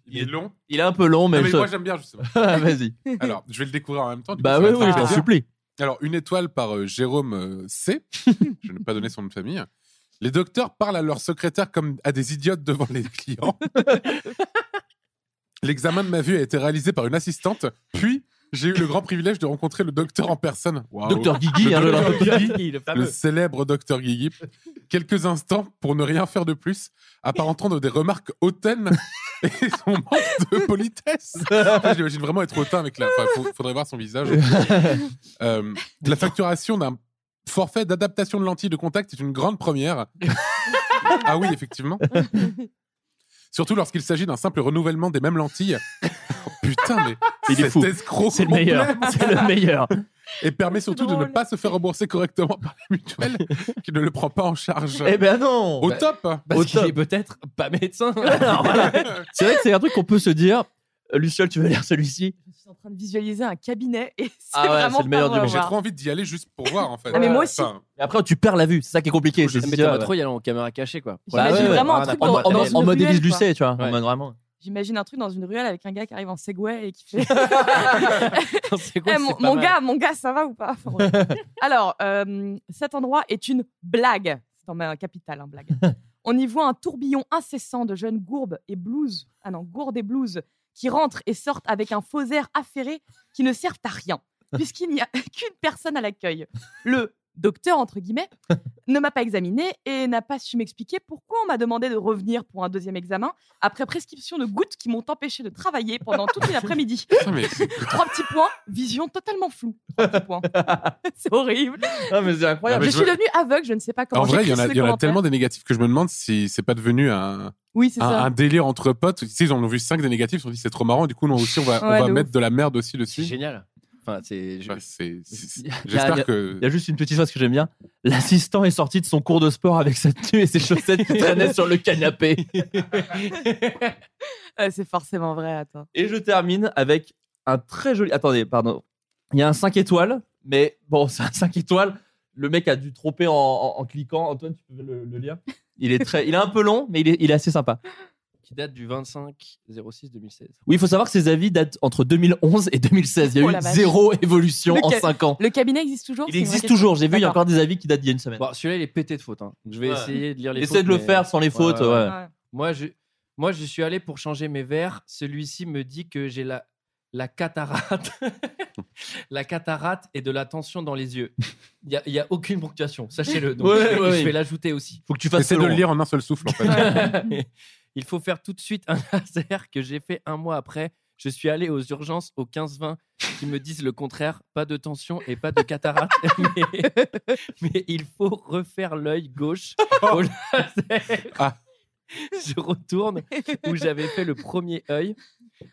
S1: il est long.
S6: Il est un peu long, mais,
S1: Non, mais
S6: je- Ah,
S1: moi j'aime bien justement.
S6: Vas-y.
S1: Alors, je vais le découvrir en même temps. du
S6: Bah
S1: coup, ça
S6: oui,
S1: va
S6: oui,
S1: être
S6: je t'en
S1: plaisir.
S6: supplie.
S1: Alors, une étoile par euh, Jérôme euh, C. je ne vais pas donner son nom de famille. Les docteurs parlent à leur secrétaire comme à des idiotes devant les clients. L'examen de ma vue a été réalisé par une assistante, puis j'ai eu le grand privilège de rencontrer le docteur en personne. Waouh.
S6: Docteur Guigui,
S1: le,
S6: hein, je le
S1: docteur
S6: rappelle.
S1: Guigui,
S6: Le
S1: le,
S6: fameux.
S1: célèbre docteur Guigui. Quelques instants pour ne rien faire de plus, à part entendre des remarques hautaines et son manque de politesse. En fait, J'imagine vraiment être hautain avec la. enfin, faut- faudrait voir son visage. Euh, la facturation d'un forfait d'adaptation de lentilles de contact est une grande première. ah oui, effectivement. Surtout lorsqu'il s'agit d'un simple renouvellement des mêmes lentilles. Oh, putain, mais
S6: Il est
S1: cet
S6: fou.
S1: escroc
S6: C'est le
S1: complet.
S6: meilleur. C'est le meilleur.
S1: Et permet surtout de ne pas se faire rembourser correctement par la mutuelle qui ne le prend pas en charge.
S6: Eh ben non
S1: Au
S6: Bah,
S1: top
S6: parce
S1: Au
S6: qu'il
S1: top.
S6: est
S14: Peut-être pas médecin. Ah,
S6: C'est vrai que c'est un truc qu'on peut se dire. Euh, Luciole, tu veux lire celui-ci
S28: en train de visualiser un cabinet et c'est
S6: Ah ouais,
S28: vraiment
S6: c'est le meilleur
S28: pas
S6: du
S28: drôle à
S6: monde.
S1: J'ai
S28: voir.
S1: trop envie d'y aller juste pour voir en fait. euh,
S28: Ah, mais moi aussi.
S6: Et après, tu perds la vue, c'est euh, ça qui est compliqué.
S14: Ça m'étonnerait trop y aller en caméra cachée, quoi.
S6: J'imagine
S14: Ouais, ouais,
S6: vraiment
S14: ouais,
S6: un
S14: ouais,
S6: truc
S14: ouais.
S6: dans-
S14: En- en-
S6: dans
S14: en-
S6: une
S14: en mode
S6: ruelle,
S14: Élise
S6: quoi.
S14: Lucet, tu vois.
S6: Ouais.
S14: En mode vraiment.
S28: J'imagine un truc dans une ruelle avec un gars qui arrive en Segway et qui fait.
S14: Segway,
S28: Eh,
S14: c'est
S28: mon,
S14: pas
S28: mon
S14: mal.
S28: gars, mon gars, ça va ou pas Enfin, ouais. Alors, euh, cet endroit est une blague. C'est dans ma capitale, hein, blague. On y voit un tourbillon incessant de jeunes gourbes et blouses. Ah non, gourdes et blouses qui rentrent et sortent avec un faux air affairé qui ne servent à rien, puisqu'il n'y a qu'une personne à l'accueil. Le docteur, entre guillemets, ne m'a pas examiné et n'a pas su m'expliquer pourquoi on m'a demandé de revenir pour un deuxième examen après prescription de gouttes qui m'ont empêché de travailler pendant toute une après-midi.
S1: mais
S28: Trois petits points, vision totalement floue. Trois petits points. c'est horrible.
S6: mais c'est
S1: incroyable.
S28: je
S1: Non, Ah, mais
S28: suis
S1: je-
S28: devenue aveugle, je ne sais pas comment.
S1: en vrai, il y en a, il
S28: j'écris ce
S1: y en a
S28: commentaire.
S1: tellement des négatifs que je me demande si c'est pas devenu un,
S28: Oui, c'est
S1: un,
S28: ça.
S1: un délire entre potes. Tu sais, ils en ont vu 5 des négatifs, ils se sont dit c'est trop marrant, et du coup, nous aussi, on va,
S28: Ouais,
S1: on va
S28: de
S1: mettre de la merde aussi dessus. Bah, C'est
S6: génial. Enfin, c'est. Il y a- il y
S1: J'espère
S6: a-
S1: que.
S6: Il y a juste une petite phrase que j'aime bien. L'assistant est sorti de son cours de sport avec sa tenue et ses chaussettes qui traînaient sur le canapé.
S28: Ouais, Euh, c'est forcément vrai, attends.
S6: Et je termine avec un très joli. Attendez, pardon. Il y a un 5 étoiles, mais bon, c'est un 5 étoiles. Le mec a dû tromper en, en- en cliquant. Antoine, tu peux le, le lire Il est très, il est un peu long, mais il est, il est assez sympa.
S14: Qui date du 25 06 2016.
S6: Oui, il faut savoir que ses avis datent entre 2011 et 2016. Il y a
S28: Oh
S6: eu
S28: la vache.
S6: zéro évolution
S28: Le
S6: en
S28: ca-
S6: 5 ans.
S28: Le cabinet existe toujours
S6: Il
S28: c'est une vraie
S6: existe
S28: question
S6: toujours. J'ai vu, il y a
S28: D'accord.
S6: encore des avis qui datent d'il y a une semaine.
S14: Bon, celui-là, il est pété de fautes. hein. Donc, je vais
S6: Ouais.
S14: essayer de lire les
S6: Essaie
S14: fautes.
S6: de le
S14: mais-
S6: faire sans les fautes, ouais. Ouais.
S14: Moi, je, moi, je suis allé pour changer mes verres. Celui-ci me dit que j'ai la, la cataracte. la cataracte et de la tension dans les yeux. Il n'y a, il y a aucune ponctuation, sachez-le. Donc,
S6: Ouais,
S14: je vais,
S6: ouais,
S14: je
S6: ouais.
S14: vais l'ajouter aussi.
S6: Faut que tu fasses
S1: Essaie de le lire en un seul souffle, en fait.
S14: Il faut faire tout de suite un laser que j'ai fait un mois après. Je suis allé aux urgences au 15-20 qui me disent le contraire, pas de tension et pas de cataracte. mais, mais il faut refaire l'œil gauche au laser. Je retourne où j'avais fait le premier œil.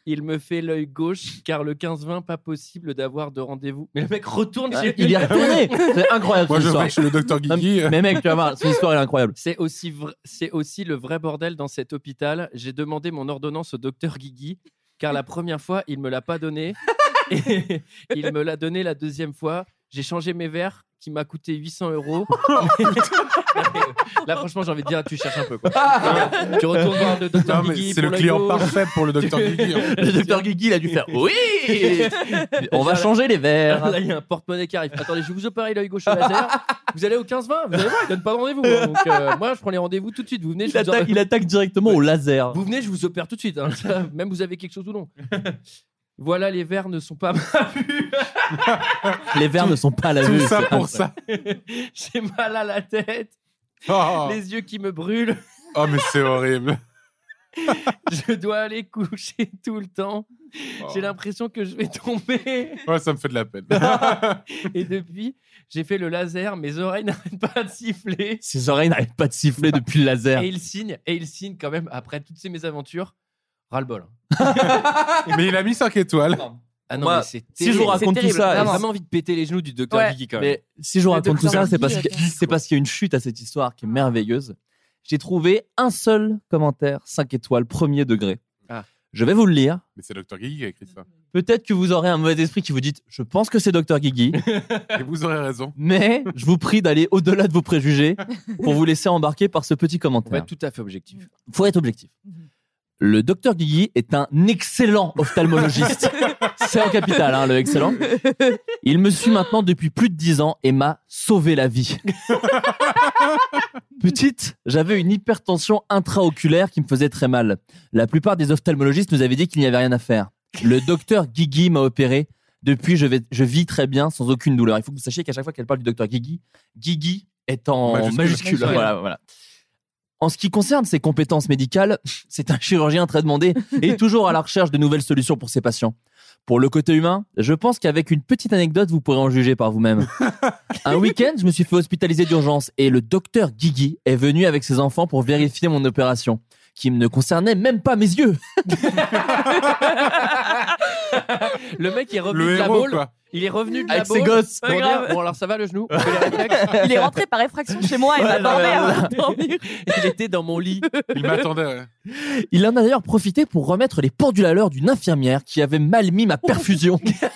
S14: Il me fait l'œil gauche car le 15-20, pas possible d'avoir de rendez-vous. Mais le mec retourne chez
S6: Ah, Il y
S14: lui. Ah
S6: a retourné. C'est incroyable. cette histoire. Non, Mais mec, tu vas voir, cette histoire elle est incroyable.
S14: C'est aussi, vr- c'est aussi le vrai bordel dans cet hôpital. J'ai demandé mon ordonnance au docteur Guigui, car la première fois, il me l'a pas donnée. Et il me l'a donnée la deuxième fois. J'ai changé mes verres, qui m'a coûté 800 euros. Là, franchement, j'ai envie de dire, tu cherches un peu. Quoi.
S6: Ah
S14: Hein, tu retournes voir le docteur
S1: Non, mais
S14: Guigui.
S1: c'est le
S14: pour l'œil
S1: client
S14: gauche.
S1: parfait pour le docteur
S14: Tu-
S1: Guigui, hein. en fait.
S6: Le docteur Guigui, il a dû faire oui. On va changer les verres.
S14: Là, il y a un porte-monnaie qui arrive. Attendez, je vais vous opérer l'œil gauche au laser. Vous allez au 15-20, vous allez voir, il donne pas de rendez-vous. hein. Donc, euh, moi, je prends les rendez-vous tout de suite. Vous venez, je
S6: Il
S14: vous
S6: attaque, il attaque directement au laser.
S14: Vous venez, je vous opère tout de suite. hein. Ça, Même vous avez quelque chose ou non. Voilà, les verres ne sont pas ma vue.
S6: Les verres ne sont pas à la
S14: tout
S6: vue.
S14: ça
S6: c'est
S14: pour
S6: incroyable.
S14: ça. J'ai mal à la tête.
S1: Oh.
S14: Les yeux qui me brûlent.
S1: Oh, mais c'est horrible.
S14: Je dois aller coucher tout le temps. J'ai l'impression que je vais tomber.
S1: Ouais, ça me fait de la peine.
S14: Et depuis, j'ai fait le laser. Mes oreilles n'arrêtent pas de siffler.
S6: Ses oreilles n'arrêtent pas de siffler depuis le laser.
S14: Et il signe. Et il signe quand même après toutes ces mésaventures. Ras-le-bol. hein.
S1: mais il a mis 5 étoiles.
S14: Ah non,
S6: Moi,
S14: mais c'est
S6: si je vous
S14: terrible.
S6: raconte
S14: C'est
S6: tout
S14: terrible,
S6: ça,
S14: vraiment.
S6: et-
S14: j'ai vraiment envie de péter les genoux du docteur
S6: Ouais.
S14: Guigui quand même.
S6: Mais si je vous
S14: Le
S6: raconte tout
S14: docteur
S6: ça, c'est parce
S14: Guigui,
S6: que- c'est parce qu'il y a une chute à cette histoire qui est merveilleuse. J'ai trouvé un seul commentaire 5 étoiles premier degré.
S14: Ah.
S6: Je vais vous le lire.
S1: Mais c'est Dr. Guigui qui a écrit ça.
S6: Peut-être que vous aurez un mauvais esprit qui vous dit je pense que c'est Dr Guigui.
S1: Et vous aurez raison.
S6: Mais je vous prie d'aller au-delà de vos préjugés pour vous laisser embarquer par ce petit commentaire.
S14: Tout à fait objectif.
S6: faut être objectif. Le docteur Guigui est un excellent ophtalmologiste. C'est en capital, hein, le excellent. Il me suit maintenant depuis plus de 10 ans et m'a sauvé la vie. Petite, j'avais une hypertension intraoculaire qui me faisait très mal. La plupart des ophtalmologistes nous avaient dit qu'il n'y avait rien à faire. Le docteur Guigui m'a opéré. Depuis, je, vais, je vis très bien sans aucune douleur. Il faut que vous sachiez qu'à chaque fois qu'elle parle du docteur Guigui, Guigui est en Majuscule. majuscule. Voilà, voilà. En ce qui concerne ses compétences médicales, c'est un chirurgien très demandé et toujours à la recherche de nouvelles solutions pour ses patients. Pour le côté humain, je pense qu'avec une petite anecdote, vous pourrez en juger par vous-même. Un week-end, je me suis fait hospitaliser d'urgence et le docteur Guigui est venu avec ses enfants pour vérifier mon opération, qui ne concernait même pas mes yeux.
S14: Le mec, il
S6: Le
S14: revient de la
S6: héros,
S14: boule.
S6: quoi.
S14: Il est revenu de la
S6: Avec ses
S14: Baule.
S6: gosses.
S14: Pour
S6: Pas
S14: dire,
S6: grave.
S14: Bon, alors ça va le genou Vous avez les réflexes
S28: Il est rentré par effraction chez moi et m'a hein.
S14: Ouais, non,
S28: dormi
S14: mais-
S28: avant de
S14: Il était dans mon lit.
S1: Il m'attendait. ouais.
S6: Il en a d'ailleurs profité pour remettre les pendules à l'heure d'une infirmière qui avait mal mis ma perfusion.
S1: ah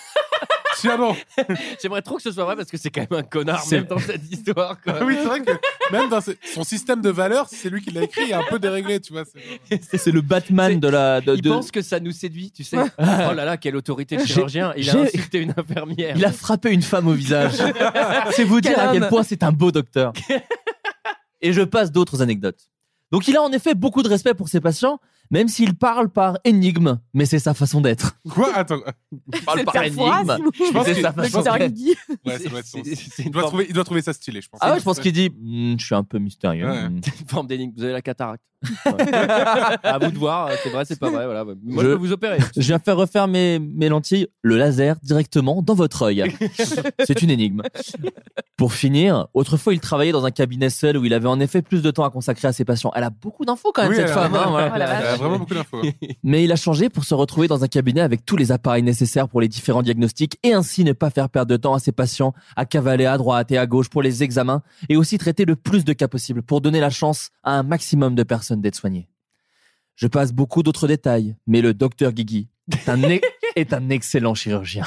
S14: J'aimerais trop que ce soit vrai parce que c'est quand même un connard,
S6: C'est-
S14: même dans cette histoire. Quoi.
S1: Ah oui, c'est vrai que même dans ce- son système de valeurs, c'est lui qui l'a écrit, il est un peu déréglé, tu vois. c'est-
S6: C'est le Batman de la. De,
S14: Il
S6: de-
S14: pense que ça nous séduit, tu sais.
S6: Ouais.
S14: oh là là, quelle autorité de
S6: J'ai-
S14: chirurgien. Il a
S6: j'ai-
S14: insulté une infirmière.
S6: Il a frappé une femme au visage. c'est vous dire
S14: Quel
S6: à quel
S14: homme.
S6: point c'est un beau docteur. Et je passe d'autres anecdotes. Donc il a en effet beaucoup de respect pour ses patients, même s'il parle par énigme, mais c'est sa façon d'être.
S1: Quoi Attends.
S6: Il parle par énigme.
S1: Je pense
S6: mais
S1: qu'il-
S6: c'est sa
S1: je
S6: façon
S1: pense
S6: d'être.
S1: qu'il- Ouais, ça doit être son- il, doit trouver, il doit trouver ça stylé, je pense.
S6: Ah ouais, je pense qu'il dit Hmm, Je suis un peu mystérieux.
S1: Ouais.
S6: Hmm.
S14: Une forme d'énigme. Vous avez la cataracte. Ouais. à vous de voir. euh, C'est vrai, c'est pas vrai. Voilà. Moi, je, peux vous opérer.
S6: Je viens faire refaire mes, mes lentilles, le laser, directement dans votre œil. C'est une énigme. Pour finir, autrefois, il travaillait dans un cabinet seul où il avait en effet plus de temps à consacrer à ses patients. Elle a beaucoup d'infos quand même,
S1: Oui,
S6: cette
S1: elle a-
S6: femme. hein,
S14: Oh
S6: voilà.
S1: elle a vraiment beaucoup d'infos. hein.
S6: Mais il a changé pour se retrouver dans un cabinet avec tous les appareils nécessaires pour les différents diagnostics et ainsi ne pas faire perdre de temps à ses patients à cavaler à droite et à gauche pour les examens et aussi traiter le plus de cas possible pour donner la chance à un maximum de personnes d'être soignées. Je passe beaucoup d'autres détails, mais le docteur Guigui est un, e- est un excellent chirurgien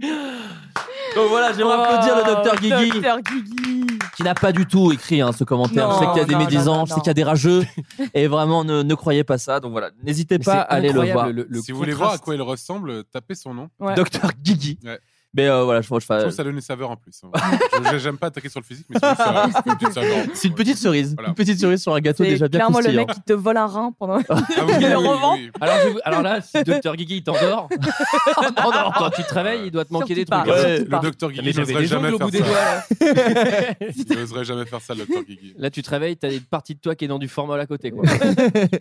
S6: Donc voilà, j'aimerais
S14: Oh,
S6: applaudir le docteur Guigui.
S28: Docteur Guigui.
S6: qui n'a pas du tout écrit hein, ce commentaire.
S28: Non,
S6: je sais qu'il y a des
S28: non, non,
S6: médisants,
S28: non,
S6: je sais qu'il y a des rageux et vraiment ne, ne croyez pas ça. Donc voilà, n'hésitez
S14: Mais
S6: pas à
S14: c'est
S6: aller le
S14: incroyable,
S6: voir.
S14: le- le
S1: si vous voulez voir à quoi il ressemble, tapez son nom.
S6: Docteur Guigui.
S1: Ouais.
S6: Mais euh, voilà, je pense que
S1: Je
S6: je
S1: trouve que
S6: fais-
S1: ça donne une saveur en plus. hein. Je- je- J'aime pas attaquer sur le physique, mais sur le saveur, c'est une petite saveur.
S6: C'est une petite cerise. Une petite cerise sur un gâteau
S28: C'est
S6: déjà hein. bien
S28: clairement le
S6: croustillant.
S28: mec qui te vole un rein pendant.
S14: Ah oui,
S28: il le
S14: oui,
S28: revend.
S14: Alors, je vous- alors là, si Docteur Guigui il t'endort, quand tu te réveilles, il doit te manquer des
S1: pas.
S14: trucs. hein.
S1: Ouais, Surtout le pas. Dr Guigui
S14: Mais j'avais
S1: n'oserait
S14: des
S1: jamais
S14: ongles au
S1: faire
S14: bout des
S1: ça.
S14: doigts. là.
S1: Je n'oserais jamais faire ça, le docteur Guigui.
S14: Là, tu te réveilles, t'as une partie de toi qui est dans du formol à côté. Quoi.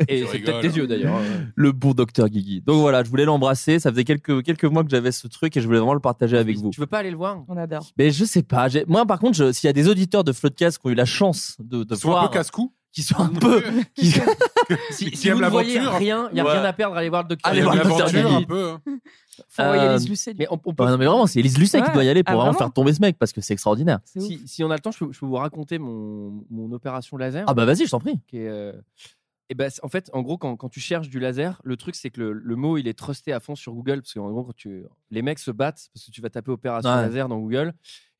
S14: Et c'est peut-être tes yeux d'ailleurs. hein.
S6: Le bon docteur Guigui. Donc voilà, je voulais l'embrasser. Ça faisait quelques, quelques mois que j'avais ce truc et je voulais vraiment le partager avec vous.
S14: Tu veux pas aller le voir
S28: On adore.
S6: Mais je sais pas. j'ai- Moi, par contre, je- s'il y a des auditeurs de Floodcast qui ont eu la chance de, de
S1: Ils sont un
S6: voir.
S1: peu casse-cou.
S6: Qui sont un peu. qui-
S14: Si,
S6: qui
S14: si
S6: aiment
S14: vous ne voyez
S6: l'aventure.
S14: rien, il n'y a
S6: Ouais.
S14: rien à perdre, allez voir le Docteur
S6: Allez
S14: Guigui.
S6: voir le Dr
S1: Aventure un
S6: Guigui.
S1: peu. hein.
S28: Faut envoyer
S6: Euh,
S28: les Lucet.
S14: Mais on, on peut-
S6: Ah non, mais vraiment, c'est Elise Lucet qui
S28: Ouais.
S6: doit y aller pour
S28: Ah,
S6: vraiment
S28: vraiment
S6: faire tomber ce mec parce que c'est extraordinaire.
S14: si, si on a le temps, je peux, je peux vous raconter mon, mon opération laser.
S6: Ah bah vas-y, je t'en prie.
S14: Qui est, euh, eh ben, c'est- en fait, en gros, quand, quand tu cherches du laser, le truc, c'est que le, le mot, il est trusté à fond sur Google. Parce qu'en gros, quand tu, les mecs se battent parce que tu vas taper opération
S6: Ouais.
S14: laser dans Google.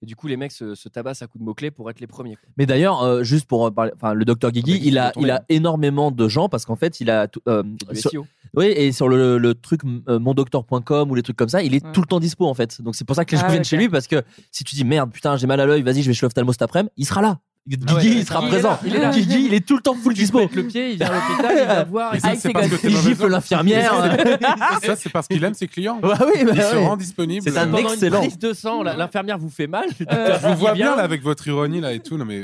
S14: Et du coup, les mecs se, se tabassent à coups de mots-clés pour être les premiers. quoi.
S6: Mais d'ailleurs, euh, juste pour euh, parler, enfin, le docteur Guigui, il a, il a énormément de gens parce qu'en fait, il a. tout- euh,
S14: du
S6: sur-
S14: SEO.
S6: oui, et sur le, le truc euh, mondocteur.com ou les trucs comme ça, il est tout le temps dispo en fait. Donc c'est pour ça que les
S14: Ah,
S6: gens viennent
S14: ok.
S6: chez lui parce que si tu dis merde, putain, j'ai mal à l'œil, vas-y, je vais chez l'ophtalmo cet après-midi, il sera là. Guigui, il sera
S14: Il est
S6: présent.
S14: là, il est là.
S6: Guigui, il est tout le temps full dispo.
S14: Le pied, il vient à l'hôpital, il va voir.
S6: Et ça,
S14: il-
S6: c'est parce que t'es Il gifle l'infirmière.
S1: Ça, c'est parce qu'il aime ses clients.
S6: Bah oui, bah
S1: il se
S6: oui.
S1: rend disponible.
S6: C'est un
S14: Pendant une
S6: excellent.
S14: prise de euh, sang, la- l'infirmière vous fait mal.
S1: Je vous vois bien là avec votre ironie là et tout. Non mais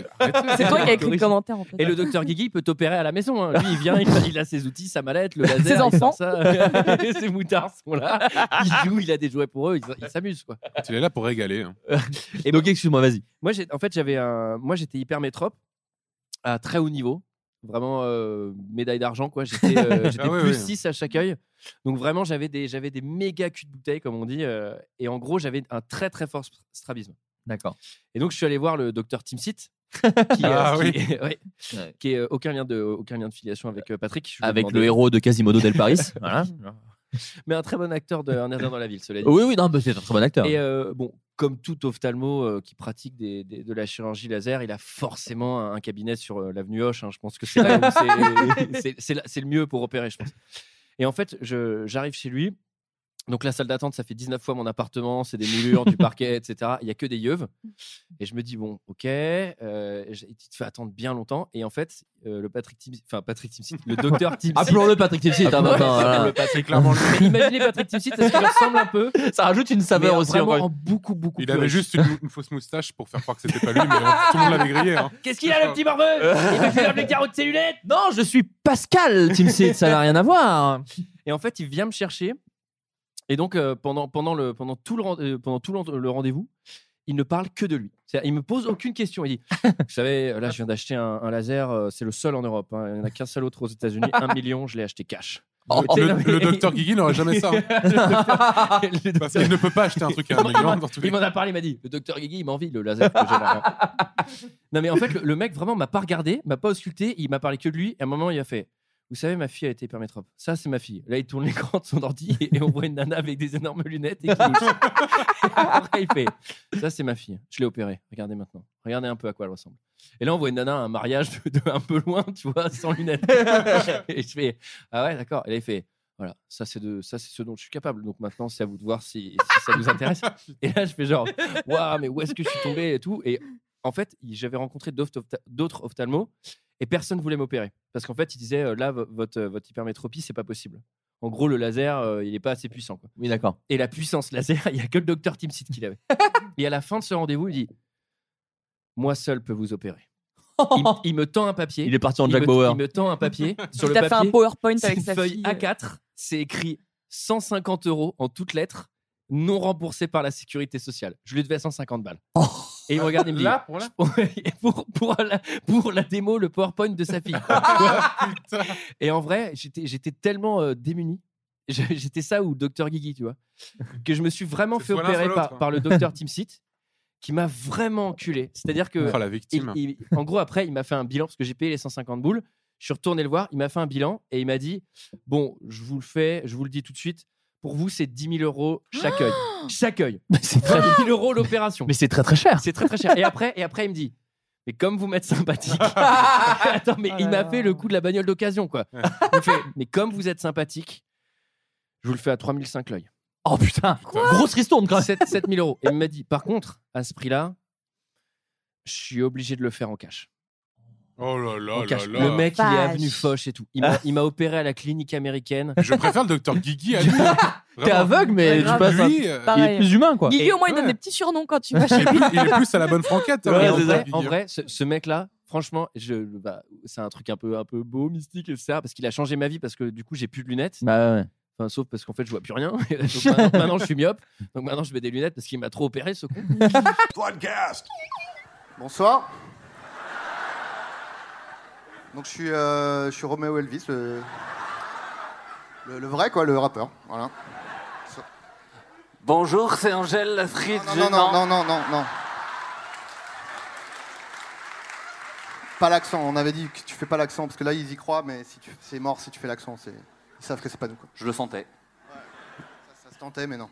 S28: C'est toi qui as écrit le commentaire en fait.
S14: Et le docteur Guigui il peut t'opérer à la maison. hein. Lui, il vient, il, il a ses outils, sa mallette, le laser.
S28: Ses
S14: il sort
S28: enfants.
S14: ça. ses moutards sont là. Il joue, il a des jouets pour eux, il, s- il s'amuse. quoi.
S1: tu es là pour régaler. hein.
S14: Et
S6: Donc excuse-moi, vas-y.
S14: Moi, j'ai- en fait, j'avais un- moi, j'étais hyper métrope à très haut niveau. Vraiment euh, médaille d'argent, quoi. J'étais euh, j'étais
S1: Ah ouais,
S14: plus
S1: ouais.
S14: 6 à chaque œil. Donc vraiment, j'avais des, j'avais des méga culs de bouteille, comme on dit. euh, et en gros, j'avais un très, très fort stra- strabisme.
S6: D'accord.
S14: Et donc, je suis allé voir le docteur Tim Sit. Qui, euh,
S6: Ah
S14: qui-
S6: oui.
S14: ouais, qui est euh, aucun lien de aucun lien de filiation avec euh, Patrick. Je lui ai
S6: Avec
S14: demandé-
S6: le héros de Quasimodo del Paris. voilà.
S14: mais un très bon acteur de Un Indien dans la ville, cela dit.
S6: Oui, oui, non, mais c'est un très bon acteur.
S14: Et euh, bon, comme tout ophtalmo euh, qui pratique des, des- de la chirurgie laser, il a forcément un cabinet sur euh, l'avenue Hoche. hein. Je pense que c'est là où c'est- c'est- c'est là- c'est le mieux pour opérer, je pense. Et en fait, je- j'arrive chez lui. Donc la salle d'attente, ça fait 19 fois mon appartement, c'est des moulures, du parquet, etc. Il y a que des yeux. Et je me dis bon, ok, euh, je- il te fait attendre bien longtemps. Et en fait, euh, le Patrick Timsit, enfin Patrick Timsit, le docteur Timsit.
S6: Appelons-le Patrick Timsit, hein,
S14: Appelons-le
S6: maintenant, voilà.
S14: le Patrick, clairement.
S6: lui.
S14: Mais imaginez Patrick Timsit, ça se ressemble un peu.
S6: Ça rajoute une saveur
S14: Mais
S6: aussi.
S14: vraiment
S6: encore
S14: en beaucoup, beaucoup
S1: Il
S14: plus
S1: avait
S14: riche.
S1: juste une, une fausse moustache pour faire croire que c'était pas lui, mais on- tout le monde l'avait grillé. hein.
S14: Qu'est-ce qu'il a, le petit barbeux Il va faire les carottes cellulettes
S6: Non, je suis Pascal, Tim Seed, ça n'a rien à voir.
S14: Et en fait, il vient me chercher. Et donc, euh, pendant, pendant, le, pendant tout, le, ren- euh, pendant tout le, le rendez-vous, il ne parle que de lui. C'est-à-dire, Il me pose aucune question. Il dit Vous savez, là, je viens d'acheter un, un laser, euh, c'est le seul en Europe. hein. Il n'y en a qu'un seul autre aux États-Unis. Un million, je l'ai acheté cash.
S1: le, le docteur Guigui n'aurait jamais ça. hein. Parce qu'il ne peut pas acheter un truc à un migrant, dans tous les
S14: Il m'en a parlé, il m'a dit Le docteur Guigui, il m'envie le laser que j'ai là. non, mais en fait, le, le mec vraiment m'a pas regardé, m'a pas ausculté, il m'a parlé que de lui. Et à un moment, il a fait Vous savez, ma fille a été hypermétrope. Ça, c'est ma fille. Là, il tourne l'écran de son ordi et, et on voit une nana avec des énormes lunettes. Et qui nous- Après, il fait Ça, c'est ma fille. Je l'ai opérée. Regardez maintenant. Regardez un peu à quoi elle ressemble. Et là, on voit une nana à un mariage de, de un peu loin, tu vois, sans lunettes. et je fais Ah ouais, d'accord. Et là, il fait Voilà, ça, c'est de- ça, c'est ce dont je suis capable. Donc maintenant, c'est à vous de voir si, si ça vous intéresse. et là, je fais genre Waouh, mais où est-ce que je suis tombé et tout. Et en fait, il- j'avais rencontré d'autres ophta- d'autres ophtalmos et personne voulait m'opérer. Parce qu'en fait, ils disaient euh, Là, vo- votre, votre hypermétropie, c'est pas possible. En gros, le laser, euh, il n'est pas assez puissant. Quoi.
S53: Oui, d'accord.
S14: Et la puissance laser, il n'y a que le docteur Tim Seed qui l'avait. et à la fin de ce rendez-vous, il dit Moi seul peux vous opérer. Il, il me tend un papier.
S53: Il est parti en
S14: Il
S53: Jack
S14: me-
S53: Bauer.
S14: Il me tend un papier. sur
S28: Il
S14: le
S28: t'a fait
S14: papier,
S28: un PowerPoint
S14: c'est
S28: avec
S14: une
S28: sa
S14: feuille
S28: fille.
S14: A4. C'est écrit 150 euros en toutes lettres, non remboursé par la sécurité sociale. Je lui devais 150 balles.
S28: Oh.
S14: Et il me regarde et me dit
S1: Là, pour là
S14: pour, pour la, pour la démo, le PowerPoint de sa fille.
S28: Ah,
S14: Tu vois et en vrai, j'étais j'étais tellement euh, démuni. Je- J'étais ça ou Docteur Guigui, tu vois, que je me suis vraiment fait
S1: soit l'un,
S14: opérer
S1: soit
S14: par,
S1: l'autre, hein.
S14: par le docteur Tim Seat, qui m'a vraiment enculé. C'est-à-dire que.
S1: Oh, la victime.
S14: il- il- en gros, après, il m'a fait un bilan, parce que j'ai payé les 150 boules. Je suis retourné le voir, il m'a fait un bilan et il m'a dit Bon, je vous le fais, je vous le dis tout de suite, pour vous, c'est 10 000 euros chaque œil. Chaque œil. C'est 10 000 euros l'opération.
S53: Mais c'est très très cher.
S14: C'est très très cher. Et après, et après il me dit Mais comme vous m'êtes sympathique. Attends, mais il m'a fait le coup de la bagnole d'occasion, quoi. Il me fait Mais comme vous êtes sympathique, je vous le fais à 3005 l'œil.
S53: Oh putain, grosse ristourne quand même.
S14: 7, 000 euros. Et il m'a dit Par contre, à ce prix-là, je suis obligé de le faire en cash.
S1: Oh là là
S14: En
S1: là
S14: cash.
S1: là.
S14: Le mec, il est avenue Foch et tout. Il m'a- il m'a opéré à la clinique américaine.
S1: Je préfère le docteur Guigui à lui.
S14: T'es aveugle, mais
S1: Ouais,
S14: tu
S1: grave.
S14: passes un-
S1: Lui, euh,
S14: Pareil. Il est plus humain, quoi.
S28: hein. Guigui, au moins, il
S14: Ouais.
S28: donne des petits surnoms quand tu vas
S1: il,
S28: chez
S1: est
S28: lui.
S1: plus, il est plus à la bonne franquette. hein,
S14: Ouais,
S1: le
S14: en,
S1: docteur
S14: vrai,
S1: Guigui.
S14: en vrai, ce, ce mec-là, franchement, je, bah, c'est un truc un peu, un peu beau, mystique, etc. Parce qu'il a changé ma vie, parce que du coup, j'ai plus de lunettes.
S53: Bah ouais.
S14: Enfin, sauf parce qu'en fait, je vois plus rien. Donc, maintenant, maintenant, je suis myope. Donc maintenant, je mets des lunettes parce qu'il m'a trop opéré, ce con.
S7: Podcast Bonsoir. Donc je suis, euh, je suis Roméo Elvis, le, le, le vrai quoi, le rappeur. Voilà.
S6: Bonjour, c'est Angèle la frite.
S7: Non, non, non, non, non, non, non. Pas l'accent, on avait dit que tu fais pas l'accent, parce que là ils y croient, mais si tu- c'est mort si tu fais l'accent, c'est- ils savent que c'est pas nous. Quoi.
S6: Je le sentais.
S7: Ça se tentait, mais non.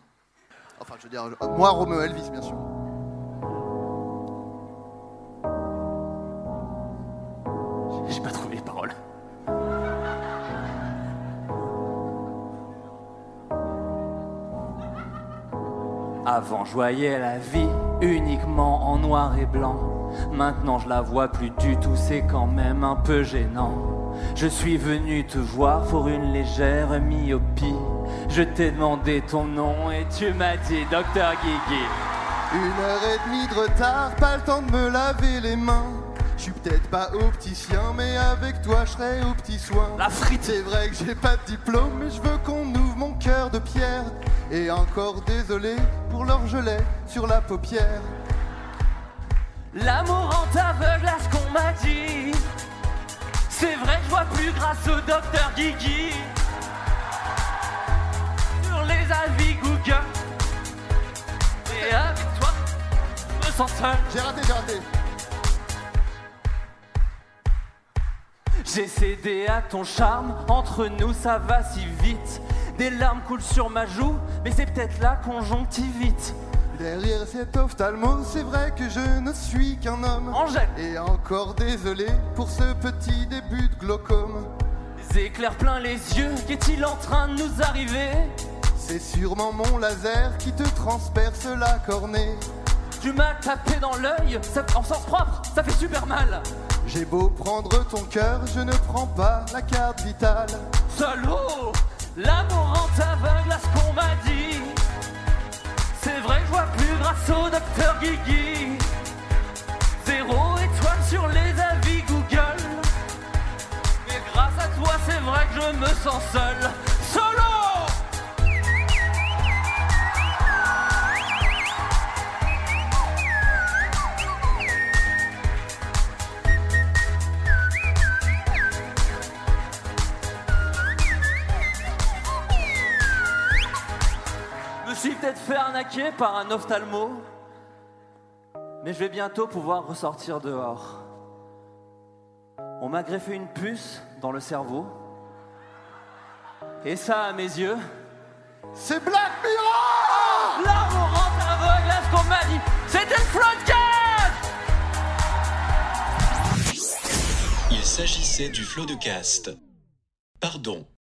S7: Enfin, je veux dire, euh, moi Roméo Elvis, bien sûr.
S6: J'ai pas trouvé les paroles. Avant, je voyais la vie uniquement en noir et blanc. Maintenant, je la vois plus du tout, c'est quand même un peu gênant. Je suis venu te voir pour une légère myopie. Je t'ai demandé ton nom et tu m'as dit Docteur Guigui.
S7: Une heure et demie de retard, pas le temps de me laver les mains. Je suis peut-être pas opticien, mais avec toi je serai au petit soin. La frite C'est vrai que j'ai pas de diplôme, mais je veux qu'on ouvre mon cœur de pierre. Et encore désolé pour leur gelée sur la paupière.
S6: L'amour rend aveugle à ce qu'on m'a dit. C'est vrai, je vois plus grâce au docteur Guigui. Sur les avis Google. Et avec toi, je me sens seul.
S7: J'ai raté, j'ai raté.
S6: J'ai cédé à ton charme, entre nous ça va si vite. Des larmes coulent sur ma joue, mais c'est peut-être la conjonctivite.
S7: Derrière cet ophtalmo, c'est vrai que je ne suis qu'un homme. Et encore désolé pour ce petit début de glaucome.
S6: Des éclairs plein les yeux, qu'est-il en train de nous arriver
S7: C'est sûrement mon laser qui te transperce la cornée.
S6: Tu m'as tapé dans l'œil, ça- en sens propre, Oh, ça fait super mal.
S7: J'ai beau prendre ton cœur, je ne prends pas la carte vitale.
S6: Salaud L'amour rend aveugle à ce qu'on m'a dit C'est vrai que je vois plus grâce au docteur Guigui Zéro étoile sur les avis Google Mais grâce à toi c'est vrai que je me sens seul Solo me suis peut-être fait arnaquer par un ophtalmo, mais je vais bientôt pouvoir ressortir dehors. On m'a greffé une puce dans le cerveau, et ça, à mes yeux, c'est Black Mirror L'amour rend aveugle à ce qu'on m'a dit, c'était le Floodcast
S5: Il s'agissait du flot de cast. Pardon.